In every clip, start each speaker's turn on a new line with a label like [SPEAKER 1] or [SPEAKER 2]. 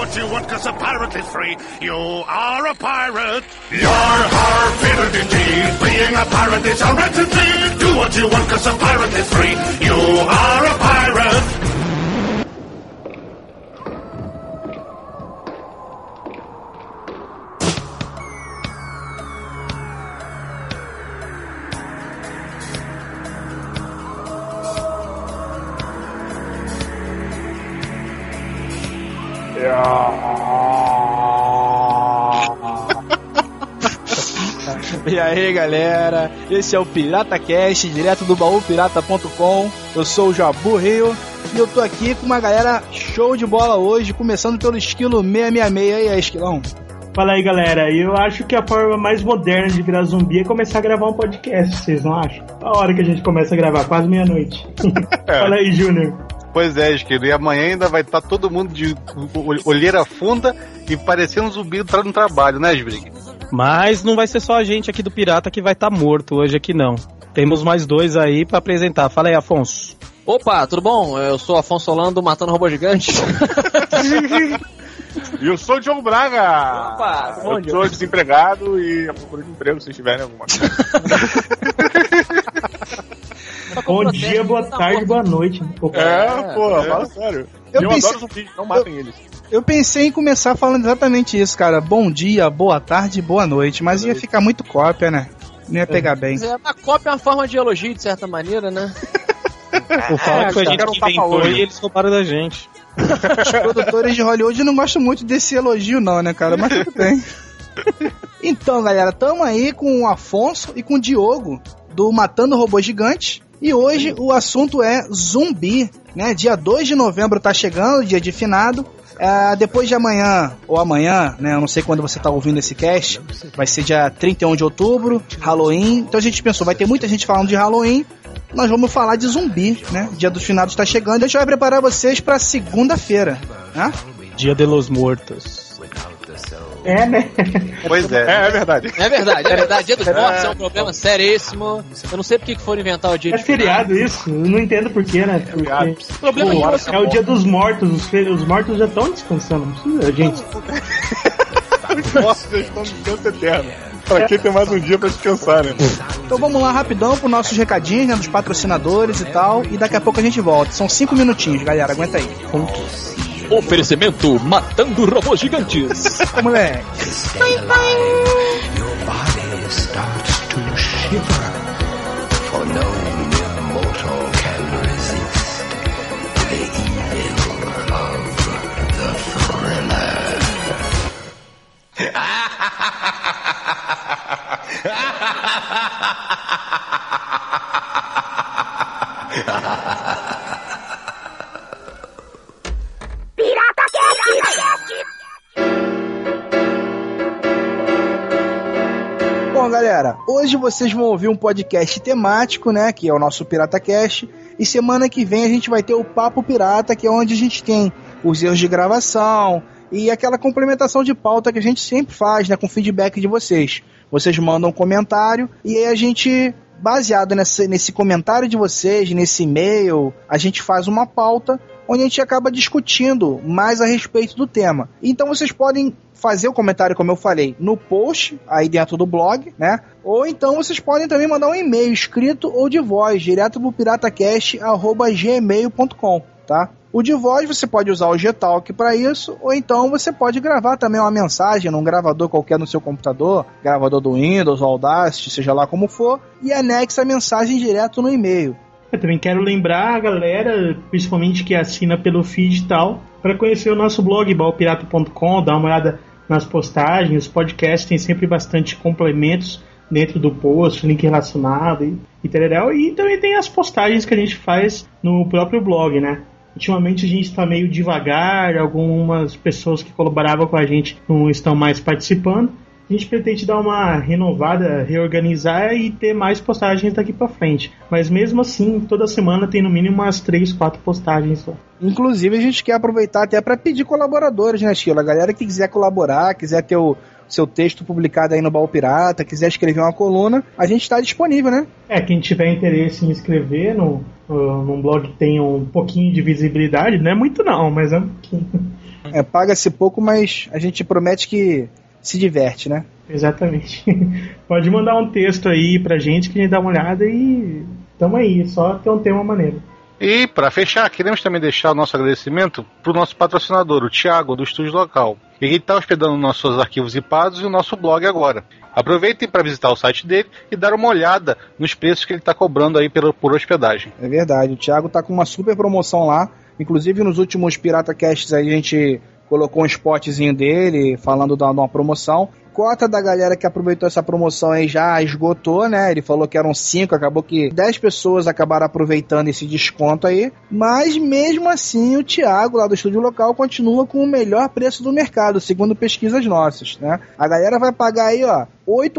[SPEAKER 1] circus of piracy. You are a pirate. You're our fidelity. Being a pirate is our entity. Do what you want, cause a pirate is free. You are a pirate.
[SPEAKER 2] E aí galera, esse é o Pirata Cast, direto do baúpirata.com. Eu sou o Jabu Rio e eu tô aqui com uma galera show de bola hoje, começando pelo esquilo 666 e aí, esquilão.
[SPEAKER 3] Fala aí, galera. Eu acho que a forma mais moderna de virar zumbi é começar a gravar um podcast, vocês não acham? A hora que a gente começa a gravar, quase meia-noite. Fala aí, Júnior.
[SPEAKER 4] Pois é, esquerdo. E amanhã ainda vai estar todo mundo de ol- olheira funda e parecendo um zumbi entrando no trabalho, né, Sbrig?
[SPEAKER 5] Mas não vai ser só a gente aqui do Pirata que vai estar morto hoje aqui, não. Temos mais dois aí pra apresentar. Fala aí, Afonso.
[SPEAKER 6] Opa, tudo bom? Eu sou Afonso Solando matando robô gigante.
[SPEAKER 7] E eu sou o Diogo Braga.
[SPEAKER 6] Opa, bom,
[SPEAKER 7] eu sou desempregado e à procura de emprego se tiverem alguma.
[SPEAKER 3] Bom dia, boa tarde, boa noite. Opa.
[SPEAKER 7] É, pô, fala sério.
[SPEAKER 2] Eu
[SPEAKER 7] Eu,
[SPEAKER 2] pensei-
[SPEAKER 7] adoro zumbis, não matem eles.
[SPEAKER 2] Eu pensei em começar falando exatamente isso, cara. Bom dia, boa tarde, boa noite, mas ia ficar muito cópia, né? Não ia pegar bem.
[SPEAKER 6] É, A cópia é uma forma de elogio, de certa maneira, né? É,
[SPEAKER 5] O fala que foi a gente
[SPEAKER 4] cara,
[SPEAKER 5] que
[SPEAKER 4] um
[SPEAKER 5] inventou
[SPEAKER 4] tapa-olho.
[SPEAKER 5] e eles roubaram da gente.
[SPEAKER 2] Os produtores de Hollywood não gostam muito desse elogio, não, né, cara? Mas tudo bem. Então, galera, tamo aí com o Afonso e com o Diogo, do Matando Robô Gigante. E hoje o assunto é zumbi, né? Dia 2 de novembro tá chegando, dia de finado. Ah, depois de amanhã, ou amanhã, né? Eu não sei quando você tá ouvindo esse cast. Vai ser dia 31 de outubro, Halloween. Então a gente pensou, vai ter muita gente falando de Halloween. Nós vamos falar de zumbi, né? Dia dos finados tá chegando. A gente vai preparar vocês pra segunda-feira, né?
[SPEAKER 5] Dia de los Mortos.
[SPEAKER 3] É, né?
[SPEAKER 4] Pois é.
[SPEAKER 7] É, é verdade.
[SPEAKER 6] É verdade, é verdade. Dia dos mortos é um problema seríssimo. Eu não sei por que que foram inventar o dia
[SPEAKER 3] É
[SPEAKER 6] de feriado.
[SPEAKER 3] feriado isso? Eu não entendo porquê, né? Porque...
[SPEAKER 6] O problema
[SPEAKER 3] Pô,
[SPEAKER 6] é que
[SPEAKER 3] é o dia dos mortos, os, fe- os mortos já estão descansando, não precisa, gente.
[SPEAKER 7] Nossa, já estão no canto eterno. Pra quem tem mais um dia pra descansar, né?
[SPEAKER 2] Então vamos lá rapidão pros nossos recadinhos, né, dos patrocinadores e tal, e daqui a pouco a gente volta. São cinco minutinhos, galera, aguenta aí.
[SPEAKER 6] Oferecimento matando robôs gigantes.
[SPEAKER 2] Moleque. Bom, galera, hoje vocês vão ouvir um podcast temático, né? Que é o nosso Pirata Cast. E semana que vem a gente vai ter o Papo Pirata, que é onde a gente tem os erros de gravação e aquela complementação de pauta que a gente sempre faz, né? Com feedback de vocês. Vocês mandam um comentário e aí a gente, baseado nessa- nesse comentário de vocês, nesse e-mail, a gente faz uma pauta onde a gente acaba discutindo mais a respeito do tema. Então vocês podem fazer o comentário, como eu falei, no post, aí dentro do blog, né? Ou então vocês podem também mandar um e-mail escrito ou de voz, direto pro piratacast.gmail.com, tá? O de voz você pode usar o Getalk para isso, ou então você pode gravar também uma mensagem num gravador qualquer no seu computador, gravador do Windows, Audacity, seja lá como for, e anexa a mensagem direto no e-mail.
[SPEAKER 3] Eu também quero lembrar a galera, principalmente que assina pelo feed e tal, para conhecer o nosso blog balpirata.com, dar uma olhada nas postagens, os podcasts têm sempre bastante complementos dentro do post, link relacionado e, e tal. E também tem as postagens que a gente faz no próprio blog, né? Ultimamente a gente está meio devagar, algumas pessoas que colaboravam com a gente não estão mais participando. A gente pretende dar uma renovada, reorganizar e ter mais postagens daqui pra frente. Mas mesmo assim, toda semana tem no mínimo umas 3, 4 postagens só.
[SPEAKER 2] Inclusive, a gente quer aproveitar até para pedir colaboradores, né, Sheila? A galera que quiser colaborar, quiser ter o seu texto publicado aí no Baú Pirata, quiser escrever uma coluna, a gente está disponível, né?
[SPEAKER 3] É, quem tiver interesse em escrever no, no- num blog que tenha um pouquinho de visibilidade, não é muito não, mas é um pouquinho.
[SPEAKER 2] É, paga-se pouco, mas a gente promete que se diverte, né?
[SPEAKER 3] Exatamente. Pode mandar um texto aí pra gente que a gente dá uma olhada e tamo aí, só ter um tema maneiro.
[SPEAKER 4] E para fechar, queremos também deixar o nosso agradecimento para o nosso patrocinador, o Thiago, do Estúdio Local. Ele está hospedando nossos arquivos IPADs e o nosso blog agora. Aproveitem para visitar o site dele e dar uma olhada nos preços que ele está cobrando aí pelo- por hospedagem.
[SPEAKER 2] É verdade. O Thiago tá com uma super promoção lá. Inclusive, nos últimos Pirata Casts aí, a gente colocou um spotzinho dele falando da de uma promoção. Cota da galera que aproveitou essa promoção aí já esgotou, né? Ele falou que eram 5, acabou que 10 pessoas acabaram aproveitando esse desconto aí. Mas mesmo assim, o Thiago, lá do estúdio local, continua com o melhor preço do mercado, segundo pesquisas nossas, né? A galera vai pagar aí, ó, R$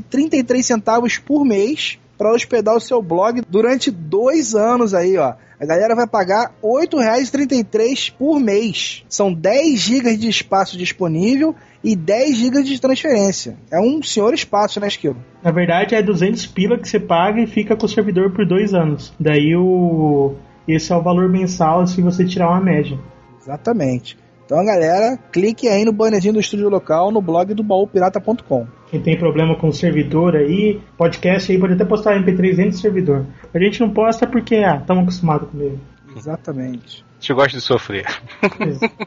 [SPEAKER 2] 8,33 por mês para hospedar o seu blog durante dois anos aí, ó. A galera vai pagar R$ 8,33 por mês. São 10 GB de espaço disponível e 10 GB de transferência. É um senhor espaço, né, Esquilo?
[SPEAKER 3] Na verdade, é 200 pila que você paga e fica com o servidor por dois anos. Daí o. Esse é o valor mensal se você tirar uma média.
[SPEAKER 2] Exatamente. Então, galera, clique aí no bannerzinho do estúdio local no blog do baúpirata.com.
[SPEAKER 3] Quem tem problema com o servidor aí, podcast aí, pode até postar MP3 dentro do servidor. A gente não posta porque, ah, estamos acostumados com ele.
[SPEAKER 2] Exatamente.
[SPEAKER 4] A gente gosta de sofrer.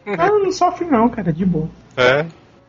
[SPEAKER 3] Ah, não sofre não, cara, de boa.
[SPEAKER 4] É.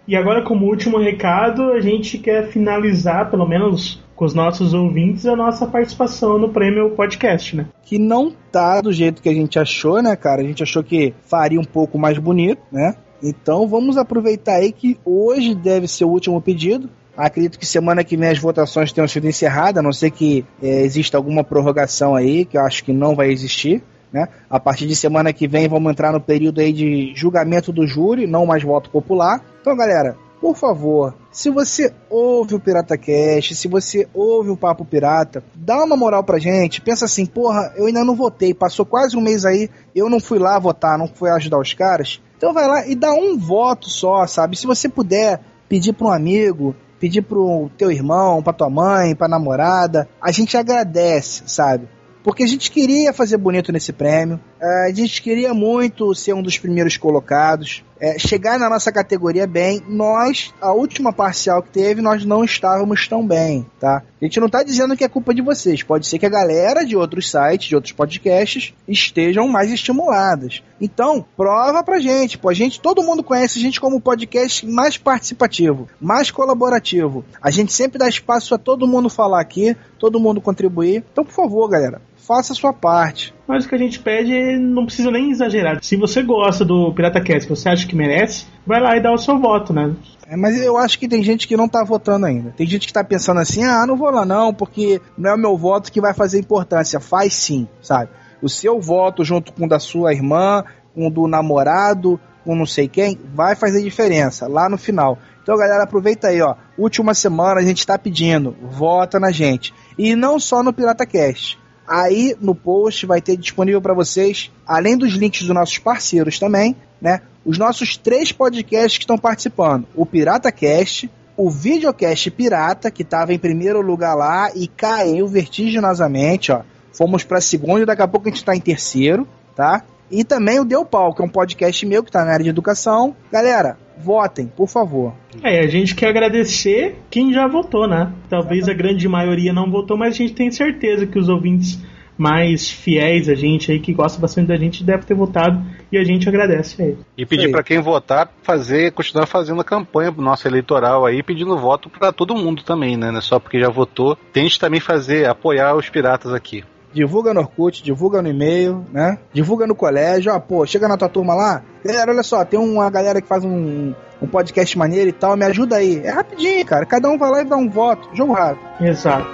[SPEAKER 3] E agora, como último recado, a gente quer finalizar, pelo menos com os nossos ouvintes, a nossa participação no prêmio podcast, né?
[SPEAKER 2] que não tá do jeito que a gente achou, né, cara? A gente achou que faria um pouco mais bonito, né? Então vamos aproveitar aí que hoje deve ser o último pedido. Acredito que semana que vem as votações tenham sido encerradas, a não ser que eh, exista alguma prorrogação aí, que eu acho que não vai existir. Né? A partir de semana que vem vamos entrar no período aí de julgamento do júri, não mais voto popular. Então, galera, por favor, se você ouve o Pirata Cash, se você ouve o Papo Pirata, dá uma moral pra gente. Pensa assim, porra, eu ainda não votei, passou quase um mês aí, eu não fui lá votar, não fui ajudar os caras. Então vai lá e dá um voto só, sabe? Se você puder pedir pra um amigo, pedir pro teu irmão, pra tua mãe, pra namorada, a gente agradece, sabe? Porque a gente queria fazer bonito nesse prêmio, eh, a gente queria muito ser um dos primeiros colocados, eh, chegar na nossa categoria bem. Nós, a última parcial que teve, nós não estávamos tão bem, tá? A gente não tá dizendo que é culpa de vocês, pode ser que a galera de outros sites, de outros podcasts, estejam mais estimuladas. Então, prova pra gente, pô. A gente, todo mundo conhece a gente como o podcast mais participativo, mais colaborativo. A gente sempre dá espaço a todo mundo falar aqui, todo mundo contribuir. Então, por favor, galera, faça a sua parte.
[SPEAKER 3] Mas o que a gente pede é, não precisa nem exagerar. Se você gosta do Pirata Cast, você acha que merece, vai lá e dá o seu voto, né?
[SPEAKER 2] É, mas eu acho que tem gente que não tá votando ainda. Tem gente que tá pensando assim: ah, não vou lá não, porque não é o meu voto que vai fazer importância. Faz sim, sabe? O seu voto junto com o da sua irmã, com o do namorado, com não sei quem, vai fazer diferença lá no final. Então, galera, aproveita aí, ó. Última semana a gente tá pedindo, vota na gente. E não só no PirataCast. Aí no post vai ter disponível para vocês, além dos links dos nossos parceiros também, né? Os nossos três podcasts que estão participando: o PirataCast, o Videocast Pirata, que estava em primeiro lugar lá e caiu vertiginosamente, ó. Fomos para segundo e daqui a pouco a gente está em terceiro, tá? E também o Deu Pau, que é um podcast meu que tá na área de educação. Galera, votem, por favor.
[SPEAKER 3] É, a gente quer agradecer quem já votou, né? Talvez a grande maioria não votou, mas a gente tem certeza que os ouvintes mais fiéis a gente aí, que gostam bastante da gente, deve ter votado e a gente agradece aí.
[SPEAKER 4] E pedir
[SPEAKER 2] Sei.
[SPEAKER 4] para quem votar fazer, continuar fazendo a campanha pro nosso eleitoral aí, pedindo voto para todo mundo também, né? Não é só porque já votou. Tente também fazer, apoiar os piratas aqui.
[SPEAKER 2] Divulga no Orkut, divulga no e-mail, né? Divulga no colégio, ó, pô, chega na tua turma lá. Galera, olha só, tem uma galera que faz um, um podcast maneiro e tal, me ajuda aí. É rapidinho, cara. Cada um vai lá e dá um voto. Jogo rápido.
[SPEAKER 3] Exato.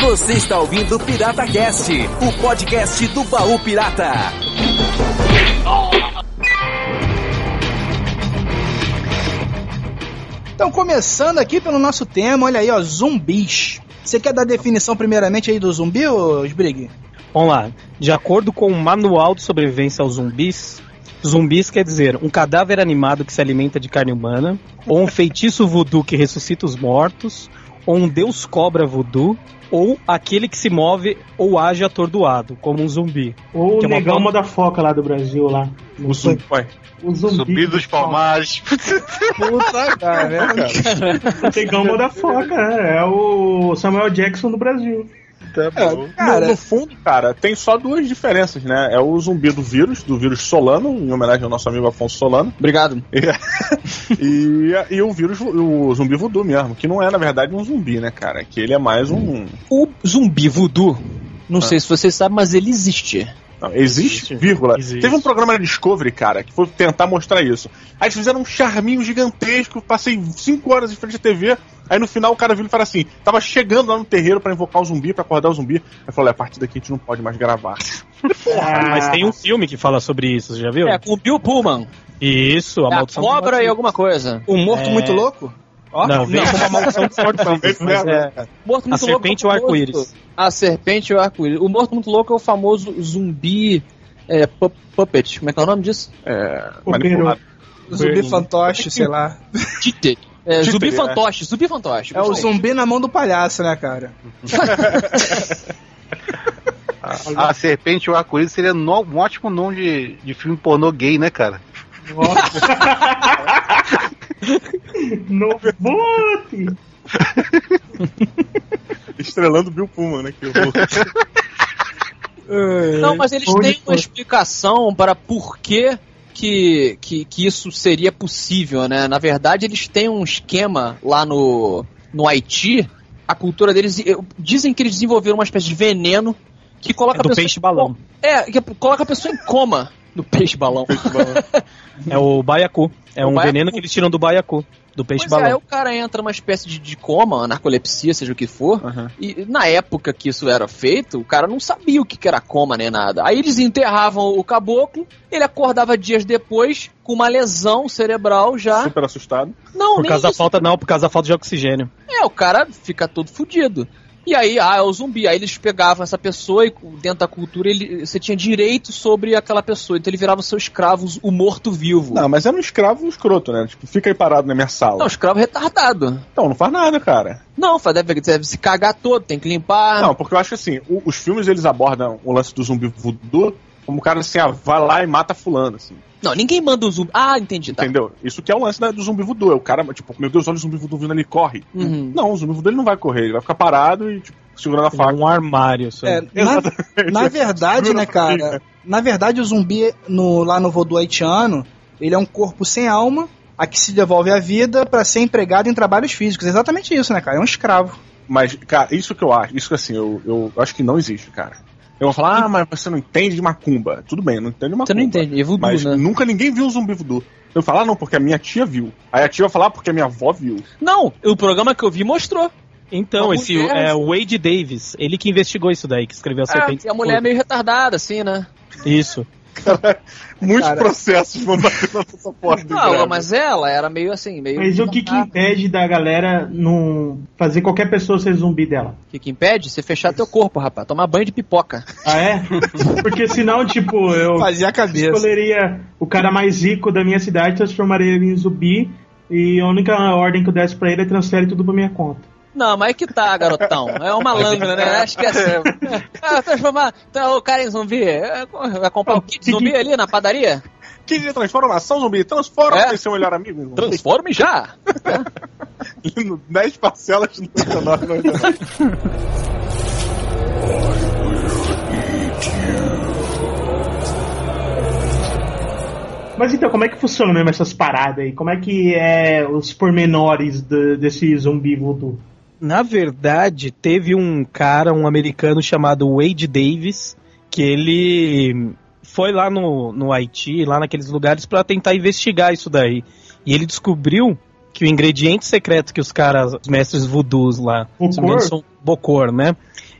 [SPEAKER 8] Você está ouvindo Pirata Cast, o podcast do baú pirata.
[SPEAKER 2] Então, começando aqui pelo nosso tema, olha aí, ó, zumbis. Você quer dar definição primeiramente aí do zumbi, ô Sbrig?
[SPEAKER 5] Vamos lá. De acordo com o Manual de Sobrevivência aos Zumbis, zumbis quer dizer um cadáver animado que se alimenta de carne humana, ou um feitiço voodoo que ressuscita os mortos, ou um deus cobra voodoo, ou aquele que se move ou age atordoado, como um zumbi.
[SPEAKER 3] Ou
[SPEAKER 5] Que
[SPEAKER 3] o
[SPEAKER 5] é uma
[SPEAKER 3] negão
[SPEAKER 5] foto-
[SPEAKER 3] da foca lá do Brasil lá.
[SPEAKER 5] O zumbi.
[SPEAKER 3] O zumbi.
[SPEAKER 4] Zumbi dos palmares.
[SPEAKER 2] Puta, cara, né, cara?
[SPEAKER 3] O negão da foca, é, é o Samuel Jackson do Brasil.
[SPEAKER 4] Tá bom.
[SPEAKER 2] Cara,
[SPEAKER 7] no, no fundo, cara, tem só duas diferenças, né? É o zumbi do vírus, do vírus Solano, em homenagem ao nosso amigo Afonso Solano,
[SPEAKER 6] Obrigado.
[SPEAKER 7] e, e o vírus, o zumbi voodoo mesmo, que não é, na verdade, um zumbi, né, cara? Que ele é mais um.
[SPEAKER 5] O zumbi voodoo.
[SPEAKER 6] Não sei se vocês sabem, mas ele existe.
[SPEAKER 7] Não, existe,
[SPEAKER 3] Existe.
[SPEAKER 7] vírgula.
[SPEAKER 3] Existe.
[SPEAKER 7] Teve um programa na Discovery, cara, que foi tentar mostrar isso. Aí eles fizeram um charminho gigantesco, passei 5 horas em frente à TV. Aí no final o cara viu e falou assim: tava chegando lá no terreiro pra invocar o zumbi, pra acordar o zumbi. Aí falou: é, a partir daqui a gente não pode mais gravar.
[SPEAKER 3] Ah,
[SPEAKER 5] Mas tem um filme que fala sobre isso, você já viu?
[SPEAKER 6] É, com o Bill Pullman. É
[SPEAKER 5] Isso, a
[SPEAKER 6] A,
[SPEAKER 5] maldição. do
[SPEAKER 6] cobra
[SPEAKER 5] Morto-
[SPEAKER 6] e alguma coisa.
[SPEAKER 2] o Um morto muito louco? Ó,
[SPEAKER 5] Não, vem como a maldição dos mortos vivos.
[SPEAKER 7] Esse é-
[SPEAKER 6] Morto
[SPEAKER 5] A
[SPEAKER 6] Muito Louco
[SPEAKER 5] serpente
[SPEAKER 6] é
[SPEAKER 5] e o
[SPEAKER 6] famoso-
[SPEAKER 5] arco-íris.
[SPEAKER 6] A serpente e o arco-íris. O Morto Muito Louco é o famoso zumbi é, pu- puppet. Como é que é o nome disso?
[SPEAKER 7] É,
[SPEAKER 3] O
[SPEAKER 7] manipulado.
[SPEAKER 2] Zumbi fantoche, sei lá.
[SPEAKER 6] Títere. É,
[SPEAKER 7] Títere,
[SPEAKER 6] zumbi
[SPEAKER 7] é.
[SPEAKER 6] fantoche, zumbi fantoche.
[SPEAKER 2] É o zumbi na mão do palhaço, né, cara?
[SPEAKER 4] A, a serpente e o arco-íris seria no- um ótimo nome de, de filme pornô gay, né, cara?
[SPEAKER 3] No bote!
[SPEAKER 7] Estrelando o Bill Pullman, né? Que eu vou...
[SPEAKER 6] Não, mas eles
[SPEAKER 3] Onde
[SPEAKER 6] têm uma
[SPEAKER 3] foi?
[SPEAKER 6] explicação para por que, que, que, que isso seria possível, né? Na verdade, eles têm um esquema lá no, no Haiti. A cultura deles. eu- Dizem que eles desenvolveram uma espécie de veneno que coloca
[SPEAKER 5] É do
[SPEAKER 6] a pessoa.
[SPEAKER 5] peixe balão.
[SPEAKER 6] É, que coloca a pessoa em coma no peixe balão.
[SPEAKER 5] É o baiacu. É
[SPEAKER 6] O
[SPEAKER 5] um
[SPEAKER 6] baiacu.
[SPEAKER 5] veneno que eles tiram do baiacu, do peixe
[SPEAKER 6] Pois é, aí
[SPEAKER 5] balão.
[SPEAKER 6] o cara entra numa espécie de, de coma, narcolepsia, seja o que for. E na época que isso era feito, o cara não sabia o que, que era coma nem nada. Aí eles enterravam o caboclo, ele acordava dias depois com uma lesão cerebral já.
[SPEAKER 7] Super assustado.
[SPEAKER 6] Tá? Não,
[SPEAKER 5] Por
[SPEAKER 6] nem
[SPEAKER 5] causa da
[SPEAKER 6] isso.
[SPEAKER 5] falta, não, por causa da falta de oxigênio.
[SPEAKER 6] É, o cara fica todo fudido. E aí, ah, é o zumbi. Aí eles pegavam essa pessoa e dentro da cultura ele, você tinha direito sobre aquela pessoa. Então ele virava o seu escravo, o morto-vivo.
[SPEAKER 7] Não, mas era um escravo escroto, né? Tipo, fica aí parado na minha
[SPEAKER 6] não,
[SPEAKER 7] sala.
[SPEAKER 6] escravo retardado.
[SPEAKER 7] Então, não faz nada, cara.
[SPEAKER 6] Não, fa- deve, deve se cagar todo, tem que limpar.
[SPEAKER 7] Não, porque eu acho que, assim, o- os filmes eles abordam o lance do zumbi voodoo como o cara assim, ah, vai lá e mata fulano, assim.
[SPEAKER 6] Não, ninguém manda o zumbi. Ah, entendi, tá.
[SPEAKER 7] Entendeu? Isso que é o lance da- do zumbi voodoo. É o cara, tipo, meu Deus, olha o zumbi voodoo vindo ali, corre.
[SPEAKER 6] Uhum.
[SPEAKER 7] Não, o zumbi voodoo ele não vai correr, ele vai ficar parado e, tipo, segurando a
[SPEAKER 5] É
[SPEAKER 7] faca.
[SPEAKER 5] um armário só.
[SPEAKER 2] É, na, na verdade, né, cara? Na verdade, o zumbi no- lá no voodoo haitiano, ele é um corpo sem alma, a que se devolve a vida pra ser empregado em trabalhos físicos. É Exatamente isso, né, cara? É um escravo.
[SPEAKER 7] Mas, cara, isso que eu acho, isso que assim, eu, eu acho que não existe, cara. Eu vou falar, ah, mas você não entende de macumba. Tudo bem, eu não entendo de macumba.
[SPEAKER 6] Você não entende, é voodoo,
[SPEAKER 7] Mas
[SPEAKER 6] né?
[SPEAKER 7] nunca ninguém viu um zumbi voodoo. Eu falar não, porque a minha tia viu. Aí a tia vai falar porque a minha avó viu.
[SPEAKER 6] Não, o programa que eu vi mostrou.
[SPEAKER 5] Então,
[SPEAKER 6] Uma
[SPEAKER 5] esse
[SPEAKER 6] mulher-
[SPEAKER 5] é o Wade Davis, ele que investigou isso daí, que escreveu a serpente.
[SPEAKER 6] e a mulher é meio retardada, assim, né?
[SPEAKER 5] Isso.
[SPEAKER 7] Muitos
[SPEAKER 2] Cara.
[SPEAKER 7] processos vão bater na nossa porta.
[SPEAKER 6] Não,
[SPEAKER 7] cara.
[SPEAKER 6] Ah, mas ela era meio assim, meio.
[SPEAKER 3] Mas o que, que impede da galera não fazer qualquer pessoa ser zumbi dela?
[SPEAKER 6] O que que impede? Você fechar teu corpo, rapaz. Tomar banho de pipoca.
[SPEAKER 3] Ah, é? Porque senão, tipo, eu
[SPEAKER 2] Fazia a cabeça.
[SPEAKER 3] escolheria o cara mais rico da minha cidade, transformaria ele em zumbi e a única ordem que eu desse pra ele é transfere tudo pra minha conta.
[SPEAKER 6] Não, mas é que tá, garotão. É uma malandra, né? Acho que é assim. Ah, transformar. Então, o cara em zumbi. é, Vai comprar o kit zumbi ali na padaria?
[SPEAKER 7] Que de transformação, zumbi? Transforma
[SPEAKER 6] É.
[SPEAKER 7] em seu melhor amigo. irmão.
[SPEAKER 6] Transforme já!
[SPEAKER 7] 10 parcelas de
[SPEAKER 6] Tá
[SPEAKER 7] 99, 99.
[SPEAKER 3] Mas então, como é que funciona mesmo essas paradas aí? Como é que é os pormenores do- desse zumbi voodoo?
[SPEAKER 5] Na verdade, teve um cara, um americano chamado Wade Davis, que ele foi lá no, no Haiti, lá naqueles lugares, pra tentar investigar isso daí. E ele descobriu que o ingrediente secreto que os caras, os mestres voodoos lá,
[SPEAKER 3] Bocor?
[SPEAKER 5] se não me engano, são Bocor, né?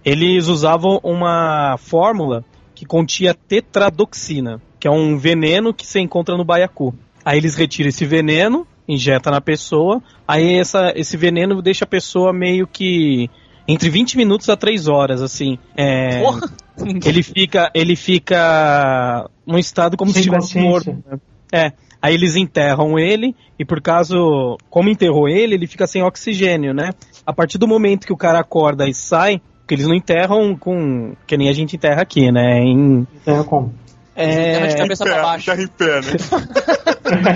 [SPEAKER 5] Eles usavam uma fórmula que continha tetradoxina, que é um veneno que se encontra no baiacu. Aí eles retiram esse veneno, injeta na pessoa, aí essa, esse veneno deixa a pessoa meio que entre 20 minutos a 3 horas, assim. É,
[SPEAKER 6] Porra!
[SPEAKER 5] Ele fica, ele fica num estado como
[SPEAKER 3] Sem
[SPEAKER 5] se estivesse
[SPEAKER 3] consciência.
[SPEAKER 5] morto. né? É. Aí eles enterram ele e por caso, como enterrou ele, ele fica sem oxigênio, né? A partir do momento que o cara acorda e sai, porque eles não enterram com que nem a gente enterra aqui, né? Em-
[SPEAKER 3] Então, como?
[SPEAKER 6] Terra de
[SPEAKER 5] é,
[SPEAKER 6] cabeça pra baixo.
[SPEAKER 7] Terra em pé, né?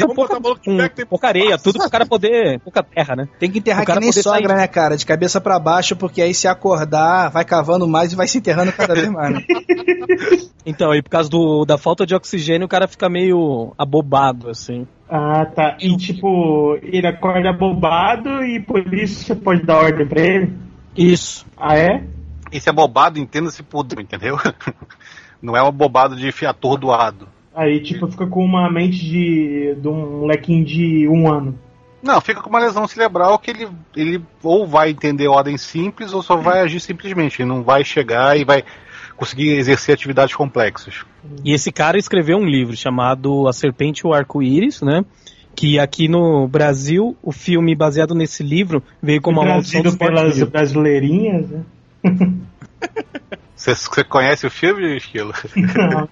[SPEAKER 5] com pouca, com
[SPEAKER 6] Hum.
[SPEAKER 5] pouca areia, tudo pro cara poder, pouca terra, né?
[SPEAKER 2] Tem que enterrar
[SPEAKER 5] O cara
[SPEAKER 2] que nem
[SPEAKER 5] poder
[SPEAKER 2] sogra,
[SPEAKER 5] sair.
[SPEAKER 2] né, cara? De cabeça pra baixo, porque aí se acordar, vai cavando mais e vai se enterrando cada vez mais, né?
[SPEAKER 5] Então, e por causa do, da falta de oxigênio, o cara fica meio abobado, assim.
[SPEAKER 3] Ah, tá. E tipo, ele acorda bobado e por isso você pode dar ordem pra ele?
[SPEAKER 5] Isso.
[SPEAKER 3] Ah, é?
[SPEAKER 4] E se é bobado, entenda-se por dentro, entendeu? Não é um bobado de fi- atordoado.
[SPEAKER 3] Aí, tipo, fica com uma mente de, de um molequinho de um ano.
[SPEAKER 4] Não, fica com uma lesão cerebral que ele, ele ou vai entender ordem simples ou só vai agir simplesmente. Ele não vai chegar e vai conseguir exercer atividades complexas.
[SPEAKER 5] E esse cara escreveu um livro chamado A Serpente e o Arco-Íris, né? Que aqui no Brasil, o filme baseado nesse livro veio como uma maldição do
[SPEAKER 3] Trazido pelas
[SPEAKER 5] esporte.
[SPEAKER 3] brasileirinhas, né?
[SPEAKER 4] Você- Você conhece o filme, Esquilo?
[SPEAKER 3] Não.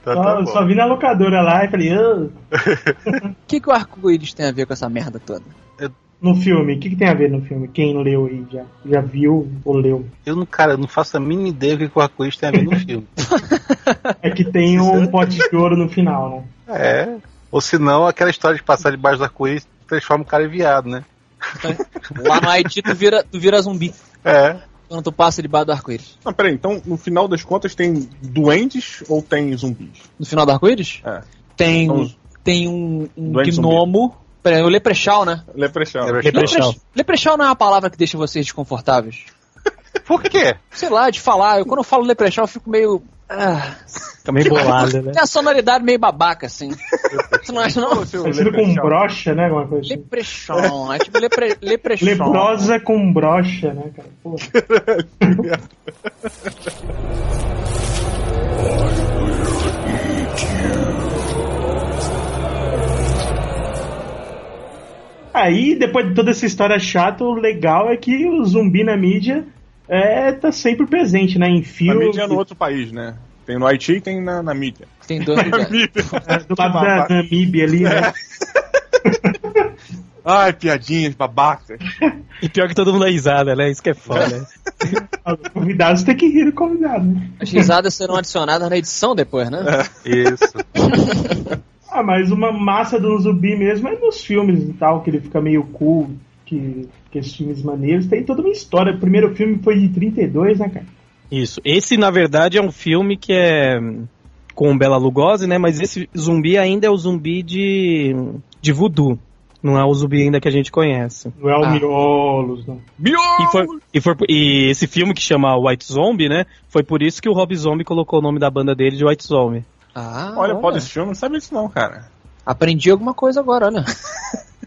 [SPEAKER 4] Então
[SPEAKER 3] só,
[SPEAKER 4] tá bom.
[SPEAKER 3] só vi na locadora lá e falei, "Ah",
[SPEAKER 6] O que, que o arco-íris tem a ver com essa merda toda?
[SPEAKER 3] no filme, o que, que tem a ver no filme? Quem leu aí já? Já viu ou leu?
[SPEAKER 4] Eu, não- cara, eu não faço a mínima ideia do que que o arco-íris tem a ver no filme.
[SPEAKER 3] É que tem um pote de ouro no final, né?
[SPEAKER 4] É. Ou senão, aquela história de passar debaixo do arco-íris transforma o cara em viado, né?
[SPEAKER 6] Lá no Haiti tu vira, tu vira zumbi
[SPEAKER 4] É.
[SPEAKER 6] quando tu passa debaixo do arco-íris.
[SPEAKER 7] Não, peraí, então no final das contas tem doentes ou tem zumbis?
[SPEAKER 6] No final do arco-íris?
[SPEAKER 7] É.
[SPEAKER 6] Tem,
[SPEAKER 7] Então,
[SPEAKER 6] tem um, um
[SPEAKER 7] doente
[SPEAKER 6] gnomo. Peraí, o Leprechaun, né?
[SPEAKER 7] Leprechaun.
[SPEAKER 4] É
[SPEAKER 5] Leprechaun.
[SPEAKER 6] Lepre- Leprechaun não é uma palavra que deixa vocês desconfortáveis.
[SPEAKER 4] Por quê?
[SPEAKER 6] Sei lá, de falar. Eu, quando eu falo Leprechaun, eu fico meio. Ah,
[SPEAKER 5] Fica meio bolado, né?
[SPEAKER 6] tem a sonoridade meio babaca, assim. Você não acha, não?
[SPEAKER 3] Parecido com brocha, né? Alguma coisa assim.
[SPEAKER 6] Leprechaun. É tipo lepre, Leprechaun.
[SPEAKER 3] Leprosa com brocha, né, cara? Pô. Aí, depois de toda essa história chata, o legal é que o zumbi na mídia é, tá sempre presente, né? Em
[SPEAKER 7] Na
[SPEAKER 3] filme,
[SPEAKER 7] mídia é no outro país, né? Tem no Haiti e tem na, na mídia.
[SPEAKER 6] Tem dois lugares.
[SPEAKER 7] tipo
[SPEAKER 3] é, do lado da Namíbia ali,
[SPEAKER 7] É.
[SPEAKER 3] né?
[SPEAKER 7] Ai, piadinhas, babacas.
[SPEAKER 5] E pior que todo mundo dá risada, né? Isso que é foda. né?
[SPEAKER 3] Os convidados têm que rir do convidado, né?
[SPEAKER 6] As risadas serão adicionadas na edição depois, né?
[SPEAKER 7] É.
[SPEAKER 4] Isso.
[SPEAKER 3] Ah, mas uma massa do zumbi mesmo é nos filmes e tal, que ele fica meio cool, que, que esses filmes maneiros. Tem toda uma história. O primeiro filme foi de 32, né, cara?
[SPEAKER 5] Isso. Esse, na verdade, é um filme que é hum, com o Bela Lugosi, né? Mas esse zumbi ainda é o zumbi de, de voodoo. Não é o zumbi ainda que a gente conhece.
[SPEAKER 3] Não é o
[SPEAKER 6] Ah.
[SPEAKER 3] Miolos, não.
[SPEAKER 5] E, foi, e, foi- e esse filme que chama White Zombie, né? Foi por isso que o Rob Zombie colocou o nome da banda dele de White Zombie.
[SPEAKER 6] Ah,
[SPEAKER 7] Olha, pode esse filme, não sabe isso não, cara.
[SPEAKER 6] Aprendi alguma coisa agora, olha.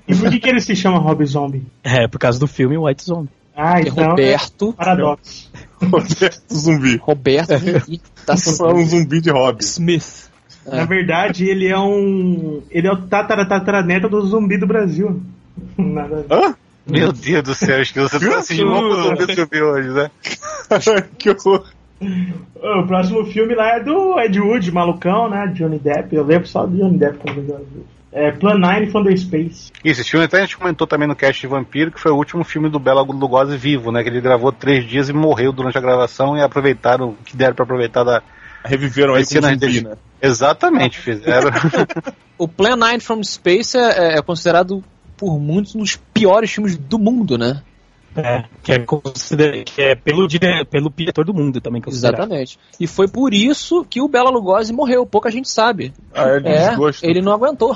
[SPEAKER 3] E por que, que ele se chama Rob Zombie?
[SPEAKER 5] É, por causa do filme White Zombie.
[SPEAKER 3] Ah,
[SPEAKER 6] E
[SPEAKER 3] então. é
[SPEAKER 6] Roberto.
[SPEAKER 3] Paradoxo.
[SPEAKER 7] Roberto um zumbi.
[SPEAKER 6] Roberto Ih, tá
[SPEAKER 7] É um zumbi de hobby.
[SPEAKER 5] Smith.
[SPEAKER 6] É.
[SPEAKER 3] Na verdade, ele é um. Ele é o tatara, tataraneto do zumbi do Brasil. Nada a ver.
[SPEAKER 7] Hã?
[SPEAKER 4] Meu Deus do céu, Esquilo, você tá se esmolando do que eu vi hoje, né?
[SPEAKER 7] que horror.
[SPEAKER 3] Ah, O próximo filme lá é do Ed Wood, malucão, né? Johnny Depp. Eu lembro só do Johnny Depp quando eu vi. É Plan 9 from the Space.
[SPEAKER 4] Isso, esse filme até a gente comentou também no cast de Vampiro, que foi o último filme do Bela Lugosi vivo, né? Que ele gravou três dias e morreu durante a gravação e aproveitaram o que deram pra aproveitar da.
[SPEAKER 7] Reviveram aí com
[SPEAKER 4] Esse
[SPEAKER 7] um
[SPEAKER 4] não é
[SPEAKER 7] zumbi,
[SPEAKER 4] desse-
[SPEAKER 7] né?
[SPEAKER 4] Exatamente, fizeram.
[SPEAKER 6] O Plan 9 from Space é, é considerado por muitos um dos piores filmes do mundo, né?
[SPEAKER 5] É, que é, considera- que é pelo, dire- pelo diretor do mundo também. considerado.
[SPEAKER 6] Exatamente. E foi por isso que o Bela Lugosi morreu, pouca gente sabe.
[SPEAKER 7] Ah, é de
[SPEAKER 6] É,
[SPEAKER 7] desgosto. É.
[SPEAKER 6] ele não aguentou.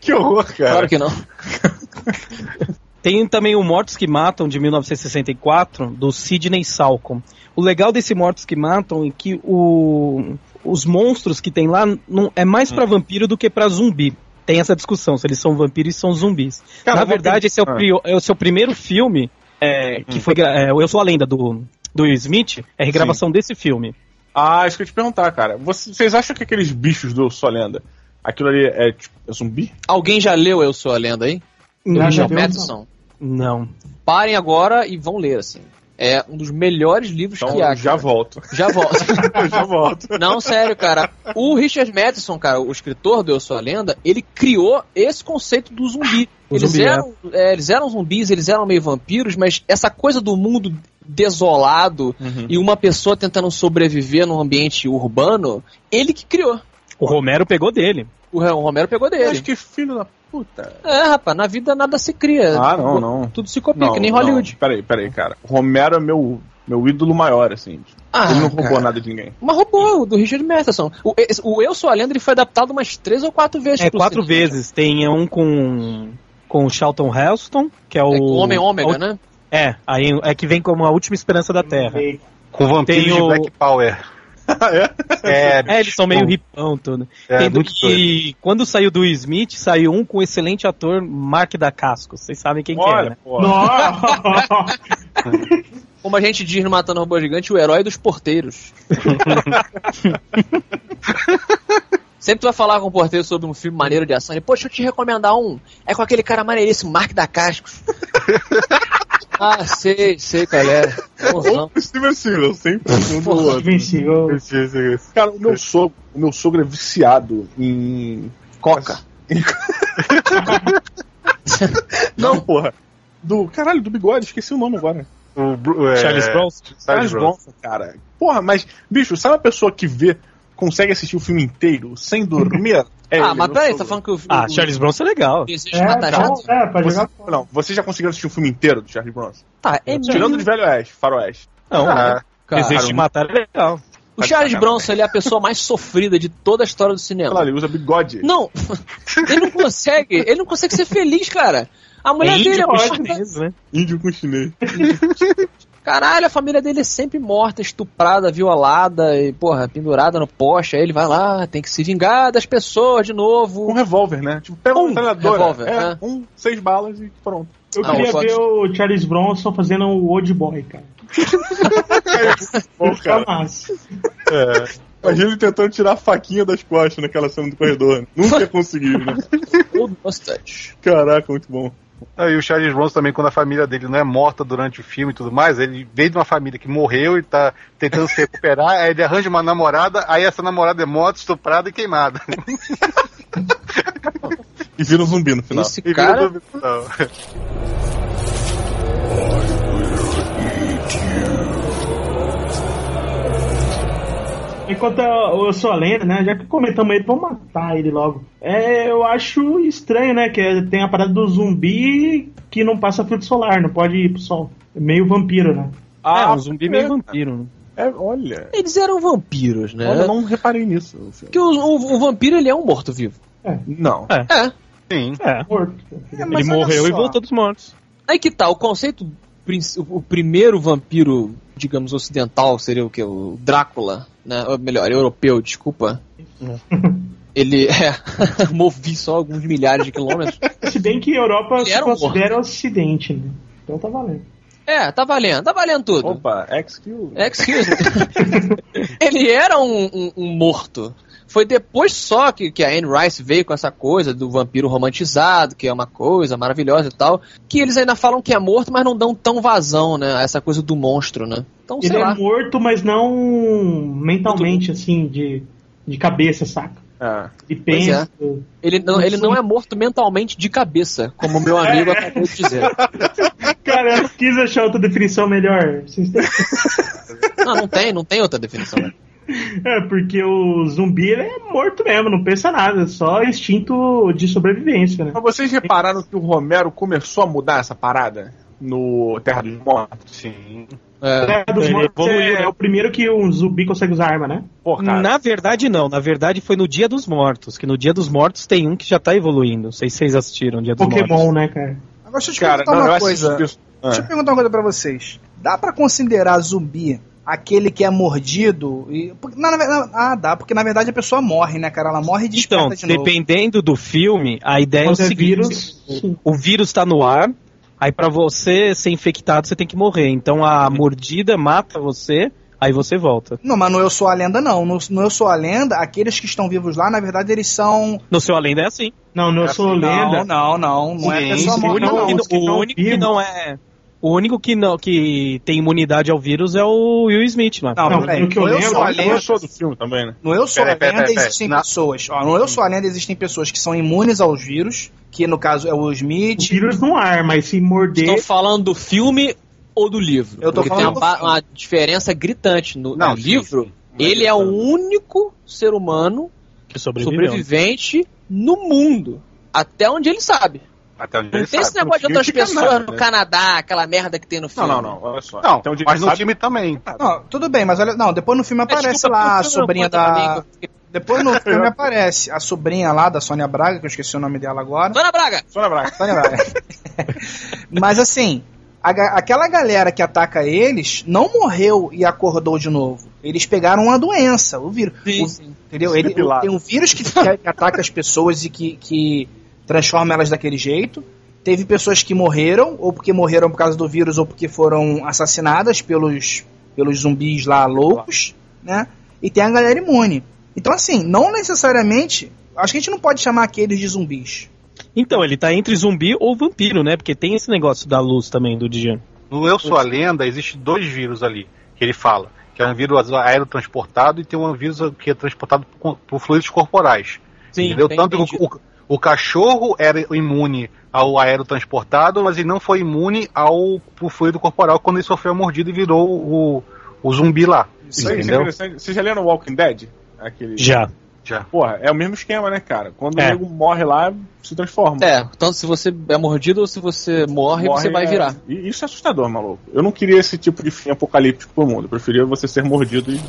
[SPEAKER 7] Que horror, cara.
[SPEAKER 6] Claro que não.
[SPEAKER 5] Tem também o Mortos que Matam, de 1964, do Sidney Salcom. O legal desse Mortos que Matam é que o- os monstros que tem lá não, é mais pra vampiro do que pra zumbi. Tem essa discussão, se eles são vampiros e são zumbis.
[SPEAKER 7] Cara,
[SPEAKER 5] Na
[SPEAKER 7] eu vou
[SPEAKER 5] verdade, esse é o,
[SPEAKER 7] Ah.
[SPEAKER 5] prio- é o seu primeiro filme, é, que foi gra- é, o Eu Sou a Lenda, do, do Will Smith, é a regravação desse filme.
[SPEAKER 7] Ah, isso que eu ia te perguntar, cara. Você- Vocês acham que aqueles bichos do Só Lenda, aquilo ali é, tipo, é zumbi?
[SPEAKER 6] Alguém já leu Eu Sou a Lenda aí?
[SPEAKER 3] Não,
[SPEAKER 6] John
[SPEAKER 3] não.
[SPEAKER 6] Matheson.
[SPEAKER 5] Não.
[SPEAKER 6] Parem agora e vão ler, assim. É um dos melhores livros
[SPEAKER 7] Então
[SPEAKER 6] que há.
[SPEAKER 7] eu já
[SPEAKER 6] cara.
[SPEAKER 7] volto.
[SPEAKER 6] Já volto.
[SPEAKER 7] Eu já volto.
[SPEAKER 6] Não, sério, cara. O Richard Matheson, cara, o escritor do Eu Sou a Lenda, ele criou esse conceito do zumbi.
[SPEAKER 5] O
[SPEAKER 6] eles,
[SPEAKER 5] zumbi,
[SPEAKER 6] eram, é, eles eram zumbis, eles eram meio vampiros, mas essa coisa do mundo desolado e uma pessoa tentando sobreviver num ambiente urbano, ele que criou.
[SPEAKER 5] O Romero pegou dele.
[SPEAKER 6] O Ro- o Romero pegou
[SPEAKER 7] Mas
[SPEAKER 6] dele.
[SPEAKER 7] que filho da puta.
[SPEAKER 6] É, rapaz, na vida nada se cria.
[SPEAKER 7] Ah, não, não.
[SPEAKER 6] Tudo se copia,
[SPEAKER 7] Não,
[SPEAKER 6] que nem
[SPEAKER 7] não.
[SPEAKER 6] Hollywood.
[SPEAKER 7] Peraí, peraí, cara. O Romero é meu, meu ídolo maior, assim.
[SPEAKER 6] Ah,
[SPEAKER 7] Ele não roubou
[SPEAKER 6] cara.
[SPEAKER 7] nada de ninguém.
[SPEAKER 6] Mas roubou, o do Richard Matheson. O, esse- o Eu Sou a Lenda ele foi adaptado umas três ou quatro vezes.
[SPEAKER 5] É
[SPEAKER 6] pro
[SPEAKER 5] quatro
[SPEAKER 6] cinema.
[SPEAKER 5] vezes. Tem um com com o Charlton Heston, que é o
[SPEAKER 6] É, com o Homem Ômega,
[SPEAKER 5] a-
[SPEAKER 6] né?
[SPEAKER 5] É, aí é que vem como a última esperança da Terra.
[SPEAKER 3] Ele-
[SPEAKER 4] Com vampiros
[SPEAKER 5] Tem
[SPEAKER 4] de
[SPEAKER 5] o-
[SPEAKER 4] Black Power. é,
[SPEAKER 5] É, eles são meio
[SPEAKER 4] tipo,
[SPEAKER 5] ripão tudo.
[SPEAKER 4] é,
[SPEAKER 5] Tem do-
[SPEAKER 4] muito doido.
[SPEAKER 5] e quando saiu do Smith, saiu um com o excelente ator Mark da Casco. Vocês sabem quem que é, né?
[SPEAKER 7] Olha, pô.
[SPEAKER 3] Nossa!
[SPEAKER 6] Como a gente diz no Matando Robô Gigante, o herói dos porteiros. Sempre tu vai falar com o porteiro sobre um filme maneiro de ação. Ele, pô, deixa eu te recomendar um. É com aquele cara maneiríssimo, Mark da Cascos. ah, sei, sei, é. galera. Bonzão.
[SPEAKER 7] O Steven Seagal, sempre um do outro.
[SPEAKER 3] Venceu.
[SPEAKER 7] Cara, o meu sogro, o meu sogro é viciado em coca. Não, porra. Do caralho, do bigode, esqueci o nome agora.
[SPEAKER 4] O Bru- é,
[SPEAKER 5] Charles Bronson.
[SPEAKER 4] Charles Bronson.
[SPEAKER 7] Bronson, cara. Porra, mas bicho, sabe a pessoa que vê, consegue assistir o filme inteiro sem dormir? É
[SPEAKER 6] ah,
[SPEAKER 7] ele,
[SPEAKER 6] mas
[SPEAKER 7] meu
[SPEAKER 6] peraí,
[SPEAKER 7] sogro.
[SPEAKER 6] tá falando que o
[SPEAKER 5] Ah,
[SPEAKER 6] o-
[SPEAKER 5] Charles Bronson é legal.
[SPEAKER 6] Desejo de
[SPEAKER 3] É,
[SPEAKER 6] matar
[SPEAKER 3] tá,
[SPEAKER 6] gente?
[SPEAKER 3] é, pra
[SPEAKER 7] Você,
[SPEAKER 3] jogar
[SPEAKER 7] não, você já conseguiu assistir o filme inteiro do Charles Bronson?
[SPEAKER 6] Tá, é
[SPEAKER 7] Tirando
[SPEAKER 6] mesmo,
[SPEAKER 7] de Velho Oeste, Faroeste.
[SPEAKER 5] Não,
[SPEAKER 4] Ah,
[SPEAKER 6] cara.
[SPEAKER 5] Desejo de matar é legal.
[SPEAKER 6] O Charles Bronson, ele é a pessoa mais sofrida de toda a história do cinema.
[SPEAKER 7] Caralho, ele usa bigode.
[SPEAKER 6] Não, ele não consegue, ele não consegue ser feliz, cara. A
[SPEAKER 5] É
[SPEAKER 6] mulher dele
[SPEAKER 5] índio
[SPEAKER 6] é
[SPEAKER 5] com
[SPEAKER 6] ótima.
[SPEAKER 5] chinês, né?
[SPEAKER 7] Índio com chinês.
[SPEAKER 6] Caralho, a família dele é sempre morta, estuprada, violada e, porra, pendurada no poste. Aí ele vai lá, tem que se vingar das pessoas de
[SPEAKER 7] Com
[SPEAKER 6] novo.
[SPEAKER 7] revólver, né? Tipo, pega uma metralhadora.
[SPEAKER 6] Um revólver,
[SPEAKER 7] é,
[SPEAKER 6] né?
[SPEAKER 7] um, seis balas e pronto.
[SPEAKER 3] Eu
[SPEAKER 6] Ah,
[SPEAKER 3] queria
[SPEAKER 6] o
[SPEAKER 3] ver o Charles Bronson fazendo o Old Boy, cara.
[SPEAKER 7] Pô,
[SPEAKER 3] Tá massa.
[SPEAKER 7] Imagina ele tentando tirar a faquinha das costas naquela cena do corredor. Nunca conseguiu, né?
[SPEAKER 6] Ou duas touch.
[SPEAKER 7] Caraca, muito bom.
[SPEAKER 4] Ah, e o Charles Bronson também, quando a família dele não é morta durante o filme e tudo mais, ele vem de uma família que morreu e tá tentando se recuperar, aí ele arranja uma namorada, aí essa namorada é morta, estuprada e queimada.
[SPEAKER 7] E vira um zumbi no final.
[SPEAKER 6] Esse
[SPEAKER 4] E vira
[SPEAKER 6] cara,
[SPEAKER 4] zumbi no final.
[SPEAKER 3] Enquanto eu, eu sou a lenda, né? Já que comentamos ele, vamos matar ele logo. É, eu acho estranho, né? Que é- tem a parada do zumbi que não passa filtro solar, não pode ir pro sol. É meio vampiro, né?
[SPEAKER 5] Ah,
[SPEAKER 7] Ah,
[SPEAKER 5] um zumbi meio
[SPEAKER 7] é.
[SPEAKER 5] vampiro. né?
[SPEAKER 7] É, olha.
[SPEAKER 6] eles eram vampiros, né?
[SPEAKER 7] Olha, eu não reparei nisso. assim. no filme.
[SPEAKER 6] Porque o, o- o vampiro, ele é um morto-vivo.
[SPEAKER 7] Não.
[SPEAKER 6] É.
[SPEAKER 4] Sim.
[SPEAKER 5] É.
[SPEAKER 3] Morto.
[SPEAKER 5] Ele morreu e voltou dos mortos.
[SPEAKER 6] Aí que tá, o conceito, prin- o primeiro vampiro, digamos, ocidental seria o que? O Drácula, né? Ou melhor, europeu, desculpa. Ele é. movi só alguns milhares de quilômetros.
[SPEAKER 3] Se bem que a Europa
[SPEAKER 6] Ele
[SPEAKER 3] se
[SPEAKER 6] era um
[SPEAKER 3] considera ocidente, né? Então tá valendo.
[SPEAKER 6] É, tá valendo, tá valendo tudo.
[SPEAKER 7] Opa, X-Kill.
[SPEAKER 6] Excuse me. ele era um, um- um morto. Foi depois só que, que a Anne Rice veio com essa coisa do vampiro romantizado, que é uma coisa maravilhosa e tal, que eles ainda falam que é morto, mas não dão tão vazão, né? A essa coisa do monstro, né? Então, sei
[SPEAKER 3] Ele
[SPEAKER 6] lá.
[SPEAKER 3] é morto, mas não mentalmente, assim, de, de cabeça, saca?
[SPEAKER 7] Ah.
[SPEAKER 3] Ele
[SPEAKER 6] Pois
[SPEAKER 5] é.
[SPEAKER 3] pensa.
[SPEAKER 6] Ele, não, ele não é morto mentalmente de cabeça, como meu amigo acabou de dizer.
[SPEAKER 3] Cara, eu não quis achar outra definição melhor. Vocês têm-
[SPEAKER 6] Não, não tem, não tem outra definição. né?
[SPEAKER 3] É, porque o zumbi ele é morto mesmo, não pensa nada, é só instinto de sobrevivência, né?
[SPEAKER 7] Mas vocês repararam que o Romero começou a mudar essa parada? No Terra dos Mortos?
[SPEAKER 4] Sim.
[SPEAKER 3] A
[SPEAKER 6] É,
[SPEAKER 3] Terra dos
[SPEAKER 5] ele
[SPEAKER 3] Mortos
[SPEAKER 5] evoluiu,
[SPEAKER 3] é,
[SPEAKER 5] né?
[SPEAKER 3] é o primeiro que um zumbi consegue usar arma, né?
[SPEAKER 7] Pô, cara.
[SPEAKER 5] Na verdade, não. Na verdade, foi no Dia dos Mortos. Que no Dia dos Mortos tem um que já tá evoluindo. Não sei se vocês assistiram o Dia dos Mortos.
[SPEAKER 3] Pokémon, né, cara?
[SPEAKER 2] Agora deixa eu te
[SPEAKER 7] Cara,
[SPEAKER 2] perguntar
[SPEAKER 7] não, eu
[SPEAKER 2] uma
[SPEAKER 7] assisti
[SPEAKER 2] coisa.
[SPEAKER 7] isso. Ah.
[SPEAKER 2] Deixa eu perguntar uma coisa pra vocês. Dá pra considerar zumbi aquele que é mordido? E... porque- na- na- na- ah, dá, porque na verdade a pessoa morre, né, cara? Ela morre e desperta
[SPEAKER 5] Então,
[SPEAKER 2] de novo.
[SPEAKER 5] dependendo do filme, a ideia
[SPEAKER 3] Quando
[SPEAKER 5] é o
[SPEAKER 3] é
[SPEAKER 5] seguinte:
[SPEAKER 3] vírus, sim.
[SPEAKER 5] o vírus tá no ar, aí pra você ser infectado, você tem que morrer. Então a mordida mata você, aí você volta.
[SPEAKER 2] Não, mas no Eu Sou a Lenda não. No, no Eu Sou a Lenda, aqueles que estão vivos lá, na verdade eles são...
[SPEAKER 5] No seu além é assim.
[SPEAKER 3] Não, não, eu sou lenda.
[SPEAKER 2] Não, não, não. Não é a
[SPEAKER 4] Sim,
[SPEAKER 2] pessoa
[SPEAKER 3] sim,
[SPEAKER 5] O
[SPEAKER 2] morta,
[SPEAKER 3] não,
[SPEAKER 5] único,
[SPEAKER 2] não.
[SPEAKER 5] que,
[SPEAKER 3] os que
[SPEAKER 5] o
[SPEAKER 3] tão
[SPEAKER 5] único que
[SPEAKER 3] vivos.
[SPEAKER 5] não é. O único que, não, que tem imunidade ao vírus é o Will Smith, mano.
[SPEAKER 2] Não,
[SPEAKER 3] Não,
[SPEAKER 2] peraí.
[SPEAKER 3] do que eu
[SPEAKER 2] Não, eu
[SPEAKER 3] lembro,
[SPEAKER 2] sou a
[SPEAKER 3] eu
[SPEAKER 2] lenda.
[SPEAKER 7] Eu sou do filme também, né?
[SPEAKER 2] No Eu Sou
[SPEAKER 4] Peraí,
[SPEAKER 2] a
[SPEAKER 4] peraí,
[SPEAKER 2] Lenda
[SPEAKER 4] peraí,
[SPEAKER 2] existem
[SPEAKER 4] peraí.
[SPEAKER 2] pessoas. Ó, no Eu Sou a Lenda existem pessoas que são imunes aos vírus, que no caso é o Will
[SPEAKER 3] O
[SPEAKER 2] Smith.
[SPEAKER 3] vírus no ar, mas se
[SPEAKER 6] Estão
[SPEAKER 3] morder.
[SPEAKER 6] falando do filme ou do livro?
[SPEAKER 2] Eu tô
[SPEAKER 6] Porque tem
[SPEAKER 2] falando do
[SPEAKER 6] uma, ba-
[SPEAKER 2] filme.
[SPEAKER 6] uma diferença gritante no,
[SPEAKER 4] Não,
[SPEAKER 6] no
[SPEAKER 4] sim,
[SPEAKER 6] livro. Ele é o único ser humano
[SPEAKER 5] Que sobreviveu.
[SPEAKER 6] sobrevivente no mundo. Até onde ele sabe.
[SPEAKER 4] Até onde
[SPEAKER 6] Não
[SPEAKER 4] ele
[SPEAKER 6] tem esse
[SPEAKER 4] sabe.
[SPEAKER 6] negócio de
[SPEAKER 7] filme
[SPEAKER 6] outras
[SPEAKER 7] fica
[SPEAKER 6] pessoas
[SPEAKER 7] nada,
[SPEAKER 6] no
[SPEAKER 7] né?
[SPEAKER 6] Canadá, aquela merda que tem no
[SPEAKER 7] Não,
[SPEAKER 6] filme.
[SPEAKER 7] não, não. Olha só.
[SPEAKER 4] Não,
[SPEAKER 7] Até onde
[SPEAKER 4] mas
[SPEAKER 7] ele
[SPEAKER 4] no
[SPEAKER 7] sabe-
[SPEAKER 4] filme também.
[SPEAKER 2] Não, tudo bem, mas olha, não, depois no filme
[SPEAKER 6] É,
[SPEAKER 2] aparece
[SPEAKER 6] desculpa,
[SPEAKER 2] lá a
[SPEAKER 6] por
[SPEAKER 3] um
[SPEAKER 6] favor,
[SPEAKER 2] sobrinha
[SPEAKER 6] conta pra
[SPEAKER 2] da.
[SPEAKER 6] mim que eu fiquei-
[SPEAKER 2] Depois no filme aparece a sobrinha lá da Sônia Braga, que eu esqueci o nome dela agora.
[SPEAKER 6] Dona Braga!
[SPEAKER 7] Sônia Braga.
[SPEAKER 2] Sônia Braga. mas assim, a ga- aquela galera que ataca eles não morreu e acordou de novo. Eles pegaram uma doença, o vírus. O- Entendeu? Ele,
[SPEAKER 7] Depilado.
[SPEAKER 2] tem um vírus que, que ataca as pessoas e que, que transforma elas daquele jeito. Teve pessoas que morreram, ou porque morreram por causa do vírus, ou porque foram assassinadas pelos, pelos zumbis lá loucos, né? E tem a galera imune. Então, assim, não necessariamente. Acho que a gente não pode chamar aqueles de zumbis.
[SPEAKER 5] Então, ele tá entre zumbi ou vampiro, né? Porque tem esse negócio da luz também do Dijano.
[SPEAKER 4] No Eu Sou a Lenda, existe dois vírus ali que ele fala. Que é um vírus aerotransportado e tem um vírus que é transportado por, por fluidos corporais.
[SPEAKER 6] Sim,
[SPEAKER 4] entendeu?
[SPEAKER 6] tem-
[SPEAKER 4] Tanto que
[SPEAKER 6] entendi.
[SPEAKER 4] o, o- o cachorro era imune ao aerotransportado, mas ele não foi imune ao pro fluido corporal quando ele sofreu a mordida e virou o, o zumbi lá.
[SPEAKER 7] Isso aí, isso é
[SPEAKER 4] entendeu?
[SPEAKER 7] interessante. Vocês já leram Walking Dead? Aquele...
[SPEAKER 5] Já.
[SPEAKER 4] Já.
[SPEAKER 7] Porra, é o mesmo esquema, né, cara? Quando
[SPEAKER 5] É.
[SPEAKER 7] o nego morre lá, se transforma.
[SPEAKER 6] É, tanto se você é mordido ou se você morre, você vai
[SPEAKER 7] é-
[SPEAKER 6] virar.
[SPEAKER 7] E isso é assustador, maluco. Eu não queria esse tipo de fim apocalíptico pro mundo. Eu preferia você ser mordido e.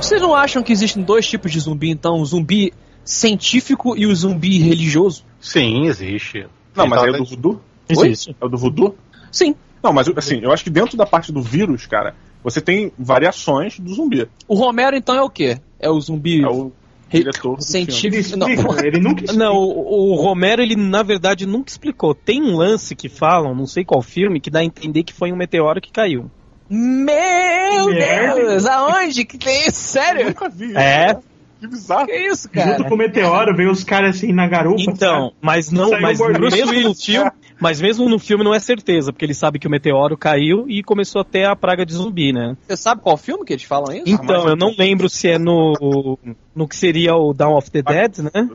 [SPEAKER 6] Vocês não acham que existem dois tipos de zumbi, então? O zumbi científico e o zumbi religioso?
[SPEAKER 4] Sim, existe.
[SPEAKER 7] Não,
[SPEAKER 4] Ele
[SPEAKER 7] mas
[SPEAKER 4] tá-
[SPEAKER 7] é o do voodoo?
[SPEAKER 6] Oi?
[SPEAKER 5] Existe.
[SPEAKER 7] É o do voodoo?
[SPEAKER 6] Sim.
[SPEAKER 7] Não, mas assim, eu acho que dentro da parte do vírus, cara, você tem variações do zumbi.
[SPEAKER 6] O Romero, então, é o quê? É o zumbi
[SPEAKER 7] É o
[SPEAKER 6] re-
[SPEAKER 7] diretor do filme.
[SPEAKER 6] científico.
[SPEAKER 3] Ele
[SPEAKER 6] Não,
[SPEAKER 3] explica, ele nunca explica.
[SPEAKER 5] Não, o, o Romero, ele na verdade nunca explicou. Tem um lance que falam, não sei qual filme, que dá a entender que foi um meteoro que caiu.
[SPEAKER 6] Meu
[SPEAKER 3] Merda.
[SPEAKER 6] Deus! Aonde? Que tem isso?
[SPEAKER 7] Eu
[SPEAKER 6] Sério?
[SPEAKER 7] nunca vi isso.
[SPEAKER 5] É.
[SPEAKER 7] cara. Que bizarro.
[SPEAKER 6] Que isso,
[SPEAKER 3] Junto
[SPEAKER 6] cara?
[SPEAKER 3] com o meteoro, veio os caras assim na garupa.
[SPEAKER 5] Então, mas não,
[SPEAKER 3] Saiu
[SPEAKER 5] mas
[SPEAKER 3] mordido.
[SPEAKER 5] mesmo no filme, mas mesmo no filme não é certeza, porque ele sabe que o meteoro caiu e começou até a praga de zumbi, né?
[SPEAKER 6] Você sabe qual filme que eles falam isso?
[SPEAKER 5] Então, eu não lembro se é no no que seria o Dawn of the Dead, né?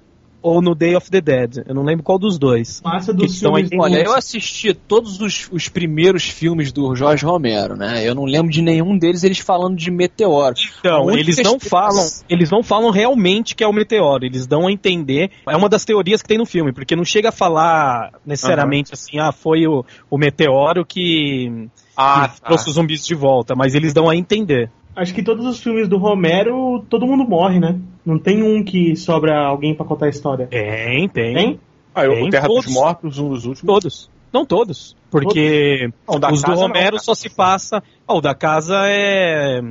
[SPEAKER 5] Ou no Day of the Dead. Eu não lembro qual dos dois.
[SPEAKER 3] Massa dos
[SPEAKER 5] Que são
[SPEAKER 3] filmes.
[SPEAKER 5] aí-
[SPEAKER 6] Olha,
[SPEAKER 5] Isso.
[SPEAKER 6] eu assisti todos os, os primeiros filmes do Jorge Romero, né? Eu não lembro de nenhum deles eles falando de meteoro.
[SPEAKER 5] Então,
[SPEAKER 6] Muito
[SPEAKER 5] eles não
[SPEAKER 6] besteira.
[SPEAKER 5] falam, eles não falam realmente que é o meteoro, eles dão a entender. É uma das teorias que tem no filme, porque não chega a falar necessariamente assim, ah, foi o, o meteoro que,
[SPEAKER 7] Ah,
[SPEAKER 5] que
[SPEAKER 7] tá.
[SPEAKER 5] trouxe os zumbis de volta, mas eles dão a entender.
[SPEAKER 3] Acho que todos os filmes do Romero, todo mundo morre, né? Não tem um que sobra alguém pra contar a história.
[SPEAKER 5] Tem, tem.
[SPEAKER 3] Tem?
[SPEAKER 7] Ah, eu,
[SPEAKER 5] Tem
[SPEAKER 7] o Terra
[SPEAKER 5] todos.
[SPEAKER 7] dos Mortos, um dos últimos.
[SPEAKER 5] Todos. Não todos. Porque
[SPEAKER 7] Não, da
[SPEAKER 5] os do
[SPEAKER 7] casa não,
[SPEAKER 5] Romero
[SPEAKER 7] cara.
[SPEAKER 5] só se passa. Ah, o da casa é.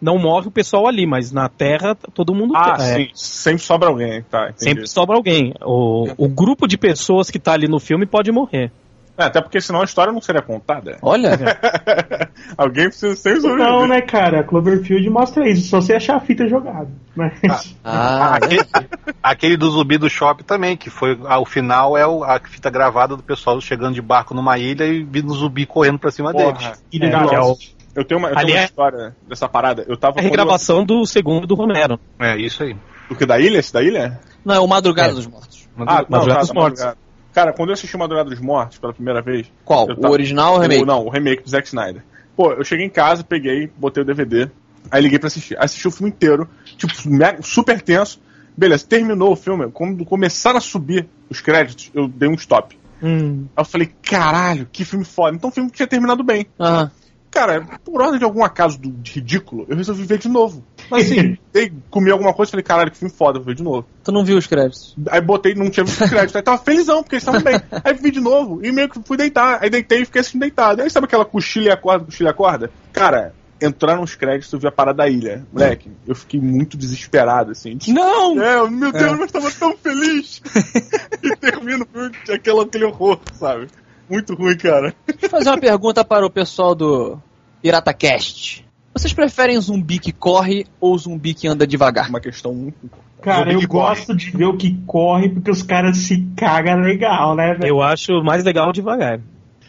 [SPEAKER 5] Não morre o pessoal ali, mas na terra t- todo mundo
[SPEAKER 7] Ah,
[SPEAKER 5] tem. É,
[SPEAKER 7] sim. Sempre sobra alguém, tá? entendi.
[SPEAKER 5] sempre sobra alguém. O, o grupo de pessoas que tá ali no filme pode morrer.
[SPEAKER 7] É, até porque senão a história não seria contada. É.
[SPEAKER 6] Olha,
[SPEAKER 7] Alguém precisa ser um os
[SPEAKER 3] Não, né, cara? Cloverfield mostra isso, só você achar a fita jogada. né? É. Mas.
[SPEAKER 6] ah,
[SPEAKER 4] Aquele, aquele do zumbi do shopping também, que foi ao final é o- a fita gravada do pessoal chegando de barco numa ilha e vindo o zumbi correndo pra cima deles.
[SPEAKER 3] Ilha
[SPEAKER 5] É,
[SPEAKER 3] de
[SPEAKER 5] que é o-
[SPEAKER 3] Lost.
[SPEAKER 7] Eu tenho uma, eu tenho
[SPEAKER 5] Aliás-
[SPEAKER 7] uma história dessa parada. Eu tava
[SPEAKER 5] É a regravação do segundo do Romero.
[SPEAKER 4] É isso aí.
[SPEAKER 7] Do que da ilha? Esse da ilha?
[SPEAKER 6] não, é o Madrugada
[SPEAKER 5] É.
[SPEAKER 6] dos Mortos.
[SPEAKER 7] Ah, não,
[SPEAKER 5] Madrugada
[SPEAKER 7] tá,
[SPEAKER 5] dos
[SPEAKER 7] tá,
[SPEAKER 5] Mortos.
[SPEAKER 7] Madrugada. Cara, quando eu assisti Madrugada dos Mortos pela primeira vez.
[SPEAKER 6] Qual?
[SPEAKER 7] eu
[SPEAKER 6] O original ou o remake?
[SPEAKER 7] Não, o remake do Zack Snyder. Pô, eu cheguei em casa, peguei, botei o DVD, aí liguei pra assistir. Assisti o filme inteiro, tipo, mega- super tenso. Beleza, terminou o filme. Quando começaram a subir os créditos, eu dei um stop. Aí eu falei, caralho, que filme foda. Então o filme tinha terminado bem.
[SPEAKER 6] Aham.
[SPEAKER 7] Cara, por ordem de algum acaso do- de ridículo, eu resolvi ver de novo. Mas assim, dei, comi alguma coisa e falei, caralho, que filme foda, vou ver de novo.
[SPEAKER 6] Tu não viu os créditos?
[SPEAKER 7] Aí botei, não tinha visto crédito. Aí tava felizão, porque eles estavam bem. Aí vi de novo e meio que fui deitar. Aí deitei e fiquei assim deitado. Aí sabe aquela cochila e acorda, cochila e acorda? Cara, entraram os créditos, eu vi a parada da ilha. Moleque, eu fiquei muito desesperado, assim.
[SPEAKER 6] Não!
[SPEAKER 7] É, eu- meu Deus, mas tava tão feliz. e termino com aquela, aquele horror, sabe? Muito ruim, cara.
[SPEAKER 6] Deixa eu fazer uma pergunta para o pessoal do PirataCast. Vocês preferem zumbi que corre ou zumbi que anda devagar?
[SPEAKER 7] Uma questão muito importante.
[SPEAKER 3] Cara,
[SPEAKER 7] Zumbi
[SPEAKER 3] eu
[SPEAKER 7] que corre.
[SPEAKER 3] gosto de ver o que corre porque os caras se cagam legal, né, velho?
[SPEAKER 5] Eu acho mais legal devagar.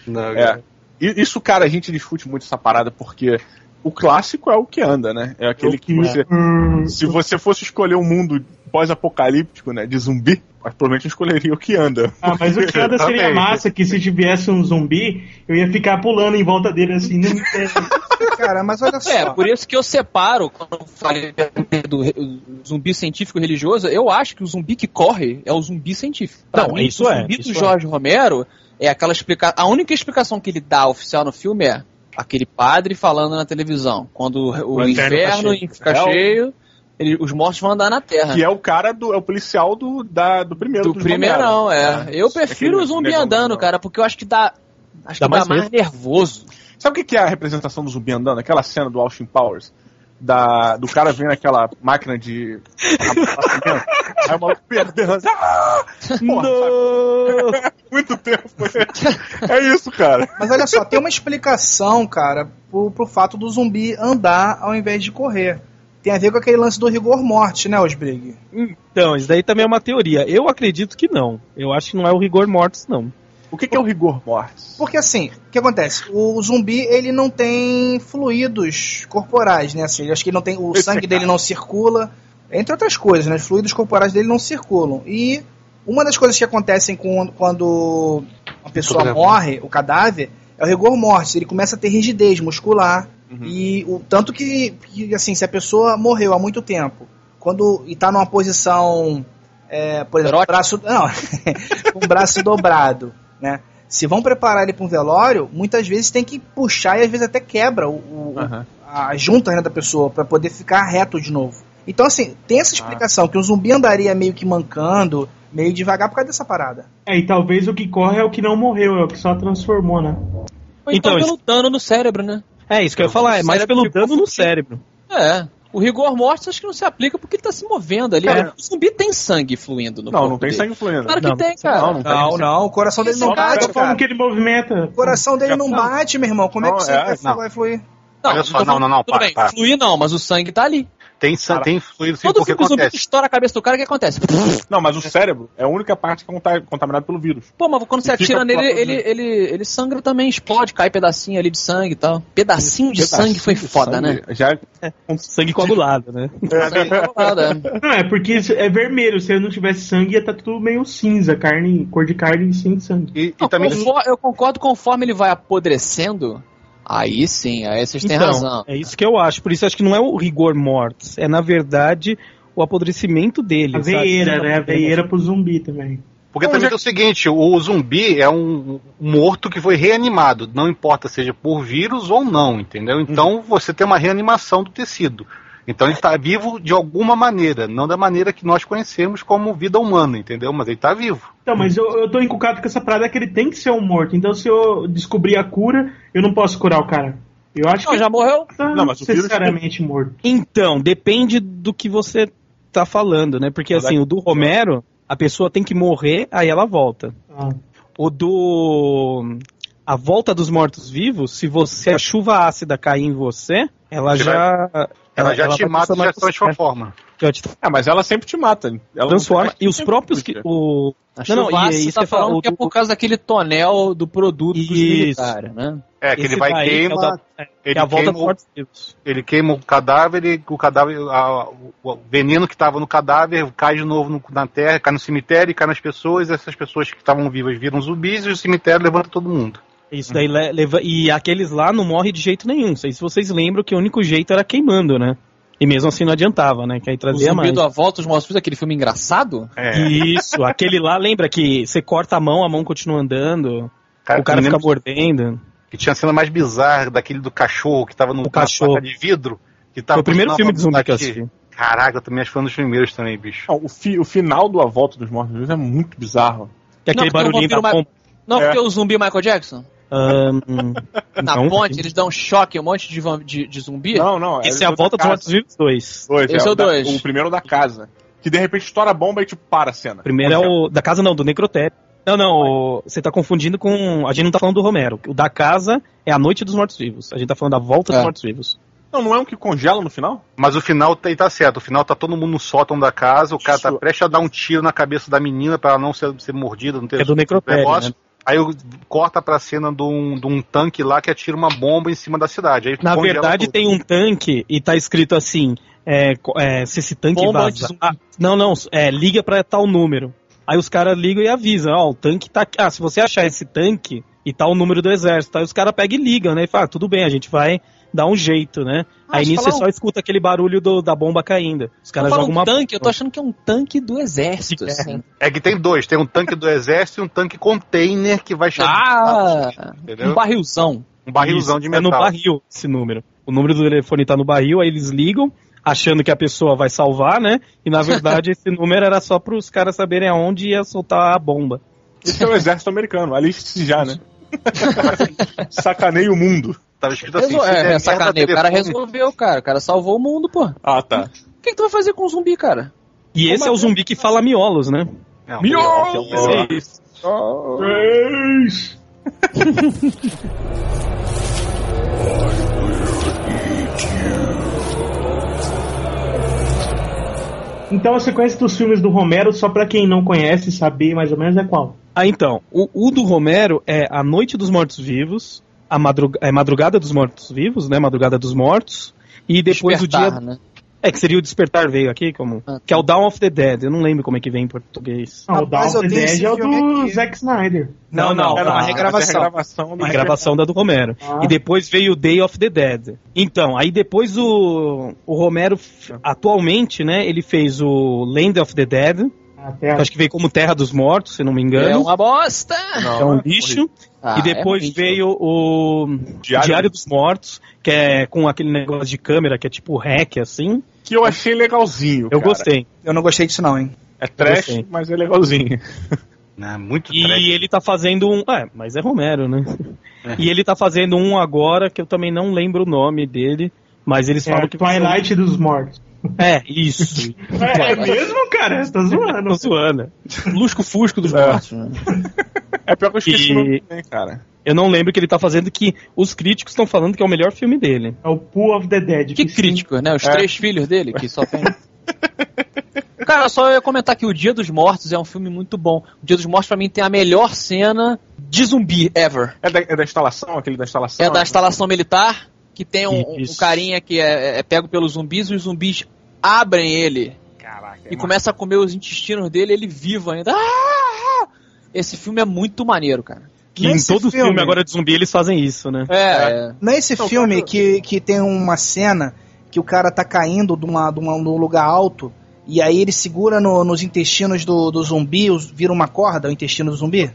[SPEAKER 4] Não,
[SPEAKER 7] É. E- Isso, cara, a gente discute muito essa parada porque o clássico é o que anda, né? É aquele que você.
[SPEAKER 3] Hum,
[SPEAKER 7] Se você fosse escolher um mundo pós-apocalíptico, né, de zumbi, mas provavelmente eu escolheria o que anda.
[SPEAKER 3] Ah, mas o que anda seria
[SPEAKER 7] Exatamente.
[SPEAKER 3] massa que se tivesse um zumbi, eu ia ficar pulando em volta dele assim. Não tem.
[SPEAKER 2] Cara, mas olha só.
[SPEAKER 6] É, por isso que eu separo, quando eu falei do re- zumbi científico e religioso, eu acho que o zumbi que corre é o zumbi científico. Pra
[SPEAKER 5] Não, isso
[SPEAKER 6] o
[SPEAKER 5] é,
[SPEAKER 6] zumbi do
[SPEAKER 5] isso
[SPEAKER 6] Jorge Romero é aquela explicação. A única explicação que ele dá oficial no filme é aquele padre falando na televisão. Quando o,
[SPEAKER 7] O
[SPEAKER 6] inferno
[SPEAKER 7] inferno
[SPEAKER 5] tá
[SPEAKER 6] fica
[SPEAKER 7] É o-
[SPEAKER 6] cheio, ele- os mortos vão andar na terra.
[SPEAKER 7] Que é o cara do. É o policial do, da, do primeiro.
[SPEAKER 6] Do
[SPEAKER 7] dos
[SPEAKER 6] primeirão, é.
[SPEAKER 7] bombeados.
[SPEAKER 6] Eu prefiro
[SPEAKER 7] aquele
[SPEAKER 6] o zumbi
[SPEAKER 7] negão
[SPEAKER 6] andando,
[SPEAKER 7] grandão.
[SPEAKER 6] cara, porque eu acho que dá. Acho
[SPEAKER 5] Dá
[SPEAKER 6] que
[SPEAKER 5] mais
[SPEAKER 6] dá mais nervoso.
[SPEAKER 7] Sabe o que que é a representação do zumbi andando? Aquela cena do Austin Powers? Da, do cara vendo aquela máquina de. Aí o maluco perdendo. Ah! Porra, sabe? Muito tempo. É isso, cara.
[SPEAKER 2] Mas olha só, tem uma explicação, cara, pro, pro fato do zumbi andar ao invés de correr. Tem a ver com aquele lance do rigor morte, né, Osbrig?
[SPEAKER 5] Então, isso daí também é uma teoria. Eu acredito que não. Eu acho que não é o rigor mortis, não.
[SPEAKER 7] O que, que é o rigor mortis?
[SPEAKER 2] Porque assim, o que acontece? O zumbi, ele não tem fluidos corporais, né? Assim, eu acho que ele não tem, o
[SPEAKER 7] Esse
[SPEAKER 2] sangue
[SPEAKER 7] é
[SPEAKER 2] dele não circula, entre outras coisas, né? Os fluidos corporais dele não circulam. E uma das coisas que acontecem com- quando uma pessoa
[SPEAKER 4] gravando.
[SPEAKER 2] morre, o cadáver, é o rigor mortis. Ele começa a ter rigidez muscular. E o tanto que, que, assim, se a pessoa morreu há muito tempo, quando e tá numa posição, é, por exemplo,
[SPEAKER 6] Erótica.
[SPEAKER 2] braço, não, com o braço dobrado, né? Se vão preparar ele para um velório, muitas vezes tem que puxar e às vezes até quebra o, o-
[SPEAKER 7] Aham.
[SPEAKER 2] a junta né, da pessoa para poder ficar reto de novo. Então, assim, tem essa explicação que o zumbi andaria meio que mancando, meio devagar por causa dessa parada.
[SPEAKER 3] É, e talvez o que corre é o que não morreu, é o que só transformou, né?
[SPEAKER 6] Ou então,
[SPEAKER 5] Então,
[SPEAKER 6] pelo dano no cérebro, né?
[SPEAKER 5] É isso que eu ia falar, é mais pelo dano no cérebro.
[SPEAKER 6] É. O rigor mortis acho que não se aplica porque ele tá se movendo ali.
[SPEAKER 7] Cara,
[SPEAKER 6] o zumbi tem sangue fluindo no
[SPEAKER 7] Não,
[SPEAKER 6] corpo
[SPEAKER 7] não tem
[SPEAKER 6] dele.
[SPEAKER 7] sangue fluindo.
[SPEAKER 6] Claro que
[SPEAKER 5] Não,
[SPEAKER 6] tem,
[SPEAKER 5] não tem,
[SPEAKER 6] cara.
[SPEAKER 7] Não, não tem.
[SPEAKER 2] Não, não, o coração dele não
[SPEAKER 7] Só
[SPEAKER 2] bate,
[SPEAKER 3] Tô falando
[SPEAKER 2] cara.
[SPEAKER 3] que ele movimenta.
[SPEAKER 2] O coração dele não
[SPEAKER 7] Não.
[SPEAKER 2] bate, meu irmão. Como é que
[SPEAKER 7] Não,
[SPEAKER 2] você
[SPEAKER 7] é,
[SPEAKER 2] vai,
[SPEAKER 7] não.
[SPEAKER 2] vai fluir?
[SPEAKER 4] Olha só,
[SPEAKER 6] tô
[SPEAKER 4] não,
[SPEAKER 6] falando-
[SPEAKER 4] não, não,
[SPEAKER 6] Tudo
[SPEAKER 4] para,
[SPEAKER 6] bem,
[SPEAKER 4] para.
[SPEAKER 6] fluir não, mas o sangue tá ali.
[SPEAKER 4] Tem, san- tem fluido sim,
[SPEAKER 6] Todo
[SPEAKER 4] porque
[SPEAKER 6] filme que o zumbi
[SPEAKER 4] acontece.
[SPEAKER 6] estoura a cabeça do cara, o que acontece?
[SPEAKER 7] Não, mas o cérebro é a única parte que é conta- contaminada pelo vírus.
[SPEAKER 6] Pô, mas quando você
[SPEAKER 7] E fica
[SPEAKER 6] atira nele,
[SPEAKER 7] pro lado
[SPEAKER 6] ele,
[SPEAKER 7] dele.
[SPEAKER 6] ele, ele sangra também, explode, cai pedacinho ali de sangue e tal. Pedacinho de
[SPEAKER 7] Pedacinho
[SPEAKER 6] sangue foi
[SPEAKER 7] de
[SPEAKER 6] foda,
[SPEAKER 7] sangue
[SPEAKER 6] né?
[SPEAKER 7] Já é-
[SPEAKER 5] Sangue coagulado, né?
[SPEAKER 6] Sangue coagulado, é.
[SPEAKER 3] Não, é porque isso é vermelho. Se não tivesse sangue, ia estar tudo meio cinza, carne, cor de carne e sem sangue.
[SPEAKER 4] E, e
[SPEAKER 6] Não,
[SPEAKER 4] também
[SPEAKER 6] confo- Eu concordo, conforme ele vai apodrecendo, aí sim, aí vocês têm razão.
[SPEAKER 5] é isso que eu acho. Por isso eu acho que não é o rigor mortis. É, na verdade, o apodrecimento dele.
[SPEAKER 3] A
[SPEAKER 5] sabe?
[SPEAKER 3] veieira, né? A veieira pro zumbi também.
[SPEAKER 4] Porque também tem o seguinte, o zumbi é um morto que foi reanimado, não importa seja por vírus ou não, entendeu? Então você tem uma reanimação do tecido. Então ele está vivo de alguma maneira, não da maneira que nós conhecemos como vida humana, entendeu? Mas ele está vivo.
[SPEAKER 3] Então, mas eu, eu tô encucado com essa parada que ele tem que ser um morto. Então, se eu descobrir a cura, eu não posso curar o cara. Eu acho
[SPEAKER 6] Não,
[SPEAKER 3] que
[SPEAKER 6] já morreu?
[SPEAKER 3] ele tá
[SPEAKER 7] Não, mas o vírus-
[SPEAKER 3] necessariamente morto.
[SPEAKER 5] Então, depende do que você tá falando, né? Porque assim, o do Romero, a pessoa tem que morrer, aí ela volta.
[SPEAKER 3] Ah.
[SPEAKER 5] O do. A volta dos mortos-vivos, se você a chuva ácida cair em você, ela
[SPEAKER 4] Você
[SPEAKER 5] já.
[SPEAKER 4] Ela, já te
[SPEAKER 5] vai
[SPEAKER 4] mata e
[SPEAKER 5] transformar
[SPEAKER 4] já se
[SPEAKER 5] você,
[SPEAKER 4] transforma.
[SPEAKER 5] já te
[SPEAKER 7] Ah, mas ela sempre te mata. Ela
[SPEAKER 5] transforma. E os
[SPEAKER 7] Sempre
[SPEAKER 5] próprios
[SPEAKER 7] te
[SPEAKER 5] que.
[SPEAKER 7] mata.
[SPEAKER 5] O...
[SPEAKER 6] A
[SPEAKER 5] Não, não,
[SPEAKER 6] chuvaça
[SPEAKER 5] e é
[SPEAKER 6] tá
[SPEAKER 5] isso que eu ia falar,
[SPEAKER 6] falando
[SPEAKER 5] o
[SPEAKER 6] que é
[SPEAKER 5] do-
[SPEAKER 6] por causa daquele tonel do produto dos
[SPEAKER 5] Isso.
[SPEAKER 6] militares, né?
[SPEAKER 4] É, que ele
[SPEAKER 5] esse
[SPEAKER 4] vai
[SPEAKER 5] daí, que é o
[SPEAKER 4] queima,
[SPEAKER 5] da- é, que é a
[SPEAKER 4] ele,
[SPEAKER 5] volta
[SPEAKER 4] queima,
[SPEAKER 5] dos
[SPEAKER 4] o-
[SPEAKER 5] mortos-vivos.
[SPEAKER 4] ele queima o cadáver, e o cadáver, a- o, o veneno que estava no cadáver cai de novo no- na terra, cai no cemitério, cai nas pessoas, essas pessoas que estavam vivas viram zumbis e o cemitério levanta todo mundo.
[SPEAKER 5] Isso daí le- leva. E aqueles lá não morrem de jeito nenhum. Não sei se vocês lembram que o único jeito era queimando, né? E mesmo assim não adiantava, né? Que aí
[SPEAKER 6] O
[SPEAKER 5] trazia
[SPEAKER 6] zumbi
[SPEAKER 5] mais.
[SPEAKER 6] do A Volta, os Mortos-Vivos, aquele filme engraçado?
[SPEAKER 4] É.
[SPEAKER 5] Isso, aquele lá, lembra que você corta a mão, a mão continua andando, o
[SPEAKER 4] eu
[SPEAKER 5] cara
[SPEAKER 4] me É,
[SPEAKER 5] fica
[SPEAKER 4] lembro
[SPEAKER 5] mordendo.
[SPEAKER 4] Que tinha a cena mais bizarra daquele do cachorro que tava no
[SPEAKER 5] O cachorro.
[SPEAKER 4] de vidro. Que
[SPEAKER 5] Foi
[SPEAKER 4] tava
[SPEAKER 5] o primeiro
[SPEAKER 4] continuando
[SPEAKER 5] filme de zumbi que eu
[SPEAKER 4] aqui.
[SPEAKER 5] assisti.
[SPEAKER 4] Caraca, eu também acho que foi um dos primeiros também, bicho.
[SPEAKER 7] Não, o, fi- o final do A Volta dos Mortos-Vivos é muito bizarro.
[SPEAKER 5] Que é
[SPEAKER 6] Não, porque o
[SPEAKER 5] aquele
[SPEAKER 6] vampiro
[SPEAKER 5] barulhinho da
[SPEAKER 6] ma-
[SPEAKER 5] pompa.
[SPEAKER 6] Não,
[SPEAKER 7] É.
[SPEAKER 6] porque o zumbi Michael Jackson?
[SPEAKER 5] Ahn,
[SPEAKER 6] Na
[SPEAKER 5] não.
[SPEAKER 6] ponte, eles dão choque, um monte de, vam- de, de zumbi.
[SPEAKER 7] Não, não.
[SPEAKER 5] Esse é a
[SPEAKER 7] o da
[SPEAKER 5] volta dos
[SPEAKER 7] casa.
[SPEAKER 5] mortos-vivos 2.
[SPEAKER 7] Dois,
[SPEAKER 6] Esse é o
[SPEAKER 7] da-
[SPEAKER 6] dois.
[SPEAKER 7] O primeiro é o da casa. Que de repente estoura a bomba e tipo para a cena.
[SPEAKER 5] O primeiro é o da casa não, do necrotério. Não, não, o- você tá confundindo com. A gente não tá falando do Romero. O da casa é a noite dos mortos-vivos. A gente tá falando da volta
[SPEAKER 6] É.
[SPEAKER 5] dos mortos-vivos.
[SPEAKER 7] Não, não é um que congela no final?
[SPEAKER 4] Mas o final tá, tá certo. O final tá todo mundo no sótão da casa. O cara tá
[SPEAKER 7] Isso.
[SPEAKER 4] prestes a dar um tiro na cabeça da menina pra ela não ser, ser mordida, não ter
[SPEAKER 5] É do necropédio, né?
[SPEAKER 4] Aí eu- corta pra cena de um, de um tanque lá que atira uma bomba em cima da cidade. Aí
[SPEAKER 5] Na
[SPEAKER 4] congela
[SPEAKER 5] verdade,
[SPEAKER 4] tudo.
[SPEAKER 5] tem um tanque e tá escrito assim: é, co- é, se esse tanque
[SPEAKER 6] Bomba
[SPEAKER 5] vaza.
[SPEAKER 6] de
[SPEAKER 5] Ah, não, não, é, liga pra tal número. Aí os caras ligam e avisam: ó, o tanque tá aqui. Ah, se você achar esse tanque e tá o número do exército. Aí os caras pegam e ligam, né? E falam: ah, tudo bem, a gente vai dar um jeito, né?
[SPEAKER 6] Ah,
[SPEAKER 5] Aí
[SPEAKER 6] você
[SPEAKER 5] nisso você
[SPEAKER 6] fala
[SPEAKER 5] só escuta aquele barulho do- da bomba caindo. Os
[SPEAKER 6] Cara,
[SPEAKER 5] caras jogam
[SPEAKER 6] um
[SPEAKER 5] uma.
[SPEAKER 6] tanque, eu tô achando que é um tanque do exército,
[SPEAKER 5] De guerra.
[SPEAKER 6] assim.
[SPEAKER 4] É que tem dois. Tem um tanque do exército e um tanque container que vai chegar.
[SPEAKER 6] Ah, um
[SPEAKER 4] entendeu?
[SPEAKER 6] barrilzão.
[SPEAKER 4] Um barrilzão de
[SPEAKER 5] Isso, É no
[SPEAKER 4] metal.
[SPEAKER 5] barril esse número. O número do telefone tá no barril, aí eles ligam, achando que a pessoa vai salvar, né? E na verdade esse número era só pros caras saberem aonde ia soltar a bomba.
[SPEAKER 7] Esse é o exército americano, aliste-se já, né? Sacaneia o mundo.
[SPEAKER 4] Tava escrito assim.
[SPEAKER 6] Resol...
[SPEAKER 4] se der
[SPEAKER 6] É,
[SPEAKER 4] merda,
[SPEAKER 6] sacanei. O cara
[SPEAKER 4] telefone.
[SPEAKER 6] resolveu, cara. O cara salvou o mundo, pô. O
[SPEAKER 7] Ah, tá.
[SPEAKER 6] que, que tu vai fazer com um zumbi, cara?
[SPEAKER 5] E esse é o zumbi que fala miolos, né? É
[SPEAKER 4] Não,
[SPEAKER 7] Miau!
[SPEAKER 3] Três. Então a sequência dos filmes do Romero, só pra quem não conhece saber mais ou menos é qual.
[SPEAKER 5] Ah, então, o, o do Romero é A Noite dos Mortos Vivos, a madrug- é Madrugada dos Mortos Vivos, né? Madrugada dos Mortos. E depois o dia.
[SPEAKER 6] Despertar, né?
[SPEAKER 5] É, que seria o Despertar veio aqui, como.
[SPEAKER 6] Ah, tá.
[SPEAKER 5] Que é o Dawn of the Dead. Eu não lembro como é que vem em português.
[SPEAKER 3] Ah, o
[SPEAKER 2] Rapaz,
[SPEAKER 3] Down
[SPEAKER 2] eu tenho
[SPEAKER 3] Dead
[SPEAKER 2] esse
[SPEAKER 3] é o
[SPEAKER 2] filme
[SPEAKER 3] do
[SPEAKER 2] aqui.
[SPEAKER 3] Zack Snyder.
[SPEAKER 5] Não, não,
[SPEAKER 6] tá.
[SPEAKER 7] Era
[SPEAKER 5] não,
[SPEAKER 7] uma
[SPEAKER 5] a
[SPEAKER 2] regravação.
[SPEAKER 7] é regravação.
[SPEAKER 5] Uma gravação da do Romero.
[SPEAKER 3] Ah.
[SPEAKER 5] E depois veio o Day of the Dead. Então, aí depois o, o Romero, f- atualmente, né, ele fez o Land of the Dead, que
[SPEAKER 3] Até
[SPEAKER 5] eu acho que veio como Terra dos Mortos, se não me engano.
[SPEAKER 6] É uma bosta!
[SPEAKER 7] Não,
[SPEAKER 5] É um
[SPEAKER 7] não,
[SPEAKER 5] lixo.
[SPEAKER 6] Ah,
[SPEAKER 5] e depois
[SPEAKER 6] é horrível.
[SPEAKER 5] veio o Diário.
[SPEAKER 7] Diário-
[SPEAKER 5] dos Mortos, que é com aquele negócio de câmera que é tipo hack, assim.
[SPEAKER 7] Que eu achei legalzinho.
[SPEAKER 5] Eu
[SPEAKER 7] cara.
[SPEAKER 5] gostei.
[SPEAKER 2] Eu não gostei disso, não, hein?
[SPEAKER 7] É trash,
[SPEAKER 5] Gostei.
[SPEAKER 7] mas é legalzinho.
[SPEAKER 4] Não, né? muito
[SPEAKER 5] E
[SPEAKER 4] trash.
[SPEAKER 5] ele tá fazendo um. É, mas é Romero, né? E ele tá fazendo um agora que eu também não lembro o nome dele. Mas eles
[SPEAKER 3] É
[SPEAKER 5] falam
[SPEAKER 3] o
[SPEAKER 5] que. um-
[SPEAKER 3] Twilight dos Mortos.
[SPEAKER 5] É, isso.
[SPEAKER 3] É, é mesmo, cara? Você tá zoando.
[SPEAKER 5] Tô zoando.
[SPEAKER 7] Lusco Fusco dos mortos. É pior que eu esqueci
[SPEAKER 5] E-
[SPEAKER 7] o nome também, cara.
[SPEAKER 5] Eu não lembro o que ele tá fazendo, que os críticos estão falando que é o melhor filme dele.
[SPEAKER 3] É o Pool of the Dead.
[SPEAKER 6] Que
[SPEAKER 3] sim,
[SPEAKER 6] crítico, né? Os
[SPEAKER 7] É.
[SPEAKER 6] três filhos dele, que só tem. um. Cara, só eu ia comentar que O Dia dos Mortos é um filme muito bom. O Dia dos Mortos, pra mim, tem a melhor cena de zumbi ever.
[SPEAKER 7] É da, é da instalação, aquele da instalação?
[SPEAKER 6] É da instalação militar, que tem um, um
[SPEAKER 5] Isso.
[SPEAKER 6] carinha que é, é pego pelos zumbis e os zumbis abrem ele. e começa a comer os intestinos dele, ele vivo ainda. Ah! Esse filme é muito maneiro, cara.
[SPEAKER 5] Que
[SPEAKER 2] Nesse
[SPEAKER 5] em todo filme.
[SPEAKER 2] filme
[SPEAKER 5] agora de zumbi eles fazem isso, né?
[SPEAKER 6] É, é.
[SPEAKER 2] Não é esse filme que, que tem uma cena que o cara tá caindo de, uma, de, uma, de um lugar alto e aí ele segura no- nos intestinos do, do zumbi, os- vira uma corda o intestino do zumbi?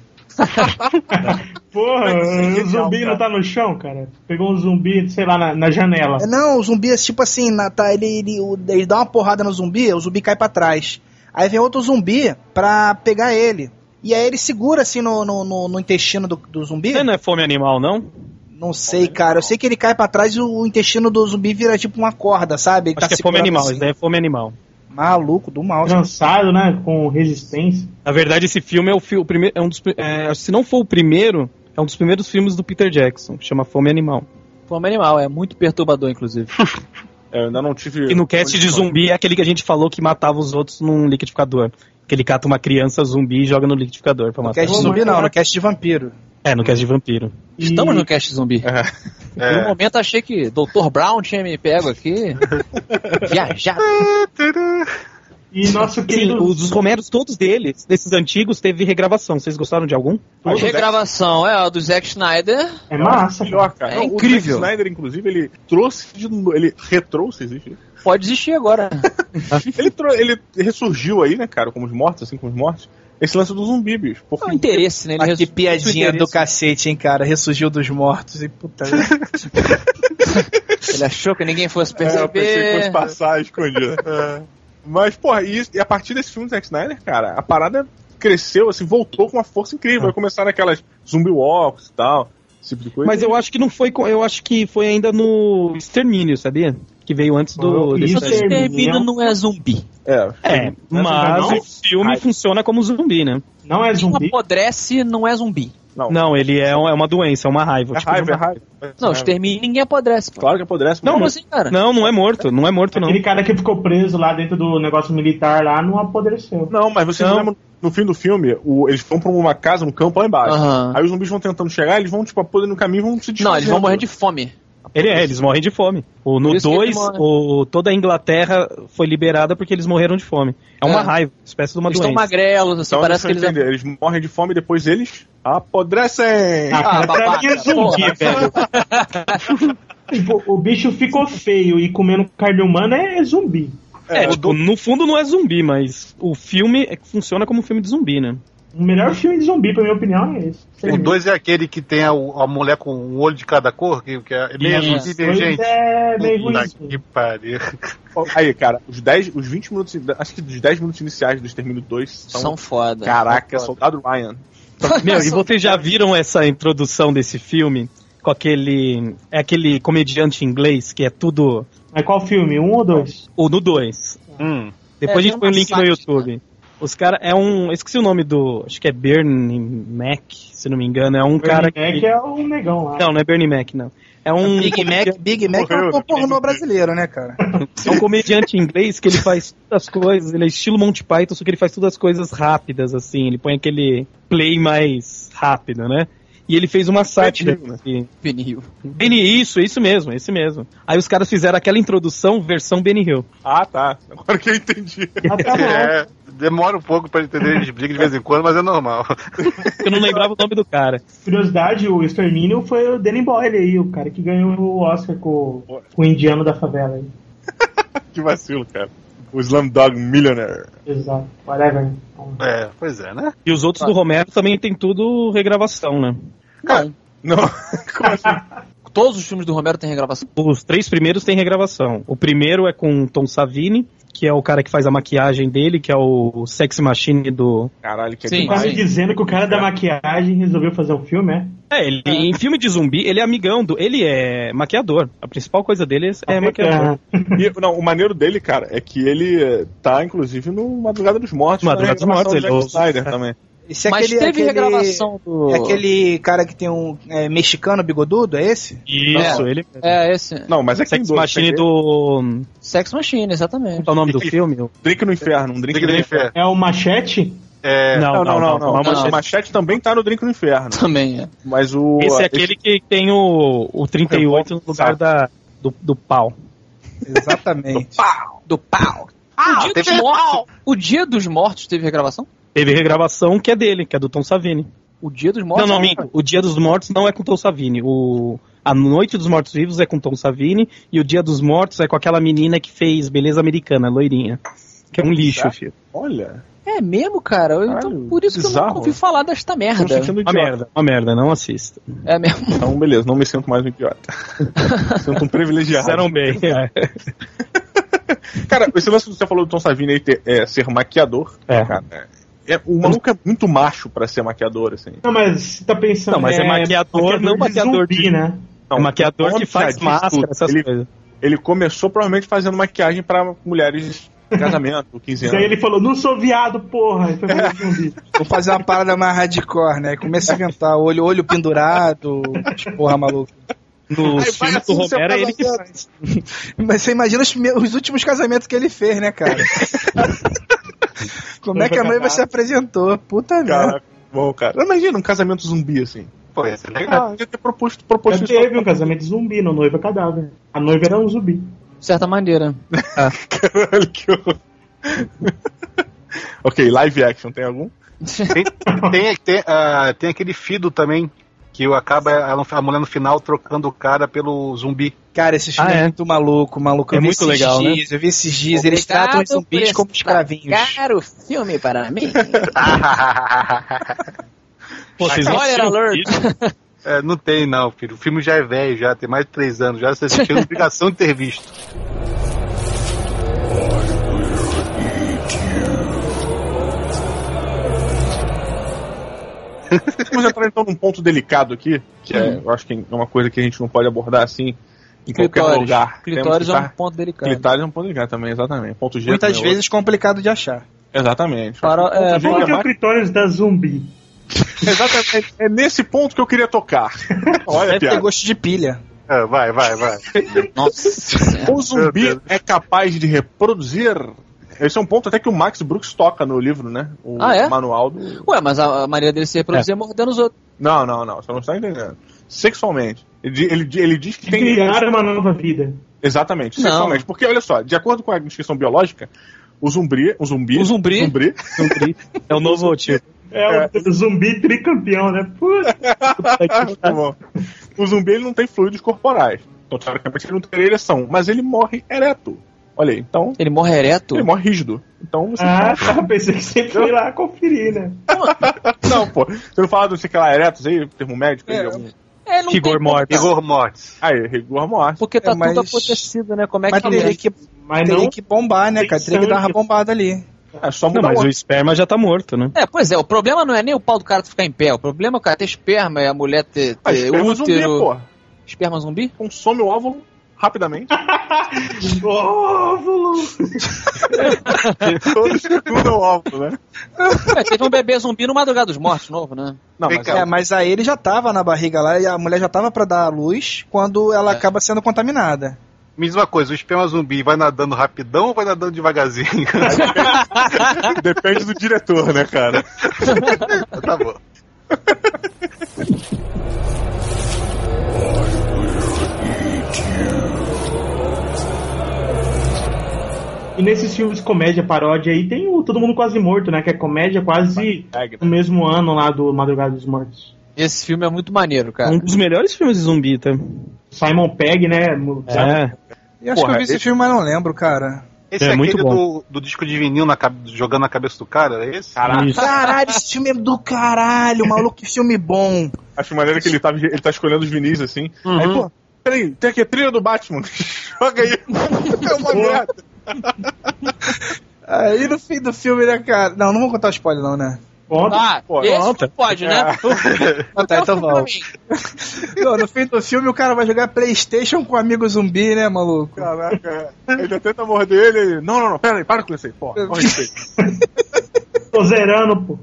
[SPEAKER 3] Porra,
[SPEAKER 2] é
[SPEAKER 3] o zumbi não tá no chão, cara. Pegou um zumbi, sei lá, na, na janela.
[SPEAKER 2] É, Não, o zumbi é tipo assim, na- tá, ele, ele, o- ele dá uma porrada no zumbi, o zumbi cai pra trás. Aí vem outro zumbi pra pegar ele. E aí ele segura assim no, no, no- no intestino do, do zumbi.
[SPEAKER 5] Você não é fome animal, não?
[SPEAKER 2] Não sei, cara. Eu sei que ele cai pra trás e o, o intestino do zumbi vira tipo uma corda, sabe? Ele
[SPEAKER 5] Acho que é fome
[SPEAKER 2] segurando
[SPEAKER 5] animal,
[SPEAKER 2] assim.
[SPEAKER 5] isso daí é fome animal.
[SPEAKER 2] Maluco do mal.
[SPEAKER 3] Cansado, né? Com resistência.
[SPEAKER 5] Na verdade, esse filme é o, fi- o primeiro. É um dos, pri- é, se não for o primeiro, é um dos primeiros filmes do Peter Jackson, que chama Fome Animal.
[SPEAKER 6] Fome animal, é muito perturbador, inclusive.
[SPEAKER 7] É, eu ainda não tive.
[SPEAKER 5] E no cast de zumbi é aquele que a gente falou que matava os outros num liquidificador. Que ele cata uma criança zumbi e joga no liquidificador pra
[SPEAKER 2] No
[SPEAKER 5] matar.
[SPEAKER 2] cast de
[SPEAKER 3] Vamos
[SPEAKER 2] zumbi não,
[SPEAKER 3] lá.
[SPEAKER 2] no cast de vampiro.
[SPEAKER 5] É, no cast de vampiro.
[SPEAKER 3] E-
[SPEAKER 6] Estamos no cast zumbi.
[SPEAKER 4] É.
[SPEAKER 6] Por um momento achei que Dr. Brown tinha me pego aqui. Viajado.
[SPEAKER 3] E nosso
[SPEAKER 5] Sim,
[SPEAKER 3] querido.
[SPEAKER 5] assim, os Romeros, todos deles, desses antigos, teve regravação. Vocês gostaram de algum?
[SPEAKER 6] A regravação é a do Zack Snyder.
[SPEAKER 3] É massa, cara.
[SPEAKER 7] Melhor, cara.
[SPEAKER 6] É
[SPEAKER 7] Não,
[SPEAKER 6] incrível.
[SPEAKER 7] O Zack Snyder, inclusive, ele trouxe de novo. Ele retrouxe, existe? isso?
[SPEAKER 6] Pode existir agora.
[SPEAKER 5] Ah.
[SPEAKER 7] Ele, trou- ele ressurgiu aí, né, cara, como os mortos, assim como os mortos. Esse lance do zumbi, bicho. Porque
[SPEAKER 6] É um interesse, né? Ele
[SPEAKER 2] Mas que
[SPEAKER 6] resu-
[SPEAKER 2] piadinha do
[SPEAKER 6] interesse.
[SPEAKER 2] cacete, hein, cara? Ressurgiu dos mortos e puta.
[SPEAKER 6] Ele achou que ninguém fosse
[SPEAKER 7] É, eu pensei que fosse
[SPEAKER 6] perceber.
[SPEAKER 7] passar escondido. É. Mas, porra, e, isso- e a partir desse filme do Zack Snyder, cara, a parada cresceu, assim, voltou com uma força incrível.
[SPEAKER 5] Ah.
[SPEAKER 7] Aí começaram aquelas zumbi walks e tal, esse tipo de coisa.
[SPEAKER 5] Mas eu acho que não foi. com- Eu acho que foi ainda no Extermínio, sabia? Que veio antes do.
[SPEAKER 3] Foi
[SPEAKER 5] desse
[SPEAKER 3] isso.
[SPEAKER 7] né?
[SPEAKER 5] aí.
[SPEAKER 6] Termino não é zumbi.
[SPEAKER 7] É,
[SPEAKER 5] É, mas
[SPEAKER 3] não?
[SPEAKER 5] o filme
[SPEAKER 7] Ai.
[SPEAKER 5] funciona como zumbi, né?
[SPEAKER 3] Não é
[SPEAKER 6] Não
[SPEAKER 3] zumbi.
[SPEAKER 6] apodrece, não é zumbi.
[SPEAKER 7] Não.
[SPEAKER 5] Não, ele é, um- é uma doença, é uma raiva.
[SPEAKER 7] É
[SPEAKER 6] Ah,
[SPEAKER 5] tipo,
[SPEAKER 7] raiva, é
[SPEAKER 5] uma-
[SPEAKER 7] raiva.
[SPEAKER 6] Não, extermínio ninguém apodrece. pô.
[SPEAKER 7] Claro que apodrece.
[SPEAKER 6] Como
[SPEAKER 7] Não,
[SPEAKER 6] assim, cara?
[SPEAKER 5] Não, não é morto, não é morto, não.
[SPEAKER 3] Aquele cara que ficou preso lá dentro do negócio militar lá não apodreceu.
[SPEAKER 7] Não, mas vocês
[SPEAKER 6] Então-
[SPEAKER 5] Não.
[SPEAKER 7] lembram no fim do filme, o- eles vão pra uma casa, um campo lá embaixo.
[SPEAKER 6] Aham.
[SPEAKER 7] Aí os zumbis vão tentando chegar, eles vão, tipo, podendo no caminho vão se
[SPEAKER 6] Não, eles vão morrer de fome.
[SPEAKER 5] Ele é, eles morrem de fome.
[SPEAKER 6] Por
[SPEAKER 5] O, no
[SPEAKER 6] isso que
[SPEAKER 5] 2,
[SPEAKER 6] ele morre.
[SPEAKER 5] o- toda a Inglaterra foi liberada porque eles morreram de fome. É uma
[SPEAKER 6] É.
[SPEAKER 5] raiva, espécie de uma
[SPEAKER 6] Eles estão
[SPEAKER 5] doença.
[SPEAKER 6] magrelos, assim,
[SPEAKER 7] Então,
[SPEAKER 6] parece que
[SPEAKER 7] deixa eu
[SPEAKER 6] eles.
[SPEAKER 7] entender, eles... morrem de fome e depois eles apodrecem.
[SPEAKER 3] Ah,
[SPEAKER 6] Ah,
[SPEAKER 3] cara, pra
[SPEAKER 6] babaca,
[SPEAKER 3] mim é zumbi, velho.
[SPEAKER 6] porra.
[SPEAKER 3] tipo, o bicho ficou feio e comendo carne humana é zumbi.
[SPEAKER 5] É, tipo, no fundo não é zumbi, mas o filme é- funciona como um filme de zumbi, né?
[SPEAKER 3] O melhor filme de zumbi, pra minha opinião, é esse.
[SPEAKER 4] O 2 é aquele que tem a, a mulher com um olho de cada cor, que, que é meio
[SPEAKER 6] Isso.
[SPEAKER 4] divergente.
[SPEAKER 3] É meio
[SPEAKER 4] Puta
[SPEAKER 3] ruim.
[SPEAKER 4] que pariu.
[SPEAKER 7] Aí, cara, os 10, os 20 minutos, acho que os 10 minutos iniciais do Extermínio 2 são...
[SPEAKER 6] São né? foda.
[SPEAKER 7] Caraca, Soldado Ryan.
[SPEAKER 5] Meu, e vocês já viram essa introdução desse filme? Com aquele. É aquele comediante inglês que é tudo.
[SPEAKER 3] Mas qual filme? Um ou dois?
[SPEAKER 5] Ou no 2.
[SPEAKER 4] Hum.
[SPEAKER 5] Depois
[SPEAKER 6] É,
[SPEAKER 5] a gente põe
[SPEAKER 6] tem
[SPEAKER 5] o
[SPEAKER 6] uma
[SPEAKER 5] link no
[SPEAKER 6] sátira.
[SPEAKER 5] YouTube. Os caras. É um. eu Esqueci o nome do. Acho que é Bernie Mac, se não me engano. É um cara.
[SPEAKER 3] Bernie Mac
[SPEAKER 5] que...
[SPEAKER 3] é o negão lá.
[SPEAKER 5] Não, não é Bernie Mac, não. É um.
[SPEAKER 2] Big Mac, Big Mac é um pornô brasileiro, né, cara?
[SPEAKER 5] É um comediante inglês que ele faz todas as coisas, ele é estilo Monty Python, só que ele faz todas as coisas rápidas, assim, ele põe aquele play mais rápido, né? E ele fez uma sátira.
[SPEAKER 7] Hill, né?
[SPEAKER 5] que-
[SPEAKER 6] Pneu.
[SPEAKER 5] Benny, isso, isso mesmo, esse mesmo. Aí os caras fizeram aquela introdução versão Benny Hill.
[SPEAKER 7] Ah, tá. Agora que eu entendi.
[SPEAKER 3] Ah, tá bom.
[SPEAKER 4] É, demora um pouco pra entender, eles brigam de vez em quando, mas é normal.
[SPEAKER 5] Eu não lembrava o nome do cara.
[SPEAKER 3] Curiosidade, o Extermínio foi o Danny Boyle aí, o cara que ganhou o Oscar com, com o indiano da favela aí.
[SPEAKER 7] Que vacilo, cara. O Slumdog Millionaire.
[SPEAKER 3] Exato. Whatever. Então,
[SPEAKER 4] É, pois é, né?
[SPEAKER 5] E os outros do Romero também tem tudo regravação, né?
[SPEAKER 6] Não.
[SPEAKER 7] Não, como assim?
[SPEAKER 6] Todos os filmes do Romero têm regravação.
[SPEAKER 5] Os três primeiros têm regravação. O primeiro é com o Tom Savini, que é o cara que faz a maquiagem dele, que é o Sex Machine do
[SPEAKER 7] Caralho, que é
[SPEAKER 6] Sim.
[SPEAKER 3] Tá
[SPEAKER 7] demais.
[SPEAKER 3] me dizendo que o cara
[SPEAKER 5] Tá.
[SPEAKER 3] da maquiagem resolveu fazer um filme, é?
[SPEAKER 5] É, ele, em filme de zumbi, ele é amigão do. Ele é maquiador. A principal coisa dele é, é maquiador.
[SPEAKER 3] Ah,
[SPEAKER 7] E, não, o maneiro dele, cara, é que ele eh, tá, inclusive, no Madrugada dos Mortos.
[SPEAKER 5] Madrugada
[SPEAKER 7] na
[SPEAKER 5] dos Mortos,
[SPEAKER 6] é
[SPEAKER 7] regravação do
[SPEAKER 5] ele-
[SPEAKER 7] Zack Snyder também.
[SPEAKER 2] Esse é
[SPEAKER 6] Mas
[SPEAKER 2] aquele-
[SPEAKER 6] teve
[SPEAKER 2] aquele-
[SPEAKER 6] regravação do.
[SPEAKER 2] É aquele cara que tem um é, mexicano bigodudo, é esse?
[SPEAKER 5] Isso, ele.
[SPEAKER 6] É, esse.
[SPEAKER 7] Não, mas é que tem
[SPEAKER 5] Sex
[SPEAKER 7] dois,
[SPEAKER 5] Machine
[SPEAKER 7] tem
[SPEAKER 5] do.
[SPEAKER 6] Sex Machine, exatamente.
[SPEAKER 5] Qual é o nome do filme?
[SPEAKER 7] Drink no Inferno, um Drink
[SPEAKER 4] Briga
[SPEAKER 7] no
[SPEAKER 4] de
[SPEAKER 7] Inferno.
[SPEAKER 4] fé.
[SPEAKER 3] É o Machete?
[SPEAKER 4] É,
[SPEAKER 5] Não,
[SPEAKER 7] Não, não, não. não,
[SPEAKER 5] é
[SPEAKER 6] não.
[SPEAKER 5] uma
[SPEAKER 7] O
[SPEAKER 5] machete.
[SPEAKER 7] Machete também tá no Drink no Inferno.
[SPEAKER 6] Também é.
[SPEAKER 7] Mas o.
[SPEAKER 5] Esse é aquele que tem o, o 38 no lugar da, do, do pau.
[SPEAKER 2] Exatamente.
[SPEAKER 6] Do pau.
[SPEAKER 5] Ah,
[SPEAKER 6] o, dia dos mortos, o Dia dos Mortos teve regravação?
[SPEAKER 5] Teve regravação que é dele, que é do Tom Savini.
[SPEAKER 6] O Dia dos
[SPEAKER 5] Não,
[SPEAKER 6] Mortos?
[SPEAKER 5] não, minto. O Dia dos Mortos não é com Tom Savini. O... A Noite dos Mortos Vivos é com Tom Savini e o Dia dos Mortos é com aquela menina que fez Beleza Americana, loirinha. Que é um lixo, filho.
[SPEAKER 7] Olha.
[SPEAKER 6] É mesmo, cara? Eu- então,
[SPEAKER 7] Caralho,
[SPEAKER 6] por isso que eu
[SPEAKER 7] bizarro.
[SPEAKER 6] nunca ouvi falar desta
[SPEAKER 7] Tô me
[SPEAKER 6] merda.
[SPEAKER 7] sentindo
[SPEAKER 5] Uma
[SPEAKER 7] idiota.
[SPEAKER 5] merda, uma merda, não assista.
[SPEAKER 6] É mesmo.
[SPEAKER 7] Então, beleza, não me sinto mais um idiota. sinto um privilegiado.
[SPEAKER 5] Fizeram bem. é.
[SPEAKER 7] Cara, esse lance que você falou do Tom Savini aí ter- é, ser maquiador.
[SPEAKER 5] É.
[SPEAKER 7] Cara, é, é- o maluco é muito macho pra ser maquiador,
[SPEAKER 5] É
[SPEAKER 7] assim.
[SPEAKER 3] Não, mas você tá pensando.
[SPEAKER 5] Não, mas é maquiador, não
[SPEAKER 3] de
[SPEAKER 5] maquiador
[SPEAKER 3] zumbi,
[SPEAKER 5] de-
[SPEAKER 3] né?
[SPEAKER 5] É maquiador que
[SPEAKER 7] Conta
[SPEAKER 5] faz
[SPEAKER 7] disso
[SPEAKER 5] máscara,
[SPEAKER 7] tudo.
[SPEAKER 5] essas
[SPEAKER 7] ele,
[SPEAKER 5] coisas.
[SPEAKER 7] ele começou provavelmente fazendo maquiagem pra mulheres de casamento, 15
[SPEAKER 3] Daí
[SPEAKER 7] anos.
[SPEAKER 3] ele falou, não sou viado, porra. E foi fazer um zumbi.
[SPEAKER 2] Vou fazer uma parada mais hardcore, né? Começa a inventar olho, olho pendurado, umas porra maluca.
[SPEAKER 5] Nos filmes do Romero é ele que faz.
[SPEAKER 2] Mas você imagina os, primeiros- os últimos casamentos que ele fez, né, cara? Como é que a noiva se apresentou? Puta merda.
[SPEAKER 7] Cara, bom, cara. Imagina um casamento zumbi, assim.
[SPEAKER 4] pô, isso é
[SPEAKER 7] Cara,
[SPEAKER 4] legal.
[SPEAKER 7] podia ter proposto, proposto
[SPEAKER 5] É
[SPEAKER 3] Já
[SPEAKER 7] isso pra-
[SPEAKER 3] teve um casamento zumbi, no noiva cadáver. A noiva era um zumbi.
[SPEAKER 6] De certa maneira.
[SPEAKER 7] Caralho, que horror. ok, live action, tem algum?
[SPEAKER 4] Tem, tem, tem, ah, tem aquele Fido também, que o- acaba ela- é a mulher no final trocando o cara pelo zumbi.
[SPEAKER 2] Cara, esses filmes
[SPEAKER 5] Ah, é?
[SPEAKER 2] é muito maluco, maluco. Eu
[SPEAKER 5] É
[SPEAKER 2] vi
[SPEAKER 5] muito
[SPEAKER 2] esses
[SPEAKER 5] legal, né?
[SPEAKER 2] dias, Eu vi esses dias, eles tratam os zumbis
[SPEAKER 6] tá
[SPEAKER 2] como escravinhos.
[SPEAKER 6] o filme para mim.
[SPEAKER 5] Pô, vocês não
[SPEAKER 6] Spoiler
[SPEAKER 5] assistiram
[SPEAKER 6] alert.
[SPEAKER 5] isso?
[SPEAKER 4] É, não tem, não, filho. O filme já é velho, já tem mais de três anos, já você tinha obrigação de ter visto.
[SPEAKER 7] Vamos entrar então num ponto delicado aqui, que é, eu acho que é uma coisa que a gente não pode abordar assim em qualquer
[SPEAKER 6] Clitóris.
[SPEAKER 7] lugar.
[SPEAKER 6] Clitóris é
[SPEAKER 7] Temos
[SPEAKER 6] um
[SPEAKER 7] que
[SPEAKER 6] ponto delicado.
[SPEAKER 7] estar- Clitóris é um ponto delicado também, exatamente. Ponto G.
[SPEAKER 2] Muitas
[SPEAKER 7] também é
[SPEAKER 2] vezes complicado de achar.
[SPEAKER 7] outro. Exatamente.
[SPEAKER 6] Para- é,
[SPEAKER 7] ponto G
[SPEAKER 3] Qual que é o
[SPEAKER 7] mais-
[SPEAKER 3] critório da zumbi?
[SPEAKER 7] Exatamente. É nesse ponto que eu queria tocar. Olha, a
[SPEAKER 2] Deve ter
[SPEAKER 7] piada.
[SPEAKER 2] gosto de pilha.
[SPEAKER 4] Ah, vai, vai, vai.
[SPEAKER 6] Nossa Senhora.
[SPEAKER 7] O zumbi é capaz de reproduzir. Esse é um ponto até que o Max Brooks toca no livro, né? O
[SPEAKER 6] Ah, é?
[SPEAKER 7] manual do.
[SPEAKER 6] Ué, mas a, a maneira dele se reproduzir é. mordendo os outros.
[SPEAKER 7] Não, não, não. Você não está entendendo. Sexualmente. Ele, di- ele, di- ele diz que tem.
[SPEAKER 3] Criar uma nova vida.
[SPEAKER 7] Exatamente,
[SPEAKER 6] Não.
[SPEAKER 7] sexualmente. Porque, olha só, de acordo com a descrição biológica, o zumbi. O zumbi.
[SPEAKER 6] O zumbi.
[SPEAKER 7] zumbi
[SPEAKER 5] Zumbi. É o novo tipo.
[SPEAKER 3] É, o zumbi tricampeão, né? Puta
[SPEAKER 7] Ah, tá bom. O zumbi ele não tem fluidos corporais. Então, teoricamente, ele não teria ereção. Mas ele morre ereto. Olha aí, então.
[SPEAKER 6] Ele morre ereto?
[SPEAKER 7] Ele morre rígido. Então você.
[SPEAKER 3] Ah, tá. Pensei que você foi lá conferir, né?
[SPEAKER 7] Não, pô. Você não fala do sei lá, eretos aí, termo médico? um- aí,
[SPEAKER 6] É.
[SPEAKER 7] algum-
[SPEAKER 6] É, não
[SPEAKER 5] Rigor
[SPEAKER 6] tem
[SPEAKER 5] mortis.
[SPEAKER 6] como,
[SPEAKER 4] Igor Mortis.
[SPEAKER 7] Aí, rigor mortis.
[SPEAKER 6] Porque tá
[SPEAKER 2] É, mas-
[SPEAKER 6] tudo apodrecido, né? Como é
[SPEAKER 2] Mas
[SPEAKER 6] que
[SPEAKER 2] teria que,
[SPEAKER 3] Mas
[SPEAKER 2] teria
[SPEAKER 3] não.
[SPEAKER 2] que bombar, né,
[SPEAKER 3] tem
[SPEAKER 2] cara? Teria que dar uma
[SPEAKER 3] sangue.
[SPEAKER 2] bombada ali.
[SPEAKER 7] É só
[SPEAKER 5] Não,
[SPEAKER 7] mudar
[SPEAKER 5] mas
[SPEAKER 7] o
[SPEAKER 5] o esperma já tá morto, né?
[SPEAKER 6] É, pois é, o problema não é nem o pau do cara ficar em pé. O problema é o cara ter esperma e a mulher ter, ter
[SPEAKER 7] Ah, esperma
[SPEAKER 6] útero.
[SPEAKER 7] zumbi, pô.
[SPEAKER 6] Esperma zumbi?
[SPEAKER 7] Consome o óvulo rapidamente.
[SPEAKER 3] Óvulo!
[SPEAKER 7] Todos segundam o óvulo, né?
[SPEAKER 6] Ué, teve um bebê zumbi no Madrugada dos Mortos novo, né?
[SPEAKER 7] Não,
[SPEAKER 4] Vem
[SPEAKER 7] mas
[SPEAKER 4] cá.
[SPEAKER 2] É, mas aí ele já tava na barriga lá e a mulher já tava pra dar à luz quando ela
[SPEAKER 6] É.
[SPEAKER 2] acaba sendo contaminada.
[SPEAKER 4] Me diz uma coisa, o esperma zumbi vai nadando rapidão ou vai nadando devagarzinho?
[SPEAKER 7] depende do diretor, né, cara?
[SPEAKER 4] tá bom.
[SPEAKER 3] E nesses filmes de comédia, paródia aí, tem o Todo Mundo Quase Morto, né? Que é comédia quase no mesmo ano lá do Madrugada dos Mortos.
[SPEAKER 6] Esse filme é muito maneiro, cara.
[SPEAKER 5] Um dos melhores filmes de zumbi, tá?
[SPEAKER 3] Simon Pegg, né? mo- sabe?
[SPEAKER 5] É.
[SPEAKER 2] Eu acho
[SPEAKER 7] Porra,
[SPEAKER 2] que eu vi esse
[SPEAKER 7] esse-
[SPEAKER 2] filme, mas não lembro, cara.
[SPEAKER 4] Esse
[SPEAKER 5] É,
[SPEAKER 4] é,
[SPEAKER 5] muito
[SPEAKER 4] aquele do, do disco de vinil na cabe- jogando na cabeça do cara, é esse?
[SPEAKER 5] Isso.
[SPEAKER 2] Caralho, esse filme é do caralho, maluco, que filme bom.
[SPEAKER 7] Acho maneiro que ele tá, ele tá escolhendo os vinis assim.
[SPEAKER 6] Uhum.
[SPEAKER 7] Aí, pô, peraí, tem aqui a trilha do Batman. Joga aí. É uma merda.
[SPEAKER 2] Aí no fim do filme, né, cara? Não, não vou contar spoiler, não, né?
[SPEAKER 3] Conta.
[SPEAKER 6] Ah,
[SPEAKER 7] Pô,
[SPEAKER 6] esse
[SPEAKER 5] conta.
[SPEAKER 6] não pode, né?
[SPEAKER 7] É.
[SPEAKER 2] Ah, tá, então
[SPEAKER 6] Pra
[SPEAKER 2] vamos.
[SPEAKER 6] mim.
[SPEAKER 2] Não, no fim do filme o cara vai jogar Playstation com o amigo zumbi, né, maluco?
[SPEAKER 7] Caraca. Ele tenta morder ele. ele, Não, não, não, peraí, para com isso aí. Pô, olha isso aí.
[SPEAKER 3] Tô zerando, pô.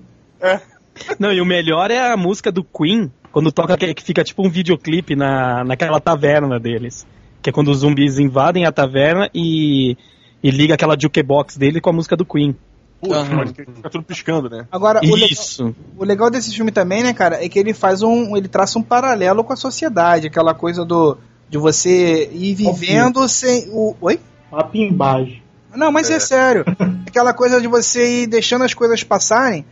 [SPEAKER 5] Não, e o melhor é a música do Queen, quando toca aquele que fica tipo um videoclipe na, naquela taverna deles. Que é quando os zumbis invadem a taverna e, e liga aquela jukebox dele com a música do Queen.
[SPEAKER 7] Puxa,
[SPEAKER 6] Aham.
[SPEAKER 7] pode que- fica tudo piscando, né?
[SPEAKER 2] Agora, o legal,
[SPEAKER 5] Isso.
[SPEAKER 2] o legal desse filme também, né, cara, é que ele faz um. ele traça um paralelo com a sociedade, aquela coisa do. de você ir vivendo sem. O, oi?
[SPEAKER 3] A pimbagem.
[SPEAKER 2] Não, mas é, sério. Aquela coisa de você ir deixando as coisas passarem.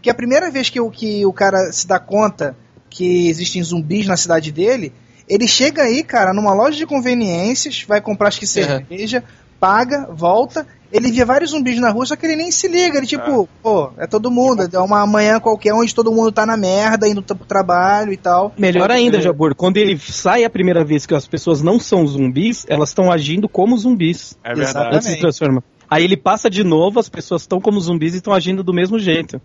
[SPEAKER 2] Que a primeira vez que o, que o cara se dá conta que existem zumbis na cidade dele, ele chega aí, cara, numa loja de conveniências, vai comprar
[SPEAKER 6] É.
[SPEAKER 2] acho que cerveja, paga, volta. Ele vê vários zumbis na rua, só que ele nem se liga. Ele, tipo, pô, é todo mundo. É uma manhã qualquer onde todo mundo tá na merda, indo pro trabalho e tal.
[SPEAKER 5] Melhor ainda, Jabor, quando ele sai a primeira vez que as pessoas não são zumbis, elas estão agindo como zumbis.
[SPEAKER 7] É
[SPEAKER 2] Exato.
[SPEAKER 7] verdade.
[SPEAKER 5] Antes de se transformar. Aí ele passa de novo, as pessoas estão como zumbis e estão agindo do mesmo jeito.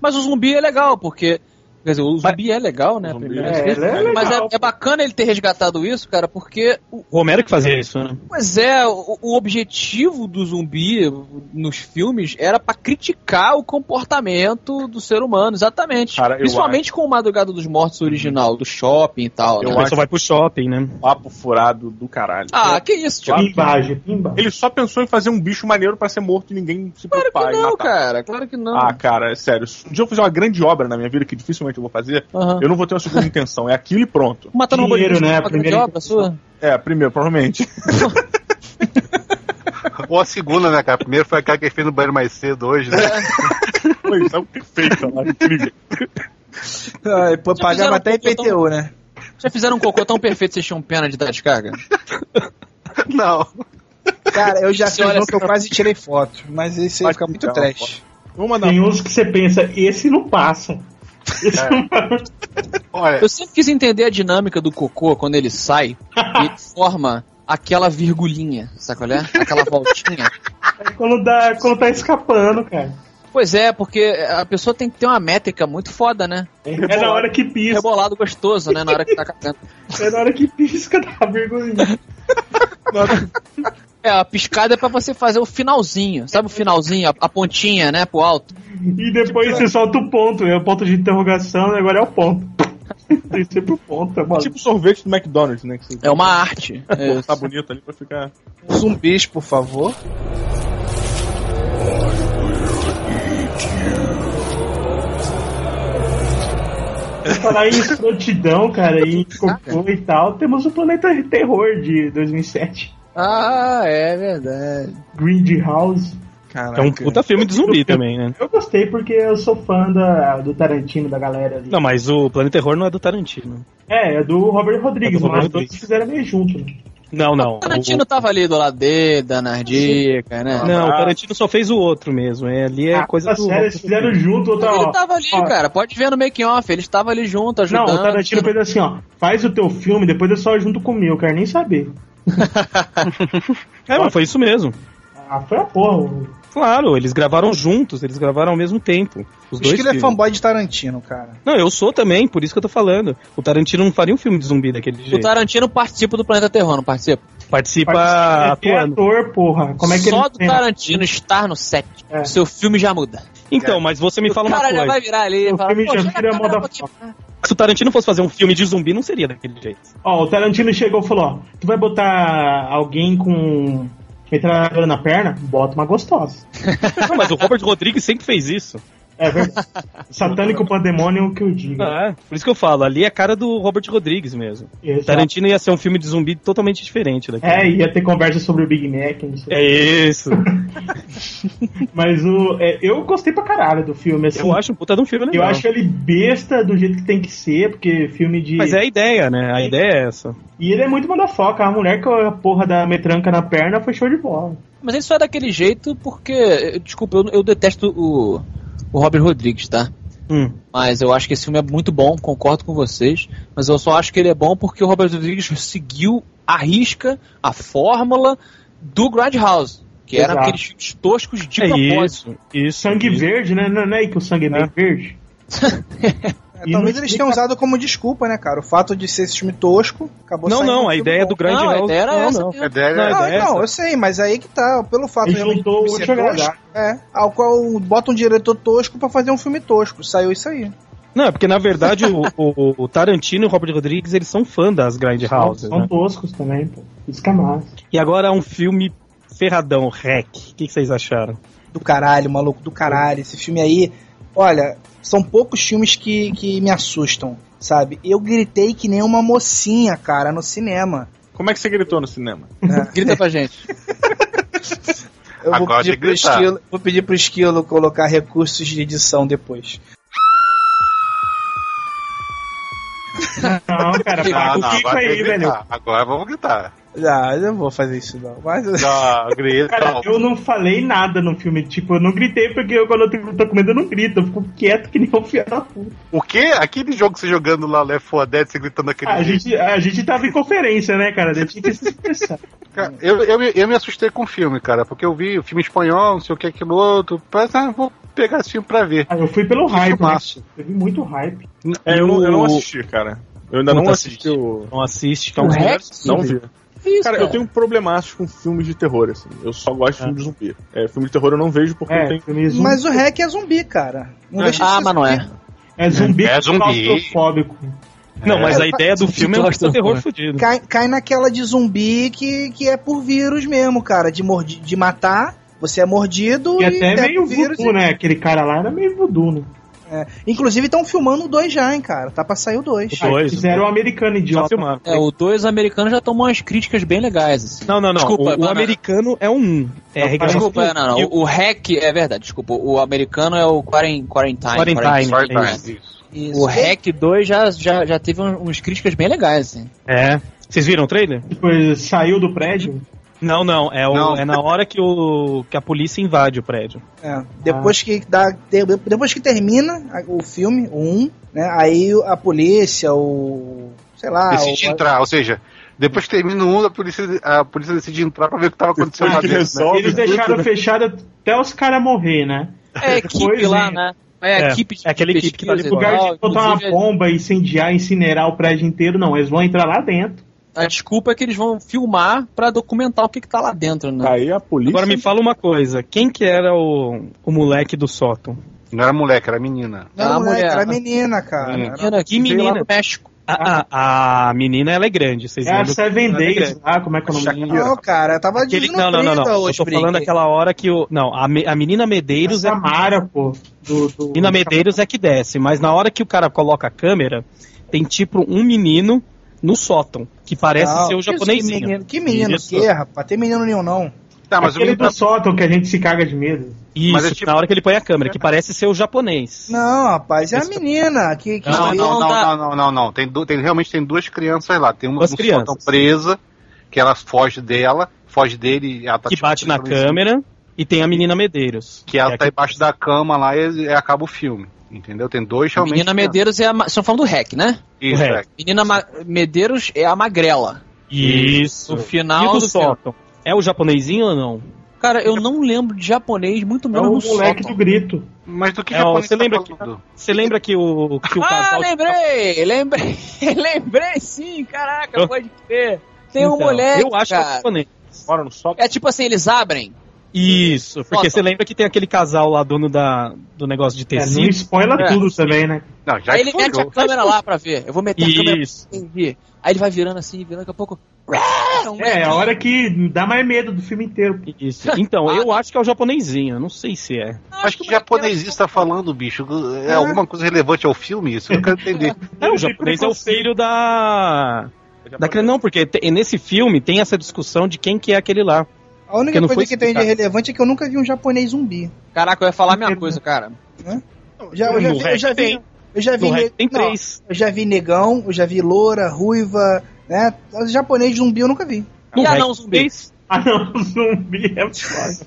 [SPEAKER 6] Mas o zumbi é legal, porque. Quer dizer, o zumbi é legal, né?
[SPEAKER 7] O zumbi
[SPEAKER 6] primeiro.
[SPEAKER 7] é
[SPEAKER 3] É, ele é legal.
[SPEAKER 6] Mas é, é bacana ele ter resgatado isso, cara, porque. o-
[SPEAKER 5] O Romero que fazia isso, né?
[SPEAKER 6] Pois é, o, o objetivo do zumbi nos filmes era pra criticar o comportamento do ser humano, exatamente.
[SPEAKER 7] Cara, eu Uhum.
[SPEAKER 6] Principalmente com o Madrugada dos Mortos original, do shopping e tal.
[SPEAKER 5] A
[SPEAKER 6] Né?
[SPEAKER 7] Eu
[SPEAKER 5] pessoa
[SPEAKER 7] acho- um
[SPEAKER 5] vai pro shopping, né?
[SPEAKER 7] Papo furado do caralho.
[SPEAKER 6] Ah, que isso,
[SPEAKER 7] tipo,
[SPEAKER 6] tio.
[SPEAKER 3] Pimbagem, pimbagem.
[SPEAKER 7] Ele só pensou em fazer um bicho maneiro pra ser morto e ninguém se
[SPEAKER 6] Claro
[SPEAKER 7] preocupar
[SPEAKER 6] que
[SPEAKER 7] em
[SPEAKER 6] não,
[SPEAKER 7] matar.
[SPEAKER 6] cara. Claro que não.
[SPEAKER 7] Ah, cara, é sério. Se um dia eu fizer uma grande obra na minha vida, que dificilmente eu vou fazer,
[SPEAKER 6] Aham.
[SPEAKER 7] eu não vou ter uma segunda intenção. É aquilo e pronto.
[SPEAKER 6] Matando um
[SPEAKER 3] Dinheiro, né? A
[SPEAKER 6] uma grande
[SPEAKER 3] primeira
[SPEAKER 6] obra sua?
[SPEAKER 7] É, primeiro, provavelmente.
[SPEAKER 4] Ou a segunda, né, cara? Primeiro foi aquela que ele fez no banheiro mais cedo hoje, né?
[SPEAKER 7] Foi isso, é perfeito. lá, incrível.
[SPEAKER 2] Ai, Ah, pô, pagava
[SPEAKER 6] fizeram
[SPEAKER 2] até
[SPEAKER 6] tudo, então.
[SPEAKER 2] IPTU, né?
[SPEAKER 6] Já fizeram um cocô tão perfeito que vocês tinham pena de dar descarga?
[SPEAKER 4] Não.
[SPEAKER 2] Cara, eu já
[SPEAKER 6] Você
[SPEAKER 2] fiz
[SPEAKER 6] olha assim,
[SPEAKER 2] um que eu quase tirei foto, mas isso ia
[SPEAKER 7] Mas
[SPEAKER 2] ficar muito
[SPEAKER 7] então,
[SPEAKER 2] trash.
[SPEAKER 7] Vou mandar
[SPEAKER 3] Tem uns que você pensa, esse não passa. Esse não passa.
[SPEAKER 4] Olha,
[SPEAKER 6] Eu sempre quis entender a dinâmica do cocô quando ele sai e ele forma aquela virgulinha, sabe qual é? Aquela voltinha.
[SPEAKER 3] É quando, dá, quando tá escapando, cara.
[SPEAKER 6] Pois é, porque a pessoa tem que ter uma métrica muito foda, né?
[SPEAKER 3] É na hora que pisca.
[SPEAKER 6] Rebolado gostoso, né? Na hora que tá cagando.
[SPEAKER 3] É na hora que pisca da virgulinha.
[SPEAKER 6] É, a piscada é pra você fazer o finalzinho. Sabe o finalzinho? A, a pontinha, né? Pro alto.
[SPEAKER 3] E depois você solta o ponto, é o ponto de interrogação, e agora é o ponto. Tem sempre o ponto, é
[SPEAKER 7] É
[SPEAKER 3] uma...
[SPEAKER 7] Tipo sorvete do McDonald's, né? Que você
[SPEAKER 6] É uma arte. É isso.
[SPEAKER 7] tá bonito ali pra ficar.
[SPEAKER 2] Zumbis, por favor.
[SPEAKER 3] Falar em escrotidão, cara, e cocô e tal, temos o Planeta Terror de 2007.
[SPEAKER 6] Ah, é verdade.
[SPEAKER 3] Grindhouse.
[SPEAKER 5] É um puta filme de zumbi também, né?
[SPEAKER 3] Eu gostei porque eu sou fã da, do Tarantino, da galera ali.
[SPEAKER 5] Não, mas o Planeta Terror não é do Tarantino.
[SPEAKER 3] É, é do Robert Rodrigues,
[SPEAKER 5] É do
[SPEAKER 3] mas
[SPEAKER 5] Robert
[SPEAKER 3] todos
[SPEAKER 5] Rodrigues.
[SPEAKER 3] fizeram meio junto. né?
[SPEAKER 5] Não, não.
[SPEAKER 6] O Tarantino tava ali do lado dele, dando as dicas, né?
[SPEAKER 5] O... Não, o Tarantino só fez o outro mesmo. É, ali é
[SPEAKER 3] Ah,
[SPEAKER 5] coisa
[SPEAKER 3] tá
[SPEAKER 5] do.
[SPEAKER 3] sério, eles fizeram junto, outra
[SPEAKER 6] Ele
[SPEAKER 3] ó.
[SPEAKER 6] tava ali,
[SPEAKER 3] ó,
[SPEAKER 6] cara. Pode ver no making-off. Ele estava ali junto,
[SPEAKER 3] Não,
[SPEAKER 6] ajudando.
[SPEAKER 3] o Tarantino fez assim, ó. Faz o teu filme, depois eu só junto com o meu, quero nem saber.
[SPEAKER 5] É, mas foi isso mesmo.
[SPEAKER 3] Ah, foi a porra. o-
[SPEAKER 5] Claro, eles gravaram juntos, eles gravaram ao mesmo tempo. Os
[SPEAKER 2] Diz
[SPEAKER 5] dois
[SPEAKER 2] que ele é
[SPEAKER 5] filmes.
[SPEAKER 2] fanboy de Tarantino, cara.
[SPEAKER 5] Não, eu sou também, por isso que eu tô falando. O Tarantino não faria um filme de zumbi daquele
[SPEAKER 6] O
[SPEAKER 5] jeito.
[SPEAKER 6] Tarantino participa do Planeta Terror, não participa?
[SPEAKER 5] Participa
[SPEAKER 3] Participa- é
[SPEAKER 5] atuando.
[SPEAKER 3] ator, porra. Como é que
[SPEAKER 6] Só
[SPEAKER 3] ele
[SPEAKER 6] do
[SPEAKER 3] tem-
[SPEAKER 6] Tarantino estar no set.
[SPEAKER 3] É.
[SPEAKER 6] Seu filme já muda.
[SPEAKER 5] Então, mas você me fala
[SPEAKER 6] o
[SPEAKER 5] uma
[SPEAKER 6] cara já
[SPEAKER 5] coisa.
[SPEAKER 6] vai virar ali e
[SPEAKER 3] O
[SPEAKER 6] falar,
[SPEAKER 3] filme
[SPEAKER 6] "Pô,
[SPEAKER 3] já
[SPEAKER 6] chega
[SPEAKER 3] vira
[SPEAKER 6] a câmera um
[SPEAKER 3] moda-
[SPEAKER 6] aqui, pá."
[SPEAKER 5] Se o Tarantino fosse fazer um filme de zumbi, não seria daquele jeito.
[SPEAKER 3] Ó, o Tarantino chegou e falou, ó, tu vai botar alguém com metralhadora na perna? Bota uma gostosa.
[SPEAKER 5] Não, mas o Robert Rodrigues sempre fez isso.
[SPEAKER 3] É verdade. Satânico pandemônio que eu digo.
[SPEAKER 5] Ah, é. Por isso que eu falo, ali é a cara do Robert Rodrigues mesmo.
[SPEAKER 3] Exato.
[SPEAKER 5] Tarantino ia ser um filme de zumbi totalmente diferente
[SPEAKER 3] É,
[SPEAKER 5] daquele.
[SPEAKER 3] ia ter conversa sobre o Big Mac, não sei.
[SPEAKER 5] É isso.
[SPEAKER 3] Mas o, é, eu gostei pra caralho do filme, assim.
[SPEAKER 5] Eu acho um puta de um filme
[SPEAKER 3] Eu
[SPEAKER 5] legal.
[SPEAKER 3] acho ele besta do jeito que tem que ser, porque filme de.
[SPEAKER 5] Mas é a ideia, né? A ideia é essa.
[SPEAKER 3] E ele é muito mandafoca. A mulher com a porra da metranca na perna foi show de bola.
[SPEAKER 6] Mas ele só é daquele jeito porque... eh, Desculpa, eu, eu detesto o, o Robert Rodrigues, tá?
[SPEAKER 5] Hum.
[SPEAKER 6] Mas eu acho que esse filme é muito bom, concordo com vocês. Mas eu só acho que ele é bom porque o Robert Rodrigues seguiu a risca, a fórmula do Grindhouse. Que eram
[SPEAKER 3] Exato.
[SPEAKER 6] aqueles filmes toscos de
[SPEAKER 5] é
[SPEAKER 6] propósito.
[SPEAKER 5] isso. Isso.
[SPEAKER 3] Sangue
[SPEAKER 5] isso. Ah.
[SPEAKER 3] verde, né? Não não é aí que o sangue é meio verde?
[SPEAKER 2] É,
[SPEAKER 3] E
[SPEAKER 2] talvez
[SPEAKER 3] não
[SPEAKER 2] eles tenham usado como desculpa, né, cara? O fato de ser esse filme tosco acabou
[SPEAKER 5] Não,
[SPEAKER 2] saindo um
[SPEAKER 5] não, a
[SPEAKER 2] filme
[SPEAKER 5] ideia
[SPEAKER 2] bom.
[SPEAKER 5] do Grindhouse...
[SPEAKER 6] não, a ideia era
[SPEAKER 5] não,
[SPEAKER 6] essa
[SPEAKER 5] não.
[SPEAKER 6] mesmo.
[SPEAKER 4] A ideia
[SPEAKER 5] Não,
[SPEAKER 4] é-
[SPEAKER 5] a
[SPEAKER 2] Não,
[SPEAKER 5] ideia é
[SPEAKER 2] não,
[SPEAKER 5] essa.
[SPEAKER 2] eu sei, mas aí que tá, pelo fato
[SPEAKER 3] Ele
[SPEAKER 2] realmente do
[SPEAKER 3] juntou o
[SPEAKER 2] filme
[SPEAKER 3] útil ao agradável.
[SPEAKER 2] é, ao qual bota um diretor tosco pra fazer um filme tosco. Saiu isso aí.
[SPEAKER 5] Não, é porque na verdade o, o- o Tarantino e o Robert Rodrigues eles são fã das Grindhouses,
[SPEAKER 3] São
[SPEAKER 5] né?
[SPEAKER 3] toscos também, pô. Escamados.
[SPEAKER 5] E agora é um filme ferradão, hack. O que, que vocês acharam?
[SPEAKER 2] Do caralho, maluco, do caralho. Esse filme aí, olha, são poucos filmes que, que me assustam, sabe? Eu gritei que nem uma mocinha, cara, no cinema.
[SPEAKER 7] Como é que você gritou no cinema?
[SPEAKER 6] Grita pra gente.
[SPEAKER 2] Eu
[SPEAKER 4] Agora tem que
[SPEAKER 2] pro
[SPEAKER 4] gritar.
[SPEAKER 2] Esquilo, vou pedir pro Esquilo colocar recursos de edição depois.
[SPEAKER 3] Não,
[SPEAKER 4] Ah,
[SPEAKER 3] cara, para
[SPEAKER 4] não,
[SPEAKER 3] o Kiko
[SPEAKER 4] agora tem
[SPEAKER 3] aí,
[SPEAKER 4] que
[SPEAKER 3] velho.
[SPEAKER 4] gritar. Agora vamos gritar.
[SPEAKER 2] Ah, eu não vou fazer isso não. Mas
[SPEAKER 4] Não, grita.
[SPEAKER 3] Cara, eu não falei nada no filme. Tipo, eu não gritei porque eu, quando eu tenho- tô com medo eu não grito. Eu fico quieto que nem um fiado da puta.
[SPEAKER 4] O quê? Aquele jogo que você jogando lá, Left 4 Dead, você gritando aquele
[SPEAKER 3] Ah, A
[SPEAKER 4] jeito.
[SPEAKER 3] gente, a gente tava em conferência, né, cara? A gente tinha que se expressar.
[SPEAKER 4] Cara, eu, eu, me- eu me assustei com o filme, cara, porque eu vi o filme espanhol, não sei o que, aquilo outro. Mas, ah, vou pegar esse filme pra ver.
[SPEAKER 3] Ah, eu fui pelo
[SPEAKER 4] Que
[SPEAKER 3] hype, né?
[SPEAKER 4] filmaço.
[SPEAKER 3] Teve muito hype.
[SPEAKER 7] É, eu, não- eu não
[SPEAKER 5] O- tá
[SPEAKER 7] assisti, cara. Eu ainda
[SPEAKER 5] Puta,
[SPEAKER 7] não assisti o.
[SPEAKER 5] Não assiste, que é um dos
[SPEAKER 6] hack?
[SPEAKER 5] melhores-
[SPEAKER 7] Não vi.
[SPEAKER 6] Que isso,
[SPEAKER 7] Cara, eu tenho um problemaço com filmes de terror, assim. Eu só gosto de filme de zumbi. É, filme de terror eu não vejo porque
[SPEAKER 3] É,
[SPEAKER 7] não tem.
[SPEAKER 3] filme zumbi.
[SPEAKER 2] Mas o REC é zumbi, cara. Não deixa
[SPEAKER 7] um
[SPEAKER 2] de
[SPEAKER 6] Ah,
[SPEAKER 2] ser
[SPEAKER 6] mas não é.
[SPEAKER 2] zumbi.
[SPEAKER 3] é zumbi,
[SPEAKER 4] É zumbi.
[SPEAKER 3] claustrofóbico.
[SPEAKER 5] Não, mas a ideia do filme é um
[SPEAKER 6] gosta,
[SPEAKER 5] terror
[SPEAKER 6] pô.
[SPEAKER 5] fudido.
[SPEAKER 2] Cai, cai naquela de zumbi que, que é por vírus mesmo, cara. De, mordi, de matar, você é mordido
[SPEAKER 3] E até
[SPEAKER 2] pega
[SPEAKER 3] meio
[SPEAKER 2] o vírus.
[SPEAKER 3] voodoo,
[SPEAKER 2] e-
[SPEAKER 3] né? Aquele cara lá era meio voodoo, né?
[SPEAKER 2] é. Inclusive estão filmando o 2 já, hein, cara. Tá pra sair o 2.
[SPEAKER 5] Tá. Dois,
[SPEAKER 3] Fizeram o americano
[SPEAKER 5] Só
[SPEAKER 3] idiota.
[SPEAKER 5] filmar.
[SPEAKER 6] É, o dois americanos já tomou umas críticas bem legais. Assim.
[SPEAKER 5] Não, não, não.
[SPEAKER 6] Desculpa,
[SPEAKER 5] o, o
[SPEAKER 6] banana.
[SPEAKER 5] americano é um. É
[SPEAKER 3] Não,
[SPEAKER 5] regra-
[SPEAKER 6] Desculpa, é, não, não.
[SPEAKER 5] E-
[SPEAKER 6] O, o hack é verdade, desculpa. O americano é o quarent, quarantine.
[SPEAKER 5] Quarantine,
[SPEAKER 4] Vai, vai,
[SPEAKER 5] é isso.
[SPEAKER 4] isso.
[SPEAKER 2] Isso.
[SPEAKER 6] O hack 2 já, já, já teve um- umas críticas bem legais, assim.
[SPEAKER 5] É. Vocês viram o trailer?
[SPEAKER 3] Depois saiu do prédio.
[SPEAKER 5] Não, não. É, o-
[SPEAKER 4] Não.
[SPEAKER 5] é na hora que, o, que a polícia invade o prédio.
[SPEAKER 2] É, depois que dá, de- depois que termina a- o filme, o 1, né? Aí a polícia, o sei
[SPEAKER 3] Ah,
[SPEAKER 2] lá,
[SPEAKER 4] decide
[SPEAKER 2] o,
[SPEAKER 4] entrar, ou seja, depois que termina o mundo, a polícia, a polícia decide entrar pra ver o que tava acontecendo lá
[SPEAKER 7] que
[SPEAKER 4] dentro. né?
[SPEAKER 7] resolve
[SPEAKER 3] Eles
[SPEAKER 7] tudo,
[SPEAKER 3] deixaram
[SPEAKER 7] né?
[SPEAKER 3] fechado até os caras morrer, né?
[SPEAKER 6] É a equipe
[SPEAKER 3] Pois
[SPEAKER 6] lá,
[SPEAKER 3] é.
[SPEAKER 6] né? É a
[SPEAKER 5] É,
[SPEAKER 6] equipe de
[SPEAKER 5] é aquela equipe que tá ali
[SPEAKER 6] pesquisa e
[SPEAKER 5] por
[SPEAKER 3] lugar
[SPEAKER 6] tal,
[SPEAKER 3] de botar uma
[SPEAKER 6] inclusive,
[SPEAKER 3] bomba, incendiar, incinerar o prédio inteiro, não. Eles vão entrar lá dentro.
[SPEAKER 6] A desculpa é que eles vão filmar pra documentar o que, que tá lá dentro, né?
[SPEAKER 7] Aí a polícia.
[SPEAKER 5] Agora me fala uma coisa. Quem que era o, o moleque do sótão?
[SPEAKER 4] Não era moleque, era menina.
[SPEAKER 2] Não,
[SPEAKER 6] Era
[SPEAKER 2] era moleque,
[SPEAKER 6] Ah, mulher. Hum.
[SPEAKER 2] era menina, cara.
[SPEAKER 4] Menina.
[SPEAKER 2] Era-
[SPEAKER 6] Menina,
[SPEAKER 5] Que
[SPEAKER 6] veio lá
[SPEAKER 5] menina?
[SPEAKER 6] do México.
[SPEAKER 5] A, a- a menina, ela é grande, vocês
[SPEAKER 3] É a
[SPEAKER 5] lembram?
[SPEAKER 3] Seven
[SPEAKER 5] Ela é
[SPEAKER 3] Days
[SPEAKER 5] grande.
[SPEAKER 3] lá, como é que é o nome dela?
[SPEAKER 2] Não, cara, eu tava
[SPEAKER 5] Aquele-
[SPEAKER 2] de
[SPEAKER 5] não, não, não, não. Eu tô falando daquela hora que o. Não, a, me- a menina
[SPEAKER 3] A
[SPEAKER 5] Medeiros é. A
[SPEAKER 3] Samara, pô. Do, do...
[SPEAKER 5] menina Medeiros é que desce, mas na hora que o cara coloca a câmera, tem tipo um menino no sótão, que parece
[SPEAKER 2] Não,
[SPEAKER 5] ser o
[SPEAKER 2] isso, Que
[SPEAKER 5] japonesinho.
[SPEAKER 2] menino, que menino,
[SPEAKER 5] Isso.
[SPEAKER 2] que, rapaz? Tem menino nenhum, não.
[SPEAKER 4] Tá, mas o
[SPEAKER 3] Aquele
[SPEAKER 4] menino
[SPEAKER 3] do sótão que a gente se caga de medo.
[SPEAKER 5] Isso,
[SPEAKER 4] Mas é tipo-
[SPEAKER 5] na hora que ele põe a câmera, que parece ser o japonês.
[SPEAKER 2] Não, rapaz, é a menina. Que, que
[SPEAKER 4] Não,
[SPEAKER 2] que-
[SPEAKER 4] não, não,
[SPEAKER 6] não dá.
[SPEAKER 4] não, não, não, não. Tem, du- tem- realmente tem duas crianças lá. Tem uma
[SPEAKER 5] tá Duas
[SPEAKER 4] um
[SPEAKER 5] crianças.
[SPEAKER 4] sótão presa, que ela foge dela, foge dele e ela tá
[SPEAKER 5] que
[SPEAKER 4] tipo,
[SPEAKER 5] bate na
[SPEAKER 4] em cima,
[SPEAKER 5] câmera e tem a menina Medeiros.
[SPEAKER 4] Que ela
[SPEAKER 5] é
[SPEAKER 4] tá
[SPEAKER 5] que-
[SPEAKER 4] embaixo da cama lá e, e acaba o filme. Entendeu? Tem dois realmente.
[SPEAKER 6] Menina Medeiros é a. ma- Estão falando do REC, né?
[SPEAKER 4] Isso, é.
[SPEAKER 5] Correto.
[SPEAKER 6] Menina Ma- Medeiros é a magrela.
[SPEAKER 5] Isso.
[SPEAKER 6] No final
[SPEAKER 5] e do
[SPEAKER 6] do
[SPEAKER 5] sótão. É o japonesinho ou não?
[SPEAKER 6] Cara, eu não lembro de japonês, muito
[SPEAKER 3] É
[SPEAKER 6] menos
[SPEAKER 3] o
[SPEAKER 6] no
[SPEAKER 3] moleque
[SPEAKER 6] sótão.
[SPEAKER 3] do grito.
[SPEAKER 4] Mas do que
[SPEAKER 5] É,
[SPEAKER 4] japonês tá
[SPEAKER 5] você lembra que-
[SPEAKER 4] falando?
[SPEAKER 5] Você lembra que o, que o
[SPEAKER 6] Ah,
[SPEAKER 5] casal. um-
[SPEAKER 6] lembrei! Lembrei! Lembrei sim! Caraca,
[SPEAKER 5] Eu-
[SPEAKER 6] pode crer! Tem um
[SPEAKER 5] Então,
[SPEAKER 6] moleque,
[SPEAKER 5] Eu acho que é
[SPEAKER 6] cara.
[SPEAKER 5] japonês.
[SPEAKER 7] Mora no sótão.
[SPEAKER 6] É tipo assim, eles abrem.
[SPEAKER 5] Isso,
[SPEAKER 6] Sótão.
[SPEAKER 5] porque você lembra que tem aquele casal lá, dono da, do negócio de
[SPEAKER 3] É, não
[SPEAKER 5] tecido?
[SPEAKER 3] spoiler
[SPEAKER 6] É.
[SPEAKER 3] tudo também, né?
[SPEAKER 4] Não, já
[SPEAKER 6] aí
[SPEAKER 5] é
[SPEAKER 4] que
[SPEAKER 6] ele mete a
[SPEAKER 4] foi.
[SPEAKER 6] câmera lá pra ver. Eu vou meter a câmera
[SPEAKER 5] Isso.
[SPEAKER 6] pra ver. Aí ele vai virando assim, virando daqui a pouco. Um
[SPEAKER 3] É, a hora que dá mais medo do filme inteiro.
[SPEAKER 5] Isso. Então, eu acho que é o japonesinho, eu não sei se é.
[SPEAKER 6] um
[SPEAKER 4] Mas que japonês está falando, bicho? É, alguma coisa relevante ao filme? Isso eu não quero entender.
[SPEAKER 3] Eu
[SPEAKER 5] o
[SPEAKER 3] vi É
[SPEAKER 5] japonês é o
[SPEAKER 3] preconceito.
[SPEAKER 5] filho da. da cre- não, porque te- nesse filme tem essa discussão de quem que é aquele lá.
[SPEAKER 2] A única
[SPEAKER 5] Porque não
[SPEAKER 2] coisa
[SPEAKER 5] foi
[SPEAKER 2] que tem de
[SPEAKER 5] explicado.
[SPEAKER 2] relevante é que eu nunca vi um japonês zumbi.
[SPEAKER 6] Caraca, eu ia falar a mesma coisa, cara.
[SPEAKER 2] Já, eu, já
[SPEAKER 5] No
[SPEAKER 2] vi, eu já
[SPEAKER 5] REC
[SPEAKER 2] vi.
[SPEAKER 5] tem.
[SPEAKER 2] Eu já vi,
[SPEAKER 5] No
[SPEAKER 2] ne-
[SPEAKER 5] resto tem
[SPEAKER 2] não,
[SPEAKER 5] três.
[SPEAKER 2] eu já vi negão, eu já vi loura, ruiva, né? Os Japonês zumbi eu nunca vi.
[SPEAKER 6] E
[SPEAKER 5] No resto
[SPEAKER 6] anão
[SPEAKER 5] tem
[SPEAKER 6] zumbi?
[SPEAKER 5] três.
[SPEAKER 3] Ah, não, zumbi é foda.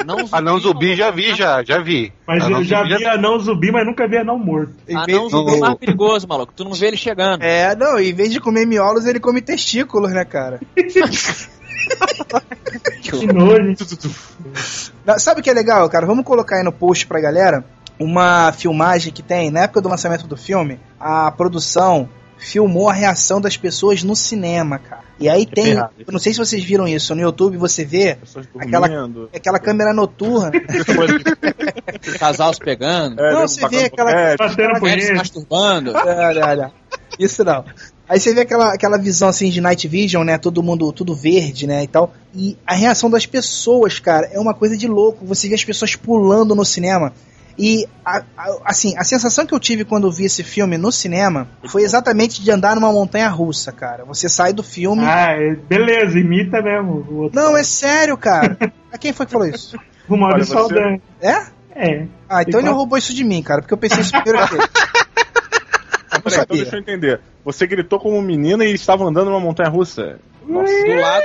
[SPEAKER 6] Anão zumbi.
[SPEAKER 4] Ah, não, zumbi já vi, já, já vi.
[SPEAKER 3] Mas
[SPEAKER 4] Anão
[SPEAKER 3] eu já
[SPEAKER 4] Ah, zumbi é-
[SPEAKER 3] vi anão zumbi, mas nunca vi anão morto.
[SPEAKER 6] Anão zumbi é mais perigoso, maluco. Tu não vê ele chegando.
[SPEAKER 2] É, não, em vez de comer miolos, ele come testículos, né, cara?
[SPEAKER 3] Que nojo. hein?
[SPEAKER 2] Não, Sabe o que é legal, cara? Vamos colocar aí no post pra galera uma filmagem que tem na época do lançamento do filme. A produção filmou a reação das pessoas no cinema, cara. E aí tem,
[SPEAKER 5] ferrado.
[SPEAKER 2] eu não sei se vocês viram isso no YouTube, você vê
[SPEAKER 7] Pessoas
[SPEAKER 2] Aquela-
[SPEAKER 7] dormindo.
[SPEAKER 2] aquela câmera noturna.
[SPEAKER 7] Coisa que-
[SPEAKER 6] Casal se pegando.
[SPEAKER 7] é, tipo,
[SPEAKER 2] Não,
[SPEAKER 7] nego
[SPEAKER 2] você
[SPEAKER 7] tacando
[SPEAKER 2] vê aquela-
[SPEAKER 7] confete.
[SPEAKER 3] Batendo
[SPEAKER 6] mulheres se
[SPEAKER 3] punheta.
[SPEAKER 6] masturbando.
[SPEAKER 2] olha, olha. Isso não. Aí você vê aquela, aquela visão assim de Night Vision, né? Todo mundo, tudo verde, né? E tal. E a reação das pessoas, cara, é uma coisa de louco. Você vê as pessoas pulando no cinema. E, a- a- assim, a sensação que eu tive quando eu vi esse filme no cinema foi exatamente de andar numa montanha russa, cara. Você sai do filme.
[SPEAKER 3] Ah, é- beleza, imita mesmo. o outro.
[SPEAKER 2] um- Não, é sério, cara. Ah, Quem foi que falou isso?
[SPEAKER 3] O
[SPEAKER 7] Olha,
[SPEAKER 3] Maurício
[SPEAKER 7] você-
[SPEAKER 3] Saldanha.
[SPEAKER 2] É?
[SPEAKER 3] É.
[SPEAKER 2] Ah, então ele
[SPEAKER 3] Igual-
[SPEAKER 2] roubou isso de mim, cara, porque eu pensei isso primeiro que ele. Eu
[SPEAKER 7] Ah, peraí, então
[SPEAKER 2] sabia.
[SPEAKER 7] deixa eu entender. Você gritou como menina e estava andando numa montanha russa.
[SPEAKER 6] Do lado.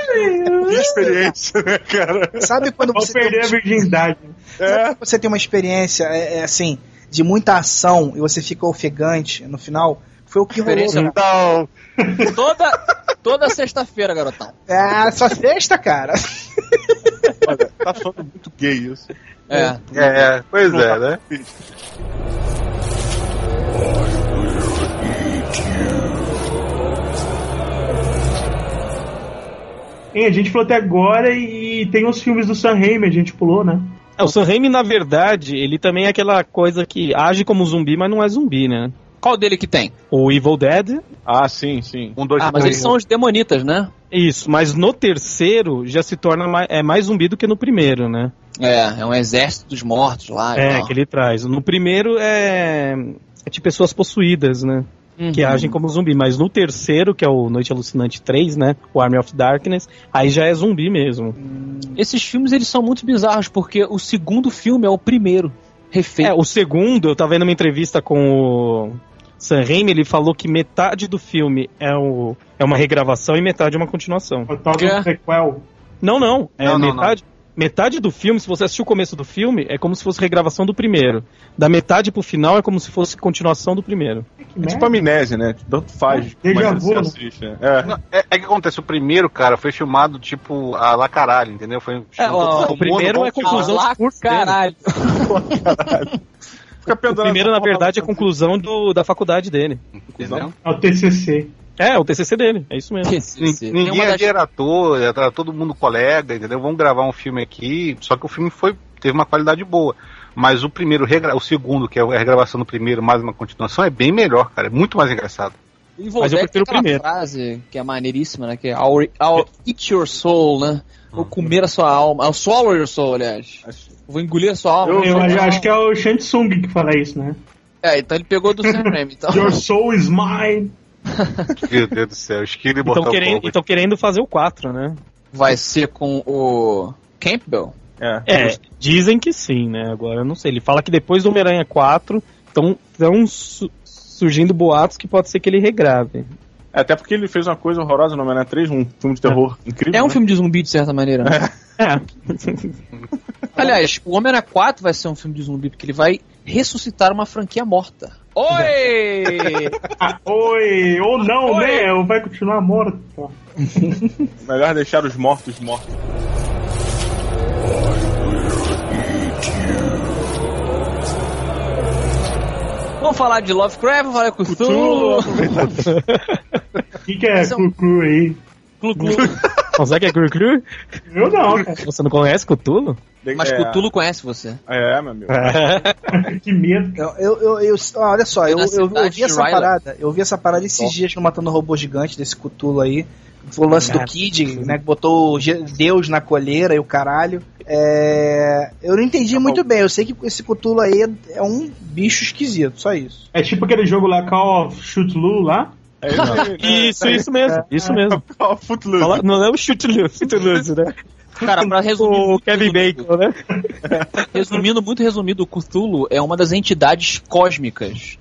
[SPEAKER 7] Que experiência, né, cara?
[SPEAKER 2] Sabe quando
[SPEAKER 3] Vou
[SPEAKER 2] você. tem um
[SPEAKER 3] perder a virgindade.
[SPEAKER 7] É.
[SPEAKER 2] Você tem uma experiência, é, é, assim, de muita ação e você fica ofegante no final. Foi o que rolou.
[SPEAKER 6] Experiência não.
[SPEAKER 4] Então,
[SPEAKER 6] Toda, toda sexta-feira, garotão.
[SPEAKER 2] É, só sexta, cara.
[SPEAKER 7] Olha, tá soando muito gay isso.
[SPEAKER 6] É.
[SPEAKER 4] é, é, pois é, né?
[SPEAKER 3] Hein, a gente falou até agora e tem uns filmes do Sam Raimi, a gente pulou, né?
[SPEAKER 5] É, o Sam Raimi, na verdade, ele também é aquela coisa que age como zumbi, mas não é zumbi, né?
[SPEAKER 6] Qual dele que tem?
[SPEAKER 5] O Evil Dead,
[SPEAKER 7] Ah, sim, sim.
[SPEAKER 4] Um, dois,
[SPEAKER 6] Ah, mas
[SPEAKER 4] três.
[SPEAKER 6] eles são os demonitas, né?
[SPEAKER 5] isso, mas no terceiro já se torna mais, é mais zumbi do que no primeiro, né?
[SPEAKER 6] É, é um exército dos mortos lá. e
[SPEAKER 5] É,
[SPEAKER 6] tal.
[SPEAKER 5] que ele traz. No primeiro é, é de pessoas possuídas, né?
[SPEAKER 6] Uhum.
[SPEAKER 3] é-
[SPEAKER 5] Que agem como zumbi. Mas no terceiro, que é o Noite Alucinante 3, né? O Army of Darkness, aí já é zumbi mesmo.
[SPEAKER 6] Esses filmes eles são muito bizarros porque o segundo filme é o primeiro refeito.
[SPEAKER 5] É, o segundo, eu tava vendo uma entrevista com o Sam Raimi, ele falou que metade do filme é, o, é uma regravação e metade é uma continuação.
[SPEAKER 3] O tal do
[SPEAKER 6] É.
[SPEAKER 3] sequel.
[SPEAKER 5] Não, não. É
[SPEAKER 4] Não, não,
[SPEAKER 5] metade, metade do filme, se você assistir o começo do filme, é como se fosse regravação do primeiro. Da metade pro final é como se fosse continuação do primeiro.
[SPEAKER 3] Que
[SPEAKER 7] É tipo
[SPEAKER 3] merda.
[SPEAKER 7] amnésia, né? Tanto faz.
[SPEAKER 3] Déjà
[SPEAKER 7] mas
[SPEAKER 3] vu, né?
[SPEAKER 7] assiste, né? É.
[SPEAKER 4] Não, É, é que acontece, o primeiro, cara, foi filmado tipo a lá caralho, entendeu? Foi
[SPEAKER 6] É, ó,
[SPEAKER 5] o primeiro é
[SPEAKER 6] Ah,
[SPEAKER 5] conclusão
[SPEAKER 6] lá,
[SPEAKER 5] de curso dele.
[SPEAKER 6] caralho.
[SPEAKER 7] Fica
[SPEAKER 5] O primeiro, na verdade, é a conclusão do- da faculdade dele. né?
[SPEAKER 4] Entendeu?
[SPEAKER 3] É o TCC.
[SPEAKER 5] É, o TCC dele, é isso mesmo.
[SPEAKER 6] Esse-
[SPEAKER 4] Nin-
[SPEAKER 6] esse- tem
[SPEAKER 4] Ninguém
[SPEAKER 6] uma das-
[SPEAKER 4] ali era ator, era todo mundo colega, entendeu? Vamos gravar um filme aqui, só que o filme foi teve uma qualidade boa. Mas o primeiro, regra- o segundo, que é a regravação do primeiro, mais uma continuação, é bem melhor, cara. É muito mais engraçado.
[SPEAKER 6] E
[SPEAKER 5] Mas eu
[SPEAKER 6] Volbeck
[SPEAKER 5] prefiro o
[SPEAKER 6] tem aquela
[SPEAKER 5] primeiro.
[SPEAKER 6] frase que é maneiríssima, né? Que é I'll, I'll eat your soul, né? Vou comer a sua alma. I'll swallow your soul, aliás. Vou engolir a sua alma.
[SPEAKER 3] Eu, acho que é o Shansung que fala isso, né?
[SPEAKER 6] É, então ele pegou do Sam Raimi, então.
[SPEAKER 3] Your soul is mine.
[SPEAKER 4] Meu Deus do céu, esquilo e botar
[SPEAKER 5] Estão
[SPEAKER 4] o
[SPEAKER 5] querendo,
[SPEAKER 4] fogo.
[SPEAKER 5] então querendo fazer o 4, né?
[SPEAKER 6] Vai ser com o Campbell.
[SPEAKER 5] É, dizem que sim, né? Agora eu não sei. Ele fala que depois do Homem-Aranha 4 estão surgindo boatos que pode ser que ele regrave.
[SPEAKER 7] Até porque ele fez uma coisa horrorosa no Homem-Aranha 3, um filme de terror incrível.
[SPEAKER 6] É um
[SPEAKER 7] né?
[SPEAKER 6] filme de zumbi, de certa maneira. né?
[SPEAKER 5] É.
[SPEAKER 6] Aliás, o Homem-Aranha 4 vai ser um filme de zumbi, porque ele vai ressuscitar uma franquia morta. Oi!
[SPEAKER 3] Ah, oi, ou não,
[SPEAKER 6] Oi.
[SPEAKER 3] né? Ou vai continuar morto.
[SPEAKER 7] Melhor deixar os mortos mortos.
[SPEAKER 6] Vamos falar de Lovecraft, vamos falar de Cthulhu.
[SPEAKER 3] O que, que é
[SPEAKER 6] Mas é um-
[SPEAKER 3] Cucu aí?
[SPEAKER 6] Cthulhu.
[SPEAKER 5] Consegue que é Cru Cru?
[SPEAKER 3] Eu não, cara.
[SPEAKER 5] Você não conhece Cthulhu?
[SPEAKER 6] Mas
[SPEAKER 7] é,
[SPEAKER 6] Cthulhu conhece você.
[SPEAKER 7] É, meu amigo.
[SPEAKER 3] Que medo.
[SPEAKER 2] Eu, eu, eu- eu- olha só, eu,
[SPEAKER 6] Na
[SPEAKER 2] eu, eu
[SPEAKER 6] cidade
[SPEAKER 2] vi
[SPEAKER 6] de
[SPEAKER 2] essa
[SPEAKER 6] Ryland.
[SPEAKER 2] parada, eu vi essa parada esses dias no Matando Robô Gigante, desse cutulo aí. Foi o lance
[SPEAKER 6] É.
[SPEAKER 2] do Kid, né? Que botou o Je- Deus na colheira e o caralho. É, eu não
[SPEAKER 6] Tá
[SPEAKER 2] entendi muito bem, eu sei que esse cutulo aí é, é um bicho esquisito, só isso.
[SPEAKER 3] É tipo aquele jogo lá, Call of Cthulhu lá.
[SPEAKER 7] É isso aí, né?
[SPEAKER 5] Isso, isso mesmo. Isso mesmo.
[SPEAKER 7] Ó, Footloose.
[SPEAKER 5] É. Fala- não é o chute loose, chute loose, né?
[SPEAKER 6] Cara, pra resumir.
[SPEAKER 5] O Kevin Bacon, né?
[SPEAKER 6] Resumindo, muito resumido, o Cthulhu é uma das entidades cósmicas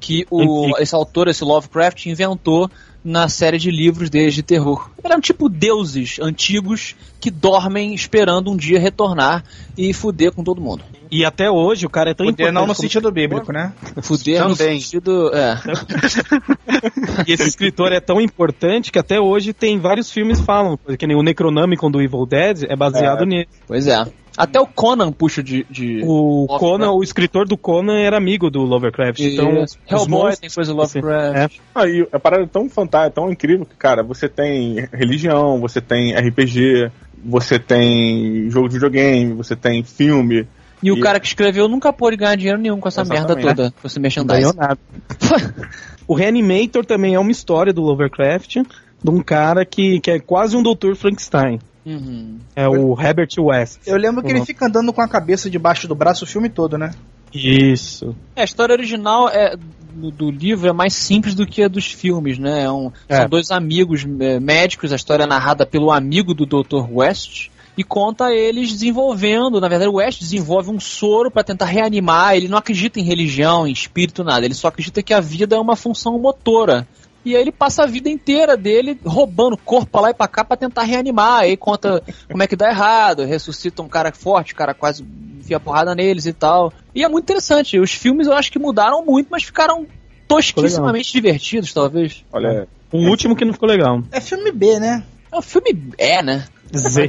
[SPEAKER 6] que o, esse autor, esse Lovecraft, inventou na série de livros desde terror. Eram tipo deuses antigos que dormem esperando um dia retornar e fuder com todo mundo.
[SPEAKER 5] E até hoje o cara é tão importante. como-
[SPEAKER 2] bíblico, né?
[SPEAKER 6] Fuder no
[SPEAKER 4] Também.
[SPEAKER 6] sentido. É.
[SPEAKER 5] E esse escritor é tão importante que até hoje tem vários filmes que falam. Que nem o Necronomicon do Evil Dead é baseado nele.
[SPEAKER 6] Pois é. Até o Conan puxa de. de...
[SPEAKER 5] O
[SPEAKER 6] Lovecraft.
[SPEAKER 5] Conan, o escritor do Conan era amigo do Lovecraft.
[SPEAKER 6] de-
[SPEAKER 5] Então, os
[SPEAKER 6] Hellboy tem
[SPEAKER 5] monstros, Assim,
[SPEAKER 6] coisa Lovecraft.
[SPEAKER 7] Aí, a parada é tão fantástica, tão incrível que, cara, você tem religião, você tem RPG, você tem jogo de videogame, você tem filme.
[SPEAKER 6] E o
[SPEAKER 7] E-
[SPEAKER 6] cara que escreveu nunca pôde ganhar dinheiro nenhum com essa merda
[SPEAKER 7] Exatamente.
[SPEAKER 6] toda, com esse
[SPEAKER 5] não ganhou
[SPEAKER 6] merchandising.
[SPEAKER 5] nada. o Reanimator também é uma história do Lovecraft, de um cara que, que é quase um Dr. Frankenstein.
[SPEAKER 6] Uhum.
[SPEAKER 5] É o Herbert West.
[SPEAKER 2] Eu lembro que ele
[SPEAKER 5] Uhum.
[SPEAKER 2] fica andando com a cabeça debaixo do braço o filme todo, né?
[SPEAKER 5] Isso.
[SPEAKER 6] É, a história original é, do, do livro é mais simples do que a dos filmes, né? É um-
[SPEAKER 5] É.
[SPEAKER 6] São dois amigos é, médicos, a história é narrada pelo amigo do Dr. West. E conta eles desenvolvendo, na verdade o West desenvolve um soro pra tentar reanimar, ele não acredita em religião, em espírito, nada, ele só acredita que a vida é uma função motora. E aí ele passa a vida inteira dele roubando corpo pra lá e pra cá pra tentar reanimar, aí conta como é que dá errado, ressuscita um cara forte, o cara quase enfia porrada neles e tal. E é muito interessante. Os filmes eu acho que mudaram muito, mas ficaram tosquissimamente divertidos, talvez.
[SPEAKER 7] Olha,
[SPEAKER 5] O Um último que não ficou legal.
[SPEAKER 2] É filme B, né?
[SPEAKER 6] É um filme é, né?
[SPEAKER 5] Z.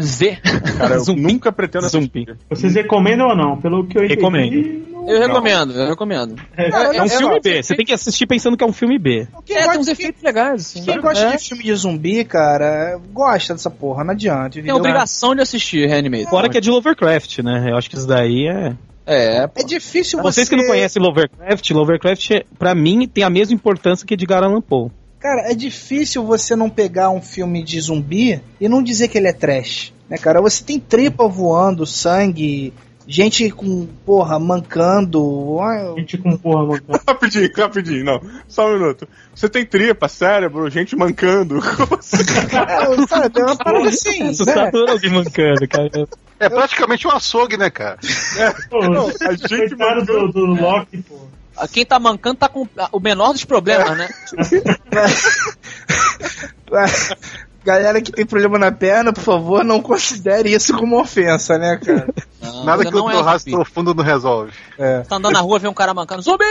[SPEAKER 6] Z.
[SPEAKER 7] cara, eu
[SPEAKER 5] Zumbi.
[SPEAKER 7] nunca pretendo
[SPEAKER 5] Zumbi.
[SPEAKER 3] Vocês recomendam ou não? Pelo que eu entendi.
[SPEAKER 5] Recomendo.
[SPEAKER 6] Eu recomendo, eu recomendo.
[SPEAKER 2] Cara,
[SPEAKER 5] É um
[SPEAKER 2] eu-
[SPEAKER 5] filme B. Você tem que assistir pensando que é um filme B.
[SPEAKER 2] quem
[SPEAKER 6] É, tem
[SPEAKER 2] gosta-
[SPEAKER 6] uns efeitos legais, assim.
[SPEAKER 2] Quem gosta
[SPEAKER 6] É.
[SPEAKER 2] de filme de zumbi, cara, gosta dessa porra, não adianta.
[SPEAKER 6] Tem
[SPEAKER 2] entendeu?
[SPEAKER 6] obrigação de assistir Reanimator.
[SPEAKER 5] Fora que é de Lovecraft, né? Eu acho que isso daí é.
[SPEAKER 6] É,
[SPEAKER 2] É difícil você...
[SPEAKER 5] Vocês que não conhecem Lovecraft, Lovecraft, é- pra mim, tem a mesma importância que Edgar Allan Poe.
[SPEAKER 2] Cara, é difícil você não pegar um filme de zumbi e não dizer que ele é trash, né, cara? Você tem tripa voando, sangue, gente com, porra, mancando. ó,
[SPEAKER 3] Gente com porra, mano.
[SPEAKER 7] Rapidinho, rapidinho, não. Só um minuto. Você tem tripa, cérebro, gente mancando. Como assim?
[SPEAKER 2] Cara, sabe, é uma parada assim,
[SPEAKER 4] tá
[SPEAKER 2] né?
[SPEAKER 5] Assustador alguém mancando, cara.
[SPEAKER 4] É praticamente um açougue, né, cara?
[SPEAKER 3] Pô,
[SPEAKER 7] Não, a gente
[SPEAKER 3] Coitado
[SPEAKER 7] mancando.
[SPEAKER 3] do, do Loki, pô.
[SPEAKER 6] quem tá mancando tá com o menor dos problemas, né? tá-
[SPEAKER 2] Galera que tem problema na perna, por favor, não considere isso como ofensa, né, cara? É.
[SPEAKER 6] Não,
[SPEAKER 4] Nada
[SPEAKER 6] ainda
[SPEAKER 4] que o
[SPEAKER 6] não é
[SPEAKER 4] torraço
[SPEAKER 6] zumbi.
[SPEAKER 4] profundo não resolve.
[SPEAKER 6] Tá andando na rua, vê um cara mancando. Zumbi!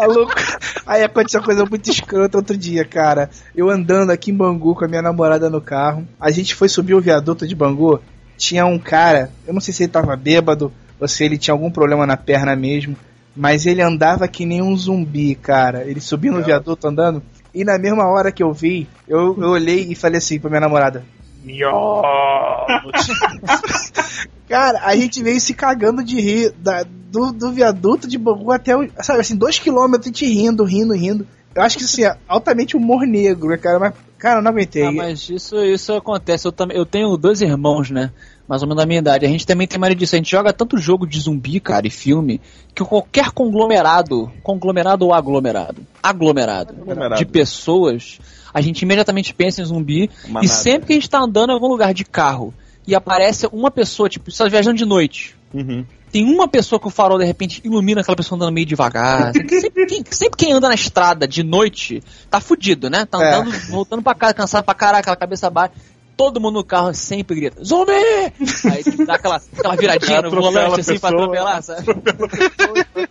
[SPEAKER 2] Maluco. tá Aí aconteceu uma coisa muito escrota outro dia, cara. Eu andando aqui em Bangu com a minha namorada no carro. A gente foi subir o viaduto de Bangu. Tinha um cara, eu não sei se ele tava bêbado ou se ele tinha algum problema na perna mesmo. Mas ele andava que nem um zumbi, cara. Ele subia no viaduto andando. E na mesma hora que eu vi, eu, eu olhei e falei assim pra minha namorada: Cara, a gente veio se cagando de rir da- do, do viaduto de Bangu até, o, sabe, assim, dois quilômetros a gente rindo, rindo, rindo. Eu acho que, assim, é altamente humor negro, né, cara? Mas, cara, eu não aguentei.
[SPEAKER 6] Ah, mas isso, isso acontece. Eu, também, eu tenho dois irmãos, né? Mais ou menos da minha idade. A gente também tem mania disso. A gente joga tanto jogo de zumbi, cara, e filme, que qualquer conglomerado, conglomerado ou aglomerado, aglomerado,
[SPEAKER 7] Aglomerado.
[SPEAKER 6] de pessoas, a gente imediatamente pensa em zumbi. e
[SPEAKER 7] Manada.
[SPEAKER 6] sempre que a gente tá andando em algum lugar de carro e aparece uma pessoa, tipo, você tá viajando de noite,
[SPEAKER 7] Uhum.
[SPEAKER 6] tem uma pessoa que o farol de repente ilumina aquela pessoa andando meio devagar. Sempre quem, sempre quem anda na estrada de noite tá fudido, né? Tá
[SPEAKER 2] É.
[SPEAKER 6] andando, voltando pra casa, cansado pra caraca, a cabeça baixa. Todo mundo no carro sempre grita, zumbi! Aí tipo, dá aquela, aquela viradinha no
[SPEAKER 7] Atropela
[SPEAKER 6] volante
[SPEAKER 7] a
[SPEAKER 6] assim pra
[SPEAKER 7] pessoa.
[SPEAKER 6] atropelar, sabe?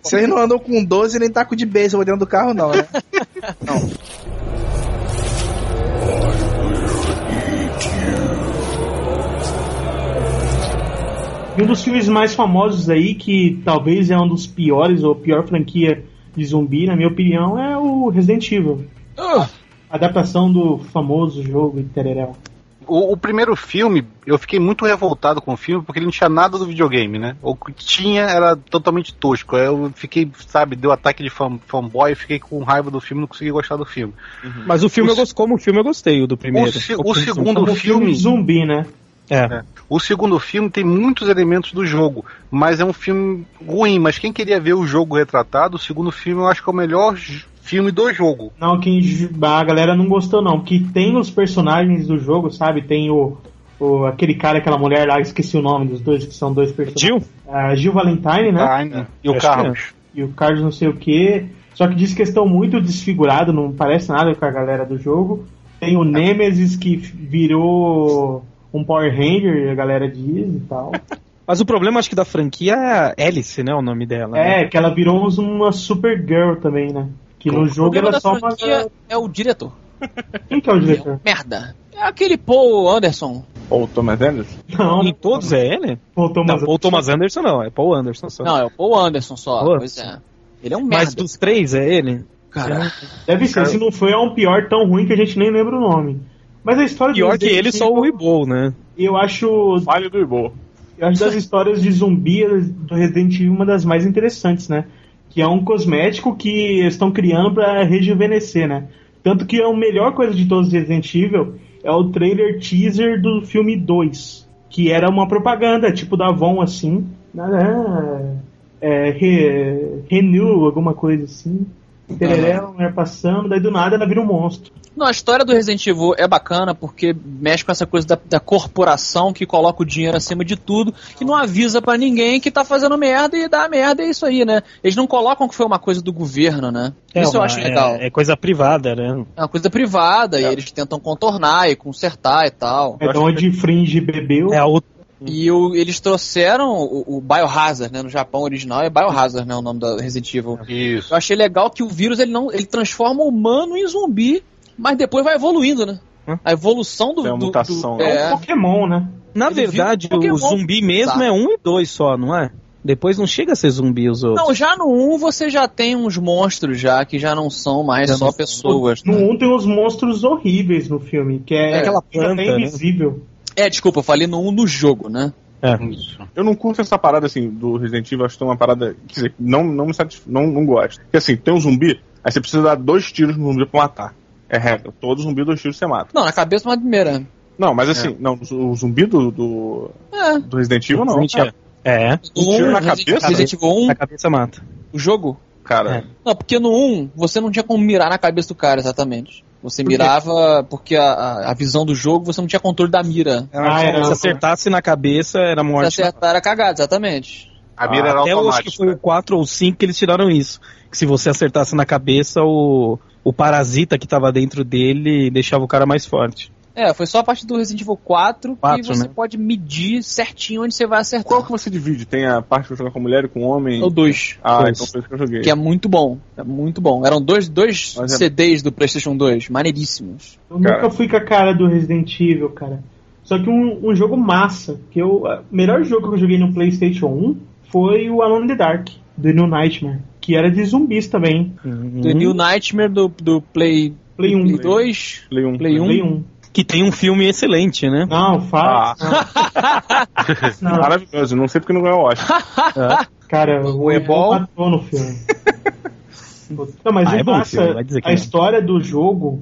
[SPEAKER 2] Vocês não andam com 12 nem taco de beisebol dentro do carro, não, né?
[SPEAKER 3] E um dos filmes mais famosos aí, que talvez é um dos piores, ou pior franquia de zumbi, na minha opinião, é o Resident Evil.
[SPEAKER 4] Ah.
[SPEAKER 3] A adaptação do famoso jogo de Tererel.
[SPEAKER 4] O, o primeiro filme, eu fiquei muito revoltado com o filme porque ele não tinha nada do videogame, né? O que tinha era totalmente tosco. Eu fiquei, sabe, deu ataque de fan, fanboy, fiquei com raiva do filme, não consegui gostar do filme.
[SPEAKER 5] Mas o filme
[SPEAKER 4] O
[SPEAKER 5] eu gosto, como o filme eu gostei, o do primeiro.
[SPEAKER 4] O, se- o
[SPEAKER 5] primeiro.
[SPEAKER 4] segundo
[SPEAKER 3] Um filme
[SPEAKER 4] filme,
[SPEAKER 3] de zumbi, né?
[SPEAKER 5] É.
[SPEAKER 4] o segundo filme tem muitos elementos do jogo, mas é um filme ruim. Mas quem queria ver o jogo retratado, o segundo filme eu acho que é o melhor j- filme do jogo.
[SPEAKER 3] Não, quem ju- a galera não gostou não, porque tem os personagens do jogo, sabe? Tem o, o- aquele cara, aquela mulher lá, esqueci o nome dos dois, que são dois personagens.
[SPEAKER 5] Gil?
[SPEAKER 3] A Gil Valentine, né?
[SPEAKER 4] Ah, né? E o
[SPEAKER 5] Acho que é.
[SPEAKER 4] Carlos.
[SPEAKER 3] E o Carlos não sei o que. Só que diz que estão muito desfigurados, não parece nada com a galera do jogo. Tem o Nemesis que virou um Power Ranger, a galera diz e tal.
[SPEAKER 5] Mas o problema, acho que da franquia é a Alice, né? O nome dela. né?
[SPEAKER 3] É, que ela virou uns- uma Supergirl também, né? Que no
[SPEAKER 6] O
[SPEAKER 3] jogo
[SPEAKER 6] problema
[SPEAKER 3] ela é
[SPEAKER 6] da
[SPEAKER 3] só uma.
[SPEAKER 6] franquia é o diretor.
[SPEAKER 3] Quem que é o diretor?
[SPEAKER 6] Merda. É aquele Paul Anderson.
[SPEAKER 7] Ou o Thomas Anderson?
[SPEAKER 3] Não, né?
[SPEAKER 5] Em todos é ele?
[SPEAKER 3] voltou
[SPEAKER 5] Não,
[SPEAKER 3] mais.
[SPEAKER 5] ou Thomas Anderson não, é Paul Anderson só.
[SPEAKER 6] Não, é o Paul Anderson só.
[SPEAKER 5] Paul
[SPEAKER 6] Pois é. Ele é um merda.
[SPEAKER 5] Mas dos três é ele?
[SPEAKER 6] cara.
[SPEAKER 3] Deve ser, se não foi, é um pior tão ruim que a gente nem lembra o nome. Mas a história do
[SPEAKER 5] Pior que
[SPEAKER 3] Resident
[SPEAKER 5] ele, só o
[SPEAKER 3] Evil,
[SPEAKER 5] Weeble, né?
[SPEAKER 3] Eu acho
[SPEAKER 7] Vale do Ibo.
[SPEAKER 3] Eu acho das histórias de zumbi do Resident Evil uma das mais interessantes, né? Que é um cosmético que eles estão criando pra rejuvenescer, né? Tanto que a melhor coisa de todos os Resident Evil é o trailer teaser do filme 2, que era uma propaganda, tipo da Avon, assim. Ah, é, re- renew, alguma coisa assim. Tereré, a mulher passando, daí do nada ela vira um monstro.
[SPEAKER 6] Não, a história do Resident Evil é bacana porque mexe com essa coisa da, da corporação que coloca o dinheiro acima de tudo e não avisa pra ninguém que tá fazendo merda e dá merda, é isso aí, né? Eles não colocam que foi uma coisa do governo, né? isso eu
[SPEAKER 5] uma-
[SPEAKER 6] acho legal. É,
[SPEAKER 5] É, coisa privada, né?
[SPEAKER 6] uma coisa privada e eles tentam contornar e consertar e tal.
[SPEAKER 3] É de onde Fringe bebeu.
[SPEAKER 5] É a outra.
[SPEAKER 6] E o- eles trouxeram o, o Biohazard, né? No Japão original é Biohazard, né? O nome da Resident Evil.
[SPEAKER 5] é.
[SPEAKER 4] Isso.
[SPEAKER 6] Eu achei legal que o vírus ele não ele transforma o humano em zumbi, mas depois vai evoluindo, né?
[SPEAKER 5] Hum.
[SPEAKER 6] A evolução do.
[SPEAKER 7] Tem a
[SPEAKER 6] do- do-
[SPEAKER 7] mutação, né?
[SPEAKER 6] é.
[SPEAKER 3] um Pokémon, né?
[SPEAKER 5] Na
[SPEAKER 6] Ele
[SPEAKER 5] verdade,
[SPEAKER 6] vira um
[SPEAKER 5] o
[SPEAKER 6] Pokémon.
[SPEAKER 5] zumbi mesmo
[SPEAKER 6] Tá.
[SPEAKER 5] é um e dois só, não é? Depois não chega a ser zumbi os outros.
[SPEAKER 6] Não, já no 1 você já tem uns monstros já que já não são mais
[SPEAKER 5] Já
[SPEAKER 6] só
[SPEAKER 5] não são. um.
[SPEAKER 6] pessoas.
[SPEAKER 3] No
[SPEAKER 6] né?
[SPEAKER 3] 1 tem uns monstros horríveis no filme, que é,
[SPEAKER 6] É,
[SPEAKER 5] aquela
[SPEAKER 3] fica até
[SPEAKER 5] planta, né?
[SPEAKER 3] invisível.
[SPEAKER 6] É, desculpa, eu falei no 1 no jogo, né?
[SPEAKER 4] Isso.
[SPEAKER 7] Eu não curto essa parada assim do Resident Evil, acho que tem uma parada. Quer dizer, não, não me satisfaz. Não, não gosto. Porque assim, tem um zumbi, aí você precisa dar dois tiros no zumbi pra matar. É regra. Todo zumbi, dois tiros você mata.
[SPEAKER 6] Não, na cabeça uma primeira.
[SPEAKER 7] Não, mas assim, não, o zumbi do, do,
[SPEAKER 6] É.
[SPEAKER 7] do Resident Evil não.
[SPEAKER 5] Resident Evil. É,
[SPEAKER 6] No
[SPEAKER 7] tiro
[SPEAKER 6] 1,
[SPEAKER 7] na
[SPEAKER 6] Resident-
[SPEAKER 7] cabeça?
[SPEAKER 6] Resident Evil 1,
[SPEAKER 5] a cabeça mata.
[SPEAKER 6] o jogo.
[SPEAKER 7] Cara,
[SPEAKER 5] É.
[SPEAKER 6] Não, porque no 1 você não tinha como mirar na cabeça do cara exatamente. Você mirava porque a- a, a visão do jogo você não tinha controle da mira.
[SPEAKER 7] É,
[SPEAKER 3] Ah, era
[SPEAKER 5] Se acertasse na cabeça, era
[SPEAKER 6] Se
[SPEAKER 5] morte.
[SPEAKER 6] acertar era cagado, exatamente.
[SPEAKER 4] A mira
[SPEAKER 7] Ah,
[SPEAKER 4] era
[SPEAKER 5] Até eu acho que
[SPEAKER 4] automática.
[SPEAKER 5] foi o 4 ou 5 que eles tiraram isso. Que se você acertasse na cabeça, o, o parasita que tava dentro dele deixava o cara mais forte.
[SPEAKER 6] É, foi só a parte do Resident Evil 4
[SPEAKER 5] Quatro,
[SPEAKER 6] que você
[SPEAKER 5] né?
[SPEAKER 6] pode medir certinho onde você vai acertar.
[SPEAKER 7] qual que você divide? Tem a parte que eu jogo com mulher e com homem?
[SPEAKER 6] Ou dois.
[SPEAKER 7] Ah,
[SPEAKER 5] Dois.
[SPEAKER 7] então foi isso que eu joguei.
[SPEAKER 6] é? Que é muito bom. É muito bom. Eram dois, dois
[SPEAKER 7] Mas é-
[SPEAKER 6] CDs do PlayStation 2, maneiríssimos.
[SPEAKER 3] Eu
[SPEAKER 7] Cara.
[SPEAKER 3] nunca fui com a cara do Resident Evil, cara. Só que um, um jogo massa, que eu. O melhor jogo que eu joguei no PlayStation 1 foi o Alone in the Dark, do New Nightmare, que era de zumbis também.
[SPEAKER 6] Do New Nightmare do, do Play,
[SPEAKER 3] Play 1.
[SPEAKER 6] Play 2.
[SPEAKER 7] Play Uhum. um.
[SPEAKER 6] Play um.
[SPEAKER 3] Play 1.
[SPEAKER 5] que tem um filme excelente, né?
[SPEAKER 3] Não, fala. Não,
[SPEAKER 7] Maravilhoso, não sei porque não ganhou o Oscar.
[SPEAKER 3] cara, É, o Ebol matou no filme. Não, mas
[SPEAKER 5] Ah,
[SPEAKER 3] o
[SPEAKER 5] é bom o
[SPEAKER 3] massa,
[SPEAKER 5] filme, vai dizer que
[SPEAKER 3] a
[SPEAKER 5] não.
[SPEAKER 3] história do jogo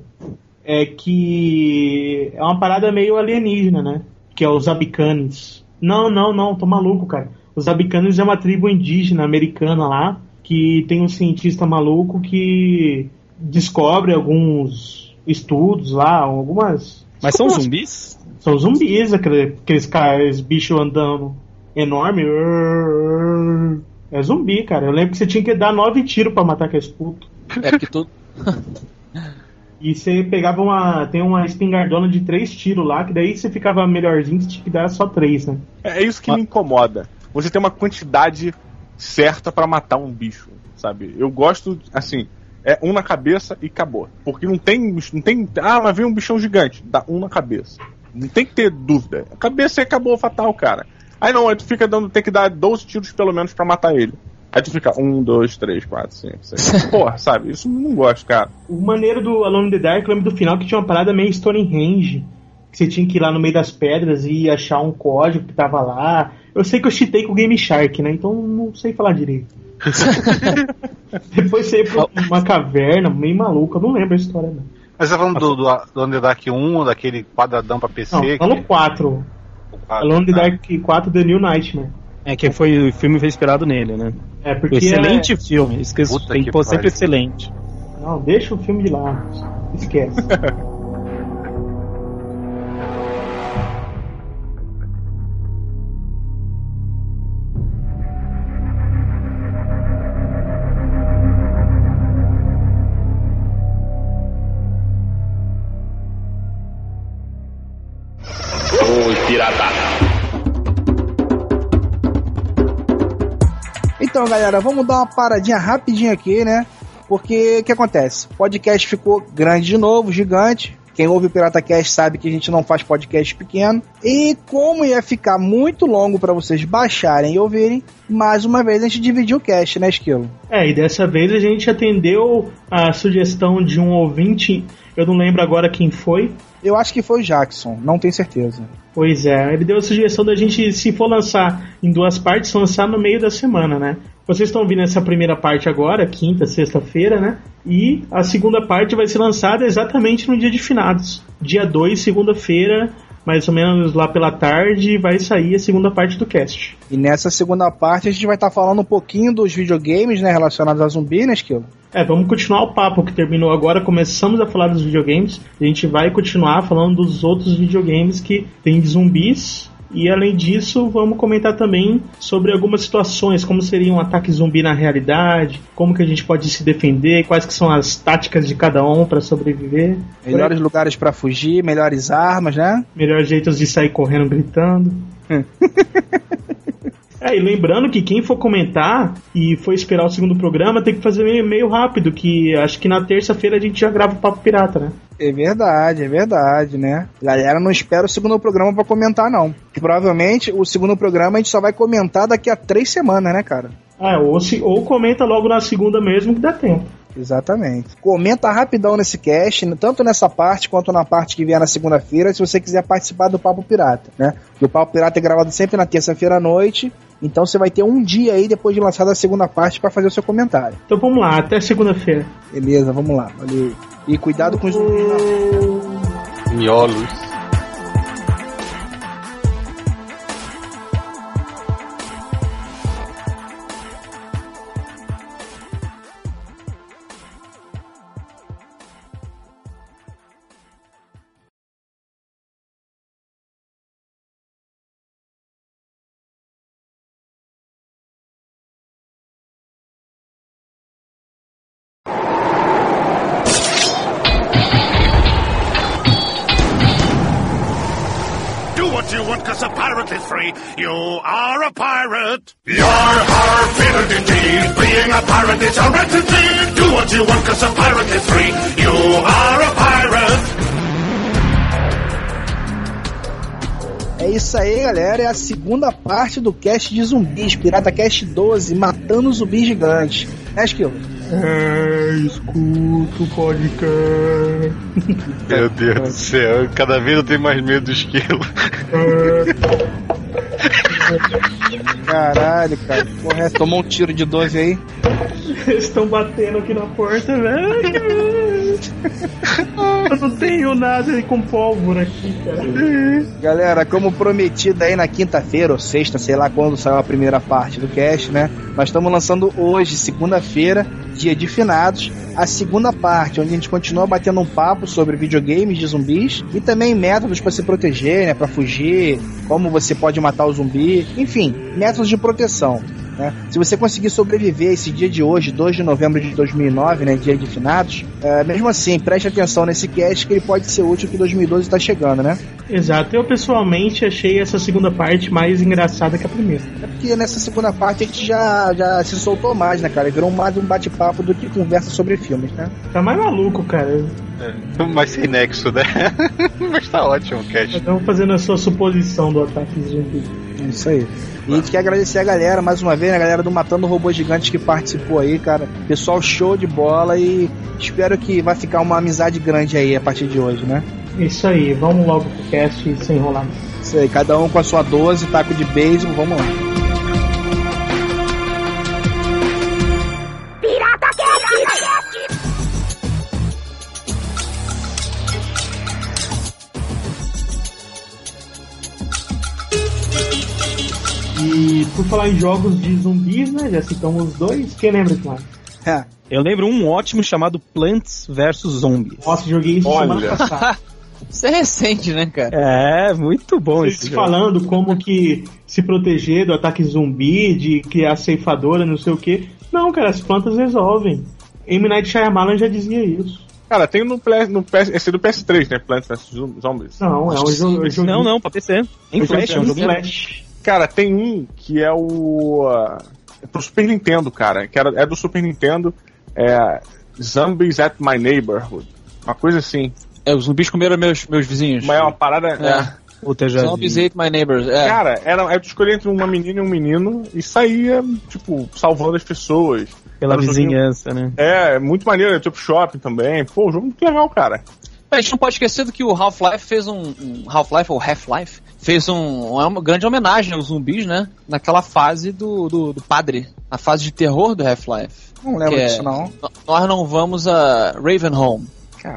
[SPEAKER 3] é que é uma parada meio alienígena, né? Que é os Abicanes. Não, não, não, tô maluco, cara. Os Abicanes é uma tribo indígena americana lá que tem um cientista maluco que descobre alguns estudos lá, algumas.
[SPEAKER 5] Mas são
[SPEAKER 3] algumas
[SPEAKER 5] zumbis?
[SPEAKER 3] são zumbis, aquele- aqueles caras, bichos andando enorme. É zumbi, cara. Eu lembro que você tinha que dar nove tiros pra matar aqueles putos.
[SPEAKER 7] um.
[SPEAKER 6] É porque todo.
[SPEAKER 3] E você pegava uma. Tem uma espingardona de três tiros lá, que daí você ficava melhorzinho, você tinha que dar só três, né?
[SPEAKER 7] É isso que me incomoda. Você tem uma quantidade certa pra matar um bicho, sabe? Eu gosto, assim, é um na cabeça e acabou. Porque não tem, não tem, ah, mas vem um bichão gigante, dá um na cabeça. Não tem que ter dúvida. A cabeça e acabou fatal, cara. Aí não, aí tu fica dando, tem que dar 12 tiros pelo menos pra matar ele. Aí tu fica um, dois, três, quatro, cinco, seis. Porra, sabe? Isso eu não gosto, cara.
[SPEAKER 3] O maneiro do Alone in the Dark, eu lembro do final que tinha uma parada meio Stonehenge. Que você tinha que ir lá no meio das pedras e achar um código que tava lá. Eu sei que eu chitei com o Game Shark, né? Então não sei falar direito. Depois você ia pra uma caverna meio maluca, eu não lembro a história, não.
[SPEAKER 4] Mas você tá falando do, do, do Underdark 1, daquele quadradão pra PC?
[SPEAKER 3] Não, falo
[SPEAKER 4] que-
[SPEAKER 3] 4.
[SPEAKER 4] Ah,
[SPEAKER 3] Alone in the
[SPEAKER 4] tá.
[SPEAKER 3] Dark 4 The New Nightmare.
[SPEAKER 5] É que foi, o filme foi inspirado nele, né?
[SPEAKER 3] É, porque.
[SPEAKER 5] Foi excelente filme. Esqueço,
[SPEAKER 4] Puta
[SPEAKER 5] tem
[SPEAKER 4] que
[SPEAKER 5] que pôr sempre
[SPEAKER 4] pariu.
[SPEAKER 5] excelente.
[SPEAKER 3] é- Não, deixa o filme de lado. Esquece.
[SPEAKER 2] Então, galera, vamos dar uma paradinha rapidinha aqui, né? Porque o que acontece? O podcast ficou grande de novo, gigante. Quem ouve o PirataCast sabe que a gente não faz podcast pequeno. E como ia ficar muito longo pra vocês baixarem e ouvirem, mais uma vez a gente dividiu o cast, né, Esquilo?
[SPEAKER 3] É, e dessa vez a gente atendeu a sugestão de um ouvinte, eu não lembro agora quem foi.
[SPEAKER 2] Eu acho que foi o Jackson, não tenho certeza.
[SPEAKER 3] Pois é, ele deu a sugestão da gente, se for lançar em duas partes, lançar no meio da semana, né? Vocês estão ouvindo essa primeira parte agora, quinta, sexta-feira, né? E a segunda parte vai ser lançada exatamente no dia de finados. Dia 2, segunda-feira, mais ou menos lá pela tarde, vai sair a segunda parte do cast.
[SPEAKER 2] E nessa segunda parte a gente vai estar falando um pouquinho dos videogames, né, relacionados a zumbi, né, Esquilo?
[SPEAKER 3] É, vamos continuar o papo que terminou agora. Começamos a falar dos videogames. A gente vai continuar falando dos outros videogames que tem de zumbis. E além disso, vamos comentar também sobre algumas situações, como seria um ataque zumbi na realidade, como que a gente pode se defender, quais que são as táticas de cada um para sobreviver,
[SPEAKER 2] Melhores lugares pra fugir, melhores armas, né?
[SPEAKER 3] melhores jeitos de sair correndo gritando. É, e lembrando que quem for comentar e for esperar o segundo programa tem que fazer meio, meio rápido, que acho que na terça-feira a gente já grava o Papo Pirata, né?
[SPEAKER 2] É verdade, é verdade, né? Galera, não espera o segundo programa pra comentar, não. Que provavelmente o segundo programa a gente só vai comentar daqui a três semanas, né, cara?
[SPEAKER 3] É, ou, se, ou comenta logo na segunda mesmo que dá tempo.
[SPEAKER 2] Exatamente. Comenta rapidão nesse cast, tanto nessa parte quanto na parte que vier na segunda-feira, se você quiser participar do Papo Pirata, né? E o Papo Pirata é gravado sempre na terça-feira à noite, então você vai ter um dia aí depois de lançada a segunda parte pra fazer o seu comentário.
[SPEAKER 3] Então vamos lá, até segunda-feira.
[SPEAKER 2] Beleza, vamos lá. Valeu. E cuidado com os zumbis na
[SPEAKER 4] Miolos.
[SPEAKER 1] Do what you want, cause a pirate is free. You are a pirate. You're our pirate indeed. Being a pirate is a right indeed. Do what you want, cause a pirate is free. You are a pirate.
[SPEAKER 2] É isso aí, galera. É a segunda parte do cast de zumbis, Pirata Cast 12, Matando Zumbis Gigantes. Né, Esquilo?
[SPEAKER 3] É, escuto o podcast.
[SPEAKER 4] Meu Deus do céu, cada vez eu tenho mais medo do esquilo.
[SPEAKER 3] É.
[SPEAKER 2] Caralho, cara. Porra, é, tomou um tiro de 12 aí.
[SPEAKER 3] Eles estão batendo aqui na porta, né? velho. Eu não tenho nada com pólvora aqui, cara.
[SPEAKER 2] Galera, como prometido aí na quinta-feira ou sexta, sei lá quando saiu a primeira parte do cast, né? Nós estamos lançando hoje, segunda-feira, dia de finados, a segunda parte, onde a gente continua batendo um papo sobre videogames de zumbis e também métodos para se proteger, né? Para fugir, como você pode matar o zumbi, enfim, métodos de proteção. né? Se você conseguir sobreviver esse dia de hoje, 2 de novembro de 2009, né, dia de finados, é, mesmo assim, preste atenção nesse cast que ele pode ser útil que 2012 está chegando, né?
[SPEAKER 3] Exato, eu pessoalmente achei essa segunda parte mais engraçada que a primeira.
[SPEAKER 2] É porque nessa segunda parte a gente já, já se soltou mais, né, cara? Virou mais um bate-papo do que conversa sobre filmes, né?
[SPEAKER 3] Tá mais maluco, cara.
[SPEAKER 4] Mas sem nexo, né? Mas tá ótimo o cast.
[SPEAKER 3] Estamos fazendo a sua suposição do ataque zumbi.
[SPEAKER 2] É isso aí. E a gente quer agradecer a galera mais uma vez, né, a galera do Matando Robôs Gigantes que participou aí, cara. Pessoal, show de bola e espero que vai ficar uma amizade grande aí a partir de hoje, né?
[SPEAKER 3] É Isso aí, vamos logo pro cast e sem enrolar.
[SPEAKER 2] Isso aí, cada um com a sua 12, taco de beisebol, vamos lá.
[SPEAKER 3] E por falar em jogos de zumbis, né? Já citamos os dois. Quem lembra que mais?
[SPEAKER 2] É,
[SPEAKER 5] Eu lembro um ótimo chamado Plants vs Zombies.
[SPEAKER 3] Nossa, joguei isso semana
[SPEAKER 7] Olha.
[SPEAKER 3] passada.
[SPEAKER 6] Isso é recente, né, cara?
[SPEAKER 5] É, muito bom
[SPEAKER 3] Eles
[SPEAKER 5] esse jogo.
[SPEAKER 3] falando como que se proteger do ataque zumbi, de criar ceifadora, não sei o que. Não, cara, as plantas resolvem. M. Night Shyamalan já dizia isso.
[SPEAKER 7] Cara, tem no, PS, no PS, esse é do PS3, né? Plants vs Zom- Zombies.
[SPEAKER 3] Não, é um jogo. jogo
[SPEAKER 5] Não, não, pra PC. Em Flash, é um jogo em Flash.
[SPEAKER 3] flash.
[SPEAKER 7] Cara, tem um que é o. ah, É pro Super Nintendo, cara. Que era, é do Super Nintendo. É. Zombies at My Neighborhood. Uma coisa assim.
[SPEAKER 6] É, os zumbis comeram meus, meus vizinhos.
[SPEAKER 7] Mas é uma parada. é.
[SPEAKER 6] É.
[SPEAKER 5] Puta, já
[SPEAKER 6] Zombies
[SPEAKER 5] vi.
[SPEAKER 6] ate my neighbors. É.
[SPEAKER 7] Cara, era, era tu escolher entre uma menina e um menino e saía, tipo, salvando as pessoas.
[SPEAKER 5] Pela
[SPEAKER 7] Era um joguinho-
[SPEAKER 5] vizinhança, né?
[SPEAKER 7] É, muito maneiro, tipo shopping também. Pô, o jogo é muito legal, cara.
[SPEAKER 6] A gente não pode esquecer do que o Half-Life fez um. um Half-Life ou Half-Life fez um, uma grande homenagem aos zumbis, né? Naquela fase do, do, do padre. A fase de terror do Half-Life.
[SPEAKER 2] não lembro
[SPEAKER 6] Que é-
[SPEAKER 2] disso não.
[SPEAKER 6] N- Nós não vamos a Ravenholm.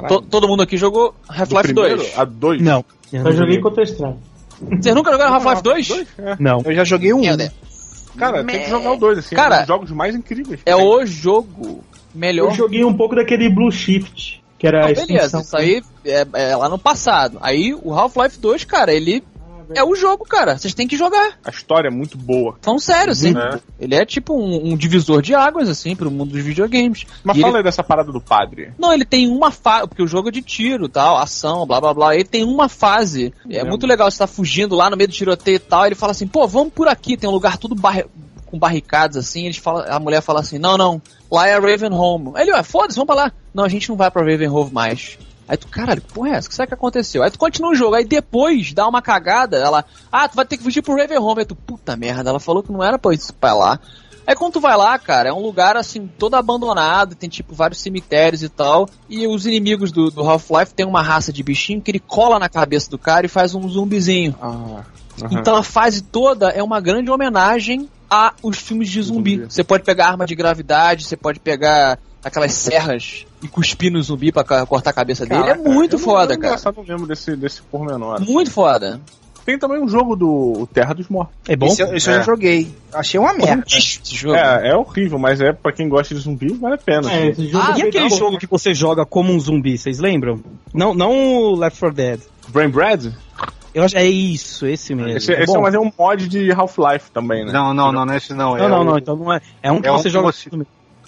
[SPEAKER 6] To- Todo mundo aqui jogou
[SPEAKER 7] Do
[SPEAKER 6] Half-Life
[SPEAKER 7] primeiro
[SPEAKER 6] 2.
[SPEAKER 7] A dois.
[SPEAKER 5] Não.
[SPEAKER 3] Eu joguei Counter-Strike.
[SPEAKER 6] Vocês nunca jogaram é Half-Life 2?
[SPEAKER 5] Não.
[SPEAKER 2] Eu já joguei um.
[SPEAKER 6] Meu Deus.
[SPEAKER 7] Cara, tem que jogar o dois, assim.
[SPEAKER 6] Cara,
[SPEAKER 7] é um dos jogos mais incríveis. que
[SPEAKER 6] É
[SPEAKER 7] tem.
[SPEAKER 6] o jogo melhor.
[SPEAKER 3] Eu joguei um pouco daquele Blue Shift, que era
[SPEAKER 6] Ah,
[SPEAKER 3] é a
[SPEAKER 6] beleza,
[SPEAKER 3] extensão.
[SPEAKER 6] isso aí é, é lá no passado. Aí o Half-Life 2, cara, ele é o jogo, cara. Vocês têm que jogar.
[SPEAKER 7] A história é muito boa.
[SPEAKER 6] Falando sério, assim.
[SPEAKER 7] Né?
[SPEAKER 6] Ele é tipo um, um divisor de águas, assim, pro mundo dos videogames.
[SPEAKER 7] Mas
[SPEAKER 6] E
[SPEAKER 7] fala
[SPEAKER 6] ele-
[SPEAKER 7] aí dessa parada do padre.
[SPEAKER 6] Não, ele tem uma fase, porque o jogo é de tiro, tal, ação, blá blá blá. Ele tem uma fase. É
[SPEAKER 7] Lembro.
[SPEAKER 6] muito legal, você tá fugindo lá no meio do tiroteio e tal. Ele fala assim, pô, vamos por aqui, tem um lugar tudo barri- com barricadas assim. Eles falam, a mulher fala assim, não, não, lá é a Ravenholm. Aí ele, ué, foda-se, vamos pra lá. Não, a gente não vai pra Ravenholm mais. Aí tu, caralho, que porra é essa? O que será que aconteceu? Aí tu continua o jogo, aí depois dá uma cagada, ela, ah, tu vai ter que fugir pro Ravenholm. Aí tu, puta merda, ela falou que não era pra isso pra lá. Aí quando tu vai lá, cara, é um lugar assim, todo abandonado, tem tipo vários cemitérios e tal. E os inimigos do, do Half-Life tem uma raça de bichinho que ele cola na cabeça do cara e faz um zumbizinho.
[SPEAKER 7] Ah.
[SPEAKER 6] Então a fase toda é uma grande homenagem a os filmes de zumbi.
[SPEAKER 7] Zumbi.
[SPEAKER 6] Você pode pegar arma de gravidade, você pode pegar aquelas serras e cuspir no zumbi pra ca- cortar a cabeça dele. É muito foda, cara.
[SPEAKER 7] Ah, Eu não lembro desse, desse pormenor. assim.
[SPEAKER 6] Muito foda.
[SPEAKER 7] Tem também um jogo do o Terra dos Mortos.
[SPEAKER 5] É bom?
[SPEAKER 2] Esse, eu- esse eu já
[SPEAKER 7] É.
[SPEAKER 2] joguei. Achei uma merda.
[SPEAKER 6] Esse um jogo.
[SPEAKER 7] É, é horrível, mas é pra quem gosta de zumbi, vale a pena. assim.
[SPEAKER 3] É, esse jogo eu
[SPEAKER 6] Ah,
[SPEAKER 5] E
[SPEAKER 3] joguei
[SPEAKER 5] aquele
[SPEAKER 3] pouco.
[SPEAKER 5] jogo que você joga como um zumbi, vocês lembram? Não, não o Left 4 Dead.
[SPEAKER 7] Brain Bread?
[SPEAKER 5] Eu acho é isso, esse mesmo.
[SPEAKER 7] Esse,
[SPEAKER 5] é
[SPEAKER 7] esse
[SPEAKER 5] bom?
[SPEAKER 7] é, mas é um mod de Half-Life também, né?
[SPEAKER 4] Não, não, não, não é esse não.
[SPEAKER 5] Não,
[SPEAKER 4] é
[SPEAKER 5] não,
[SPEAKER 4] o-
[SPEAKER 5] não, então não é. É um que
[SPEAKER 4] é um
[SPEAKER 5] você
[SPEAKER 4] que
[SPEAKER 5] joga.
[SPEAKER 4] você-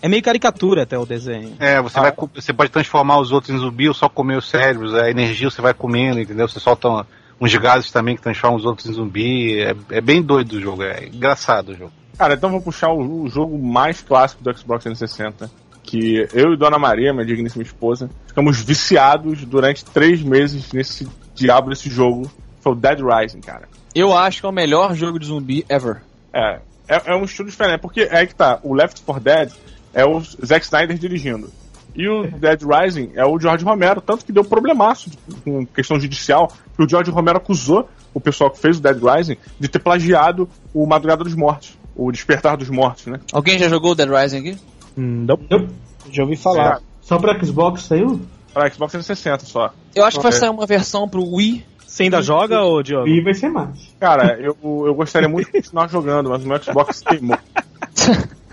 [SPEAKER 5] É meio caricatura até o desenho.
[SPEAKER 4] É, você, vai, co- você pode transformar os outros em zumbi ou só comer os cérebros, é a energia você vai comendo, entendeu? Você solta um- uns gases também que transformam os outros em zumbi. É, é bem doido o jogo, é engraçado o jogo.
[SPEAKER 7] Cara, então vou puxar o, o jogo mais clássico do Xbox 360. Que eu e Dona Maria, minha digníssima esposa, ficamos viciados durante três meses nesse diabo desse jogo. Foi o Dead Rising, cara.
[SPEAKER 6] Eu acho que é o melhor jogo de zumbi ever.
[SPEAKER 7] É, é, é um estilo diferente, porque é aí que tá, o Left 4 Dead é o Zack Snyder dirigindo. E o Dead Rising é o George Romero, tanto que deu problemaço com questão judicial, que o George Romero acusou o pessoal que fez o Dead Rising de ter plagiado o Madrugada dos Mortos, o Despertar dos Mortos, né?
[SPEAKER 6] Alguém já jogou o Dead Rising aqui?
[SPEAKER 5] Hum, Não.
[SPEAKER 2] Já ouvi falar.
[SPEAKER 3] Só pra Xbox saiu?
[SPEAKER 7] Pra Xbox 360 só.
[SPEAKER 6] Eu acho que vai
[SPEAKER 7] Ok.
[SPEAKER 6] sair uma versão pro Wii.
[SPEAKER 5] Você ainda joga, ô Diogo?
[SPEAKER 3] E vai ser mais.
[SPEAKER 7] Cara, eu, eu gostaria muito de continuar jogando, mas o meu Xbox queimou.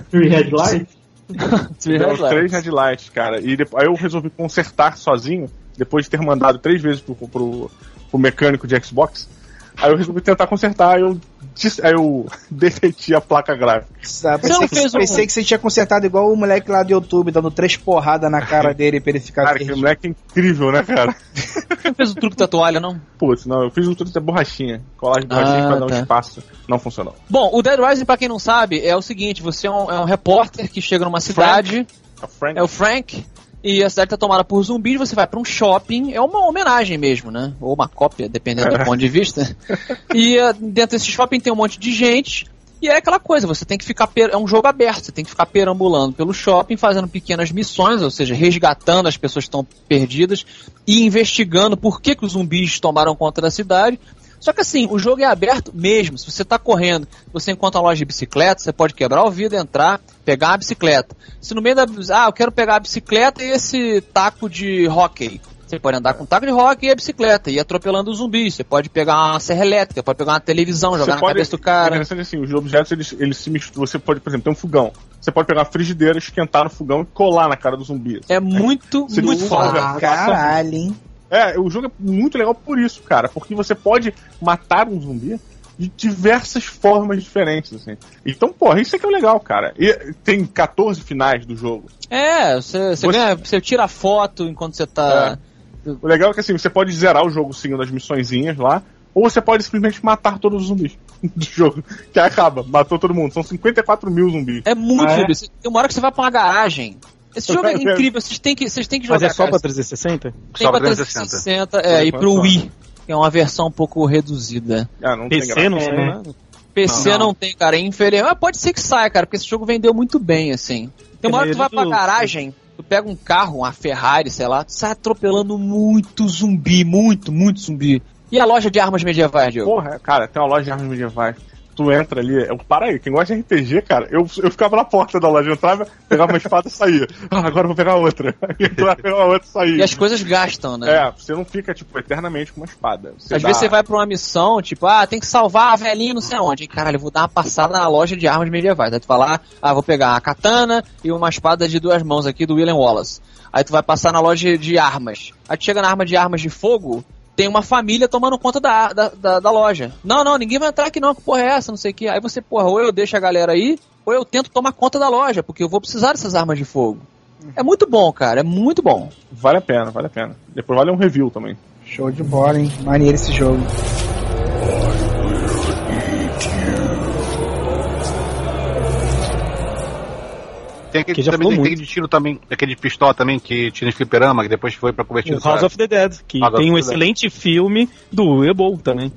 [SPEAKER 3] Three Red Lights?
[SPEAKER 7] Deu uns três red lights, cara. E depois, aí eu resolvi consertar sozinho, depois de ter mandado três vezes pro, pro, pro mecânico de Xbox. Aí eu resolvi tentar consertar, aí eu, dis- aí eu derreti a placa gráfica.
[SPEAKER 2] Ah,
[SPEAKER 6] Você não
[SPEAKER 2] pensei, que,
[SPEAKER 6] fez um-
[SPEAKER 2] pensei que você tinha consertado igual o moleque lá do YouTube, dando três porradas na cara dele pra ele ficar
[SPEAKER 7] Cara, que
[SPEAKER 2] verde.
[SPEAKER 7] moleque é incrível, né, cara?
[SPEAKER 6] Você não fez o truque da toalha, não?
[SPEAKER 7] Putz, não, eu fiz um truque da borrachinha. Colar de borrachinha
[SPEAKER 6] Ah,
[SPEAKER 7] pra dar
[SPEAKER 6] tá.
[SPEAKER 7] um espaço. Não funcionou.
[SPEAKER 6] Bom, o Dead Rising, pra quem não sabe, é o seguinte: você é um, é um repórter que chega numa cidade,
[SPEAKER 7] A Frank,
[SPEAKER 6] é o Frank, e a cidade tá tomada por zumbis, você vai pra um shopping, é uma homenagem mesmo, né? Ou uma cópia, dependendo do ponto de vista. E eh, dentro desse shopping tem um monte de gente. E é aquela coisa, você tem que ficar. per- É um jogo aberto, você tem que ficar perambulando pelo shopping, fazendo pequenas missões, ou seja, resgatando as pessoas que estão perdidas e investigando por que, que os zumbis tomaram conta da cidade. Só que assim, o jogo é aberto mesmo. Se você tá correndo, você encontra uma loja de bicicleta, você pode quebrar o vidro, entrar, pegar uma bicicleta. Se no meio da. Ah, eu quero pegar a bicicleta e esse taco de hockey. Você pode andar com um taco de hockey e a bicicleta, e ir atropelando os zumbis. Você pode pegar uma serra elétrica, pode pegar uma televisão, jogar na cabeça do
[SPEAKER 7] é
[SPEAKER 6] cara.
[SPEAKER 7] interessante assim, os objetos eles, eles se misturam. Você pode, por exemplo, tem um fogão. Você pode pegar uma frigideira, esquentar no fogão e colar na cara do zumbi.
[SPEAKER 6] É muito,
[SPEAKER 7] Você
[SPEAKER 6] muito
[SPEAKER 7] desforra.
[SPEAKER 6] foda.
[SPEAKER 2] Ah, caralho, hein?
[SPEAKER 7] É, o jogo é muito legal por isso, cara, porque você pode matar um zumbi de diversas formas diferentes, assim. Então, porra, isso é que é o legal, cara. E tem 14 finais do jogo.
[SPEAKER 6] É, você, você,
[SPEAKER 7] Você-
[SPEAKER 6] ganha- você tira foto enquanto você tá.
[SPEAKER 7] O legal é que assim, você pode zerar o jogo seguindo as missõezinhas lá, ou você pode simplesmente matar todos os zumbis do jogo. Que aí acaba, matou todo mundo. São 54 mil zumbis.
[SPEAKER 6] É, muito
[SPEAKER 3] Ah, é?
[SPEAKER 6] zumbi. Você- Tem uma hora que você vai pra uma garagem. Esse jogo é
[SPEAKER 7] É mesmo.
[SPEAKER 6] incrível, vocês têm que, vocês têm que jogar.
[SPEAKER 5] Mas é só
[SPEAKER 6] cara.
[SPEAKER 5] pra 360?
[SPEAKER 6] Tem
[SPEAKER 4] Só
[SPEAKER 6] pra
[SPEAKER 4] pra
[SPEAKER 6] 360, é, e
[SPEAKER 7] Por
[SPEAKER 6] pro
[SPEAKER 7] enquanto,
[SPEAKER 6] Wii, que é uma versão um pouco reduzida.
[SPEAKER 7] Ah, não tem
[SPEAKER 5] PC
[SPEAKER 7] graça.
[SPEAKER 5] não
[SPEAKER 3] É,
[SPEAKER 5] sei,
[SPEAKER 3] né?
[SPEAKER 5] né?
[SPEAKER 6] PC não, tem, cara, é inferior. Mas pode ser que saia, cara, porque esse jogo vendeu muito bem, assim. Tem uma hora que tu vai pra
[SPEAKER 5] Primeiro do-
[SPEAKER 6] garagem, tu pega um carro, uma Ferrari, sei lá, tu sai atropelando muito zumbi, muito, muito zumbi. E a loja de armas medievais, Diogo?
[SPEAKER 7] Porra, cara, tem uma loja de armas medievais. Tu entra ali, é um paraíso. Quem gosta de RPG, cara, eu, eu ficava na porta da loja, eu entrava, pegava uma espada e saía. Ah, agora eu vou pegar outra. Aí entrava, pegava outra e
[SPEAKER 6] E
[SPEAKER 7] saía.
[SPEAKER 6] as coisas gastam, né?
[SPEAKER 7] É, você não fica, tipo, eternamente com uma espada.
[SPEAKER 6] Às vezes você vai pra uma missão, tipo, ah, tem que salvar a velhinha não sei onde. E, Caralho, eu vou dar uma passada na loja de armas medievais. Aí tu vai lá, ah, vou pegar a katana e uma espada de duas mãos aqui do William Wallace. Aí tu vai passar na loja de armas. Aí tu chega na arma de armas de fogo, tem uma família tomando conta da, da, da, da loja. Não, não, ninguém vai entrar aqui não, que porra é essa, não sei o que. Aí você, porra, ou eu deixo a galera aí, ou eu tento tomar conta da loja, porque eu vou precisar dessas armas de fogo. É muito bom, cara, é muito bom.
[SPEAKER 7] Vale a pena, vale a pena. Depois vale um review também.
[SPEAKER 2] Show de bola, hein? Maneiro esse jogo.
[SPEAKER 4] Tem aquele,
[SPEAKER 5] Que já
[SPEAKER 4] também,
[SPEAKER 5] falou
[SPEAKER 4] tem aquele de tiro também, aquele de pistola também, que tira em fliperama, que depois foi pra convertir
[SPEAKER 5] O House of the Dead, que
[SPEAKER 4] House of
[SPEAKER 5] tem um
[SPEAKER 4] the Dead.
[SPEAKER 5] excelente filme do Uebo também.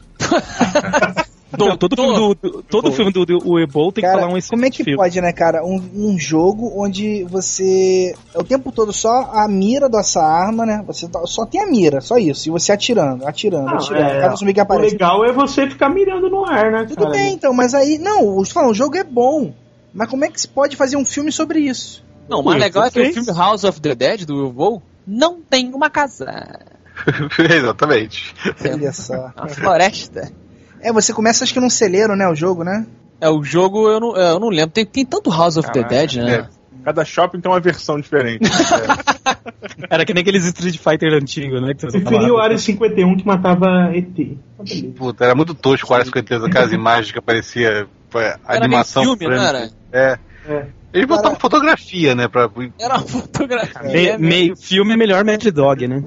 [SPEAKER 5] Não, todo filme do, do- todo filme do, do Uebo tem que
[SPEAKER 2] Cara,
[SPEAKER 5] falar um excelente
[SPEAKER 2] como é que
[SPEAKER 5] filme.
[SPEAKER 2] pode, né, cara? Um, um jogo onde você. é O tempo todo só a mira dessa arma, né? Você tá- só tem a mira, só isso. E você atirando, atirando,
[SPEAKER 3] Não,
[SPEAKER 2] atirando.
[SPEAKER 3] é,
[SPEAKER 2] Cada zumbi que
[SPEAKER 3] O
[SPEAKER 2] aparece.
[SPEAKER 3] legal é você ficar mirando no ar, né?
[SPEAKER 2] Tudo
[SPEAKER 3] cara?
[SPEAKER 2] bem, então, mas aí. Não, os- falam, o jogo é bom. Mas como é que se pode fazer um filme sobre isso?
[SPEAKER 6] Não, o mais
[SPEAKER 5] Pô,
[SPEAKER 6] legal é que o
[SPEAKER 5] fez.
[SPEAKER 6] filme House of the Dead do Will Bow não tem uma casa,
[SPEAKER 4] Exatamente.
[SPEAKER 2] Olha só.
[SPEAKER 6] é uma floresta.
[SPEAKER 2] É, você começa acho que num celeiro, né? O jogo, né?
[SPEAKER 6] É, o jogo eu não, é, eu não lembro. Tem, tem tanto House of the
[SPEAKER 7] Caraca, é,
[SPEAKER 6] Dead, né?
[SPEAKER 7] Cada shopping tem uma versão diferente.
[SPEAKER 5] Era que nem aqueles Street Fighter antigos, né? Que você
[SPEAKER 3] Preferi o
[SPEAKER 5] falava.
[SPEAKER 3] Área 51 que matava ET. Tá beleza.
[SPEAKER 4] Puta, era muito tosco, quase com certeza, aquelas imagens que aparecia, é,
[SPEAKER 6] Era
[SPEAKER 4] animação.
[SPEAKER 6] meio filme, né, não
[SPEAKER 4] frame.
[SPEAKER 6] era?
[SPEAKER 4] É.
[SPEAKER 3] É.
[SPEAKER 4] Eles botavam fotografia, né? Pra...
[SPEAKER 6] Era uma fotografia.
[SPEAKER 5] Me-
[SPEAKER 6] né?
[SPEAKER 5] meio- filme é melhor Mad Dog, né?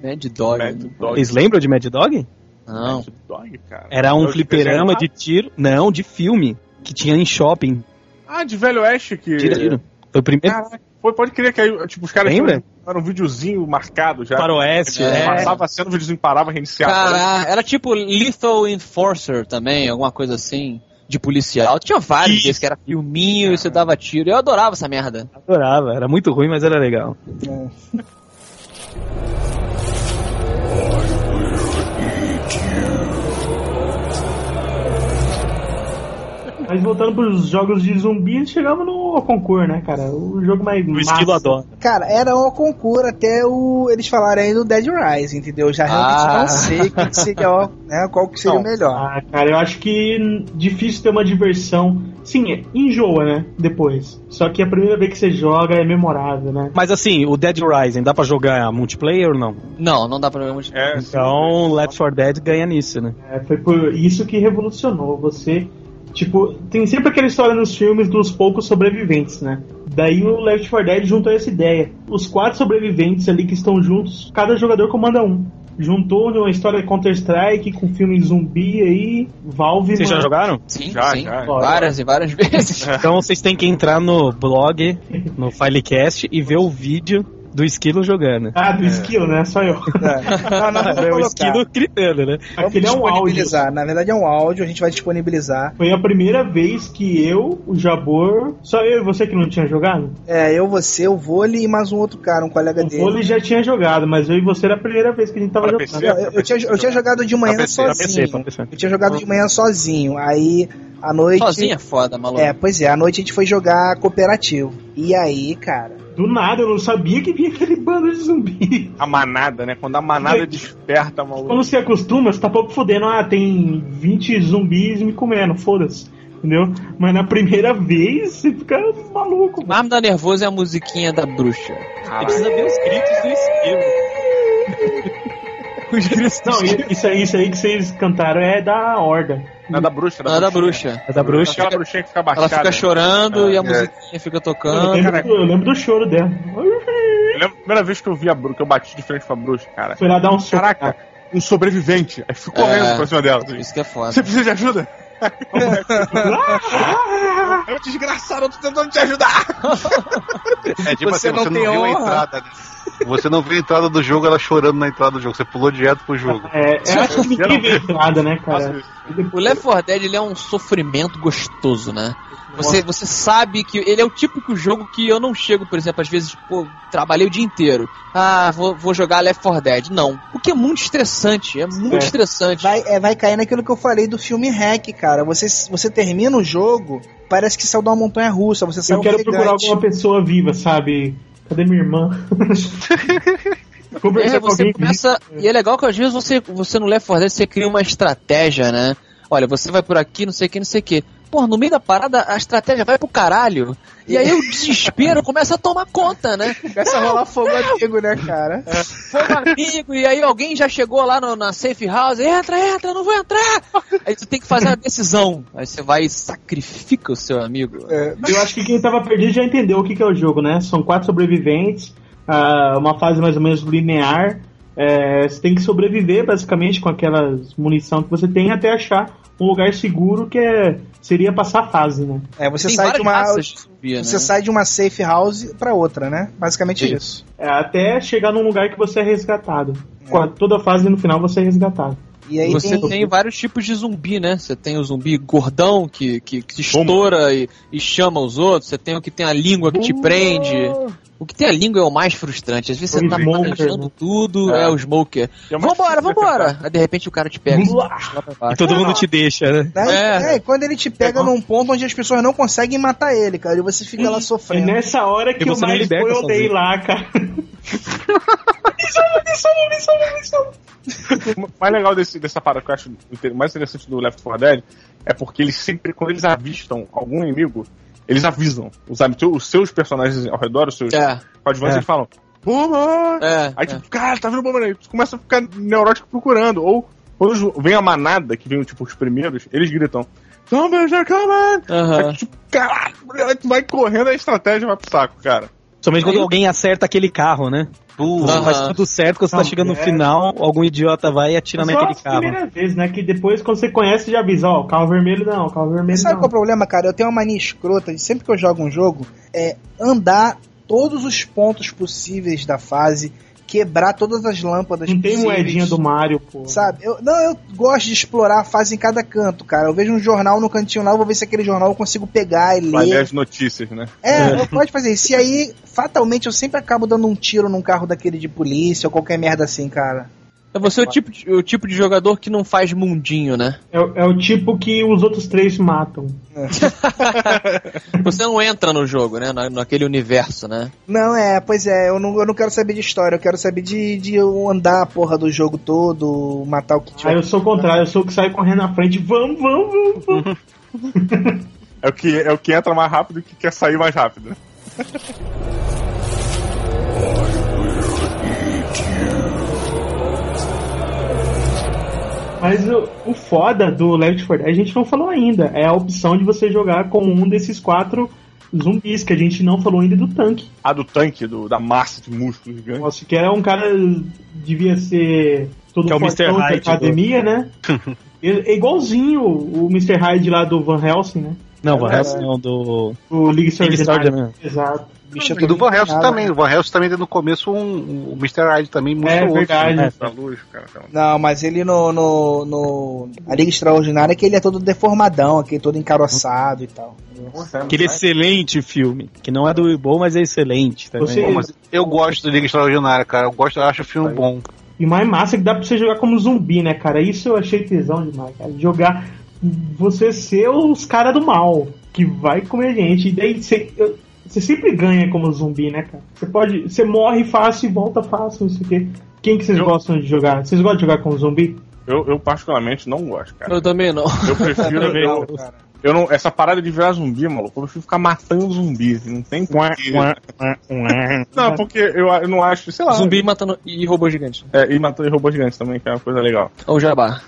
[SPEAKER 6] Mad Dog.
[SPEAKER 7] Mad Dog.
[SPEAKER 5] Vocês lembram de Mad Dog?
[SPEAKER 6] né? Não.
[SPEAKER 7] Mad Dog, é, cara.
[SPEAKER 5] Era um
[SPEAKER 7] Eu assim,
[SPEAKER 5] fliperama
[SPEAKER 7] esqueci.
[SPEAKER 5] de tiro. Não, de filme. Que tinha em shopping.
[SPEAKER 7] Ah, de Velho Oeste que.
[SPEAKER 5] Tira, tiro. Foi o primeiro.
[SPEAKER 7] Caraca, foi, pode crer que aí, tipo, os caras
[SPEAKER 5] Lembra?
[SPEAKER 7] tinham- Era um videozinho marcado já.
[SPEAKER 5] Faroeste,
[SPEAKER 6] É.
[SPEAKER 5] né?
[SPEAKER 7] Passava um né? sendo, o videozinho parava, reiniciava.
[SPEAKER 6] Cara, era tipo Lethal Enforcer também, alguma coisa assim. de policial. Tinha vários
[SPEAKER 7] Isso.
[SPEAKER 6] desses que era filminho e você dava tiro. Eu adorava essa merda.
[SPEAKER 5] Adorava, era muito ruim, mas era legal.
[SPEAKER 3] Mas voltando pros jogos de zumbi, chegamos no concurso, né, cara? O jogo mais
[SPEAKER 5] O
[SPEAKER 3] massa.
[SPEAKER 5] esquilo adora.
[SPEAKER 2] Cara, era um concurso até o, eles falarem aí do Dead Rise, entendeu? Já
[SPEAKER 6] Ah.
[SPEAKER 2] realmente não sei o que que seria, ó, né, qual que seria o melhor.
[SPEAKER 3] Ah, cara, eu acho que hum, difícil ter uma diversão. Sim, é- enjoa, né? Depois. Só que a primeira vez que você joga é memorável, né?
[SPEAKER 5] Mas assim, o Dead Rising, dá pra jogar multiplayer ou não?
[SPEAKER 6] Não, não dá pra ver muito.
[SPEAKER 7] É,
[SPEAKER 5] Então, Left 4 Dead ganha nisso, né?
[SPEAKER 3] É, foi por isso que revolucionou. Você, tipo, tem sempre aquela história nos filmes dos poucos sobreviventes, né? Daí o Left 4 Dead juntou essa ideia. Os quatro sobreviventes ali que estão juntos, cada jogador comanda um. Juntou uma história de Counter-Strike com filme zumbi aí, Valve.
[SPEAKER 5] Vocês já
[SPEAKER 3] mano.
[SPEAKER 5] jogaram?
[SPEAKER 6] Sim,
[SPEAKER 7] Já,
[SPEAKER 6] sim.
[SPEAKER 7] já.
[SPEAKER 6] Várias e várias vezes.
[SPEAKER 5] Então vocês têm que entrar no blog, no Filecast e ver o vídeo do esquilo jogando.
[SPEAKER 3] Ah, do skill, né? Só eu.
[SPEAKER 2] Não, não,
[SPEAKER 5] É
[SPEAKER 2] vamos
[SPEAKER 5] o
[SPEAKER 2] colocar.
[SPEAKER 5] esquilo gritando, né?
[SPEAKER 2] Vamos
[SPEAKER 3] Aquele é um áudio.
[SPEAKER 2] disponibilizar. Na verdade é um áudio, a gente vai disponibilizar.
[SPEAKER 3] Foi a primeira vez que eu, o Jabor, só eu e você que não tinha jogado.
[SPEAKER 2] É, eu, você, o Vôlei e mais um outro cara, um colega
[SPEAKER 3] O
[SPEAKER 2] dele.
[SPEAKER 3] Foley já tinha jogado, mas eu e você era a primeira vez que é a gente tava
[SPEAKER 7] Para
[SPEAKER 3] jogando.
[SPEAKER 2] Não, eu, eu tinha, eu tinha jogado de manhã
[SPEAKER 7] Pra PC, pra
[SPEAKER 5] PC,
[SPEAKER 2] sozinho.
[SPEAKER 5] pra PC.
[SPEAKER 2] Eu tinha jogado de manhã sozinho. Aí, à noite.
[SPEAKER 6] Sozinha é foda, maluco.
[SPEAKER 2] É, pois é, à noite a gente foi jogar cooperativo. E aí, cara.
[SPEAKER 3] Do nada, eu não sabia que vinha aquele bando de zumbi.
[SPEAKER 7] A manada, né? Quando a manada desperta, maluco.
[SPEAKER 3] Quando você acostuma, você tá pouco fodendo. Ah, tem 20 zumbis me comendo, foda-se. Entendeu? Mas na primeira vez, você fica maluco.
[SPEAKER 6] Mas me dá nervoso é a musiquinha da bruxa.
[SPEAKER 5] Você precisa ver os gritos do esquilo.
[SPEAKER 6] Os gritos
[SPEAKER 3] Não, e- isso aí, isso aí que vocês cantaram é da Horda.
[SPEAKER 7] Não é da bruxa,
[SPEAKER 6] Não é da bruxa.
[SPEAKER 5] É da bruxa.
[SPEAKER 7] Aquela bruxinha que fica
[SPEAKER 6] Ela
[SPEAKER 7] baixada.
[SPEAKER 6] fica chorando
[SPEAKER 7] Ah,
[SPEAKER 6] e a
[SPEAKER 7] é.
[SPEAKER 6] musiquinha fica
[SPEAKER 3] Eu
[SPEAKER 6] tocando.
[SPEAKER 3] lembro,
[SPEAKER 7] caraca.
[SPEAKER 3] do, eu lembro do choro dela.
[SPEAKER 7] Eu lembro a primeira vez que eu vi a bruxa, que eu bati de frente com a bruxa, cara.
[SPEAKER 3] Foi lá dar um soco.
[SPEAKER 7] Caraca, um sobrevivente. Aí fui
[SPEAKER 6] É.
[SPEAKER 7] correndo pra cima dela. assim.
[SPEAKER 6] Isso que é
[SPEAKER 7] Você
[SPEAKER 6] foda.
[SPEAKER 7] precisa de ajuda? É um desgraçado, eu tô tentando te ajudar.
[SPEAKER 4] É tipo
[SPEAKER 2] Você
[SPEAKER 4] assim,
[SPEAKER 2] não
[SPEAKER 4] você
[SPEAKER 2] tem
[SPEAKER 4] não viu a
[SPEAKER 2] honra.
[SPEAKER 4] entrada, né? Você não viu a entrada do jogo, ela chorando na entrada do jogo. Você pulou direto pro jogo.
[SPEAKER 3] É, é acho que ninguém vê nada, né, cara?
[SPEAKER 6] O Left 4 Dead ele é um sofrimento gostoso, né? Você, você sabe que ele é o típico jogo que eu não chego, por exemplo, às vezes, pô, trabalhei o dia inteiro. Ah, vou, vou jogar Left 4 Dead. Não. Porque é muito estressante. É muito
[SPEAKER 3] É.
[SPEAKER 6] estressante.
[SPEAKER 2] Vai, é, vai cair naquilo que eu falei do filme Hack, cara. Você, você termina o jogo, parece que saiu de uma montanha russa, você
[SPEAKER 6] é
[SPEAKER 2] saiu
[SPEAKER 3] Eu quero
[SPEAKER 2] gigante.
[SPEAKER 3] procurar alguma pessoa viva, sabe? Cadê minha irmã? Conversar
[SPEAKER 6] É,
[SPEAKER 3] com alguém
[SPEAKER 6] você começa. E é legal que às vezes você, você no Left 4 Dead você cria uma estratégia, né? Olha, você vai por aqui, não sei o que, não sei o que. Pô, no meio da parada a estratégia vai pro caralho. E aí o desespero começa a tomar conta, né?
[SPEAKER 2] Começa a rolar fogo amigo, né, cara?
[SPEAKER 6] Foi um amigo, e aí alguém já chegou lá no- na safe house, entra, entra, não vou entrar. Aí você tem que fazer uma decisão. Aí você vai e sacrifica o seu amigo.
[SPEAKER 2] É,
[SPEAKER 3] Eu acho que quem tava perdido já entendeu o que, que é o jogo, né? São quatro sobreviventes, ah, uma fase mais ou menos linear. É, você tem que sobreviver basicamente com aquelas munição que você tem até achar um lugar seguro que é, seria passar a fase, né?
[SPEAKER 2] É, você
[SPEAKER 6] tem
[SPEAKER 2] sai
[SPEAKER 6] várias
[SPEAKER 2] de uma.
[SPEAKER 6] raças de zumbi, né?
[SPEAKER 2] Você sai de uma safe house pra outra, né? Basicamente isso.
[SPEAKER 3] É, até chegar num lugar que você é resgatado.
[SPEAKER 2] É.
[SPEAKER 3] Com a- Toda a fase no final você é resgatado.
[SPEAKER 2] E aí
[SPEAKER 6] Você
[SPEAKER 2] tem,
[SPEAKER 6] tem vários tipos de zumbi, né? Você tem o zumbi gordão que, que, que se estoura e, e chama os outros. Você tem o que tem a língua que te prende. O que tem a língua é o mais frustrante. Às vezes você
[SPEAKER 3] O
[SPEAKER 6] tá
[SPEAKER 3] smoker,
[SPEAKER 6] planejando
[SPEAKER 3] né?
[SPEAKER 6] tudo, é.
[SPEAKER 7] É.
[SPEAKER 6] o smoker.
[SPEAKER 7] E é uma
[SPEAKER 6] Vambora,
[SPEAKER 7] difícil
[SPEAKER 6] vambora! Aí de repente o cara te
[SPEAKER 5] É,
[SPEAKER 6] pega.
[SPEAKER 3] Vamos lá.
[SPEAKER 6] lá pra
[SPEAKER 5] E
[SPEAKER 6] baixo.
[SPEAKER 5] todo mundo te deixa, né?
[SPEAKER 2] Né?
[SPEAKER 6] É.
[SPEAKER 2] É, e quando ele te pega num ponto onde as pessoas não conseguem matar ele, cara, e você fica lá
[SPEAKER 3] É
[SPEAKER 2] sofrendo.
[SPEAKER 3] nessa hora que
[SPEAKER 5] E
[SPEAKER 3] eu
[SPEAKER 5] você não
[SPEAKER 3] mais
[SPEAKER 5] liberta
[SPEAKER 3] foi eu dei
[SPEAKER 5] sozinho.
[SPEAKER 3] lá, cara.
[SPEAKER 7] O mais legal desse- dessa parada que eu acho inte- mais interessante do Left 4 Dead é porque eles sempre, quando eles avistam algum inimigo, eles avisam. Os, am- os seus personagens ao redor, os seus
[SPEAKER 6] É,
[SPEAKER 7] coadjuvantes,
[SPEAKER 5] É.
[SPEAKER 7] eles falam: Bomba!
[SPEAKER 6] é.
[SPEAKER 7] Aí
[SPEAKER 6] é.
[SPEAKER 7] tipo, cara, tá vindo bomba aí. Tu começa a ficar neurótico procurando. Ou quando os- vem a manada, que vem tipo os primeiros, eles gritam: Zombies are coming!
[SPEAKER 6] Aham.
[SPEAKER 7] Aí, tipo, caralho, aí tu vai correndo, a estratégia vai pro saco, cara.
[SPEAKER 5] Somente quando alguém acerta aquele carro, né? Você
[SPEAKER 6] Aham.
[SPEAKER 5] faz tudo certo, quando você tá
[SPEAKER 3] Não,
[SPEAKER 5] chegando no
[SPEAKER 3] é.
[SPEAKER 5] final, algum idiota vai e atira
[SPEAKER 3] Só
[SPEAKER 5] naquele
[SPEAKER 3] as
[SPEAKER 5] é carro.
[SPEAKER 3] primeiras vezes, né? Que depois quando você conhece já avisa, ó, carro vermelho não, carro vermelho
[SPEAKER 2] Sabe
[SPEAKER 3] não.
[SPEAKER 2] qual é o problema, cara? Eu tenho uma mania escrota de sempre que eu jogo um jogo, é andar todos os pontos possíveis da fase, quebrar todas as lâmpadas.
[SPEAKER 3] Não tem
[SPEAKER 2] é possíveis,
[SPEAKER 3] moedinha do Mario, pô.
[SPEAKER 2] Sabe? Eu, não, eu gosto de explorar a fase em cada canto, cara. Eu vejo um jornal no cantinho lá, eu vou ver se aquele jornal eu consigo pegar e
[SPEAKER 7] Vai ler
[SPEAKER 2] ler.
[SPEAKER 7] as notícias, né?
[SPEAKER 2] É, eu pode fazer isso. E aí, fatalmente, eu sempre acabo dando um tiro num carro daquele de polícia ou qualquer merda assim, cara.
[SPEAKER 6] Então você é o tipo, de, o tipo de jogador que não faz mundinho, né?
[SPEAKER 3] É, o- é o tipo que os outros três matam.
[SPEAKER 6] Você não entra no jogo, né? Na, naquele universo, né?
[SPEAKER 2] Não, é, pois é, eu não, eu não quero saber de história, eu quero saber de, de eu andar a porra do jogo todo, matar o que
[SPEAKER 3] Aí
[SPEAKER 2] tiver.
[SPEAKER 3] Ah, eu sou o contrário, eu sou o que sai correndo na frente. Vamos, vamos, vamos, vamos.
[SPEAKER 7] É o que, é o que entra mais rápido e que quer sair mais rápido.
[SPEAKER 3] Mas o, o foda do Left 4 Dead, a gente não falou ainda, é a opção de você jogar com um desses quatro zumbis, que a gente não falou ainda do tanque.
[SPEAKER 7] A do tanque, do, da massa de músculo gigante.
[SPEAKER 3] Nossa, que era um cara, devia ser todo
[SPEAKER 5] Que é o
[SPEAKER 3] fortão
[SPEAKER 5] Mr.
[SPEAKER 3] da
[SPEAKER 5] Hyde do-
[SPEAKER 3] academia, né? Ele- É igualzinho o Mr. Hyde lá do Van Helsing, né?
[SPEAKER 5] Não, Van Helsing não, do. né?
[SPEAKER 3] O League
[SPEAKER 5] Big Story
[SPEAKER 3] Extraordinário.
[SPEAKER 5] mesmo.
[SPEAKER 3] Exato.
[SPEAKER 2] Bicho, eu tô
[SPEAKER 4] E do Van Helsing
[SPEAKER 2] indignado.
[SPEAKER 4] também. O Van Helsing também tem no começo um, um Mr. Hyde também muito
[SPEAKER 3] É
[SPEAKER 4] outro.
[SPEAKER 3] verdade.
[SPEAKER 4] né? Pra luz, cara. Então,
[SPEAKER 2] Não, mas ele no, no, no- A Liga Extraordinária é que ele é todo deformadão, aquele todo encaroçado e tal.
[SPEAKER 5] Aquele excelente filme. Que não é do Ibo, mas é excelente também.
[SPEAKER 3] Você-
[SPEAKER 4] Pô, mas eu gosto do Liga Extraordinária, cara. Eu gosto, eu acho o filme bom.
[SPEAKER 3] E mais massa é que dá pra você jogar como zumbi, né, cara? Isso eu achei tesão demais, cara. Jogar. Você ser os caras do mal, que vai comer gente. E daí você, eu- você sempre ganha como zumbi, né, cara? Você pode. Você morre fácil e volta fácil, não sei o quê. Quem que vocês
[SPEAKER 7] Eu-
[SPEAKER 3] gostam de jogar? Vocês gostam de jogar como zumbi?
[SPEAKER 7] Eu, eu particularmente não gosto, cara.
[SPEAKER 6] Eu também não.
[SPEAKER 7] Eu
[SPEAKER 3] É
[SPEAKER 7] prefiro ver.
[SPEAKER 2] Legal,
[SPEAKER 7] Eu,
[SPEAKER 2] cara.
[SPEAKER 7] eu não, essa parada de virar zumbi, maluco, eu prefiro ficar matando zumbis. Não tem porquê. Não, porque eu, eu não acho, sei lá.
[SPEAKER 6] Zumbi matando e robô gigante.
[SPEAKER 7] É, e matando robôs gigantes também, que é uma coisa legal.
[SPEAKER 6] Ou jabá.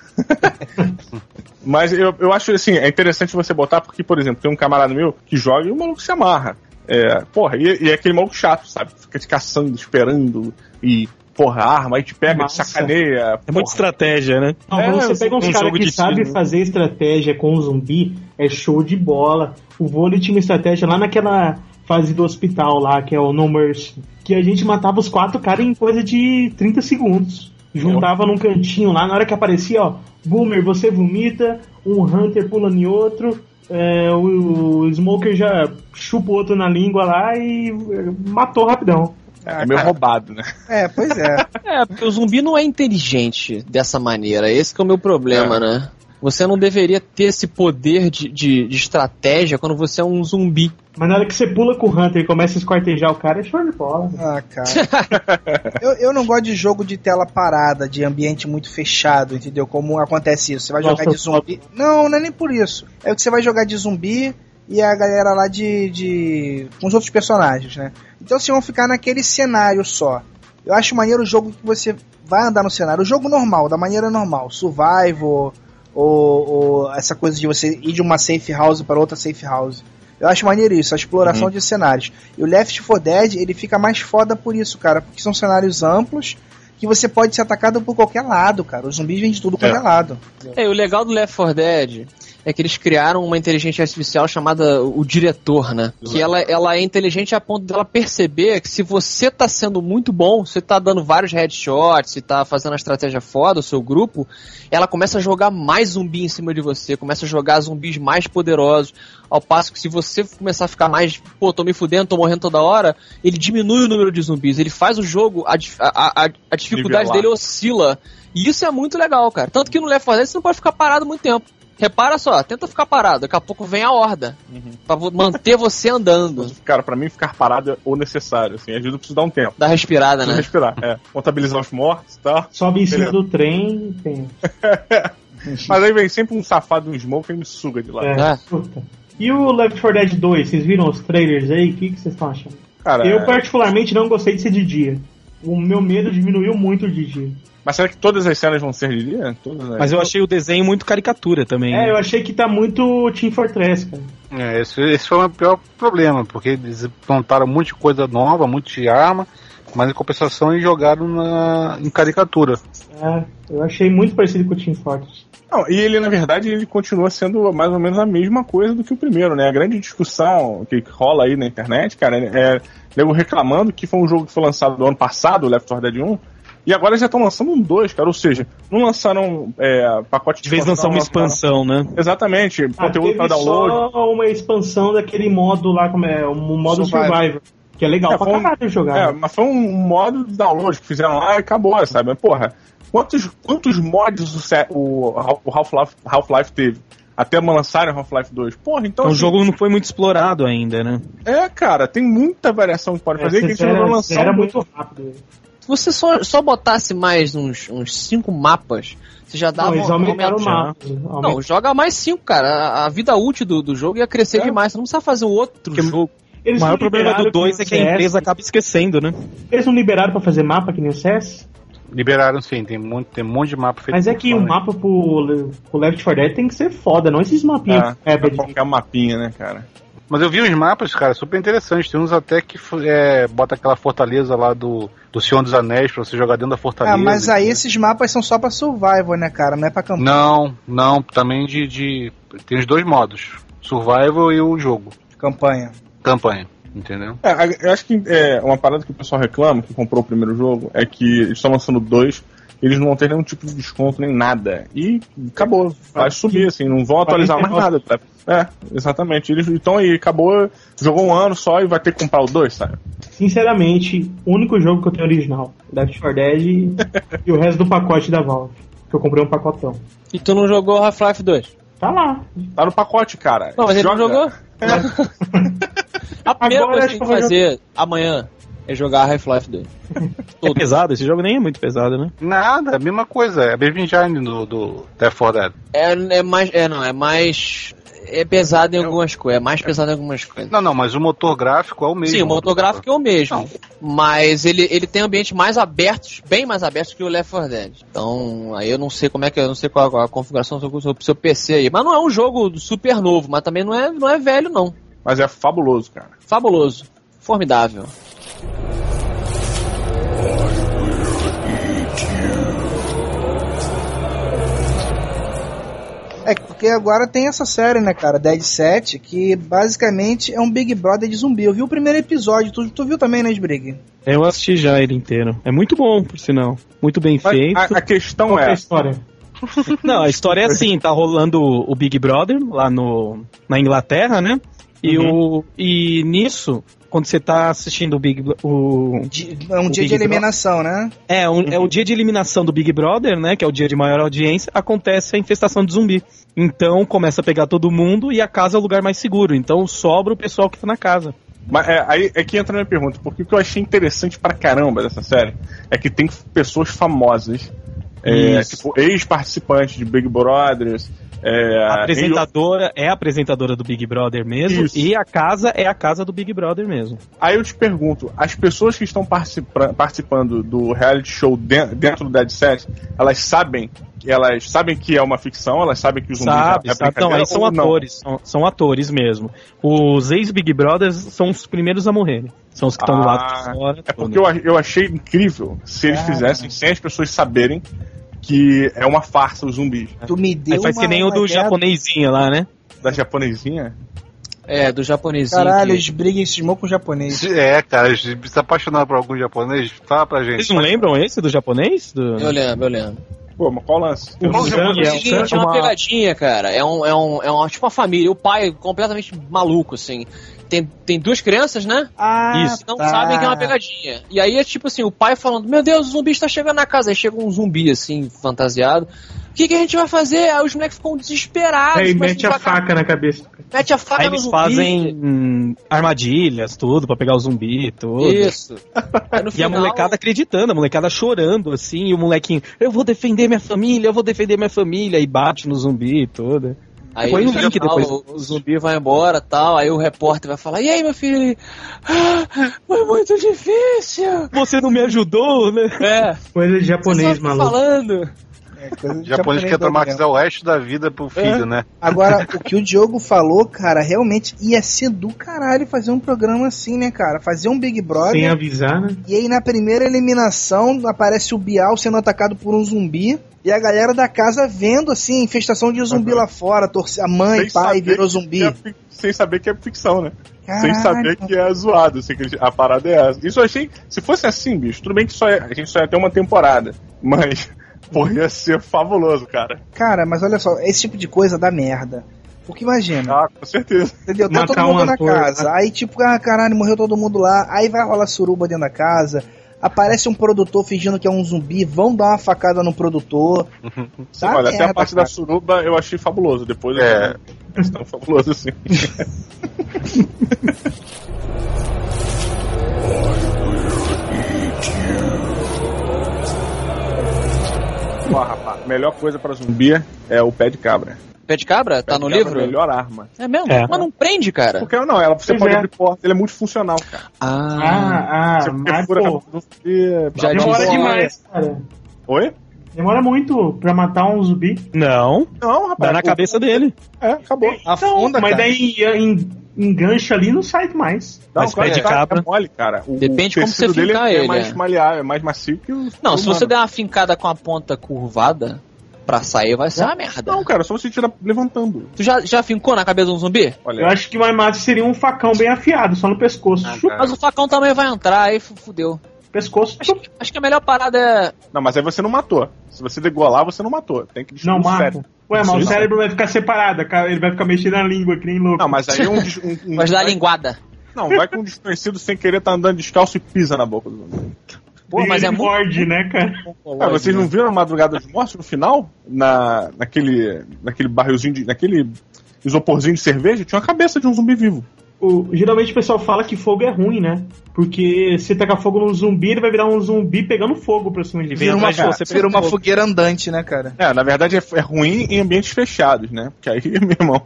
[SPEAKER 7] Mas eu, eu acho assim, é interessante você botar, porque, por exemplo, tem um camarada meu que joga e o maluco se amarra. É, porra, e, e é aquele maluco chato, sabe? Fica te caçando, esperando, e, porra, arma, aí te pega, te
[SPEAKER 3] Massa.
[SPEAKER 7] sacaneia.
[SPEAKER 5] É muita
[SPEAKER 7] porra.
[SPEAKER 5] estratégia, né?
[SPEAKER 3] Não,
[SPEAKER 7] É,
[SPEAKER 3] quando você pega uns
[SPEAKER 5] um
[SPEAKER 3] caras
[SPEAKER 5] jogo
[SPEAKER 3] que
[SPEAKER 5] de
[SPEAKER 3] sabem
[SPEAKER 5] tiro, né?
[SPEAKER 3] fazer estratégia com o zumbi, é show de bola. O vôlei tinha uma estratégia lá naquela fase do hospital lá, que é o No Mercy, que a gente matava os quatro caras em coisa de 30 segundos. Juntava num cantinho lá, na hora que aparecia, ó, Boomer, você vomita, um Hunter pula em outro, é, o, o Smoker já chupa o outro na língua lá e é, matou rapidão.
[SPEAKER 7] É meio roubado, né?
[SPEAKER 2] É, pois é.
[SPEAKER 6] É, porque o zumbi não é inteligente dessa maneira. Esse que é o meu problema, né? Você não deveria ter esse poder de, de, de estratégia quando você é um zumbi.
[SPEAKER 3] Mas na hora que você pula com o Hunter e começa a esquartejar o cara, é show de bola.
[SPEAKER 2] Ah, cara. eu, eu não gosto de jogo de tela parada, de ambiente muito fechado, entendeu? Como acontece isso. Você vai jogar de zumbi. Não, não é nem por isso. É que você vai jogar de zumbi e a galera lá de. de... com os outros personagens, né? Então vocês vão ficar naquele cenário só. Eu acho maneiro o jogo que você vai andar no cenário. O jogo normal, da maneira normal. Survival, ou, ou essa coisa de você ir de uma safe house para outra safe house. Eu acho maneiro isso, a exploração de cenários. E o Left 4 Dead, ele fica mais foda por isso, cara, porque são cenários amplos que você pode ser atacado por qualquer lado, cara. Os zumbis vêm de tudo quanto é, lado.
[SPEAKER 6] É, o legal do Left 4 Dead é que eles criaram uma inteligência artificial chamada o diretor, né? Que ela, ela é inteligente a ponto dela perceber que se você tá sendo muito bom, você tá dando vários headshots, se tá fazendo a estratégia foda, o seu grupo, ela começa a jogar mais zumbi em cima de você, começa a jogar zumbis mais poderosos, ao passo que se você começar a ficar mais, pô, tô me fudendo, tô morrendo toda hora, ele diminui o número de zumbis, ele faz o jogo, a, dif- a, a- a dificuldade
[SPEAKER 7] Nivelar.
[SPEAKER 6] dele oscila. E isso é muito legal, cara. Tanto que no Left 4 Dead você não pode ficar parado muito tempo. Repara só, tenta ficar parado, daqui a pouco vem a horda. Pra vo- manter você andando.
[SPEAKER 7] Cara, pra mim ficar parado é o necessário, assim, ajuda eu preciso dar um tempo.
[SPEAKER 6] Dá respirada,
[SPEAKER 7] Preciso
[SPEAKER 6] né?
[SPEAKER 7] respirar, é. Contabilizar os mortos e tal.
[SPEAKER 3] Sobe em cima
[SPEAKER 7] Beleza.
[SPEAKER 3] do trem e tem.
[SPEAKER 7] Mas aí vem sempre um safado, um smoke, e me suga de lá.
[SPEAKER 3] É,
[SPEAKER 6] É.
[SPEAKER 3] puta. E o Left 4 Dead 2, vocês viram os trailers aí? O que que vocês estão achando?
[SPEAKER 7] Cara,
[SPEAKER 3] Eu
[SPEAKER 7] é-
[SPEAKER 3] particularmente não gostei de ser de dia. O meu medo diminuiu muito de dia.
[SPEAKER 7] mas será que todas as cenas vão ser de dia? Todas né? as...
[SPEAKER 5] Mas eu achei o desenho muito caricatura também. né?
[SPEAKER 3] É, eu achei que tá muito Team Fortress, cara.
[SPEAKER 4] É, esse, esse foi o meu pior problema, porque eles plantaram um monte de coisa nova, um monte de arma. Mas em compensação eles jogaram na, em caricatura.
[SPEAKER 3] É, eu achei muito parecido com o Team Fortress.
[SPEAKER 7] Não, e ele, na verdade, ele continua sendo mais ou menos a mesma coisa do que o primeiro, né? A grande discussão que rola aí na internet, cara, é nego reclamando que foi um jogo que foi lançado no ano passado, o Left 4 Dead 1, e agora já estão lançando um 2, cara. Ou seja, não lançaram é, pacote
[SPEAKER 5] De vez lançar uma expansão, né?
[SPEAKER 7] Exatamente,
[SPEAKER 3] Ah,
[SPEAKER 7] conteúdo
[SPEAKER 3] teve
[SPEAKER 7] para download.
[SPEAKER 3] só uma expansão daquele modo lá, como é, o modo
[SPEAKER 7] Survival.
[SPEAKER 3] Survival. Que é legal
[SPEAKER 7] É,
[SPEAKER 3] pra
[SPEAKER 7] foi um-
[SPEAKER 3] caralho jogar.
[SPEAKER 7] É,
[SPEAKER 3] né?
[SPEAKER 7] mas foi um modo de download que fizeram lá e acabou, sabe? Mas, Porra, quantos, quantos mods o, se- o Half- o Half-Life Half teve? Até lançarem Half-Life 2. Porra, então.
[SPEAKER 5] Então, o
[SPEAKER 7] assim,
[SPEAKER 5] jogo não foi muito explorado ainda, né?
[SPEAKER 7] É, cara, tem muita variação
[SPEAKER 3] É,
[SPEAKER 7] que pode fazer que eles
[SPEAKER 3] era,
[SPEAKER 7] não lançar.
[SPEAKER 3] era
[SPEAKER 7] um-
[SPEAKER 3] muito rápido.
[SPEAKER 6] Se você só, só botasse mais uns, uns cinco mapas, você já dava
[SPEAKER 3] Não, eles
[SPEAKER 6] um-
[SPEAKER 3] aumentaram o
[SPEAKER 6] aumenta-
[SPEAKER 3] mapa.
[SPEAKER 6] Não, joga mais cinco, cara. A, a vida útil do, do jogo ia crescer
[SPEAKER 7] É.
[SPEAKER 6] demais. Você não precisa fazer um outro
[SPEAKER 5] Porque-
[SPEAKER 6] jogo.
[SPEAKER 5] O maior problema do 2 é que a empresa acaba esquecendo, né?
[SPEAKER 3] Eles não liberaram pra fazer mapa que nem o CS?
[SPEAKER 4] Liberaram sim, tem, muito, tem um monte de mapa feito.
[SPEAKER 3] Mas é que o
[SPEAKER 4] por fora,
[SPEAKER 3] mapa pro, Le- pro Left 4 Dead tem que ser foda, não esses mapinhos.
[SPEAKER 7] É,
[SPEAKER 3] É,
[SPEAKER 7] pra
[SPEAKER 3] de-
[SPEAKER 7] qualquer mapinha, né, cara?
[SPEAKER 4] né? Mas eu vi uns mapas, cara, super interessantes. Tem uns até que é, bota aquela fortaleza lá do, do Senhor dos Anéis pra você jogar dentro da fortaleza.
[SPEAKER 2] Ah, mas aí
[SPEAKER 4] entendeu?
[SPEAKER 2] esses mapas são só pra survival, né, cara? Não é pra campanha.
[SPEAKER 4] Não, não, também de, de. Tem os dois modos: Survival e o jogo.
[SPEAKER 2] campanha.
[SPEAKER 4] Campanha, entendeu?
[SPEAKER 7] É, a- eu acho que é, uma parada que o pessoal reclama, que comprou o primeiro jogo, é que eles estão lançando dois, eles não vão ter nenhum tipo de desconto nem nada. E acabou, vai subir, assim, não vão atualizar mais nada. tá? É, exatamente. Eles, então aí, acabou, jogou um ano só e vai ter que comprar o dois, sabe?
[SPEAKER 3] Sinceramente, o único jogo que eu tenho original, Left 4 Dead e, e o resto do pacote da Valve. Que eu comprei um pacotão.
[SPEAKER 6] E tu não jogou Half-Life 2?
[SPEAKER 3] Tá lá.
[SPEAKER 7] Tá no pacote, cara.
[SPEAKER 6] Não, mas ele não
[SPEAKER 7] Joga.
[SPEAKER 6] jogou? a
[SPEAKER 3] É.
[SPEAKER 6] primeira
[SPEAKER 3] Agora
[SPEAKER 6] coisa
[SPEAKER 3] acho
[SPEAKER 6] que
[SPEAKER 3] que
[SPEAKER 6] tem
[SPEAKER 3] eu
[SPEAKER 6] que
[SPEAKER 3] vou
[SPEAKER 6] fazer amanhã é jogar Half-Life 2.
[SPEAKER 5] É pesado, esse jogo nem é muito pesado, né?
[SPEAKER 4] Nada, a mesma coisa, é a mesma engine do, do Death for Dead.
[SPEAKER 6] É, é mais. É, não, é mais. É pesado em algumas coisas. É mais pesado em algumas coisas.
[SPEAKER 4] Não, não, mas o motor gráfico é o mesmo.
[SPEAKER 6] Sim, o motor gráfico é o mesmo. Mas ele, ele tem ambientes mais abertos, bem mais abertos que o Left 4 Dead. Então, aí eu não sei como é que eu não sei qual a, a configuração do seu, do seu PC aí. Mas não é um jogo super novo, mas também não é, não é velho, não.
[SPEAKER 7] Mas é fabuloso, cara.
[SPEAKER 6] Fabuloso. Formidável.
[SPEAKER 2] É porque agora tem essa série, né, cara? Dead Set, que basicamente é um Big Brother de zumbi. Eu vi o primeiro episódio, tu, tu viu também, né, Sbrig?
[SPEAKER 5] É, Eu assisti já ele inteiro. É muito bom, por sinal. Muito bem
[SPEAKER 7] Mas ah,
[SPEAKER 5] feito.
[SPEAKER 7] a, a questão
[SPEAKER 3] Qual que é a
[SPEAKER 7] é.
[SPEAKER 3] história?
[SPEAKER 5] Não, a história é assim, tá rolando o Big Brother lá no, na Inglaterra, né? E,
[SPEAKER 7] Uhum.
[SPEAKER 5] o, e nisso, quando você tá assistindo o Big Bro- o
[SPEAKER 2] De- é um
[SPEAKER 5] O
[SPEAKER 2] dia
[SPEAKER 5] Big
[SPEAKER 2] de eliminação, né?
[SPEAKER 5] é, um- é o dia de eliminação do Big Brother, né? Que é o dia de maior audiência, acontece a infestação de zumbi. Então começa a pegar todo mundo e a casa é o lugar mais seguro. Então sobra o pessoal que tá na casa.
[SPEAKER 7] Mas é, aí é que entra a minha pergunta, porque o que eu achei interessante pra caramba dessa série é que tem pessoas famosas, é,
[SPEAKER 5] Isso.
[SPEAKER 7] tipo, ex-participantes de Big Brothers, é,
[SPEAKER 5] A apresentadora é a apresentadora do Big Brother mesmo
[SPEAKER 7] Isso.
[SPEAKER 5] e a casa é a casa do Big Brother mesmo.
[SPEAKER 7] e- Aí eu te pergunto, as pessoas que estão participa- participando do reality show den- dentro do Dead Set, elas sabem, elas sabem que é uma ficção, elas sabem que o zumbi
[SPEAKER 5] Sabe,
[SPEAKER 7] é
[SPEAKER 5] sabe. Não,
[SPEAKER 7] brincadeira
[SPEAKER 5] aí são
[SPEAKER 7] ou não?
[SPEAKER 5] atores, são, são atores mesmo. Os ex-Big Brothers são os primeiros a morrer. São os que estão do lado
[SPEAKER 7] Ah,
[SPEAKER 5] de fora.
[SPEAKER 7] É
[SPEAKER 5] tudo.
[SPEAKER 7] porque eu, a- eu achei incrível se
[SPEAKER 5] É.
[SPEAKER 7] eles fizessem sem as pessoas saberem que é uma farsa os zumbis.
[SPEAKER 2] Tu me deu
[SPEAKER 5] É. Aí faz
[SPEAKER 2] uma,
[SPEAKER 5] que nem o
[SPEAKER 2] uma
[SPEAKER 5] do
[SPEAKER 2] ideia-
[SPEAKER 5] japonesinha lá, né?
[SPEAKER 7] Da japonesinha?
[SPEAKER 6] É, do japonesinho.
[SPEAKER 2] Caralho,
[SPEAKER 6] que-
[SPEAKER 2] Sbrig cismou com o japonês.
[SPEAKER 4] É, cara, a gente se apaixonar por algum japonês, fala pra
[SPEAKER 7] É
[SPEAKER 4] gente.
[SPEAKER 5] Vocês não lembram esse do japonês? Do...
[SPEAKER 6] Eu lembro, eu lembro.
[SPEAKER 7] Pô, mas qual o lance?
[SPEAKER 3] O
[SPEAKER 4] Vamos
[SPEAKER 3] Zang
[SPEAKER 6] É
[SPEAKER 3] é
[SPEAKER 6] o seguinte, é uma pegadinha, cara. É um, é um, é uma, tipo uma família. O pai é completamente maluco, assim. Tem, tem duas crianças, né?
[SPEAKER 2] Ah,
[SPEAKER 5] Isso.
[SPEAKER 6] Não sabem que é uma pegadinha. E aí é tipo assim, o pai falando, meu Deus, o zumbi está chegando na casa. Aí chega um zumbi, assim, fantasiado. O que, que a gente vai fazer? Aí os moleques ficam desesperados.
[SPEAKER 3] Aí
[SPEAKER 6] começam
[SPEAKER 3] mete a
[SPEAKER 6] devagar-
[SPEAKER 3] faca na cabeça.
[SPEAKER 6] Mete a faca
[SPEAKER 5] Aí
[SPEAKER 6] no
[SPEAKER 5] eles
[SPEAKER 6] zumbi.
[SPEAKER 5] fazem hum, armadilhas, tudo, pra pegar o zumbi e tudo.
[SPEAKER 6] Isso. Aí no
[SPEAKER 5] E a molecada acreditando, a molecada chorando, assim, e o molequinho, eu vou defender minha família, eu vou defender minha família, e bate no zumbi e tudo.
[SPEAKER 6] Aí
[SPEAKER 5] Põe
[SPEAKER 6] no
[SPEAKER 5] um link
[SPEAKER 6] final,
[SPEAKER 5] depois.
[SPEAKER 6] O, o zumbi vai embora tal, aí o repórter vai falar, e aí meu filho? Ele, "Ah, foi muito difícil.
[SPEAKER 5] Você não me ajudou, né?
[SPEAKER 6] É,
[SPEAKER 3] Coisa de
[SPEAKER 6] você
[SPEAKER 3] japonês,
[SPEAKER 6] sabe o que eu tô
[SPEAKER 3] maluco.
[SPEAKER 6] falando.
[SPEAKER 2] É coisa
[SPEAKER 4] O
[SPEAKER 2] de tá
[SPEAKER 4] japonês quer
[SPEAKER 2] doido é mesmo.
[SPEAKER 4] traumatizar o resto da vida
[SPEAKER 6] É.
[SPEAKER 4] pro filho, né?
[SPEAKER 2] Agora, o que o Diogo falou, cara, realmente ia ser do caralho fazer um programa assim, né, cara? Fazer um Big Brother.
[SPEAKER 7] é.
[SPEAKER 3] Sem avisar, né?
[SPEAKER 2] E aí, na primeira eliminação, aparece o Bial sendo atacado por um zumbi. E a galera da casa vendo, assim, infestação de zumbi
[SPEAKER 7] Aham.
[SPEAKER 2] lá fora. Torce... A mãe,
[SPEAKER 7] Sem
[SPEAKER 2] pai
[SPEAKER 7] saber
[SPEAKER 2] virou
[SPEAKER 7] Que
[SPEAKER 2] zumbi.
[SPEAKER 7] é fic- sem saber que é ficção, né?
[SPEAKER 2] Caralho.
[SPEAKER 7] Sem saber que é zoado. assim, que eles- a parada é essa. Isso eu achei. Se fosse assim, bicho, tudo bem que só é- a gente só ia ter uma temporada. Mas, pô, ia ser fabuloso, cara.
[SPEAKER 2] Cara, mas olha só, esse tipo de coisa dá merda. Porque imagina,
[SPEAKER 7] Ah, com certeza.
[SPEAKER 2] entendeu? Tá
[SPEAKER 3] matar
[SPEAKER 2] todo mundo
[SPEAKER 3] um
[SPEAKER 2] na
[SPEAKER 3] ator,
[SPEAKER 2] casa. Aí, tipo, ah, caralho, morreu todo mundo lá. Aí vai rolar suruba dentro da casa. Aparece um produtor fingindo que é um zumbi. Vão dar uma facada no produtor.
[SPEAKER 7] Sim,
[SPEAKER 2] Dá
[SPEAKER 7] olha, até
[SPEAKER 2] merda,
[SPEAKER 7] a parte
[SPEAKER 2] cara.
[SPEAKER 7] da suruba eu achei fabuloso. Depois
[SPEAKER 4] É.
[SPEAKER 7] eu não fabuloso assim. Ó, rapaz, melhor coisa pra zumbi é o pé de cabra.
[SPEAKER 6] Pé de cabra? Tá
[SPEAKER 7] Pé de
[SPEAKER 6] no
[SPEAKER 7] cabra
[SPEAKER 6] livro?
[SPEAKER 7] É a melhor arma.
[SPEAKER 6] É mesmo?
[SPEAKER 5] É.
[SPEAKER 6] Mas não prende, cara.
[SPEAKER 7] Porque não, ela, você
[SPEAKER 3] Pois
[SPEAKER 7] pode
[SPEAKER 3] é.
[SPEAKER 7] abrir porta, ele é multifuncional, cara.
[SPEAKER 6] Ah,
[SPEAKER 3] Ah, ah,
[SPEAKER 7] Você
[SPEAKER 3] mas
[SPEAKER 7] perfura a
[SPEAKER 3] pô,
[SPEAKER 7] cabeça do zumbi.
[SPEAKER 6] Já
[SPEAKER 3] demora
[SPEAKER 6] disse.
[SPEAKER 3] demais, cara.
[SPEAKER 7] Oi?
[SPEAKER 3] Demora muito pra matar um zumbi.
[SPEAKER 5] Não,
[SPEAKER 7] Não, rapaz.
[SPEAKER 5] dá na
[SPEAKER 7] o-
[SPEAKER 5] cabeça dele.
[SPEAKER 7] É, acabou.
[SPEAKER 2] Afunda,
[SPEAKER 3] Então, mas
[SPEAKER 2] cara.
[SPEAKER 3] daí en- engancha ali e não sai mais.
[SPEAKER 7] Não,
[SPEAKER 5] Mas pé de
[SPEAKER 7] é-
[SPEAKER 5] cabra-
[SPEAKER 7] É mole, cara. O
[SPEAKER 6] Depende como
[SPEAKER 7] tecido
[SPEAKER 6] você
[SPEAKER 7] dele
[SPEAKER 6] fincar
[SPEAKER 7] é,
[SPEAKER 6] ele,
[SPEAKER 7] mais
[SPEAKER 6] é.
[SPEAKER 7] maleável, é mais macio que o.
[SPEAKER 6] não,
[SPEAKER 7] o
[SPEAKER 6] se você
[SPEAKER 7] humano.
[SPEAKER 6] der uma fincada com a ponta curvada pra sair, vai ser uma merda.
[SPEAKER 7] Não, cara, só você tira levantando.
[SPEAKER 6] Tu já, já fincou na cabeça de um zumbi?
[SPEAKER 3] Eu
[SPEAKER 7] Olha.
[SPEAKER 3] acho que o Aimado seria um facão bem afiado, só no pescoço.
[SPEAKER 4] Ah,
[SPEAKER 3] Chupa
[SPEAKER 4] cara.
[SPEAKER 6] Mas o facão também vai entrar, aí fu- fudeu.
[SPEAKER 3] o pescoço.
[SPEAKER 6] Acho,
[SPEAKER 3] chupa.
[SPEAKER 6] acho que a melhor parada é.
[SPEAKER 7] Não, mas aí você não matou. Se você degolar, você não matou. Tem que destruir
[SPEAKER 3] Não
[SPEAKER 7] o
[SPEAKER 3] mata.
[SPEAKER 7] cérebro.
[SPEAKER 3] Ué, mas
[SPEAKER 7] Sim,
[SPEAKER 3] o
[SPEAKER 7] não.
[SPEAKER 3] cérebro vai ficar separado, cara. Ele vai ficar mexendo na língua, que nem louco.
[SPEAKER 7] Não, mas aí um. des- um, um
[SPEAKER 6] Vai dar a
[SPEAKER 7] vai-
[SPEAKER 6] linguada.
[SPEAKER 7] Não, vai com um desconhecido sem querer tá andando descalço e pisa na boca do zumbi.
[SPEAKER 6] Pô,
[SPEAKER 3] E
[SPEAKER 6] mas é
[SPEAKER 3] ele
[SPEAKER 6] muito.
[SPEAKER 3] morde, né, cara?
[SPEAKER 7] Cara, vocês não viram a Madrugada dos Mortos no final? Na, naquele. Naquele barrilzinho de. Naquele isoporzinho de cerveja? Tinha uma cabeça de um zumbi vivo.
[SPEAKER 3] O- geralmente o pessoal fala que fogo é ruim, né? Porque se tacar fogo num zumbi, ele vai virar um zumbi pegando fogo pra cima de né,
[SPEAKER 2] Vira
[SPEAKER 3] vez.
[SPEAKER 2] uma,
[SPEAKER 5] atrás de você,
[SPEAKER 2] vira uma
[SPEAKER 5] pegou.
[SPEAKER 2] fogueira andante, né, cara?
[SPEAKER 7] É, na verdade é, é ruim em ambientes fechados, né? Porque aí, meu irmão,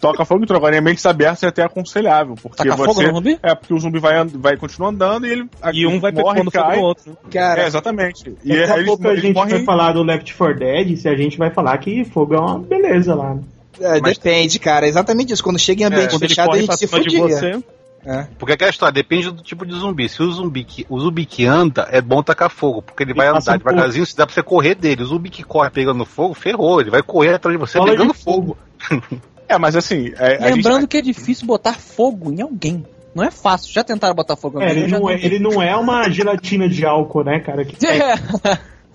[SPEAKER 7] toca fogo e trovão. Em ambientes abertos é até aconselhável. Porque
[SPEAKER 6] Taca
[SPEAKER 7] você.
[SPEAKER 6] fogo no zumbi?
[SPEAKER 7] É, porque o zumbi vai, and- vai continuar andando e ele.
[SPEAKER 5] E um vai
[SPEAKER 7] morre,
[SPEAKER 5] pegando fogo
[SPEAKER 7] cai.
[SPEAKER 5] no outro. né?
[SPEAKER 2] Cara,
[SPEAKER 7] É, exatamente. E
[SPEAKER 3] Daqui
[SPEAKER 7] aí
[SPEAKER 3] a
[SPEAKER 7] eles,
[SPEAKER 3] pouco a
[SPEAKER 7] eles
[SPEAKER 3] gente
[SPEAKER 7] morrem.
[SPEAKER 3] vai falar do Left 4 Dead, se a gente vai falar que fogo é uma beleza lá. né?
[SPEAKER 2] é,
[SPEAKER 7] mas-
[SPEAKER 2] depende, cara. É Exatamente isso. Quando chega em ambiente
[SPEAKER 5] Quando ele
[SPEAKER 2] fechado, a
[SPEAKER 5] corre pra
[SPEAKER 2] gente se
[SPEAKER 5] cima de
[SPEAKER 2] fudia.
[SPEAKER 5] você.
[SPEAKER 2] É.
[SPEAKER 4] Porque aquela história depende do tipo de zumbi. Se o zumbi que, o zumbi que anda, é bom tacar fogo, porque ele vai
[SPEAKER 3] passa
[SPEAKER 4] andar
[SPEAKER 3] um pouco.
[SPEAKER 4] devagarzinho, se dá pra você correr dele. O zumbi que corre pegando fogo, ferrou. Ele vai correr atrás de você
[SPEAKER 3] Bola de
[SPEAKER 4] pegando fogo.
[SPEAKER 7] É, mas assim. é, a gente-
[SPEAKER 6] Lembrando que é difícil botar fogo em alguém. Não é fácil. Já tentaram botar fogo em
[SPEAKER 3] É,
[SPEAKER 6] alguém?
[SPEAKER 3] ele,
[SPEAKER 6] eu já
[SPEAKER 3] não é, ele não é uma gelatina de álcool, né, cara? Que
[SPEAKER 6] É.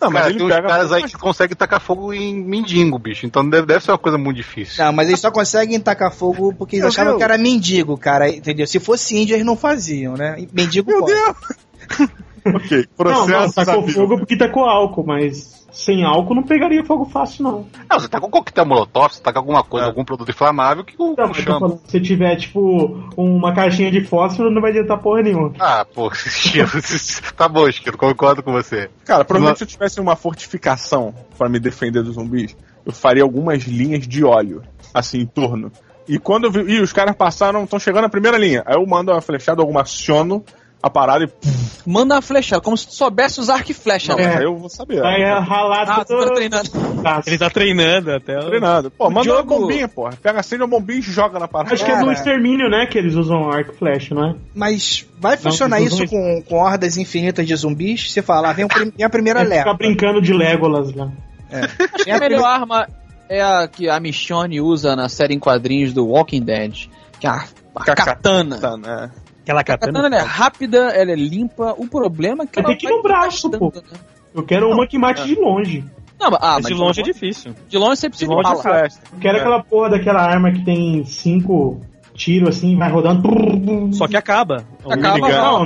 [SPEAKER 7] Não, mas
[SPEAKER 4] Cara,
[SPEAKER 7] ele
[SPEAKER 4] tem uns
[SPEAKER 7] pega.
[SPEAKER 4] caras aí que conseguem tacar fogo em mendigo, bicho. Então deve, deve ser uma coisa muito difícil.
[SPEAKER 2] Não, mas eles só conseguem tacar fogo porque eles
[SPEAKER 7] Meu
[SPEAKER 2] achavam
[SPEAKER 7] Deus.
[SPEAKER 2] que era mendigo, cara. Entendeu? Se fosse índio, eles não faziam, né? E Mendigo
[SPEAKER 7] Meu
[SPEAKER 2] pode.
[SPEAKER 7] Deus! ok,
[SPEAKER 3] Não,
[SPEAKER 7] processo.
[SPEAKER 3] não, tacou
[SPEAKER 7] sabe?
[SPEAKER 3] fogo porque tacou álcool, mas sem álcool não pegaria fogo fácil, não.
[SPEAKER 4] Não, você tá com coquetel molotov, você tá com alguma coisa,
[SPEAKER 7] É.
[SPEAKER 4] algum produto inflamável que o
[SPEAKER 3] Não,
[SPEAKER 4] não,
[SPEAKER 3] mas eu tô
[SPEAKER 4] chama.
[SPEAKER 3] falando, se tiver, tipo, uma caixinha de fósforo, não vai adiantar porra nenhuma.
[SPEAKER 4] Ah, pô, Esquilo, tá bom, Esquilo, concordo com você.
[SPEAKER 7] Cara, provavelmente se eu tivesse uma fortificação pra me defender dos zumbis, eu faria algumas linhas de óleo, assim, em torno. E quando eu vi. Ih, os caras passaram, estão chegando na primeira linha. Aí eu mando uma flechada, alguma aciono a parada e. Pff,
[SPEAKER 6] Manda uma flecha, como se tu soubesse usar arco e flecha,
[SPEAKER 7] não,
[SPEAKER 6] né?
[SPEAKER 3] É.
[SPEAKER 7] aí eu vou saber.
[SPEAKER 3] Vai
[SPEAKER 7] eu
[SPEAKER 3] ralar
[SPEAKER 6] Ah, tu tá
[SPEAKER 3] todo
[SPEAKER 6] treinando.
[SPEAKER 3] o braço.
[SPEAKER 5] Ele tá treinando até.
[SPEAKER 7] não sei nada. Pô, manda
[SPEAKER 6] Diogo-
[SPEAKER 7] uma bombinha, porra. Pega acende uma bombinha e joga na parada.
[SPEAKER 3] Acho que é no
[SPEAKER 2] Cara.
[SPEAKER 3] extermínio, né, que eles usam arco e flecha, não é?
[SPEAKER 2] Mas vai funcionar
[SPEAKER 3] não
[SPEAKER 2] isso
[SPEAKER 3] vai.
[SPEAKER 2] com, com hordas infinitas de zumbis? Você fala, ah, vem, o prim- vem a primeira
[SPEAKER 3] Ele fica
[SPEAKER 2] leva.
[SPEAKER 3] brincando de Legolas lá.
[SPEAKER 6] Acho que a melhor arma é a que a Michonne usa na série em quadrinhos do Walking Dead, que é a, a
[SPEAKER 7] Ca-
[SPEAKER 6] katana.
[SPEAKER 7] Tá, né?
[SPEAKER 5] Aquela
[SPEAKER 6] A katana
[SPEAKER 5] katana.
[SPEAKER 6] ela é rápida, ela é limpa. O problema é que
[SPEAKER 3] Mas
[SPEAKER 6] ela
[SPEAKER 3] tem que ir
[SPEAKER 6] vai
[SPEAKER 3] no braço,
[SPEAKER 6] gastando,
[SPEAKER 3] pô.
[SPEAKER 6] né?
[SPEAKER 3] Eu quero uma que mate de longe.
[SPEAKER 6] Não, mas- ah,
[SPEAKER 5] Mas
[SPEAKER 6] mas
[SPEAKER 5] de longe é difícil.
[SPEAKER 6] de longe você precisa
[SPEAKER 5] de longe
[SPEAKER 6] de
[SPEAKER 5] é
[SPEAKER 6] bala.
[SPEAKER 7] Flash.
[SPEAKER 3] Eu quero aquela porra daquela arma que tem cinco tiros assim, vai rodando.
[SPEAKER 5] Só que acaba.
[SPEAKER 6] Acaba,
[SPEAKER 5] Minigun.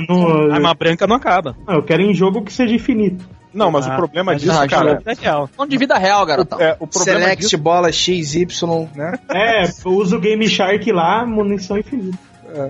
[SPEAKER 3] Não, no-
[SPEAKER 5] A arma branca não acaba.
[SPEAKER 3] não, eu quero em jogo que seja infinito.
[SPEAKER 7] Não, mas
[SPEAKER 5] Ah, então.
[SPEAKER 7] o problema
[SPEAKER 5] mas
[SPEAKER 7] disso,
[SPEAKER 6] já,
[SPEAKER 7] cara.
[SPEAKER 5] É real.
[SPEAKER 6] Falando de vida real, garotão.
[SPEAKER 7] É, o problema
[SPEAKER 2] Select
[SPEAKER 7] disso.
[SPEAKER 2] bola XY, né?
[SPEAKER 3] É, eu uso o Game Shark lá, munição infinita.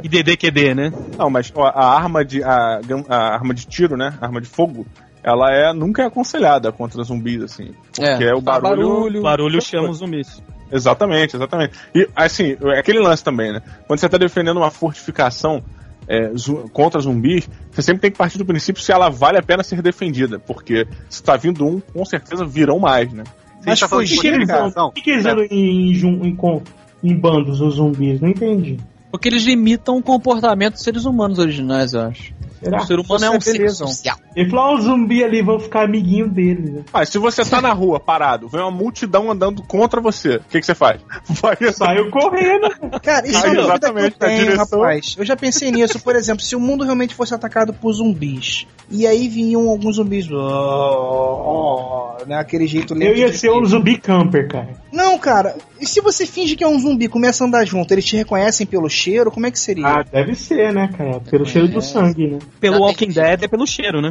[SPEAKER 5] E DDQD, né?
[SPEAKER 7] Não, mas ó, a arma de. A, gam- a arma de tiro, né? A arma de fogo, ela é nunca é aconselhada contra zumbis, assim. Porque é o
[SPEAKER 6] Faz
[SPEAKER 7] barulho-
[SPEAKER 5] O barulho chama os zumbis.
[SPEAKER 7] Exatamente, exatamente. E assim, é aquele lance também, né? Quando você tá defendendo uma fortificação, é, zu- contra zumbis, você sempre tem que partir do princípio se ela vale a pena ser defendida, porque se tá vindo um, com certeza virão mais, né?
[SPEAKER 2] Mas
[SPEAKER 4] tá falando de
[SPEAKER 3] O que, que eles
[SPEAKER 4] comunicação.
[SPEAKER 3] andam- o que que eles andam em, jun- em con- em bandos, os zumbis? Não entendi.
[SPEAKER 6] Porque eles imitam o comportamento dos seres humanos originais, eu acho.
[SPEAKER 3] Será?
[SPEAKER 6] o ser humano é um ser
[SPEAKER 2] Sociabilizam.
[SPEAKER 6] social.
[SPEAKER 3] Ele falou, ó, o zumbi ali, vou ficar amiguinho dele. né?
[SPEAKER 7] Mas se você tá na rua parado, vem uma multidão andando contra você, o que, que você faz? Vai
[SPEAKER 3] Saiu correndo.
[SPEAKER 2] Cara, isso
[SPEAKER 7] Ah,
[SPEAKER 2] é uma dúvida que eu
[SPEAKER 7] exatamente, na
[SPEAKER 2] tenho,
[SPEAKER 7] direção.
[SPEAKER 2] rapaz. Eu já pensei nisso, por exemplo, se o mundo realmente fosse atacado por zumbis, e aí vinham alguns zumbis, ó, ó, né, aquele jeito
[SPEAKER 3] Eu
[SPEAKER 2] lento
[SPEAKER 3] ia
[SPEAKER 2] de-
[SPEAKER 3] ser um zumbi camper, cara.
[SPEAKER 2] Não, cara, e se você finge que é um zumbi, começa a andar junto, eles te reconhecem pelo cheiro, como é que seria?
[SPEAKER 3] Ah, deve ser, né, cara?
[SPEAKER 6] É,
[SPEAKER 3] Pelo cheiro do sangue, né?
[SPEAKER 5] Pelo
[SPEAKER 6] Tá, tem
[SPEAKER 5] Walking
[SPEAKER 6] que-
[SPEAKER 5] Dead é pelo cheiro, né?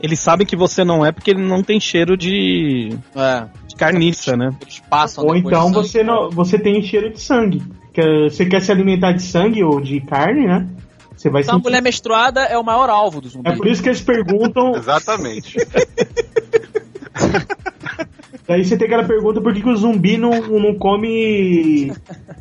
[SPEAKER 5] Eles sabem que você não é porque ele não tem cheiro de,
[SPEAKER 6] É.
[SPEAKER 5] de carniça, né?
[SPEAKER 6] Eles passam
[SPEAKER 3] Ou
[SPEAKER 6] depois
[SPEAKER 3] então
[SPEAKER 6] do sangue. né?
[SPEAKER 3] você não, você tem cheiro de sangue. Que, você quer se alimentar de sangue ou de carne, né? Você vai
[SPEAKER 6] Então a
[SPEAKER 3] sentir.
[SPEAKER 6] mulher menstruada é o maior alvo do zumbi.
[SPEAKER 3] É por isso que eles perguntam.
[SPEAKER 4] Exatamente.
[SPEAKER 3] Daí você tem aquela pergunta por que, que o zumbi não, não come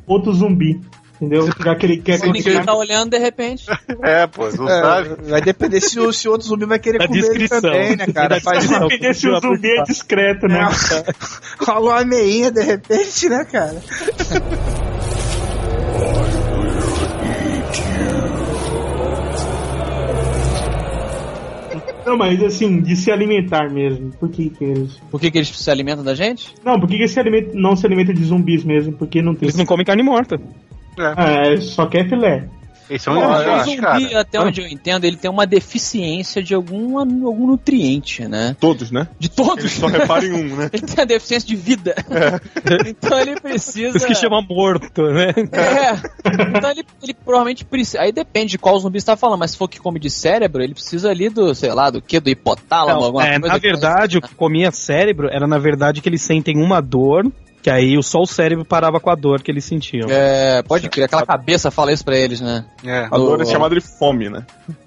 [SPEAKER 3] outro zumbi. Entendeu? Aquele, que é
[SPEAKER 6] Quando ninguém tá olhando, de repente.
[SPEAKER 4] É, pô, não
[SPEAKER 2] É,
[SPEAKER 4] sabe?
[SPEAKER 2] vai depender se, o- se outro zumbi vai querer
[SPEAKER 5] Da
[SPEAKER 2] comer
[SPEAKER 5] descrição.
[SPEAKER 2] ele também, né, cara?
[SPEAKER 5] Da
[SPEAKER 2] Faz
[SPEAKER 5] descrição.
[SPEAKER 3] Depender se o zumbi é discreto, né?
[SPEAKER 2] Cola uma meinha de repente, né, cara?
[SPEAKER 3] Não, mas assim, de se alimentar mesmo. Por que, que eles.
[SPEAKER 6] Por que, que eles se alimentam da gente?
[SPEAKER 3] Não, por que, que se alimenta- não se alimenta de zumbis mesmo? Porque não tem.
[SPEAKER 5] Eles não comem carne morta.
[SPEAKER 3] Ah, é, só quer filé.
[SPEAKER 4] Esse é um
[SPEAKER 6] Não, o
[SPEAKER 4] negócio,
[SPEAKER 6] zumbi,
[SPEAKER 4] cara.
[SPEAKER 6] até onde eu entendo, ele tem uma deficiência de algum, algum nutriente, né?
[SPEAKER 7] Todos, né?
[SPEAKER 6] De todos.
[SPEAKER 7] Só reparem um, né?
[SPEAKER 6] Ele tem a deficiência de vida. Então ele precisa.
[SPEAKER 5] Isso que chama morto, né?
[SPEAKER 6] É. Então ele, ele provavelmente precisa. Aí depende de qual zumbi você tá falando, mas se for que come de cérebro, ele precisa ali do, sei lá, do que? Do hipotálamo,
[SPEAKER 5] Não,
[SPEAKER 6] alguma
[SPEAKER 5] é,
[SPEAKER 6] coisa.
[SPEAKER 5] na
[SPEAKER 6] que-
[SPEAKER 5] verdade, o que comia cérebro era, na verdade, que eles sentem uma dor, que aí só o cérebro parava com a dor que eles sentiam.
[SPEAKER 6] É, pode crer, aquela cabeça fala isso pra eles, né?
[SPEAKER 4] É.
[SPEAKER 7] A dor é
[SPEAKER 6] Do-
[SPEAKER 7] chamada de fome, né?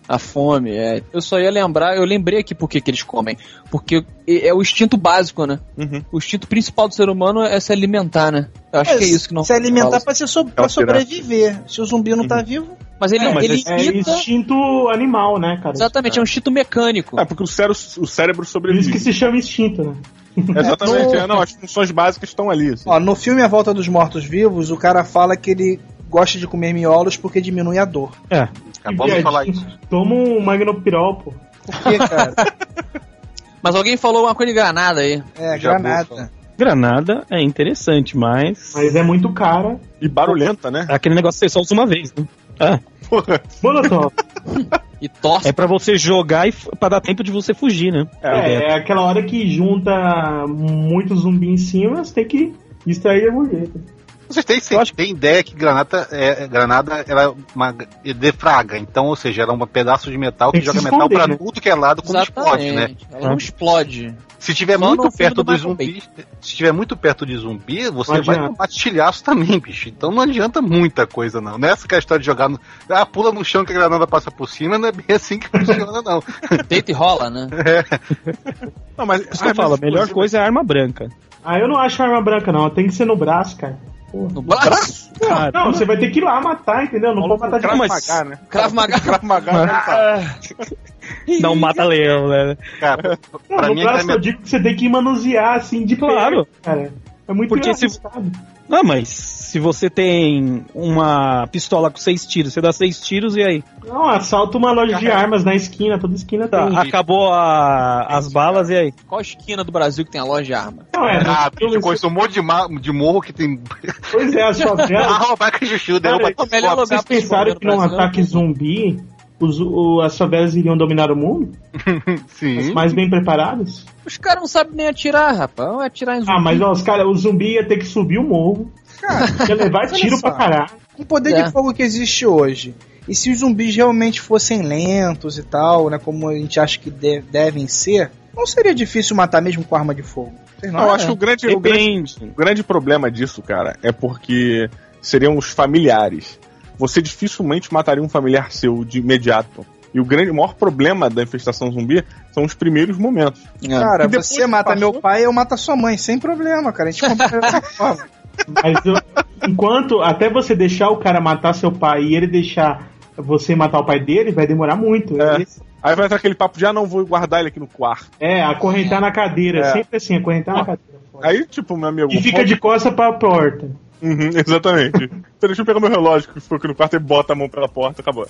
[SPEAKER 6] A fome, é. Eu só ia lembrar, eu lembrei aqui por que que eles comem. Porque é é o instinto básico, né?
[SPEAKER 7] Uhum.
[SPEAKER 6] O instinto principal do ser humano é se alimentar, né? Eu acho que é isso que não
[SPEAKER 2] Se alimentar pra, ser so- pra
[SPEAKER 7] uma
[SPEAKER 2] sobreviver. Se o zumbi não tá vivo.
[SPEAKER 6] Mas ele,
[SPEAKER 5] É, mas
[SPEAKER 6] ele
[SPEAKER 3] É
[SPEAKER 6] imita.
[SPEAKER 3] instinto animal, né, cara?
[SPEAKER 6] Exatamente, é um instinto mecânico.
[SPEAKER 7] É porque o cérebro, o cérebro
[SPEAKER 3] Por isso que
[SPEAKER 7] sobrevive.
[SPEAKER 3] se chama instinto, né?
[SPEAKER 7] Exatamente, é, não, as funções básicas estão ali. assim.
[SPEAKER 2] Ó, no filme A Volta dos Mortos Vivos, o cara fala que ele gosta de comer miolos porque diminui a dor.
[SPEAKER 4] Acabamos de falar isso.
[SPEAKER 3] É, Toma um magnopirol, pô.
[SPEAKER 2] Por quê, cara?
[SPEAKER 6] Mas alguém falou uma coisa de granada aí.
[SPEAKER 2] É,
[SPEAKER 4] Já
[SPEAKER 2] granada.
[SPEAKER 5] Granada é interessante, mas.
[SPEAKER 3] Mas é muito cara.
[SPEAKER 7] E barulhenta, né?
[SPEAKER 5] é Aquele negócio que você só usa uma vez, né?
[SPEAKER 7] Porra.
[SPEAKER 3] Molotov.
[SPEAKER 6] E torce.
[SPEAKER 5] É pra você jogar e f- pra dar tempo de você fugir, né?
[SPEAKER 3] é,
[SPEAKER 5] É.
[SPEAKER 3] é aquela hora que junta muito zumbi em cima, você tem que distrair de algum jeito.
[SPEAKER 4] Vocês têm,
[SPEAKER 5] Eu acho
[SPEAKER 4] têm ideia que granada, é, é- granada ela é uma e defraga, então, ou seja, era um pedaço de metal que
[SPEAKER 3] Tem que
[SPEAKER 4] joga
[SPEAKER 3] se
[SPEAKER 4] metal
[SPEAKER 3] esconder,
[SPEAKER 4] pra
[SPEAKER 3] né?
[SPEAKER 4] tudo que é lado como explode, né?
[SPEAKER 6] Exatamente. Ela não explode.
[SPEAKER 4] Se tiver
[SPEAKER 6] Só no
[SPEAKER 4] muito
[SPEAKER 6] filme
[SPEAKER 4] perto
[SPEAKER 6] do
[SPEAKER 4] dos
[SPEAKER 6] Michael
[SPEAKER 4] zumbis, se tiver muito perto de zumbi, você
[SPEAKER 3] Não
[SPEAKER 4] vai
[SPEAKER 3] adianta.
[SPEAKER 4] tomar tilhaço também, bicho. Então não adianta muita coisa, não. Nessa que é a história de jogar no. Ah, pula no chão que a granada passa por cima, não é bem assim que funciona, não.
[SPEAKER 6] Deita e rola, né?
[SPEAKER 7] Não, mas
[SPEAKER 5] Por isso que eu falo, a melhor coisa é a arma branca.
[SPEAKER 3] Ah, eu não acho arma branca, não. Tem que ser no braço, cara.
[SPEAKER 6] No braço.
[SPEAKER 5] Cara,
[SPEAKER 3] Não, você vai ter que ir lá matar, entendeu? Não pode matar de
[SPEAKER 5] Não,
[SPEAKER 7] Krav
[SPEAKER 5] mas-
[SPEAKER 7] Maga, né?
[SPEAKER 6] Cravo Maga.
[SPEAKER 7] Krav Maga, né?
[SPEAKER 5] não mata leão, um né?
[SPEAKER 4] Cara,
[SPEAKER 3] Não,
[SPEAKER 4] pra
[SPEAKER 3] no
[SPEAKER 4] mim é
[SPEAKER 3] braço eu
[SPEAKER 4] granada.
[SPEAKER 3] digo que você tem que manusear assim de
[SPEAKER 5] Claro.
[SPEAKER 3] perto, cara. É muito
[SPEAKER 5] Porque se-
[SPEAKER 3] arriscado.
[SPEAKER 5] Não, mas se você tem uma pistola com seis tiros, você dá seis tiros e aí?
[SPEAKER 3] Não, assalta uma loja de armas na esquina, toda esquina
[SPEAKER 5] Tá,
[SPEAKER 3] tem.
[SPEAKER 5] acabou a- as balas e aí?
[SPEAKER 6] Qual esquina do Brasil que tem a loja de arma?
[SPEAKER 3] Não, é,
[SPEAKER 4] Ah,
[SPEAKER 3] eu-
[SPEAKER 4] bicho, conheço um monte de, ma- de morro que tem.
[SPEAKER 3] pois é, as favelas.
[SPEAKER 4] Ah, o Baca Chuchu, derruba
[SPEAKER 3] Cara,
[SPEAKER 4] todo
[SPEAKER 6] o melhor
[SPEAKER 4] mundo.
[SPEAKER 6] lugar
[SPEAKER 3] Vocês
[SPEAKER 6] pra se esconder
[SPEAKER 3] pensaram
[SPEAKER 6] no
[SPEAKER 3] que num
[SPEAKER 6] Brasil é o
[SPEAKER 3] ataque zumbi os, o- as favelas iriam dominar o mundo? Os
[SPEAKER 6] é
[SPEAKER 4] Sim.
[SPEAKER 3] mais bem preparados?
[SPEAKER 6] Os caras não sabem nem atirar, rapaz. Vão atirar em zumbi.
[SPEAKER 3] Ah, mas ó, os cara, o zumbi ia ter que subir o morro. ia levar
[SPEAKER 2] olha
[SPEAKER 3] tiro
[SPEAKER 2] só.
[SPEAKER 3] pra caralho.
[SPEAKER 2] Com o poder
[SPEAKER 6] É.
[SPEAKER 2] de fogo que existe hoje. E se os zumbis realmente fossem lentos e tal, né? Como a gente acha que de- devem ser, não seria difícil matar mesmo com arma de fogo. Vocês não
[SPEAKER 7] Não, eu
[SPEAKER 2] acham?
[SPEAKER 7] acho que o grande, o grande
[SPEAKER 5] Depende.
[SPEAKER 7] O grande problema disso, cara, é porque seriam os familiares. Você dificilmente mataria um familiar seu de imediato. E o grande, o maior problema da infestação zumbi são os primeiros momentos.
[SPEAKER 2] Cara,
[SPEAKER 7] E depois
[SPEAKER 2] você
[SPEAKER 7] que
[SPEAKER 2] mata
[SPEAKER 7] passou-
[SPEAKER 2] meu pai, eu mato a sua mãe, sem problema, cara. A gente compra dessa forma.
[SPEAKER 3] Mas eu- enquanto, até você deixar o cara matar seu pai e ele deixar você matar o pai dele vai demorar muito.
[SPEAKER 7] É.
[SPEAKER 3] Eles-
[SPEAKER 7] Aí vai entrar aquele papo de, ah, não, vou guardar ele aqui no quarto.
[SPEAKER 3] É, acorrentar na cadeira.
[SPEAKER 7] É.
[SPEAKER 3] Sempre assim, acorrentar na cadeira. foda.
[SPEAKER 7] Aí, tipo, meu amigo.
[SPEAKER 3] E fica de costa pra porta.
[SPEAKER 7] Uhum, exatamente. então deixa eu pegar meu relógio que ficou aqui no quarto e bota a mão pela porta, acabou.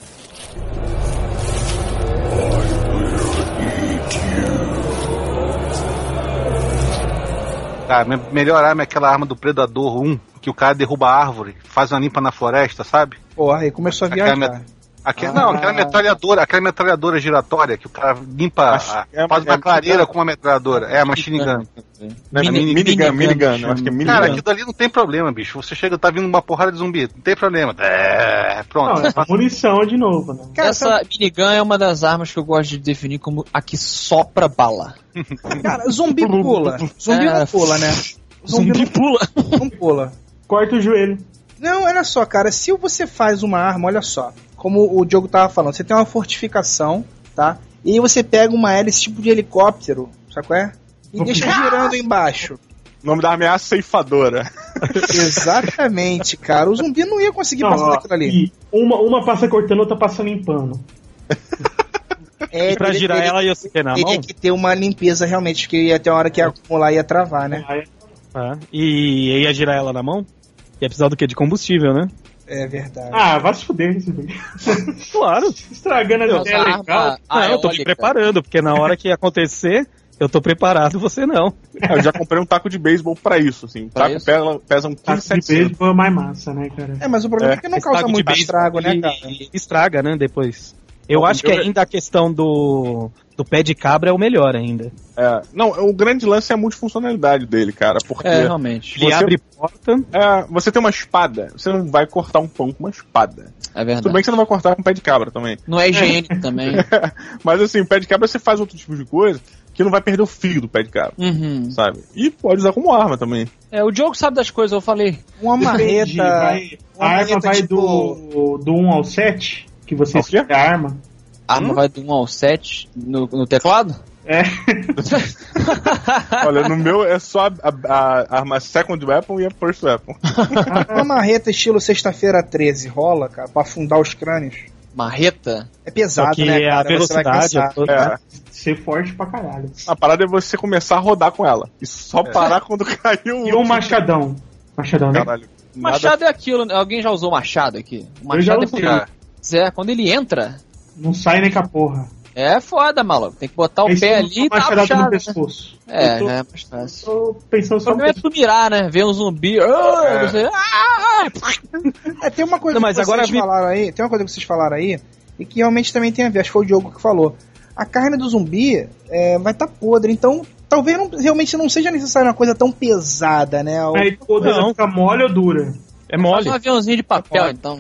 [SPEAKER 4] Tá, me- melhor arma é aquela arma do Predador 1, que o cara derruba a árvore, faz uma limpa na floresta, sabe?
[SPEAKER 2] Porra, aí começou a
[SPEAKER 4] Aquela
[SPEAKER 2] viajar.
[SPEAKER 4] met- aquela- Não, aquela metralhadora, aquela metralhadora giratória que o cara limpa,
[SPEAKER 7] Acho-
[SPEAKER 4] a-
[SPEAKER 7] é-
[SPEAKER 4] faz
[SPEAKER 7] é-
[SPEAKER 4] uma clareira com uma metralhadora. É, a machine gun.
[SPEAKER 7] Não, é
[SPEAKER 5] Mini-
[SPEAKER 7] minigun,
[SPEAKER 5] minigun,
[SPEAKER 7] minigun, eu acho que é minigun.
[SPEAKER 4] Cara, aquilo ali não tem problema, bicho. Você chega, tá vindo uma porrada de zumbi, não tem problema. É, pronto.
[SPEAKER 3] Não, é munição de novo, né?
[SPEAKER 2] Cara,
[SPEAKER 6] Essa minigun é uma das armas que eu gosto de definir como a que sopra bala.
[SPEAKER 2] Cara, zumbi pula. Zumbi
[SPEAKER 6] É.
[SPEAKER 2] não pula, né? Zumbi,
[SPEAKER 6] Zumbi pula.
[SPEAKER 2] não- não pula.
[SPEAKER 3] Corta o joelho.
[SPEAKER 2] Não, olha só, cara, se você faz uma arma, olha só, como o Diogo tava falando, você tem uma fortificação, tá? E aí você pega uma hélice tipo de helicóptero, sabe qual é? E deixa girando embaixo.
[SPEAKER 7] O nome da arma é a ceifadora.
[SPEAKER 2] Exatamente, cara. O zumbi não ia conseguir
[SPEAKER 3] Não,
[SPEAKER 2] passar
[SPEAKER 3] ó,
[SPEAKER 2] daquilo ali.
[SPEAKER 3] E uma, uma passa cortando, outra passa limpando.
[SPEAKER 2] É,
[SPEAKER 5] E pra
[SPEAKER 2] teria-
[SPEAKER 5] girar
[SPEAKER 2] teria-
[SPEAKER 5] ela ia se ter na
[SPEAKER 2] Teria
[SPEAKER 5] mão.
[SPEAKER 2] que ter uma limpeza realmente, porque ia ter uma hora que ia acumular e ia travar, né?
[SPEAKER 3] Aí,
[SPEAKER 5] Ah, e e ia girar ela na mão? Ia precisar do quê? De combustível, né?
[SPEAKER 2] É verdade.
[SPEAKER 3] ah, vai se fuder esse bicho.
[SPEAKER 5] Claro.
[SPEAKER 3] Estragando a ideia legal.
[SPEAKER 6] Ah,
[SPEAKER 5] Não, eu tô me preparando, porque na hora que acontecer, eu tô preparado, você não.
[SPEAKER 7] É, Eu já comprei um taco de beisebol pra isso, assim. Um
[SPEAKER 6] Pra
[SPEAKER 7] taco
[SPEAKER 6] isso?
[SPEAKER 7] pesa, pesa um
[SPEAKER 3] Tá
[SPEAKER 7] 15
[SPEAKER 3] de beijo é mais massa, né, cara?
[SPEAKER 2] É, mas o problema é, que não
[SPEAKER 5] Esse
[SPEAKER 2] causa
[SPEAKER 5] taco de
[SPEAKER 2] muito
[SPEAKER 5] beisebol,
[SPEAKER 2] estrago, né,
[SPEAKER 5] ele-
[SPEAKER 2] cara?
[SPEAKER 5] ele Estraga, né, depois. Eu
[SPEAKER 7] Bom,
[SPEAKER 5] acho que
[SPEAKER 7] eu-
[SPEAKER 5] ainda a questão do, do pé de cabra é o melhor ainda.
[SPEAKER 7] É, não, o grande lance é a multifuncionalidade dele, cara. Porque
[SPEAKER 6] É, realmente.
[SPEAKER 5] Ele
[SPEAKER 7] Você-
[SPEAKER 5] abre porta,
[SPEAKER 7] é, você tem uma espada, você não vai cortar um pão com uma espada.
[SPEAKER 6] É
[SPEAKER 7] Tudo
[SPEAKER 6] verdade.
[SPEAKER 7] bem que você não vai cortar com um pé de cabra também.
[SPEAKER 6] Não é higiênico também.
[SPEAKER 7] Mas assim, o pé de cabra você faz outro tipo de coisa que não vai perder o fio do pé de cabra,
[SPEAKER 6] Uhum.
[SPEAKER 7] sabe? E pode usar como arma também.
[SPEAKER 6] É, o Diogo sabe das coisas, eu falei.
[SPEAKER 2] Uma
[SPEAKER 3] Depende,
[SPEAKER 2] marreta.
[SPEAKER 3] vai-
[SPEAKER 2] uma
[SPEAKER 3] A arma
[SPEAKER 2] marreta,
[SPEAKER 3] vai
[SPEAKER 2] tipo-
[SPEAKER 3] do, do 1 ao 7, que você
[SPEAKER 7] Ao quê?
[SPEAKER 3] escolhe a arma.
[SPEAKER 6] A arma vai do 1 ao 7 no, no teclado?
[SPEAKER 3] É.
[SPEAKER 7] Olha, no meu é só a, a- a arma second weapon e a first weapon.
[SPEAKER 2] Uma marreta estilo sexta-feira 13 rola, cara, pra afundar os crânios.
[SPEAKER 6] Marreta?
[SPEAKER 2] É
[SPEAKER 5] só
[SPEAKER 2] pesado,
[SPEAKER 5] que
[SPEAKER 2] né, cara?
[SPEAKER 5] a
[SPEAKER 2] Você vai
[SPEAKER 5] velocidade...
[SPEAKER 2] cansar.
[SPEAKER 5] toda-
[SPEAKER 7] É,
[SPEAKER 3] Ser forte pra caralho.
[SPEAKER 7] a parada é você começar a rodar com ela. E só parar quando caiu o
[SPEAKER 3] E um machadão. Machadão, né?
[SPEAKER 7] Caralho. Nada
[SPEAKER 6] Machado é aquilo, né? Alguém já usou machado aqui? O
[SPEAKER 3] Eu já
[SPEAKER 6] Machado é
[SPEAKER 3] usei.
[SPEAKER 6] quando, é quando ele entra.
[SPEAKER 3] Não sai nem com a porra.
[SPEAKER 6] É foda, maluco. Tem que botar o
[SPEAKER 3] Aí
[SPEAKER 6] pé
[SPEAKER 3] você
[SPEAKER 6] ali
[SPEAKER 3] toma
[SPEAKER 6] e tá
[SPEAKER 3] machadada no
[SPEAKER 6] puxado. né?
[SPEAKER 3] pescoço.
[SPEAKER 6] É,
[SPEAKER 3] Eu tô-
[SPEAKER 6] é mais fácil.
[SPEAKER 3] Tô pensando
[SPEAKER 6] O
[SPEAKER 3] só no
[SPEAKER 6] problema é tu mirar, né? Ver um zumbi. ah,
[SPEAKER 7] É.
[SPEAKER 6] você- ah,
[SPEAKER 2] É, tem uma coisa
[SPEAKER 5] Não, mas
[SPEAKER 2] que vocês
[SPEAKER 5] agora vi-
[SPEAKER 2] falaram aí, tem uma coisa que vocês falaram aí, e que realmente também tem a ver, acho que foi o Diogo que falou. A carne do zumbi é, vai estar podre, então talvez não- realmente não seja necessário uma coisa tão pesada, né? Ou-
[SPEAKER 3] Aí toda
[SPEAKER 5] Não.
[SPEAKER 3] ela fica mole ou dura?
[SPEAKER 5] É
[SPEAKER 6] Faz
[SPEAKER 5] mole.
[SPEAKER 6] um aviãozinho de papel, então.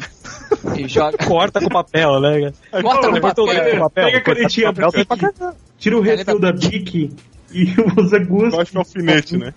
[SPEAKER 6] E joga.
[SPEAKER 5] Corta com papel, né?
[SPEAKER 6] Corta com
[SPEAKER 5] Depois tu
[SPEAKER 6] papel.
[SPEAKER 5] lê com papel.
[SPEAKER 3] Pega a
[SPEAKER 5] cortar com
[SPEAKER 3] canetinha
[SPEAKER 5] papel, tem pra
[SPEAKER 3] Bic, tira o refil da Bic e usa
[SPEAKER 7] Eu acho
[SPEAKER 3] gosto.
[SPEAKER 7] que é alfinete, né?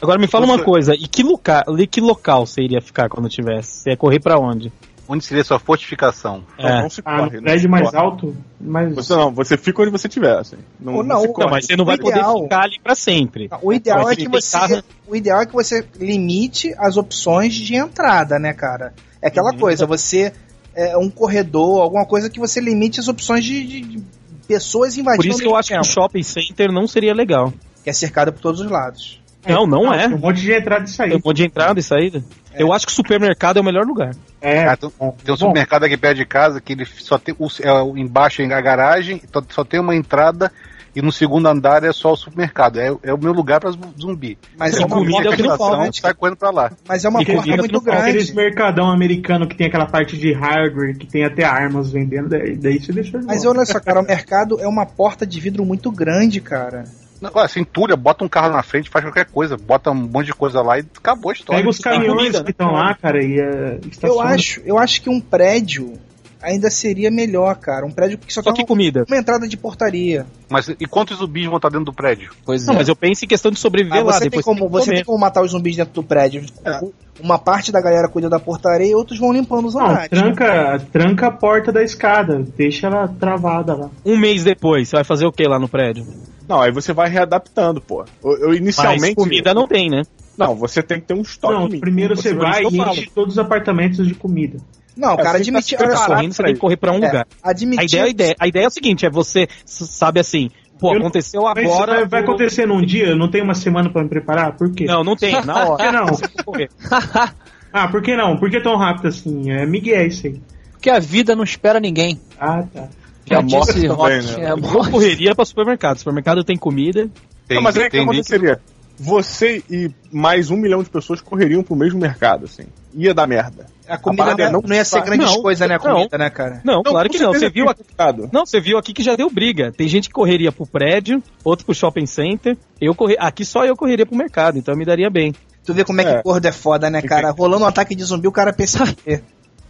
[SPEAKER 5] Agora me fala uma coisa, e que, lugar, e que local você iria ficar quando tivesse? Você ia correr pra onde?
[SPEAKER 4] Onde seria sua fortificação?
[SPEAKER 7] Então
[SPEAKER 5] É.
[SPEAKER 7] não se
[SPEAKER 3] Ah,
[SPEAKER 7] corre.
[SPEAKER 3] no
[SPEAKER 7] não
[SPEAKER 3] prédio
[SPEAKER 7] se
[SPEAKER 3] mais
[SPEAKER 7] corre.
[SPEAKER 3] alto, mas
[SPEAKER 7] Você não, você fica onde você estiver, assim. Não,
[SPEAKER 2] Ou
[SPEAKER 7] não,
[SPEAKER 2] não,
[SPEAKER 7] se
[SPEAKER 2] ou-
[SPEAKER 7] corre.
[SPEAKER 5] Não, mas você não vai poder
[SPEAKER 2] Ideal.
[SPEAKER 5] ficar ali pra sempre.
[SPEAKER 2] O ideal, é
[SPEAKER 5] Pode
[SPEAKER 2] que
[SPEAKER 5] ter
[SPEAKER 2] você,
[SPEAKER 5] carro.
[SPEAKER 2] o ideal é que você limite as opções de entrada, né, cara? É aquela
[SPEAKER 5] Uhum.
[SPEAKER 2] coisa, você. É um corredor, alguma coisa que você limite as opções de, de- de pessoas invadindo.
[SPEAKER 5] Por isso que eu
[SPEAKER 2] ao
[SPEAKER 5] acho que
[SPEAKER 2] mesmo
[SPEAKER 5] um
[SPEAKER 2] tempo,
[SPEAKER 5] shopping center não seria legal.
[SPEAKER 2] que é cercado por todos os lados.
[SPEAKER 5] Não, não é.
[SPEAKER 3] tem um monte de entrada e
[SPEAKER 5] Tem um
[SPEAKER 3] saída.
[SPEAKER 5] monte de entrada e saída. Eu acho que supermercado é o melhor lugar.
[SPEAKER 3] É,
[SPEAKER 4] Ah, tem, tem um supermercado aqui perto de casa que ele só tem o, é, o- embaixo é a garagem, só- só tem uma entrada e no segundo andar é só o supermercado. É, é o meu lugar para zumbi.
[SPEAKER 2] Mas
[SPEAKER 5] E
[SPEAKER 2] é uma
[SPEAKER 5] comida
[SPEAKER 2] porta
[SPEAKER 5] é o que não
[SPEAKER 2] muito
[SPEAKER 5] falta,
[SPEAKER 4] Então
[SPEAKER 2] grande.
[SPEAKER 4] sai correndo para lá.
[SPEAKER 2] Mas é uma
[SPEAKER 5] E
[SPEAKER 2] porta
[SPEAKER 5] comida é o que
[SPEAKER 2] muito
[SPEAKER 5] não falta.
[SPEAKER 2] grande.
[SPEAKER 3] aqueles mercadão americano que tem aquela parte de hardware, que tem até armas vendendo, daí, daí você deixa de
[SPEAKER 2] Mas
[SPEAKER 3] boa.
[SPEAKER 2] olha só, cara, o mercado é uma porta de vidro muito grande, cara.
[SPEAKER 4] Não, Agora, cintura, bota um carro na frente, faz qualquer coisa, bota um monte de coisa lá e acabou a história.
[SPEAKER 3] Pega os caminhões
[SPEAKER 5] comida,
[SPEAKER 3] que
[SPEAKER 5] né?
[SPEAKER 3] estão lá, cara, e eh,
[SPEAKER 5] Tá
[SPEAKER 2] Eu
[SPEAKER 3] estaciona.
[SPEAKER 2] acho, eu acho que um prédio ainda seria melhor, cara. Um prédio que só,
[SPEAKER 5] Só
[SPEAKER 2] tem
[SPEAKER 5] que comida.
[SPEAKER 2] uma entrada de portaria.
[SPEAKER 4] Mas e quantos zumbis vão estar dentro do prédio?
[SPEAKER 6] Pois é.
[SPEAKER 5] Não, mas eu penso em questão de sobreviver
[SPEAKER 2] Ah,
[SPEAKER 5] lá.
[SPEAKER 2] você tem
[SPEAKER 5] depois É.
[SPEAKER 2] como,
[SPEAKER 5] tem que
[SPEAKER 2] você
[SPEAKER 5] comer.
[SPEAKER 2] tem como matar os zumbis dentro do prédio. Uma parte da galera cuida da portaria e outros vão limpando os
[SPEAKER 3] Não,
[SPEAKER 2] andares.
[SPEAKER 3] tranca, tranca a porta da escada, deixa ela travada lá.
[SPEAKER 5] Um mês depois, você vai fazer o que lá no prédio?
[SPEAKER 7] Não, aí você vai readaptando, pô. Eu, eu
[SPEAKER 5] Mas
[SPEAKER 7] inicialmente.
[SPEAKER 5] comida não tem, né?
[SPEAKER 7] Não, você tem que ter um estoque.
[SPEAKER 3] Não,
[SPEAKER 7] mínimo.
[SPEAKER 3] primeiro você
[SPEAKER 7] vai
[SPEAKER 3] vai e
[SPEAKER 7] estocando.
[SPEAKER 3] enche todos os apartamentos de comida.
[SPEAKER 2] Não, o
[SPEAKER 7] É,
[SPEAKER 2] cara
[SPEAKER 7] você tá
[SPEAKER 2] admitiu.
[SPEAKER 7] se
[SPEAKER 2] olha só,
[SPEAKER 7] preparado
[SPEAKER 5] Correndo, você tem que correr pra um
[SPEAKER 2] é,
[SPEAKER 5] lugar.
[SPEAKER 2] admitiu.
[SPEAKER 5] A ideia, a, ideia, a ideia é o seguinte: é você s- sabe assim, pô,
[SPEAKER 3] Eu-
[SPEAKER 5] aconteceu
[SPEAKER 3] Mas
[SPEAKER 5] agora.
[SPEAKER 3] vai, vai acontecer num dia? Não tem uma semana pra me preparar? Por quê?
[SPEAKER 5] Não, não tem, na
[SPEAKER 3] Por que
[SPEAKER 5] hora.
[SPEAKER 3] não?
[SPEAKER 5] correr.
[SPEAKER 3] Ah, por que não? Por que tão rápido assim? É Miguel isso aí.
[SPEAKER 6] Porque a vida não espera ninguém.
[SPEAKER 3] Ah, tá.
[SPEAKER 6] Já
[SPEAKER 7] morte
[SPEAKER 6] disse
[SPEAKER 7] também,
[SPEAKER 6] Rock,
[SPEAKER 7] né?
[SPEAKER 6] é, a
[SPEAKER 5] Vou
[SPEAKER 6] morte.
[SPEAKER 5] correria pra supermercado. Supermercado tem comida.
[SPEAKER 4] Tem,
[SPEAKER 7] não, mas
[SPEAKER 5] é
[SPEAKER 7] aí o que
[SPEAKER 4] tem link-
[SPEAKER 7] aconteceria? Você e mais um milhão de pessoas correriam pro mesmo mercado, assim. Ia dar merda.
[SPEAKER 2] A comida
[SPEAKER 7] parada é
[SPEAKER 2] não,
[SPEAKER 7] não
[SPEAKER 2] não ia ser
[SPEAKER 7] precisar-
[SPEAKER 2] grandes
[SPEAKER 5] não,
[SPEAKER 2] coisas, né? A
[SPEAKER 5] não.
[SPEAKER 2] comida, né, cara?
[SPEAKER 5] Não, claro que não. Você viu aqui.
[SPEAKER 7] aqui.
[SPEAKER 5] Não, você viu aqui que já deu briga. Tem gente que correria pro prédio, outro pro shopping center. Eu corri... Aqui só eu correria pro mercado, então eu me daria bem.
[SPEAKER 2] Tu vê como é que
[SPEAKER 7] É.
[SPEAKER 2] gordo é foda, né, cara? Rolando um ataque de zumbi, o cara pensa. "É".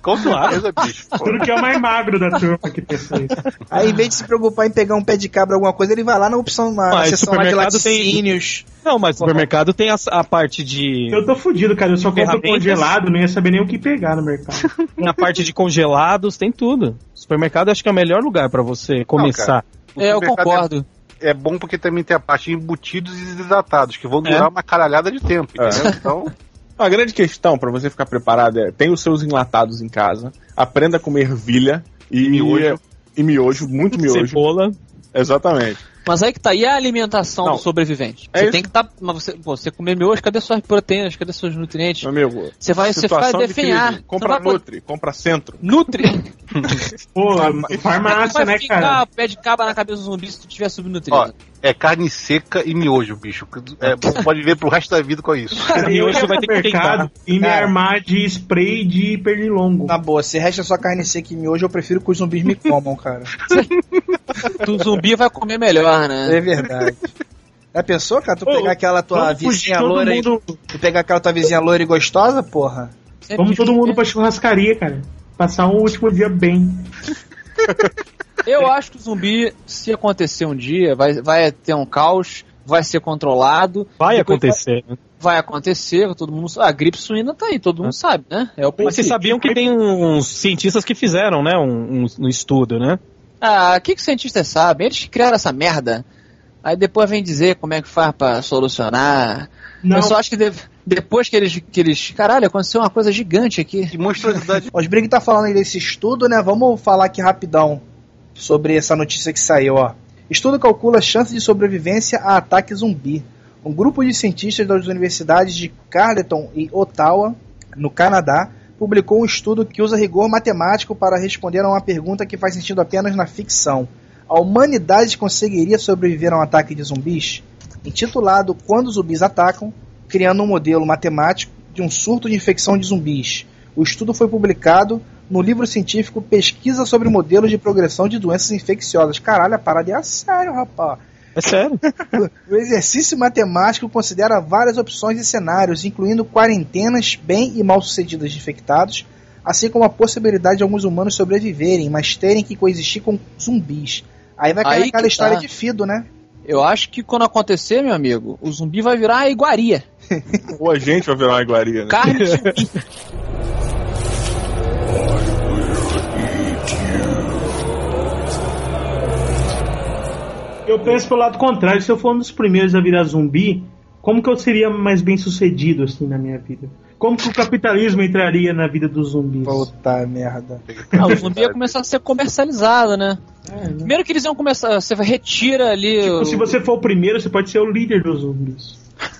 [SPEAKER 4] Com certeza, bicho. pô.
[SPEAKER 3] Tudo que é o mais magro da turma que pensa isso.
[SPEAKER 2] Aí, em vez de se preocupar em pegar um pé de cabra, alguma coisa, ele vai lá na opção, na, na
[SPEAKER 5] Mas
[SPEAKER 2] seção lá de
[SPEAKER 5] Ah, supermercado tem-
[SPEAKER 2] laticínios.
[SPEAKER 5] Não, mas supermercado tem a, a parte de.
[SPEAKER 3] Eu tô fudido, cara. Eu só compro
[SPEAKER 5] Ferramentas.
[SPEAKER 3] congelado, não ia saber nem o que pegar no mercado.
[SPEAKER 5] Na parte de congelados, tem tudo. Supermercado acho que é o melhor lugar pra você começar.
[SPEAKER 4] O
[SPEAKER 6] É, eu
[SPEAKER 4] supermercado
[SPEAKER 6] concordo.
[SPEAKER 4] É, é bom porque também tem a parte de embutidos e desatados, que vão
[SPEAKER 5] É.
[SPEAKER 4] durar uma caralhada de tempo,
[SPEAKER 7] É.
[SPEAKER 4] entendeu? Então,
[SPEAKER 7] A grande questão pra você ficar preparado é: tem os seus enlatados em casa, aprenda a comer ervilha e,
[SPEAKER 4] E miojo.
[SPEAKER 7] E miojo, muito miojo.
[SPEAKER 5] Cebola.
[SPEAKER 7] Exatamente.
[SPEAKER 6] Mas aí que tá, e a alimentação
[SPEAKER 7] Não.
[SPEAKER 6] do sobrevivente?
[SPEAKER 7] É
[SPEAKER 6] você
[SPEAKER 7] isso.
[SPEAKER 6] tem que tá, mas você, pô, você comer miojo, cadê suas proteínas, cadê seus nutrientes?
[SPEAKER 7] Meu amigo.
[SPEAKER 6] Você vai, você vai
[SPEAKER 7] situação de
[SPEAKER 6] definhar.
[SPEAKER 7] crise. Compra
[SPEAKER 6] você vai
[SPEAKER 7] Nutri, compra Centro.
[SPEAKER 6] Nutri.
[SPEAKER 3] Pô,
[SPEAKER 6] vai
[SPEAKER 5] é
[SPEAKER 3] farmácia, né,
[SPEAKER 6] ficar
[SPEAKER 3] cara?
[SPEAKER 6] pé de caba na cabeça do zumbi se tu tiver subnutrido.
[SPEAKER 4] ó, é carne seca e miojo, bicho. É, você pode viver pro resto da vida com isso.
[SPEAKER 3] Cara,
[SPEAKER 5] E
[SPEAKER 3] eu
[SPEAKER 5] hoje
[SPEAKER 3] ia
[SPEAKER 5] você vai
[SPEAKER 3] pro
[SPEAKER 5] ter que É.
[SPEAKER 3] mercado e me
[SPEAKER 2] Cara.
[SPEAKER 3] armar de spray de pernilongo.
[SPEAKER 2] Na boa, se resta só carne seca e miojo, eu prefiro que os zumbis me comam, cara.
[SPEAKER 6] O zumbi vai comer melhor, né?
[SPEAKER 2] É verdade. Já pensou, cara? Tu
[SPEAKER 3] Ô,
[SPEAKER 2] pegar aquela tua
[SPEAKER 3] Vamos fugir
[SPEAKER 2] vizinha
[SPEAKER 3] todo
[SPEAKER 2] loira e-
[SPEAKER 3] mundo.
[SPEAKER 2] Tu pegar aquela tua vizinha loira e gostosa, porra?
[SPEAKER 6] Sempre
[SPEAKER 3] Vamos todo mundo
[SPEAKER 6] tem-
[SPEAKER 3] pra churrascaria, cara. Passar um último dia bem.
[SPEAKER 6] Eu acho que o zumbi, se acontecer um dia, vai, vai ter um caos, vai ser controlado,
[SPEAKER 5] Vai
[SPEAKER 6] Depois
[SPEAKER 5] acontecer. né?
[SPEAKER 6] vai acontecer, todo mundo sabe. A gripe suína tá aí, todo mundo sabe, né? É o
[SPEAKER 5] Mas vocês
[SPEAKER 6] princípio.
[SPEAKER 5] sabiam que tem uns cientistas que fizeram, né? Um, um- um estudo, né?
[SPEAKER 6] Ah, o que, que os cientistas sabem? Eles criaram essa merda. Aí depois vem dizer como é que faz pra solucionar.
[SPEAKER 3] Não,
[SPEAKER 6] Eu só acho que deve- depois que eles, que eles. Caralho, aconteceu uma coisa gigante aqui.
[SPEAKER 4] Que monstruosidade.
[SPEAKER 2] Os Brig tá falando aí desse estudo, né? Vamos falar aqui rapidão sobre essa notícia que saiu, ó. Estudo calcula chances de sobrevivência a ataque zumbi. Um grupo de cientistas das universidades de Carleton e Ottawa, no Canadá, publicou um estudo que usa rigor matemático para responder a uma pergunta que faz sentido apenas na ficção. A humanidade conseguiria sobreviver a um ataque de zumbis? Intitulado Quando os zumbis atacam, criando um modelo matemático de um surto de infecção de zumbis. O estudo foi publicado no livro científico Pesquisa sobre Modelos de Progressão de Doenças Infecciosas. Caralho, a parada é a sério, rapaz.
[SPEAKER 5] É sério.
[SPEAKER 2] O exercício matemático considera várias opções e cenários, incluindo quarentenas bem e mal sucedidas de infectados, assim como a possibilidade de alguns humanos sobreviverem, mas terem que coexistir com zumbis. Aí vai cair
[SPEAKER 6] Aí
[SPEAKER 2] aquela
[SPEAKER 6] que
[SPEAKER 2] história
[SPEAKER 6] tá.
[SPEAKER 2] de Fido, né?
[SPEAKER 6] Eu acho que quando acontecer, meu amigo, o zumbi vai virar a iguaria.
[SPEAKER 7] Ou a gente vai virar uma iguaria, né?
[SPEAKER 6] Carne de zumbi.
[SPEAKER 3] eu penso pelo lado contrário. Se eu for um dos primeiros a virar zumbi, como que eu seria mais bem sucedido assim na minha vida? Como que o capitalismo entraria na vida dos zumbis?
[SPEAKER 2] Puta merda.
[SPEAKER 6] Ah, o zumbi ia começar a ser comercializado, né? Primeiro que eles iam começar. Você retira ali
[SPEAKER 3] Tipo,
[SPEAKER 6] o,
[SPEAKER 3] se você for o primeiro, você pode ser o líder dos zumbis.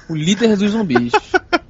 [SPEAKER 6] o líder dos zumbis.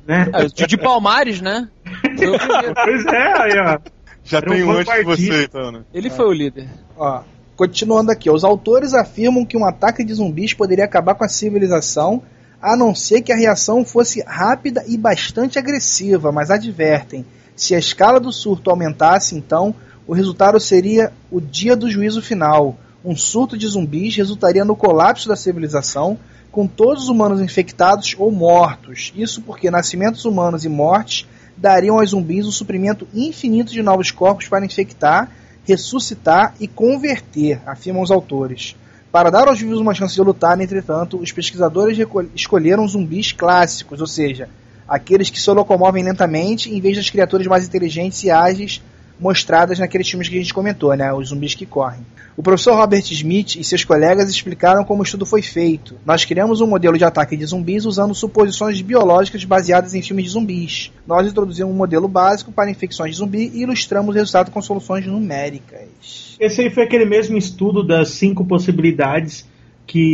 [SPEAKER 3] Né?
[SPEAKER 6] Ah, o Didi Palmares, né? Foi o primeiro.
[SPEAKER 3] Pois é, aí, ó.
[SPEAKER 7] Já
[SPEAKER 3] Era
[SPEAKER 7] tem
[SPEAKER 3] um
[SPEAKER 7] um antes de
[SPEAKER 3] vanguardista.
[SPEAKER 7] você, então, né?
[SPEAKER 6] Ele foi o líder.
[SPEAKER 2] Ó, continuando aqui, ó, os autores afirmam que um ataque de zumbis poderia acabar com a civilização, a não ser que a reação fosse rápida e bastante agressiva, mas advertem, se a escala do surto aumentasse, então, o resultado seria o dia do juízo final. Um surto de zumbis resultaria no colapso da civilização, com todos os humanos infectados ou mortos. Isso porque nascimentos humanos e mortes dariam aos zumbis um suprimento infinito de novos corpos para infectar ressuscitar e converter, afirmam os autores. Para dar aos vivos uma chance de lutar, entretanto, os pesquisadores recolh- escolheram zumbis clássicos, ou seja, aqueles que se locomovem lentamente em vez das criaturas mais inteligentes e ágeis mostradas naqueles filmes que a gente comentou, né? Os zumbis que correm. O professor Robert Smith e seus colegas explicaram como o estudo foi feito. Nós criamos um modelo de ataque de zumbis usando suposições biológicas baseadas em filmes de zumbis. Nós introduzimos um modelo básico para infecções de zumbi e ilustramos o resultado com soluções numéricas.
[SPEAKER 3] Esse aí foi aquele mesmo estudo das cinco possibilidades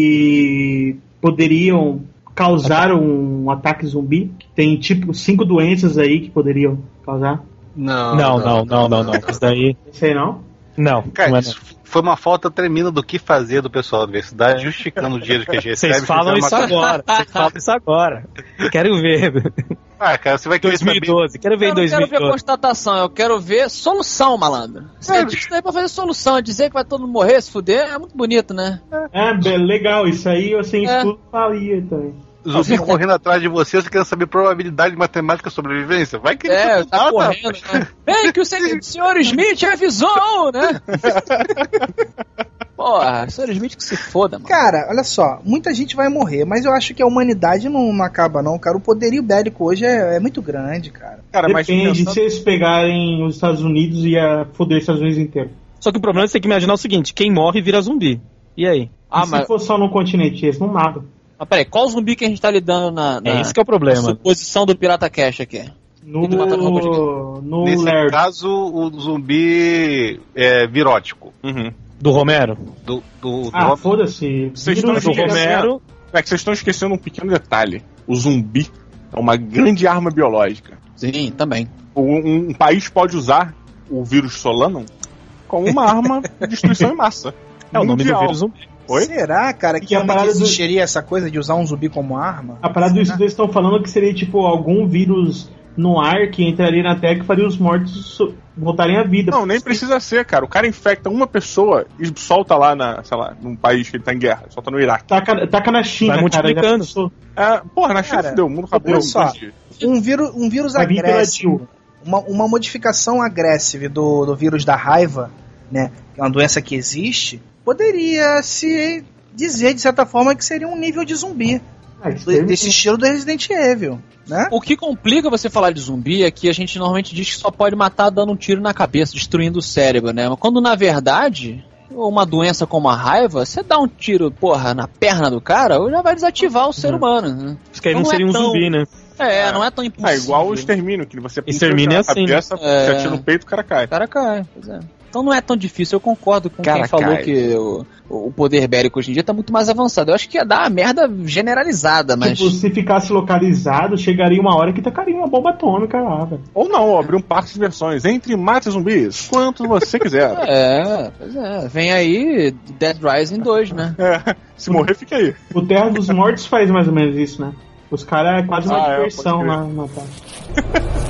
[SPEAKER 3] que poderiam causar um ataque zumbi. Tem tipo cinco doenças aí que poderiam causar.
[SPEAKER 4] Não,
[SPEAKER 5] Não, não, não, não, não. Isso daí.
[SPEAKER 3] Não sei não.
[SPEAKER 5] Não.
[SPEAKER 4] Cara,
[SPEAKER 5] não é, não.
[SPEAKER 4] isso foi uma falta tremenda do que fazer do pessoal da universidade, justificando o dinheiro que a gente recebe.
[SPEAKER 5] Vocês falam
[SPEAKER 4] fizeram
[SPEAKER 5] isso
[SPEAKER 4] uma-
[SPEAKER 5] agora. Vocês falam isso agora. Quero ver.
[SPEAKER 4] Ah, cara, você vai querer saber
[SPEAKER 5] 2012. Quero ver
[SPEAKER 6] Eu
[SPEAKER 5] em
[SPEAKER 6] não quero ver
[SPEAKER 5] 2012.
[SPEAKER 6] constatação, eu quero ver solução, malandro. Isso é, isso daí pra fazer solução, é dizer que vai todo mundo morrer, se fuder, é muito bonito, né?
[SPEAKER 3] É, be- legal, isso aí eu sem
[SPEAKER 6] É.
[SPEAKER 3] estudo faria também.
[SPEAKER 4] zumbi correndo atrás de você, você querendo saber probabilidade de matemática e sobrevivência? Vai querer
[SPEAKER 6] É,
[SPEAKER 4] saber
[SPEAKER 6] tá
[SPEAKER 4] nada.
[SPEAKER 6] correndo, né? Bem que o sen- o senhor Smith avisou, né? Porra, o senhor Smith que se foda, mano.
[SPEAKER 2] Cara, olha só, muita gente vai morrer, mas eu acho que a humanidade não, não acaba, não, cara. O poderio bélico hoje é, é muito grande, cara.
[SPEAKER 7] Cara, mas
[SPEAKER 3] Depende
[SPEAKER 7] pensando-
[SPEAKER 3] se eles pegarem os Estados Unidos e a foder os Estados Unidos inteiro.
[SPEAKER 5] Só que o problema é que você tem que imaginar o seguinte: quem morre vira zumbi. E aí?
[SPEAKER 6] Ah,
[SPEAKER 3] e se
[SPEAKER 6] mas,
[SPEAKER 3] for só no continente, eles não matam.
[SPEAKER 6] mas peraí, qual zumbi que a gente tá lidando na, na
[SPEAKER 5] É isso que é o problema.
[SPEAKER 6] suposição do Pirata Cash aqui?
[SPEAKER 3] No,
[SPEAKER 6] E tu mata no robô um
[SPEAKER 3] no
[SPEAKER 4] Nesse
[SPEAKER 3] Laird.
[SPEAKER 4] caso, o zumbi é, virótico.
[SPEAKER 7] Uhum.
[SPEAKER 5] Do Romero?
[SPEAKER 4] Do, do, do
[SPEAKER 3] Ah,
[SPEAKER 4] Robson.
[SPEAKER 3] foda-se.
[SPEAKER 7] Vocês
[SPEAKER 3] Vira um
[SPEAKER 7] estão
[SPEAKER 5] Do
[SPEAKER 7] Sim,
[SPEAKER 3] gigante.
[SPEAKER 5] Romero.
[SPEAKER 7] É que vocês estão esquecendo um pequeno detalhe. O zumbi é uma grande arma biológica.
[SPEAKER 6] Sim, também.
[SPEAKER 7] Um, um país pode usar o vírus Solanum como uma arma de destruição em massa.
[SPEAKER 5] É o nome do
[SPEAKER 7] Mundial.
[SPEAKER 5] vírus zumbi.
[SPEAKER 7] Oi?
[SPEAKER 2] Será, cara, que,
[SPEAKER 3] E a
[SPEAKER 2] realmente
[SPEAKER 3] parada do-
[SPEAKER 2] existiria essa coisa de usar um zumbi como arma? Né?
[SPEAKER 3] A parada
[SPEAKER 5] né?
[SPEAKER 3] do estudo eles estão falando que seria tipo algum vírus no ar que entraria na Terra que faria os mortos so- voltarem à vida.
[SPEAKER 7] Não, nem precisa ser, cara. O cara infecta uma pessoa e solta lá na, sei lá, num país que ele tá em guerra, solta no Iraque.
[SPEAKER 3] Taca, taca na China,
[SPEAKER 5] Vai
[SPEAKER 3] cara. já
[SPEAKER 5] multiplicando.
[SPEAKER 3] pensou?
[SPEAKER 7] Ah, porra, na China
[SPEAKER 2] Cara,
[SPEAKER 7] deu, o mundo acabou. É
[SPEAKER 2] olha só.
[SPEAKER 7] dois dias.
[SPEAKER 2] Um, víru- um vírus
[SPEAKER 3] Vai vir pela
[SPEAKER 2] agressivo, uma, uma modificação agressiva do, do vírus da raiva, né, que é uma doença que existe, poderia se dizer, de certa forma, que seria um nível de zumbi,
[SPEAKER 3] Ah, isso
[SPEAKER 2] do-
[SPEAKER 3] aí-
[SPEAKER 2] desse estilo do Resident Evil, né?
[SPEAKER 6] O que complica você falar de zumbi é que a gente normalmente diz que só pode matar dando um tiro na cabeça, destruindo o cérebro, né? Mas Quando na verdade, uma doença como a raiva, você dá um tiro, porra, na perna do cara, já vai desativar o ser humano. Né?
[SPEAKER 5] Acho que aí não,
[SPEAKER 6] Não é
[SPEAKER 5] seria um
[SPEAKER 6] tão-
[SPEAKER 5] zumbi, né?
[SPEAKER 6] É, não é tão
[SPEAKER 7] Ah,
[SPEAKER 6] impossível.
[SPEAKER 7] igual o extermínio, que você
[SPEAKER 5] Extermínio é
[SPEAKER 7] puxa
[SPEAKER 5] assim, né?
[SPEAKER 7] cabeça,
[SPEAKER 6] É.
[SPEAKER 7] já tira no peito, o cara cai.
[SPEAKER 6] O cara cai, pois é. Então não é tão difícil, eu concordo com
[SPEAKER 7] Cara
[SPEAKER 6] quem falou
[SPEAKER 7] cai.
[SPEAKER 6] que o, o poder bélico hoje em dia tá muito mais avançado. Eu acho que ia dar uma merda generalizada, mas.
[SPEAKER 3] Tipo, se ficasse localizado, chegaria uma hora que tacaria uma bomba atômica lá, velho.
[SPEAKER 7] Ou não, ó, abrir um parque de diversões. Entre e mate zumbis, quanto você quiser.
[SPEAKER 6] É, pois é. Vem aí Dead Rising 2, né?
[SPEAKER 7] É, se morrer, fica aí.
[SPEAKER 3] O Terra dos Mortos faz mais ou menos isso, né? Os caras é quase uma
[SPEAKER 7] Ah, é,
[SPEAKER 3] diversão
[SPEAKER 7] pode crer.
[SPEAKER 3] lá na Terra.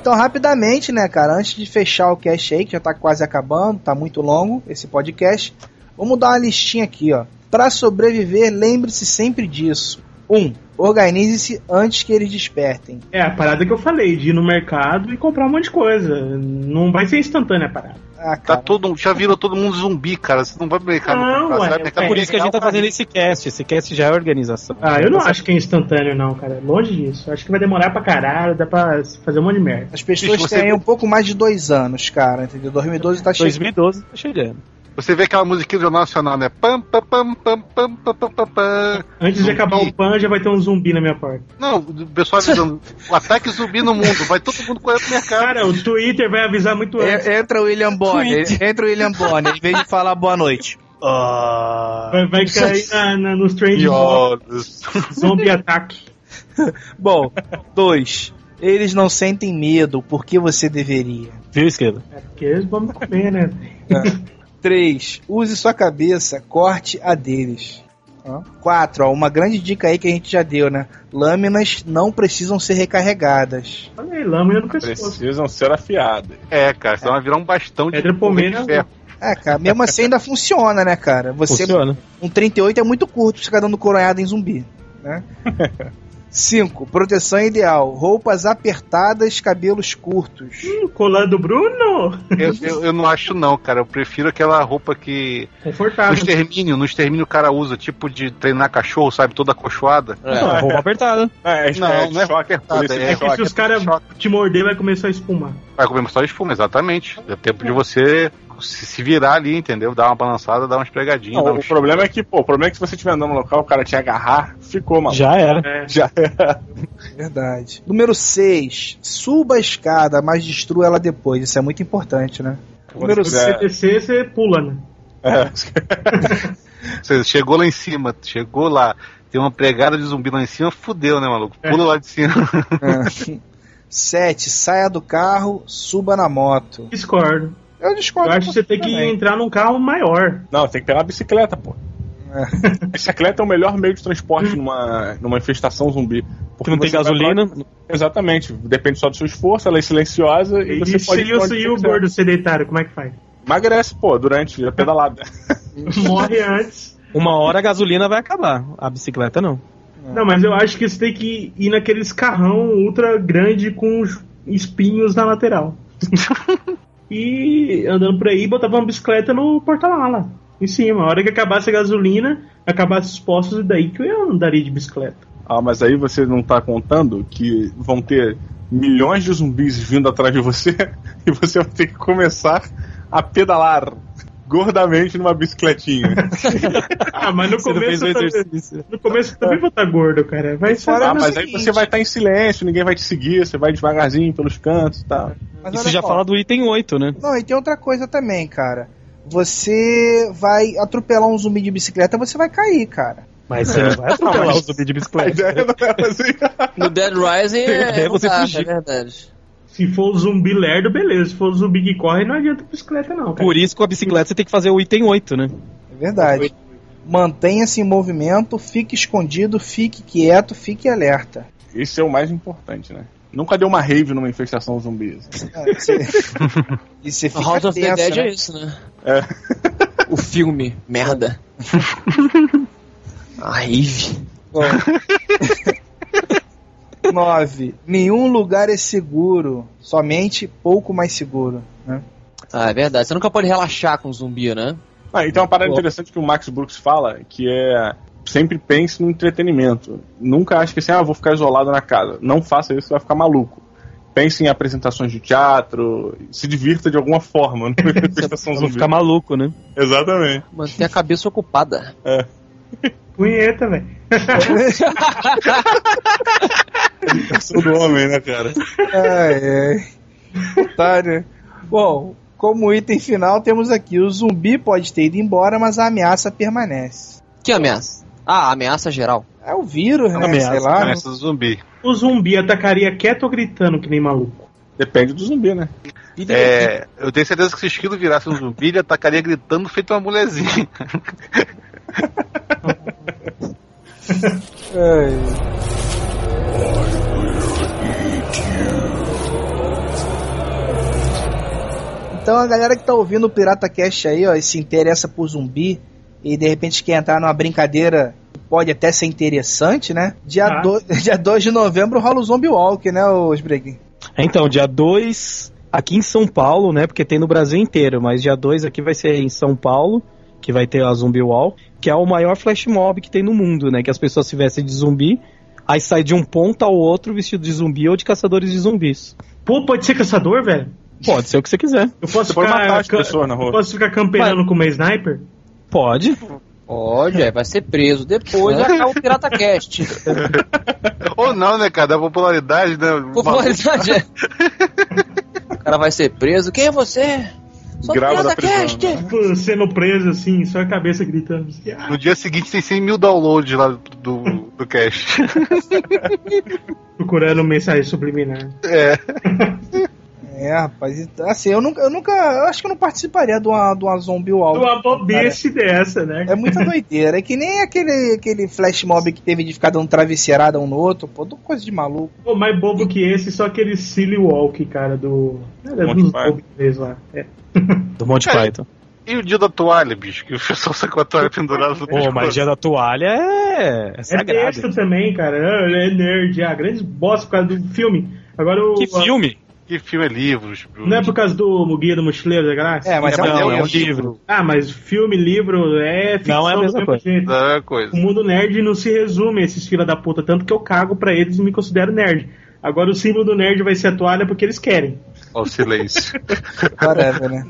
[SPEAKER 2] Então, rapidamente, né, cara, antes de fechar o cast aí, que já tá quase acabando, tá muito longo esse podcast, vamos dar uma listinha aqui, ó. Pra sobreviver, lembre-se sempre disso. 1. Um, Organize-se antes que eles despertem.
[SPEAKER 3] É, a parada que eu falei, de ir no mercado e comprar um monte de coisa. Não vai ser instantânea a parada.
[SPEAKER 4] Tá
[SPEAKER 2] Ah, cara,
[SPEAKER 4] todo, já virou todo mundo zumbi, cara. Você não vai brincar no
[SPEAKER 3] Não,
[SPEAKER 4] comprar, você
[SPEAKER 3] ué,
[SPEAKER 4] vai brincar
[SPEAKER 3] é.
[SPEAKER 5] Por isso que a gente tá
[SPEAKER 4] pegar o
[SPEAKER 5] fazendo esse cast. Esse cast já é organização.
[SPEAKER 3] Ah, eu não acho que é instantâneo, não, cara. Longe disso. Acho que vai demorar pra caralho, dá pra fazer um monte de merda.
[SPEAKER 2] as pessoas
[SPEAKER 4] Bicho, você-
[SPEAKER 2] têm um pouco mais de dois anos, cara, entendeu? 2012 tá chegando.
[SPEAKER 5] 2012 tá chegando.
[SPEAKER 4] Você vê aquela musiquinha do Jornal Nacional, né? Pam, pam, pam, pam, pam, pam, pam, pam, pam.
[SPEAKER 3] Antes de
[SPEAKER 4] Zumbi.
[SPEAKER 3] acabar o pan, já vai ter um zumbi na minha porta.
[SPEAKER 4] Não, o pessoal avisando. o ataque zumbi no mundo. Vai todo mundo correndo pro mercado.
[SPEAKER 3] Cara, o Twitter vai avisar muito antes.
[SPEAKER 2] En- É, Entra o William Bonner, entra o William Bonner, em vez de falar boa noite.
[SPEAKER 3] Vai, vai cair na, na, nos trend
[SPEAKER 4] Piores.
[SPEAKER 3] zombie ataque.
[SPEAKER 2] Bom, dois. Eles não sentem medo, porque você deveria.
[SPEAKER 5] Viu, esquerda?
[SPEAKER 3] É porque eles vão me comer, né?
[SPEAKER 2] 3. Use sua cabeça, corte a deles. 4. Uma grande dica aí que a gente já deu, né? Lâminas não precisam ser recarregadas.
[SPEAKER 3] Falei, lâmina no pescoço.
[SPEAKER 7] Precisam ser afiadas.
[SPEAKER 4] É, cara, senão vai virar um bastão de
[SPEAKER 3] Pedra Palmeira.
[SPEAKER 4] de ferro.
[SPEAKER 2] É, cara, mesmo assim ainda funciona, né, cara? Você
[SPEAKER 5] Funciona.
[SPEAKER 2] um 38 é muito curto pra você ficar dando coronhada em zumbi, né? 5. Proteção é ideal. Roupas apertadas, cabelos curtos.
[SPEAKER 3] Colã do Bruno?
[SPEAKER 4] Eu, eu, eu não acho não, cara. Eu prefiro aquela roupa que. No
[SPEAKER 3] Confortável.
[SPEAKER 4] extermínio, no extermínio o cara usa, tipo de treinar cachorro, sabe? Toda cochoada.
[SPEAKER 5] Não, é roupa apertada.
[SPEAKER 7] É,
[SPEAKER 4] Não, não é apertada,
[SPEAKER 7] polícia
[SPEAKER 4] é
[SPEAKER 7] de choque.
[SPEAKER 3] Se os caras te morder, vai começar a espumar.
[SPEAKER 4] Vai comer só espuma, exatamente. É tempo de você se, se virar ali, entendeu? Dar uma balançada, dar umas
[SPEAKER 7] Não,
[SPEAKER 4] pregadinhas. dar
[SPEAKER 7] o
[SPEAKER 4] uns-
[SPEAKER 7] problema é que, pô, o problema é que se você estiver andando no local, o cara te agarrar, ficou, maluco.
[SPEAKER 5] Já era.
[SPEAKER 3] É.
[SPEAKER 7] Já.
[SPEAKER 2] Verdade. Número 6. Suba a escada, mas destrua ela depois. Isso é muito importante, né? Número
[SPEAKER 7] Pois
[SPEAKER 3] Se você
[SPEAKER 7] é.
[SPEAKER 3] descer, você pula, né?
[SPEAKER 4] Você chegou lá em cima, chegou lá, tem uma pregada de zumbi lá em cima, fudeu, né, maluco? Pula lá de cima.
[SPEAKER 2] 7. Ah. Saia do carro, suba na moto.
[SPEAKER 3] Discordo.
[SPEAKER 2] Eu
[SPEAKER 3] Eu
[SPEAKER 2] discordo. um
[SPEAKER 3] acho que você tem que
[SPEAKER 2] também.
[SPEAKER 3] entrar num carro maior.
[SPEAKER 7] Não, tem que pegar a bicicleta, pô. A bicicleta é o melhor meio de transporte numa, numa infestação zumbi. Porque
[SPEAKER 5] Não tem
[SPEAKER 7] você vai
[SPEAKER 5] gasolina.
[SPEAKER 7] pra- Exatamente. Depende só do seu esforço, ela é silenciosa
[SPEAKER 3] E,
[SPEAKER 7] e, você pode.
[SPEAKER 3] se, eu
[SPEAKER 7] pode-
[SPEAKER 3] se o gordo sedentário, como é que faz?
[SPEAKER 7] Emagrece, pô, durante a pedalada.
[SPEAKER 3] Morre antes.
[SPEAKER 5] Uma hora a gasolina vai acabar. A bicicleta não.
[SPEAKER 3] Não, mas eu acho que você tem que ir naqueles carrão ultra grande com os espinhos na lateral. e andando por aí, botava uma bicicleta no porta-mala. Em cima. A hora que acabasse a gasolina, acabasse os postos, e daí que eu andaria de bicicleta.
[SPEAKER 7] Ah, mas aí você não tá contando que vão ter milhões de zumbis vindo atrás de você e você vai ter que começar a pedalar gordamente numa bicicletinha.
[SPEAKER 3] Ah, mas no
[SPEAKER 5] Você não fez
[SPEAKER 3] começo.
[SPEAKER 5] o
[SPEAKER 3] eu também-
[SPEAKER 5] exercício. né?
[SPEAKER 3] No começo eu também vou estar gordo, cara. Vai ser.
[SPEAKER 2] fora-
[SPEAKER 7] ah,
[SPEAKER 2] mas é
[SPEAKER 7] mas
[SPEAKER 2] o
[SPEAKER 7] aí
[SPEAKER 2] seguinte-
[SPEAKER 7] você vai estar em silêncio, ninguém vai te seguir, você vai devagarzinho pelos cantos e tal.
[SPEAKER 2] Mas
[SPEAKER 5] Isso
[SPEAKER 2] olha
[SPEAKER 5] já
[SPEAKER 2] só.
[SPEAKER 5] fala do item 8, né?
[SPEAKER 2] Não, e tem outra coisa também, cara. Você vai atropelar um zumbi de bicicleta, você vai cair, cara.
[SPEAKER 5] Mas você não vai atropelar
[SPEAKER 7] Não, mas-
[SPEAKER 5] o zumbi de
[SPEAKER 7] A
[SPEAKER 5] bicicleta.
[SPEAKER 7] ideia não é assim.
[SPEAKER 6] No Dead Rising
[SPEAKER 5] A ideia
[SPEAKER 6] é,
[SPEAKER 5] é você
[SPEAKER 6] não dá,
[SPEAKER 5] fugir.
[SPEAKER 6] é verdade.
[SPEAKER 3] Se for o zumbi lerdo, beleza. Se for o zumbi que corre, não adianta bicicleta, não. Cara.
[SPEAKER 5] Por isso que com a bicicleta você tem que fazer o item 8, né?
[SPEAKER 2] É verdade. Mantenha-se em movimento, fique escondido, fique quieto, fique alerta.
[SPEAKER 7] Isso é o mais importante, né? Nunca deu uma rave numa infestação zumbi.
[SPEAKER 2] É, você- e você fica
[SPEAKER 6] House of the
[SPEAKER 2] tenso,
[SPEAKER 6] Dead
[SPEAKER 2] né?
[SPEAKER 6] é isso, né?
[SPEAKER 7] É.
[SPEAKER 6] O filme, merda. A Eve.
[SPEAKER 2] Bom. 9. Nenhum lugar é seguro, somente pouco mais seguro. né?
[SPEAKER 6] Ah, é verdade. Você nunca pode relaxar com zumbi, né?
[SPEAKER 7] Ah, então uma parada interessante que o Max Brooks fala, que é sempre pense no entretenimento. Nunca ache que assim, ah, vou ficar isolado na casa. Não faça isso, você vai ficar maluco. Pense em apresentações de teatro, se divirta de alguma forma né? numa
[SPEAKER 5] Pra não
[SPEAKER 7] infestação um zumbi.
[SPEAKER 5] ficar maluco, né?
[SPEAKER 7] Exatamente.
[SPEAKER 6] Manter a cabeça ocupada.
[SPEAKER 3] Punheta, velho.
[SPEAKER 7] Sou do homem, né, cara?
[SPEAKER 2] Ai, ai. Tá, né? Bom, como item final, temos aqui: o zumbi pode ter ido embora, mas a ameaça permanece.
[SPEAKER 6] Que ameaça? Ah, ameaça geral.
[SPEAKER 2] É o vírus, né?
[SPEAKER 5] Ameaça,
[SPEAKER 2] Sei lá. né?
[SPEAKER 4] Começa o zumbi.
[SPEAKER 3] O zumbi atacaria quieto ou gritando que nem maluco?
[SPEAKER 7] Depende do zumbi, né?
[SPEAKER 4] É, eu tenho certeza que se o esquilo virasse um zumbi, ele atacaria gritando feito uma mulherzinha.
[SPEAKER 2] Ai. Então a galera que tá ouvindo o Pirata Cast aí, ó, e se interessa por zumbi e de repente quer entrar numa brincadeira que pode até ser interessante, né? Dia,
[SPEAKER 3] Ah.
[SPEAKER 2] do... Dia 2 de novembro rola o Zombie Walk, né, os Breguin?
[SPEAKER 5] Então, dia 2, aqui em São Paulo, né? Porque tem no Brasil inteiro, mas dia 2 aqui vai ser em São Paulo, que vai ter a Zumbi Wall, que é o maior flash mob que tem no mundo, né? Que as pessoas se vestem de zumbi, aí sai de um ponto ao outro vestido de zumbi ou de caçadores de zumbis.
[SPEAKER 3] Pô, pode ser caçador, velho?
[SPEAKER 5] Pode ser o que você quiser.
[SPEAKER 3] Eu posso
[SPEAKER 7] Você pode matar
[SPEAKER 3] ficar.
[SPEAKER 7] as pessoas na
[SPEAKER 3] Eu
[SPEAKER 7] rua.
[SPEAKER 3] posso ficar campeando com o meu sniper?
[SPEAKER 5] Pode.
[SPEAKER 6] Pode,
[SPEAKER 2] É.
[SPEAKER 6] aí vai ser preso. Depois vai acabar o Pirata Cast.
[SPEAKER 4] Ou não, né, cara? Da popularidade, né?
[SPEAKER 6] Popularidade é. O cara vai ser preso. Quem é você? Sou do
[SPEAKER 7] Grava da
[SPEAKER 6] Pirata
[SPEAKER 7] prisão.
[SPEAKER 6] Cast.
[SPEAKER 7] né?
[SPEAKER 3] Tipo, sendo preso assim, só a cabeça gritando. assim, "Ah".
[SPEAKER 4] No dia seguinte tem 100 mil downloads lá do, do cast.
[SPEAKER 3] procurando mensagem subliminar.
[SPEAKER 4] É.
[SPEAKER 2] É, rapaz, então, assim, eu nunca, eu nunca, eu acho que eu não participaria de uma, de uma Zombie Walk.
[SPEAKER 3] Uma bobice dessa, né?
[SPEAKER 2] É muita doideira. É que nem aquele, aquele flash mob que teve de ficar dando travesseirada um no outro. Pô, tudo coisa de maluco.
[SPEAKER 3] Pô, mais bobo que esse, só aquele silly walk, cara, do. Era
[SPEAKER 7] Monty
[SPEAKER 3] dos
[SPEAKER 7] Python.
[SPEAKER 3] bobos três lá. É.
[SPEAKER 5] Do Monty
[SPEAKER 4] Cara,
[SPEAKER 5] Python.
[SPEAKER 4] E o dia da toalha, bicho? Que o pessoal sai com a toalha pendurada no
[SPEAKER 5] Pô, mas
[SPEAKER 4] pescoço.
[SPEAKER 5] dia da toalha é, é, é
[SPEAKER 3] É
[SPEAKER 5] sagrado.
[SPEAKER 3] texto também, cara. Ah, É nerd, ah, grandes bosta por causa do filme. Agora o.
[SPEAKER 5] que filme?
[SPEAKER 4] Que filme é livros, Bruno?
[SPEAKER 3] Não é por causa do Guia do Mochileiro da Galáxia?
[SPEAKER 2] É, mas é,
[SPEAKER 5] não,
[SPEAKER 2] um
[SPEAKER 5] é um
[SPEAKER 2] texto.
[SPEAKER 5] livro.
[SPEAKER 3] Ah, mas filme, livro, é ficção
[SPEAKER 5] Não, é a
[SPEAKER 3] do
[SPEAKER 5] mesma
[SPEAKER 3] mesmo
[SPEAKER 5] coisa.
[SPEAKER 3] jeito.
[SPEAKER 4] Da coisa.
[SPEAKER 3] O mundo nerd não se resume a esses fila da puta, tanto que eu cago pra eles e me considero nerd. Agora o símbolo do nerd vai ser a toalha porque eles querem.
[SPEAKER 4] Ó, o silêncio.
[SPEAKER 2] Whatever, né?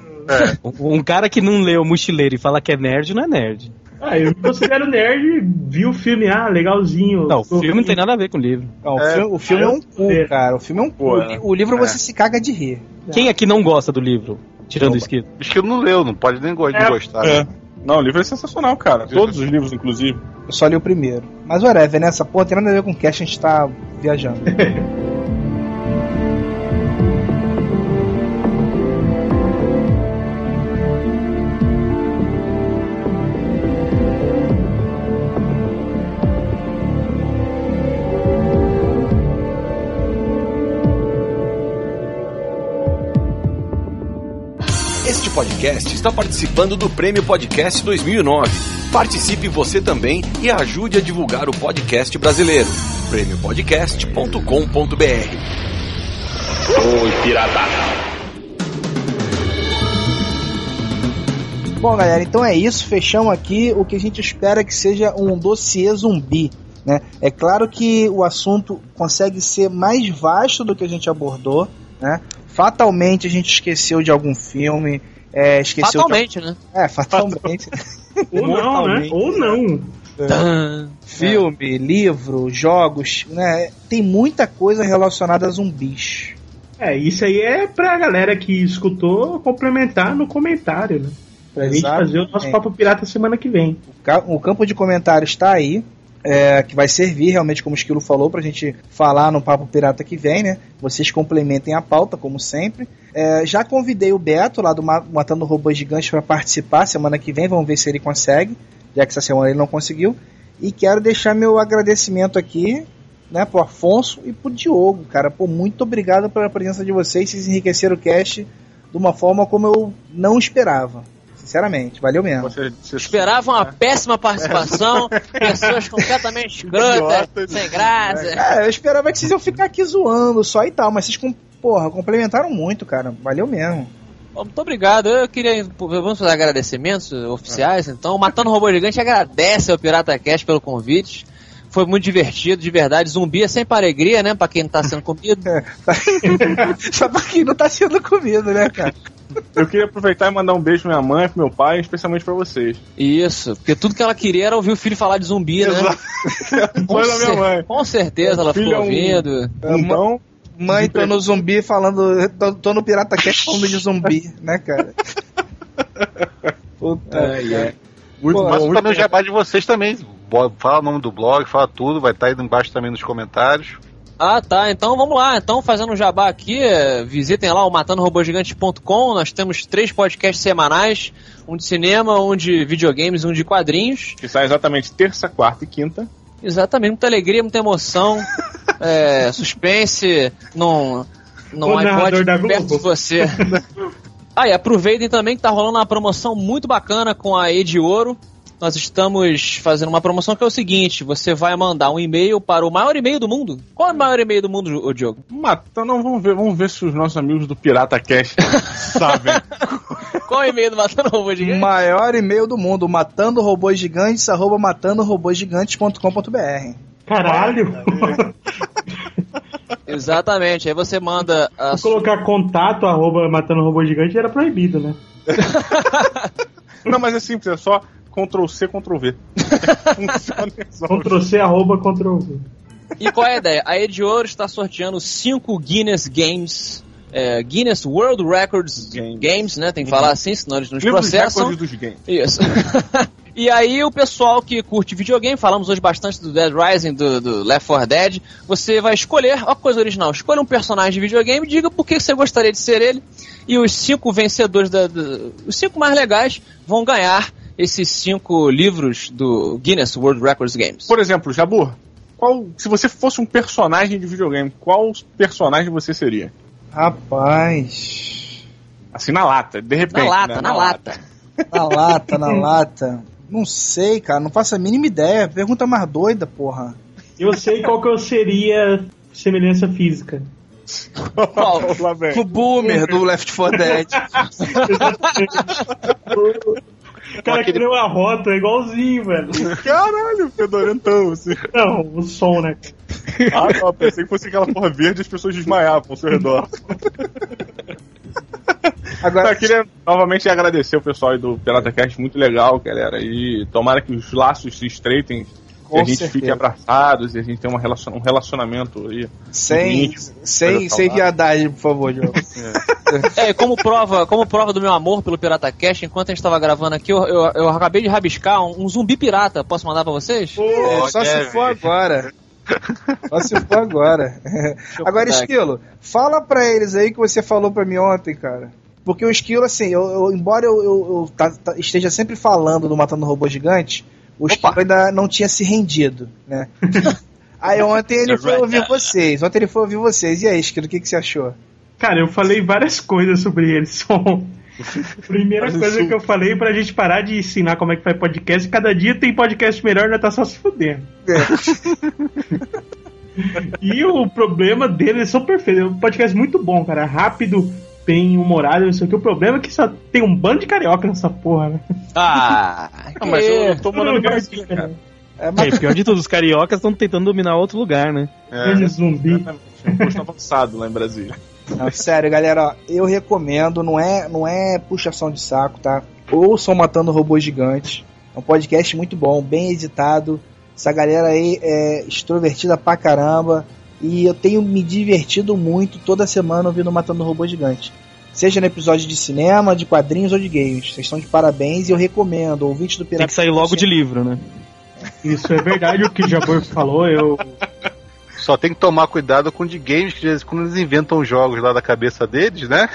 [SPEAKER 5] Um um cara que não leu Mochileiro e fala que é nerd não é nerd.
[SPEAKER 3] Ah, eu me considero nerd, vi o filme, ah, legalzinho.
[SPEAKER 5] Não, o
[SPEAKER 3] Tô-
[SPEAKER 5] filme tá não tem nada a ver com o livro.
[SPEAKER 4] É,
[SPEAKER 2] Não, o filme, o filme é um
[SPEAKER 3] é.
[SPEAKER 2] cu, cara. O filme é um cu.
[SPEAKER 7] Pô,
[SPEAKER 2] O li- O livro
[SPEAKER 4] é.
[SPEAKER 2] você se caga de rir.
[SPEAKER 5] Quem aqui não gosta do livro? Tirando o esquilo.
[SPEAKER 4] Acho que não leu, não pode nem go-
[SPEAKER 3] É.
[SPEAKER 4] não gostar.
[SPEAKER 7] É.
[SPEAKER 4] né?
[SPEAKER 7] Não, o livro é sensacional, cara. Todos os livros, inclusive.
[SPEAKER 2] Eu só li o primeiro. Mas whatever, né? Essa porra tem nada a ver com o cast, a gente tá viajando.
[SPEAKER 8] Este podcast está participando do Prêmio Podcast 2009. Participe você também e ajude a divulgar o podcast brasileiro. prêmiopodcast.com.br
[SPEAKER 2] Bom, galera, então é isso. Fechamos aqui o que a gente espera que seja um dossiê zumbi. Né? É claro que o assunto consegue ser mais vasto do que a gente abordou. Né? Fatalmente a gente esqueceu de algum filme. É, esqueceu
[SPEAKER 6] Fatalmente, né?
[SPEAKER 2] De... É, fatalmente.
[SPEAKER 3] Ou não, né?
[SPEAKER 2] Mortalmente.
[SPEAKER 3] Ou não.
[SPEAKER 6] Tã.
[SPEAKER 2] Filme, livro, jogos. Né? Tem muita coisa relacionada a zumbis.
[SPEAKER 3] É, isso aí é pra galera que escutou complementar no comentário, né? Pra gente
[SPEAKER 2] Exatamente.
[SPEAKER 3] fazer o nosso Papo Pirata semana que vem.
[SPEAKER 2] Ca- O campo de comentários está aí, é, que vai servir realmente, como o Esquilo falou, para a gente falar no Papo Pirata que vem, né? Vocês complementem a pauta, como sempre. É, já convidei o Beto, lá do Ma- Matando Robôs Gigantes, para participar semana que vem, vamos ver se ele consegue, já que essa semana ele não conseguiu. E quero deixar meu agradecimento aqui, né, pro Afonso e pro Diogo, cara. Pô, muito obrigado pela presença de vocês, vocês enriqueceram o cast de uma forma como eu não esperava. Sinceramente, valeu mesmo.
[SPEAKER 7] Você, você
[SPEAKER 6] Esperava
[SPEAKER 2] É.
[SPEAKER 6] uma péssima participação, pessoas completamente
[SPEAKER 7] Idiotas.
[SPEAKER 6] escrotas, sem graça.
[SPEAKER 2] É, eu esperava que vocês iam ficar aqui zoando só e tal, mas vocês, com- porra, complementaram muito, cara. Valeu mesmo.
[SPEAKER 6] Bom, Muito obrigado. Eu queria. Vamos fazer agradecimentos oficiais, então. O Matando Robô Gigante agradece ao Pirata Cast pelo convite. Foi muito divertido, de verdade. Zumbi é sempre alegria, né? Pra quem não tá sendo comido.
[SPEAKER 2] É, tá Só porque não tá sendo comido, né, cara?
[SPEAKER 7] Eu queria aproveitar e mandar um beijo pra minha mãe, pro meu pai, especialmente pra vocês.
[SPEAKER 6] Isso, porque tudo que ela queria era ouvir o filho falar de zumbi, né?
[SPEAKER 7] Exato. Foi da minha
[SPEAKER 6] cer-
[SPEAKER 7] mãe.
[SPEAKER 6] com certeza ela
[SPEAKER 7] Filho
[SPEAKER 6] ficou
[SPEAKER 7] é um-
[SPEAKER 6] ouvindo.
[SPEAKER 7] Então,
[SPEAKER 2] Mãe, tô no zumbi falando. Tô, tô no Pirata Cast falando de zumbi, né, cara? Puta.
[SPEAKER 6] É.
[SPEAKER 7] É, muito
[SPEAKER 2] Pô,
[SPEAKER 7] bom.
[SPEAKER 4] Mas
[SPEAKER 7] muito
[SPEAKER 4] também o jabá de vocês também. Bo- Fala o nome do blog, fala tudo, vai estar aí embaixo também nos comentários.
[SPEAKER 6] Ah, tá. Então vamos lá. Então, fazendo um jabá aqui, eh, visitem lá o matandorobogigante.com. Nós temos três podcasts semanais: um de cinema, um de videogames, um de quadrinhos.
[SPEAKER 7] Que sai exatamente terça, quarta e quinta.
[SPEAKER 6] Exatamente, muita alegria, muita emoção, é, suspense, não, não
[SPEAKER 3] O narrador
[SPEAKER 6] iPod
[SPEAKER 3] da
[SPEAKER 6] perto
[SPEAKER 3] Globo.
[SPEAKER 6] de você. ah, e aproveitem também que tá rolando uma promoção muito bacana com a Ed Ouro. Nós estamos fazendo uma promoção que é o seguinte: você vai mandar um e-mail para o maior e-mail do mundo. Qual é o maior e-mail do mundo, ô Diogo?
[SPEAKER 7] Matando, então, não, vamos ver, vamos ver se os nossos amigos do Pirata Cast sabem.
[SPEAKER 6] Qual é o e-mail do Matando Robô Gigante?
[SPEAKER 2] Maior e-mail do mundo, matando robôs gigantes, arroba matando
[SPEAKER 3] Caralho!
[SPEAKER 6] Exatamente, aí você manda a sua.
[SPEAKER 3] Colocar contato arroba matando robô gigante era proibido, né?
[SPEAKER 7] Não, mas é simples, é só Ctrl C, Ctrl V. Funciona só.
[SPEAKER 3] Ctrl C arroba Ctrl V.
[SPEAKER 6] E qual é a ideia? A Ed Ouro está sorteando 5 Guinness Games. é, Guinness World Records
[SPEAKER 7] Games.
[SPEAKER 6] Games, né? Tem que falar assim, senão eles nos
[SPEAKER 7] Livro dos
[SPEAKER 6] processam.
[SPEAKER 7] recordes dos games.
[SPEAKER 6] Isso. e aí o pessoal que curte videogame, falamos hoje bastante do Dead Rising, do, do Left 4 Dead, você vai escolher, ó que coisa original, escolha um personagem de videogame, diga por que você gostaria de ser ele, e os cinco vencedores, da, do- os cinco mais legais vão ganhar esses cinco livros do Guinness World Records Games.
[SPEAKER 7] Por exemplo, Jabur, qual, se você fosse um personagem de videogame, qual personagem você seria?
[SPEAKER 2] Rapaz.
[SPEAKER 7] Assim, na lata, de repente.
[SPEAKER 6] Na lata,
[SPEAKER 7] né?
[SPEAKER 6] na lata.
[SPEAKER 2] Na lata, na lata. Não sei, cara, não faço a mínima ideia. Pergunta mais doida, porra.
[SPEAKER 3] Eu sei qual que eu seria semelhança física.
[SPEAKER 6] Qual?
[SPEAKER 7] Lá vem.
[SPEAKER 2] O boomer do Left 4 Dead.
[SPEAKER 3] O cara que deu uma rota é igualzinho, velho.
[SPEAKER 7] Caralho, fedorentão, assim.
[SPEAKER 3] Não, o som, né?
[SPEAKER 7] Ah, não, pensei que fosse aquela porra verde e as pessoas desmaiavam ao seu redor.
[SPEAKER 2] Agora,
[SPEAKER 7] Eu queria novamente agradecer o pessoal aí do PirataCast, muito legal, galera. E tomara que os laços se estreitem, que
[SPEAKER 2] com
[SPEAKER 7] a gente
[SPEAKER 2] certeza.
[SPEAKER 7] fique abraçados e a gente tenha uma relacion- um relacionamento aí.
[SPEAKER 2] Sem,
[SPEAKER 7] íntimo,
[SPEAKER 2] sem,
[SPEAKER 7] coisa
[SPEAKER 2] sem
[SPEAKER 7] saudável.
[SPEAKER 2] viadagem, por favor, Diogo.
[SPEAKER 6] É, como prova, como prova do meu amor pelo Pirata Cast, enquanto a gente tava gravando aqui, eu, eu, eu acabei de rabiscar um, um zumbi pirata. Posso mandar pra vocês?
[SPEAKER 2] É, só se for agora. Só se for agora.
[SPEAKER 6] eu
[SPEAKER 2] Agora,
[SPEAKER 6] pegar aqui.
[SPEAKER 2] Esquilo, fala pra eles aí que você falou pra mim ontem, cara. Porque o Esquilo, assim, eu, eu- embora eu, eu- eu tá- tá- esteja sempre falando do Matando Robô Gigante, o Esquilo ainda não tinha se rendido, né? Aí ontem ele foi ouvir vocês. Ontem ele foi ouvir vocês. E aí, Esquilo, o que, que você achou?
[SPEAKER 3] Cara, eu falei várias coisas sobre ele, som. Primeira coisa que eu falei pra gente parar de ensinar como é que faz podcast. Cada dia tem podcast melhor, nós tá só se fudendo.
[SPEAKER 7] É.
[SPEAKER 3] E o problema dele, eles são perfeitos. É um podcast muito bom, cara. Rápido, bem humorado, não sei o que. O problema é que só tem um bando de carioca nessa porra, né?
[SPEAKER 6] Ah,
[SPEAKER 7] Não, mas eu,
[SPEAKER 6] é.
[SPEAKER 7] eu tô morando no
[SPEAKER 3] Lugar
[SPEAKER 7] Brasil,
[SPEAKER 3] tem,
[SPEAKER 7] cara.
[SPEAKER 2] É, mas
[SPEAKER 5] É, e pior de tudo, os cariocas estão tentando dominar outro lugar, né?
[SPEAKER 7] É,
[SPEAKER 3] Grande zumbi.
[SPEAKER 7] exatamente. É um posto avançado lá em Brasília.
[SPEAKER 2] Não, sério, galera, ó, eu recomendo, não é, não é puxação de saco, tá? Ouçam Matando Robôs Gigantes. É um podcast muito bom, bem editado. Essa galera aí é extrovertida pra caramba. E eu tenho me divertido muito toda semana ouvindo Matando Robô Gigante. Seja no episódio de cinema, de quadrinhos ou de games. Vocês estão de parabéns e eu recomendo. Ouvinte do
[SPEAKER 5] Tem
[SPEAKER 2] Pirata
[SPEAKER 5] que sair logo de livro, né?
[SPEAKER 3] Isso é verdade o que o Jabor falou. Eu
[SPEAKER 4] Só tem que tomar cuidado com de games que de vez em quando eles inventam jogos lá da cabeça deles, né?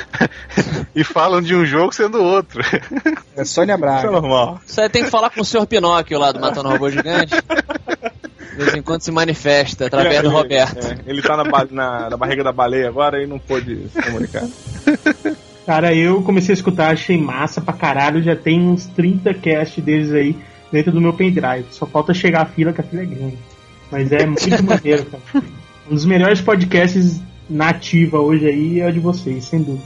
[SPEAKER 4] e falam de um jogo sendo outro.
[SPEAKER 2] é Sônia
[SPEAKER 7] Isso é
[SPEAKER 2] Braga.
[SPEAKER 7] normal.
[SPEAKER 6] Isso aí tem que falar com o senhor Pinóquio lá do Matando Robô Gigante. De vez em quando se manifesta através do
[SPEAKER 7] Ele-
[SPEAKER 6] tá Roberto.
[SPEAKER 7] é, ele tá na, ba- na- na barriga da baleia agora e não pôde se comunicar.
[SPEAKER 3] Cara, eu comecei a escutar, achei massa pra caralho. Já tem uns 30 cast deles aí dentro do meu pendrive. Só falta chegar a fila, que a fila é grande. Mas é muito maneiro, cara. Um dos melhores podcasts na ativa hoje aí é o de vocês, sem dúvida.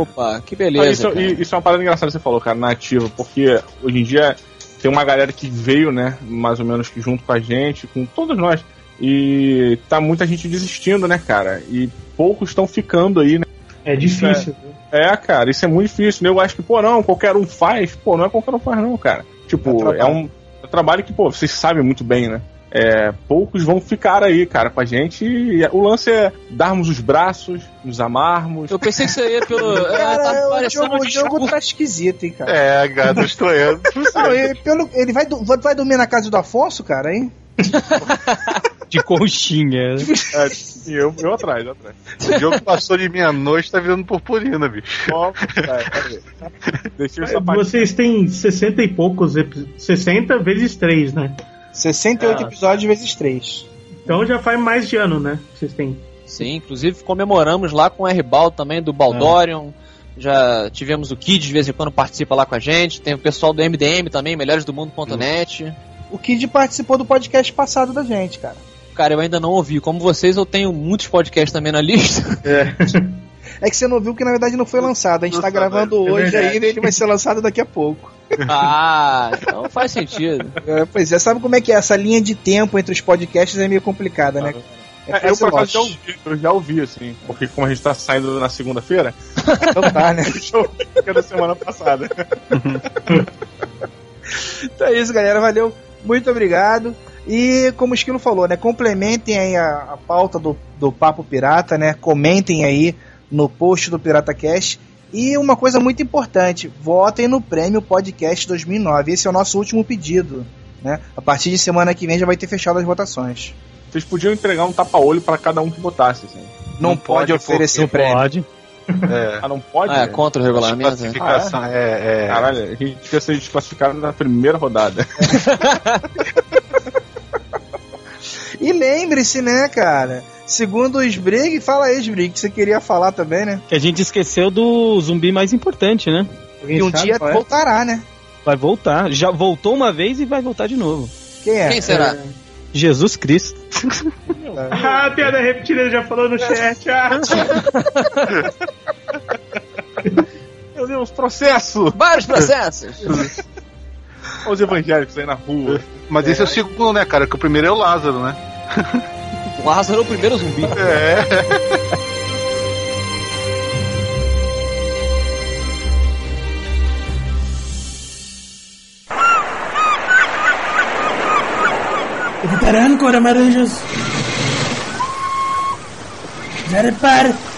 [SPEAKER 6] Opa, que
[SPEAKER 7] Ah,
[SPEAKER 6] beleza.
[SPEAKER 7] isso,
[SPEAKER 6] cara.
[SPEAKER 7] e- isso é uma parada engraçada que você falou, cara, nativa, porque hoje em dia tem uma galera que veio, né, mais ou menos que junto com a gente, com todos nós, e tá muita gente desistindo, né, cara, e poucos estão ficando aí, né.
[SPEAKER 3] É difícil. viu?
[SPEAKER 7] É, cara, isso é muito difícil, né, eu acho que, pô, não, qualquer um faz, pô, não é qualquer um faz não, cara.
[SPEAKER 2] É
[SPEAKER 7] Tipo,
[SPEAKER 2] trabalho.
[SPEAKER 7] é, um, é um trabalho que, pô, vocês sabem muito bem, né. É, poucos vão ficar aí, cara, com a gente, e o lance é darmos os braços, nos amarmos,
[SPEAKER 6] Eu pensei que você ia pelo. ah, tá
[SPEAKER 7] é,
[SPEAKER 2] Cara, o
[SPEAKER 6] parecendo
[SPEAKER 2] jogo,
[SPEAKER 6] um
[SPEAKER 2] o jogo
[SPEAKER 6] discurso.
[SPEAKER 2] tá esquisito, hein, cara.
[SPEAKER 4] É, gato, estou eu.
[SPEAKER 2] Não, ele, pelo- ele vai, do- vai dormir na casa do Afonso, cara, hein?
[SPEAKER 5] De conchinha.
[SPEAKER 7] É, e eu, eu atrás, eu atrás.
[SPEAKER 4] O jogo passou de meia-noite tá virando purpurina, bicho.
[SPEAKER 2] é,
[SPEAKER 7] Deixei o sapatinho.
[SPEAKER 3] Vocês têm 60 e poucos, epi- 60 vezes 3, né?
[SPEAKER 2] 68
[SPEAKER 7] É.
[SPEAKER 2] episódios vezes 3.
[SPEAKER 3] Então já faz mais de ano, né? Vocês têm.
[SPEAKER 6] Sim, inclusive comemoramos lá com o Rbal também, do Baldorion. Já tivemos o Kid de vez em quando participa lá com a gente. Tem o pessoal do MDM também, melhoresdomundo.net.
[SPEAKER 2] O Kid participou do podcast passado da gente, cara.
[SPEAKER 6] Cara, eu ainda não ouvi. Como vocês, eu tenho muitos podcasts também na lista.
[SPEAKER 2] É que você não viu que na verdade não foi lançado. A gente tá
[SPEAKER 4] Nossa,
[SPEAKER 2] gravando
[SPEAKER 4] é
[SPEAKER 2] hoje
[SPEAKER 4] verdade.
[SPEAKER 2] ainda e ele vai ser lançado daqui a pouco.
[SPEAKER 6] ah, então faz sentido.
[SPEAKER 2] É, pois é, sabe como é que é? Essa linha de tempo entre os podcasts é meio complicada, né? cara?
[SPEAKER 7] É, eu, por acaso,
[SPEAKER 2] facilócio.
[SPEAKER 7] já ouvi, eu já ouvi, assim. Porque como a gente tá saindo na segunda-feira,
[SPEAKER 2] Então tá, né?
[SPEAKER 7] que é da semana passada.
[SPEAKER 2] Então é isso, galera. Valeu. Muito obrigado. E como o Esquilo falou, né? Complementem aí a, a pauta do, do Papo Pirata, né? Comentem aí no post do Pirata Cash. E uma coisa muito importante, votem no Prêmio Podcast 2009. Esse é o nosso último pedido, né? A partir de semana que vem já vai ter fechado as votações.
[SPEAKER 7] Vocês podiam entregar um tapa-olho pra cada um que botasse, assim.
[SPEAKER 2] Não,
[SPEAKER 4] Não pode,
[SPEAKER 2] pode, oferecer o prêmio.
[SPEAKER 5] Pode.
[SPEAKER 4] É.
[SPEAKER 7] Ah, não pode?
[SPEAKER 6] Ah, é contra o regulamento. né?
[SPEAKER 4] Classificação, é, é.
[SPEAKER 7] Caralho, a gente ia ser desclassificado na primeira rodada.
[SPEAKER 2] E lembre-se, né, cara? Segundo o Sbrig, fala aí, Sbrig, que você queria falar também, né?
[SPEAKER 5] Que a gente esqueceu do zumbi mais importante, né?
[SPEAKER 3] Alguém
[SPEAKER 2] Que um
[SPEAKER 3] sabe
[SPEAKER 2] dia
[SPEAKER 3] qual é?
[SPEAKER 2] voltará, né?
[SPEAKER 5] Vai voltar. Já voltou uma vez e vai voltar de novo.
[SPEAKER 2] Quem é?
[SPEAKER 6] Quem será?
[SPEAKER 5] Jesus Cristo.
[SPEAKER 3] Ah, a piada repetida já falou no chat. Ah,
[SPEAKER 7] Meu Deus, processo!
[SPEAKER 6] Vários processos.
[SPEAKER 7] Olha os evangélicos aí na rua.
[SPEAKER 4] Mas esse é o segundo, né, cara? Que o primeiro é o Lázaro, né?
[SPEAKER 6] O Lázaro é o primeiro zumbi.
[SPEAKER 9] Reparando, Coramaranjos? Já repare,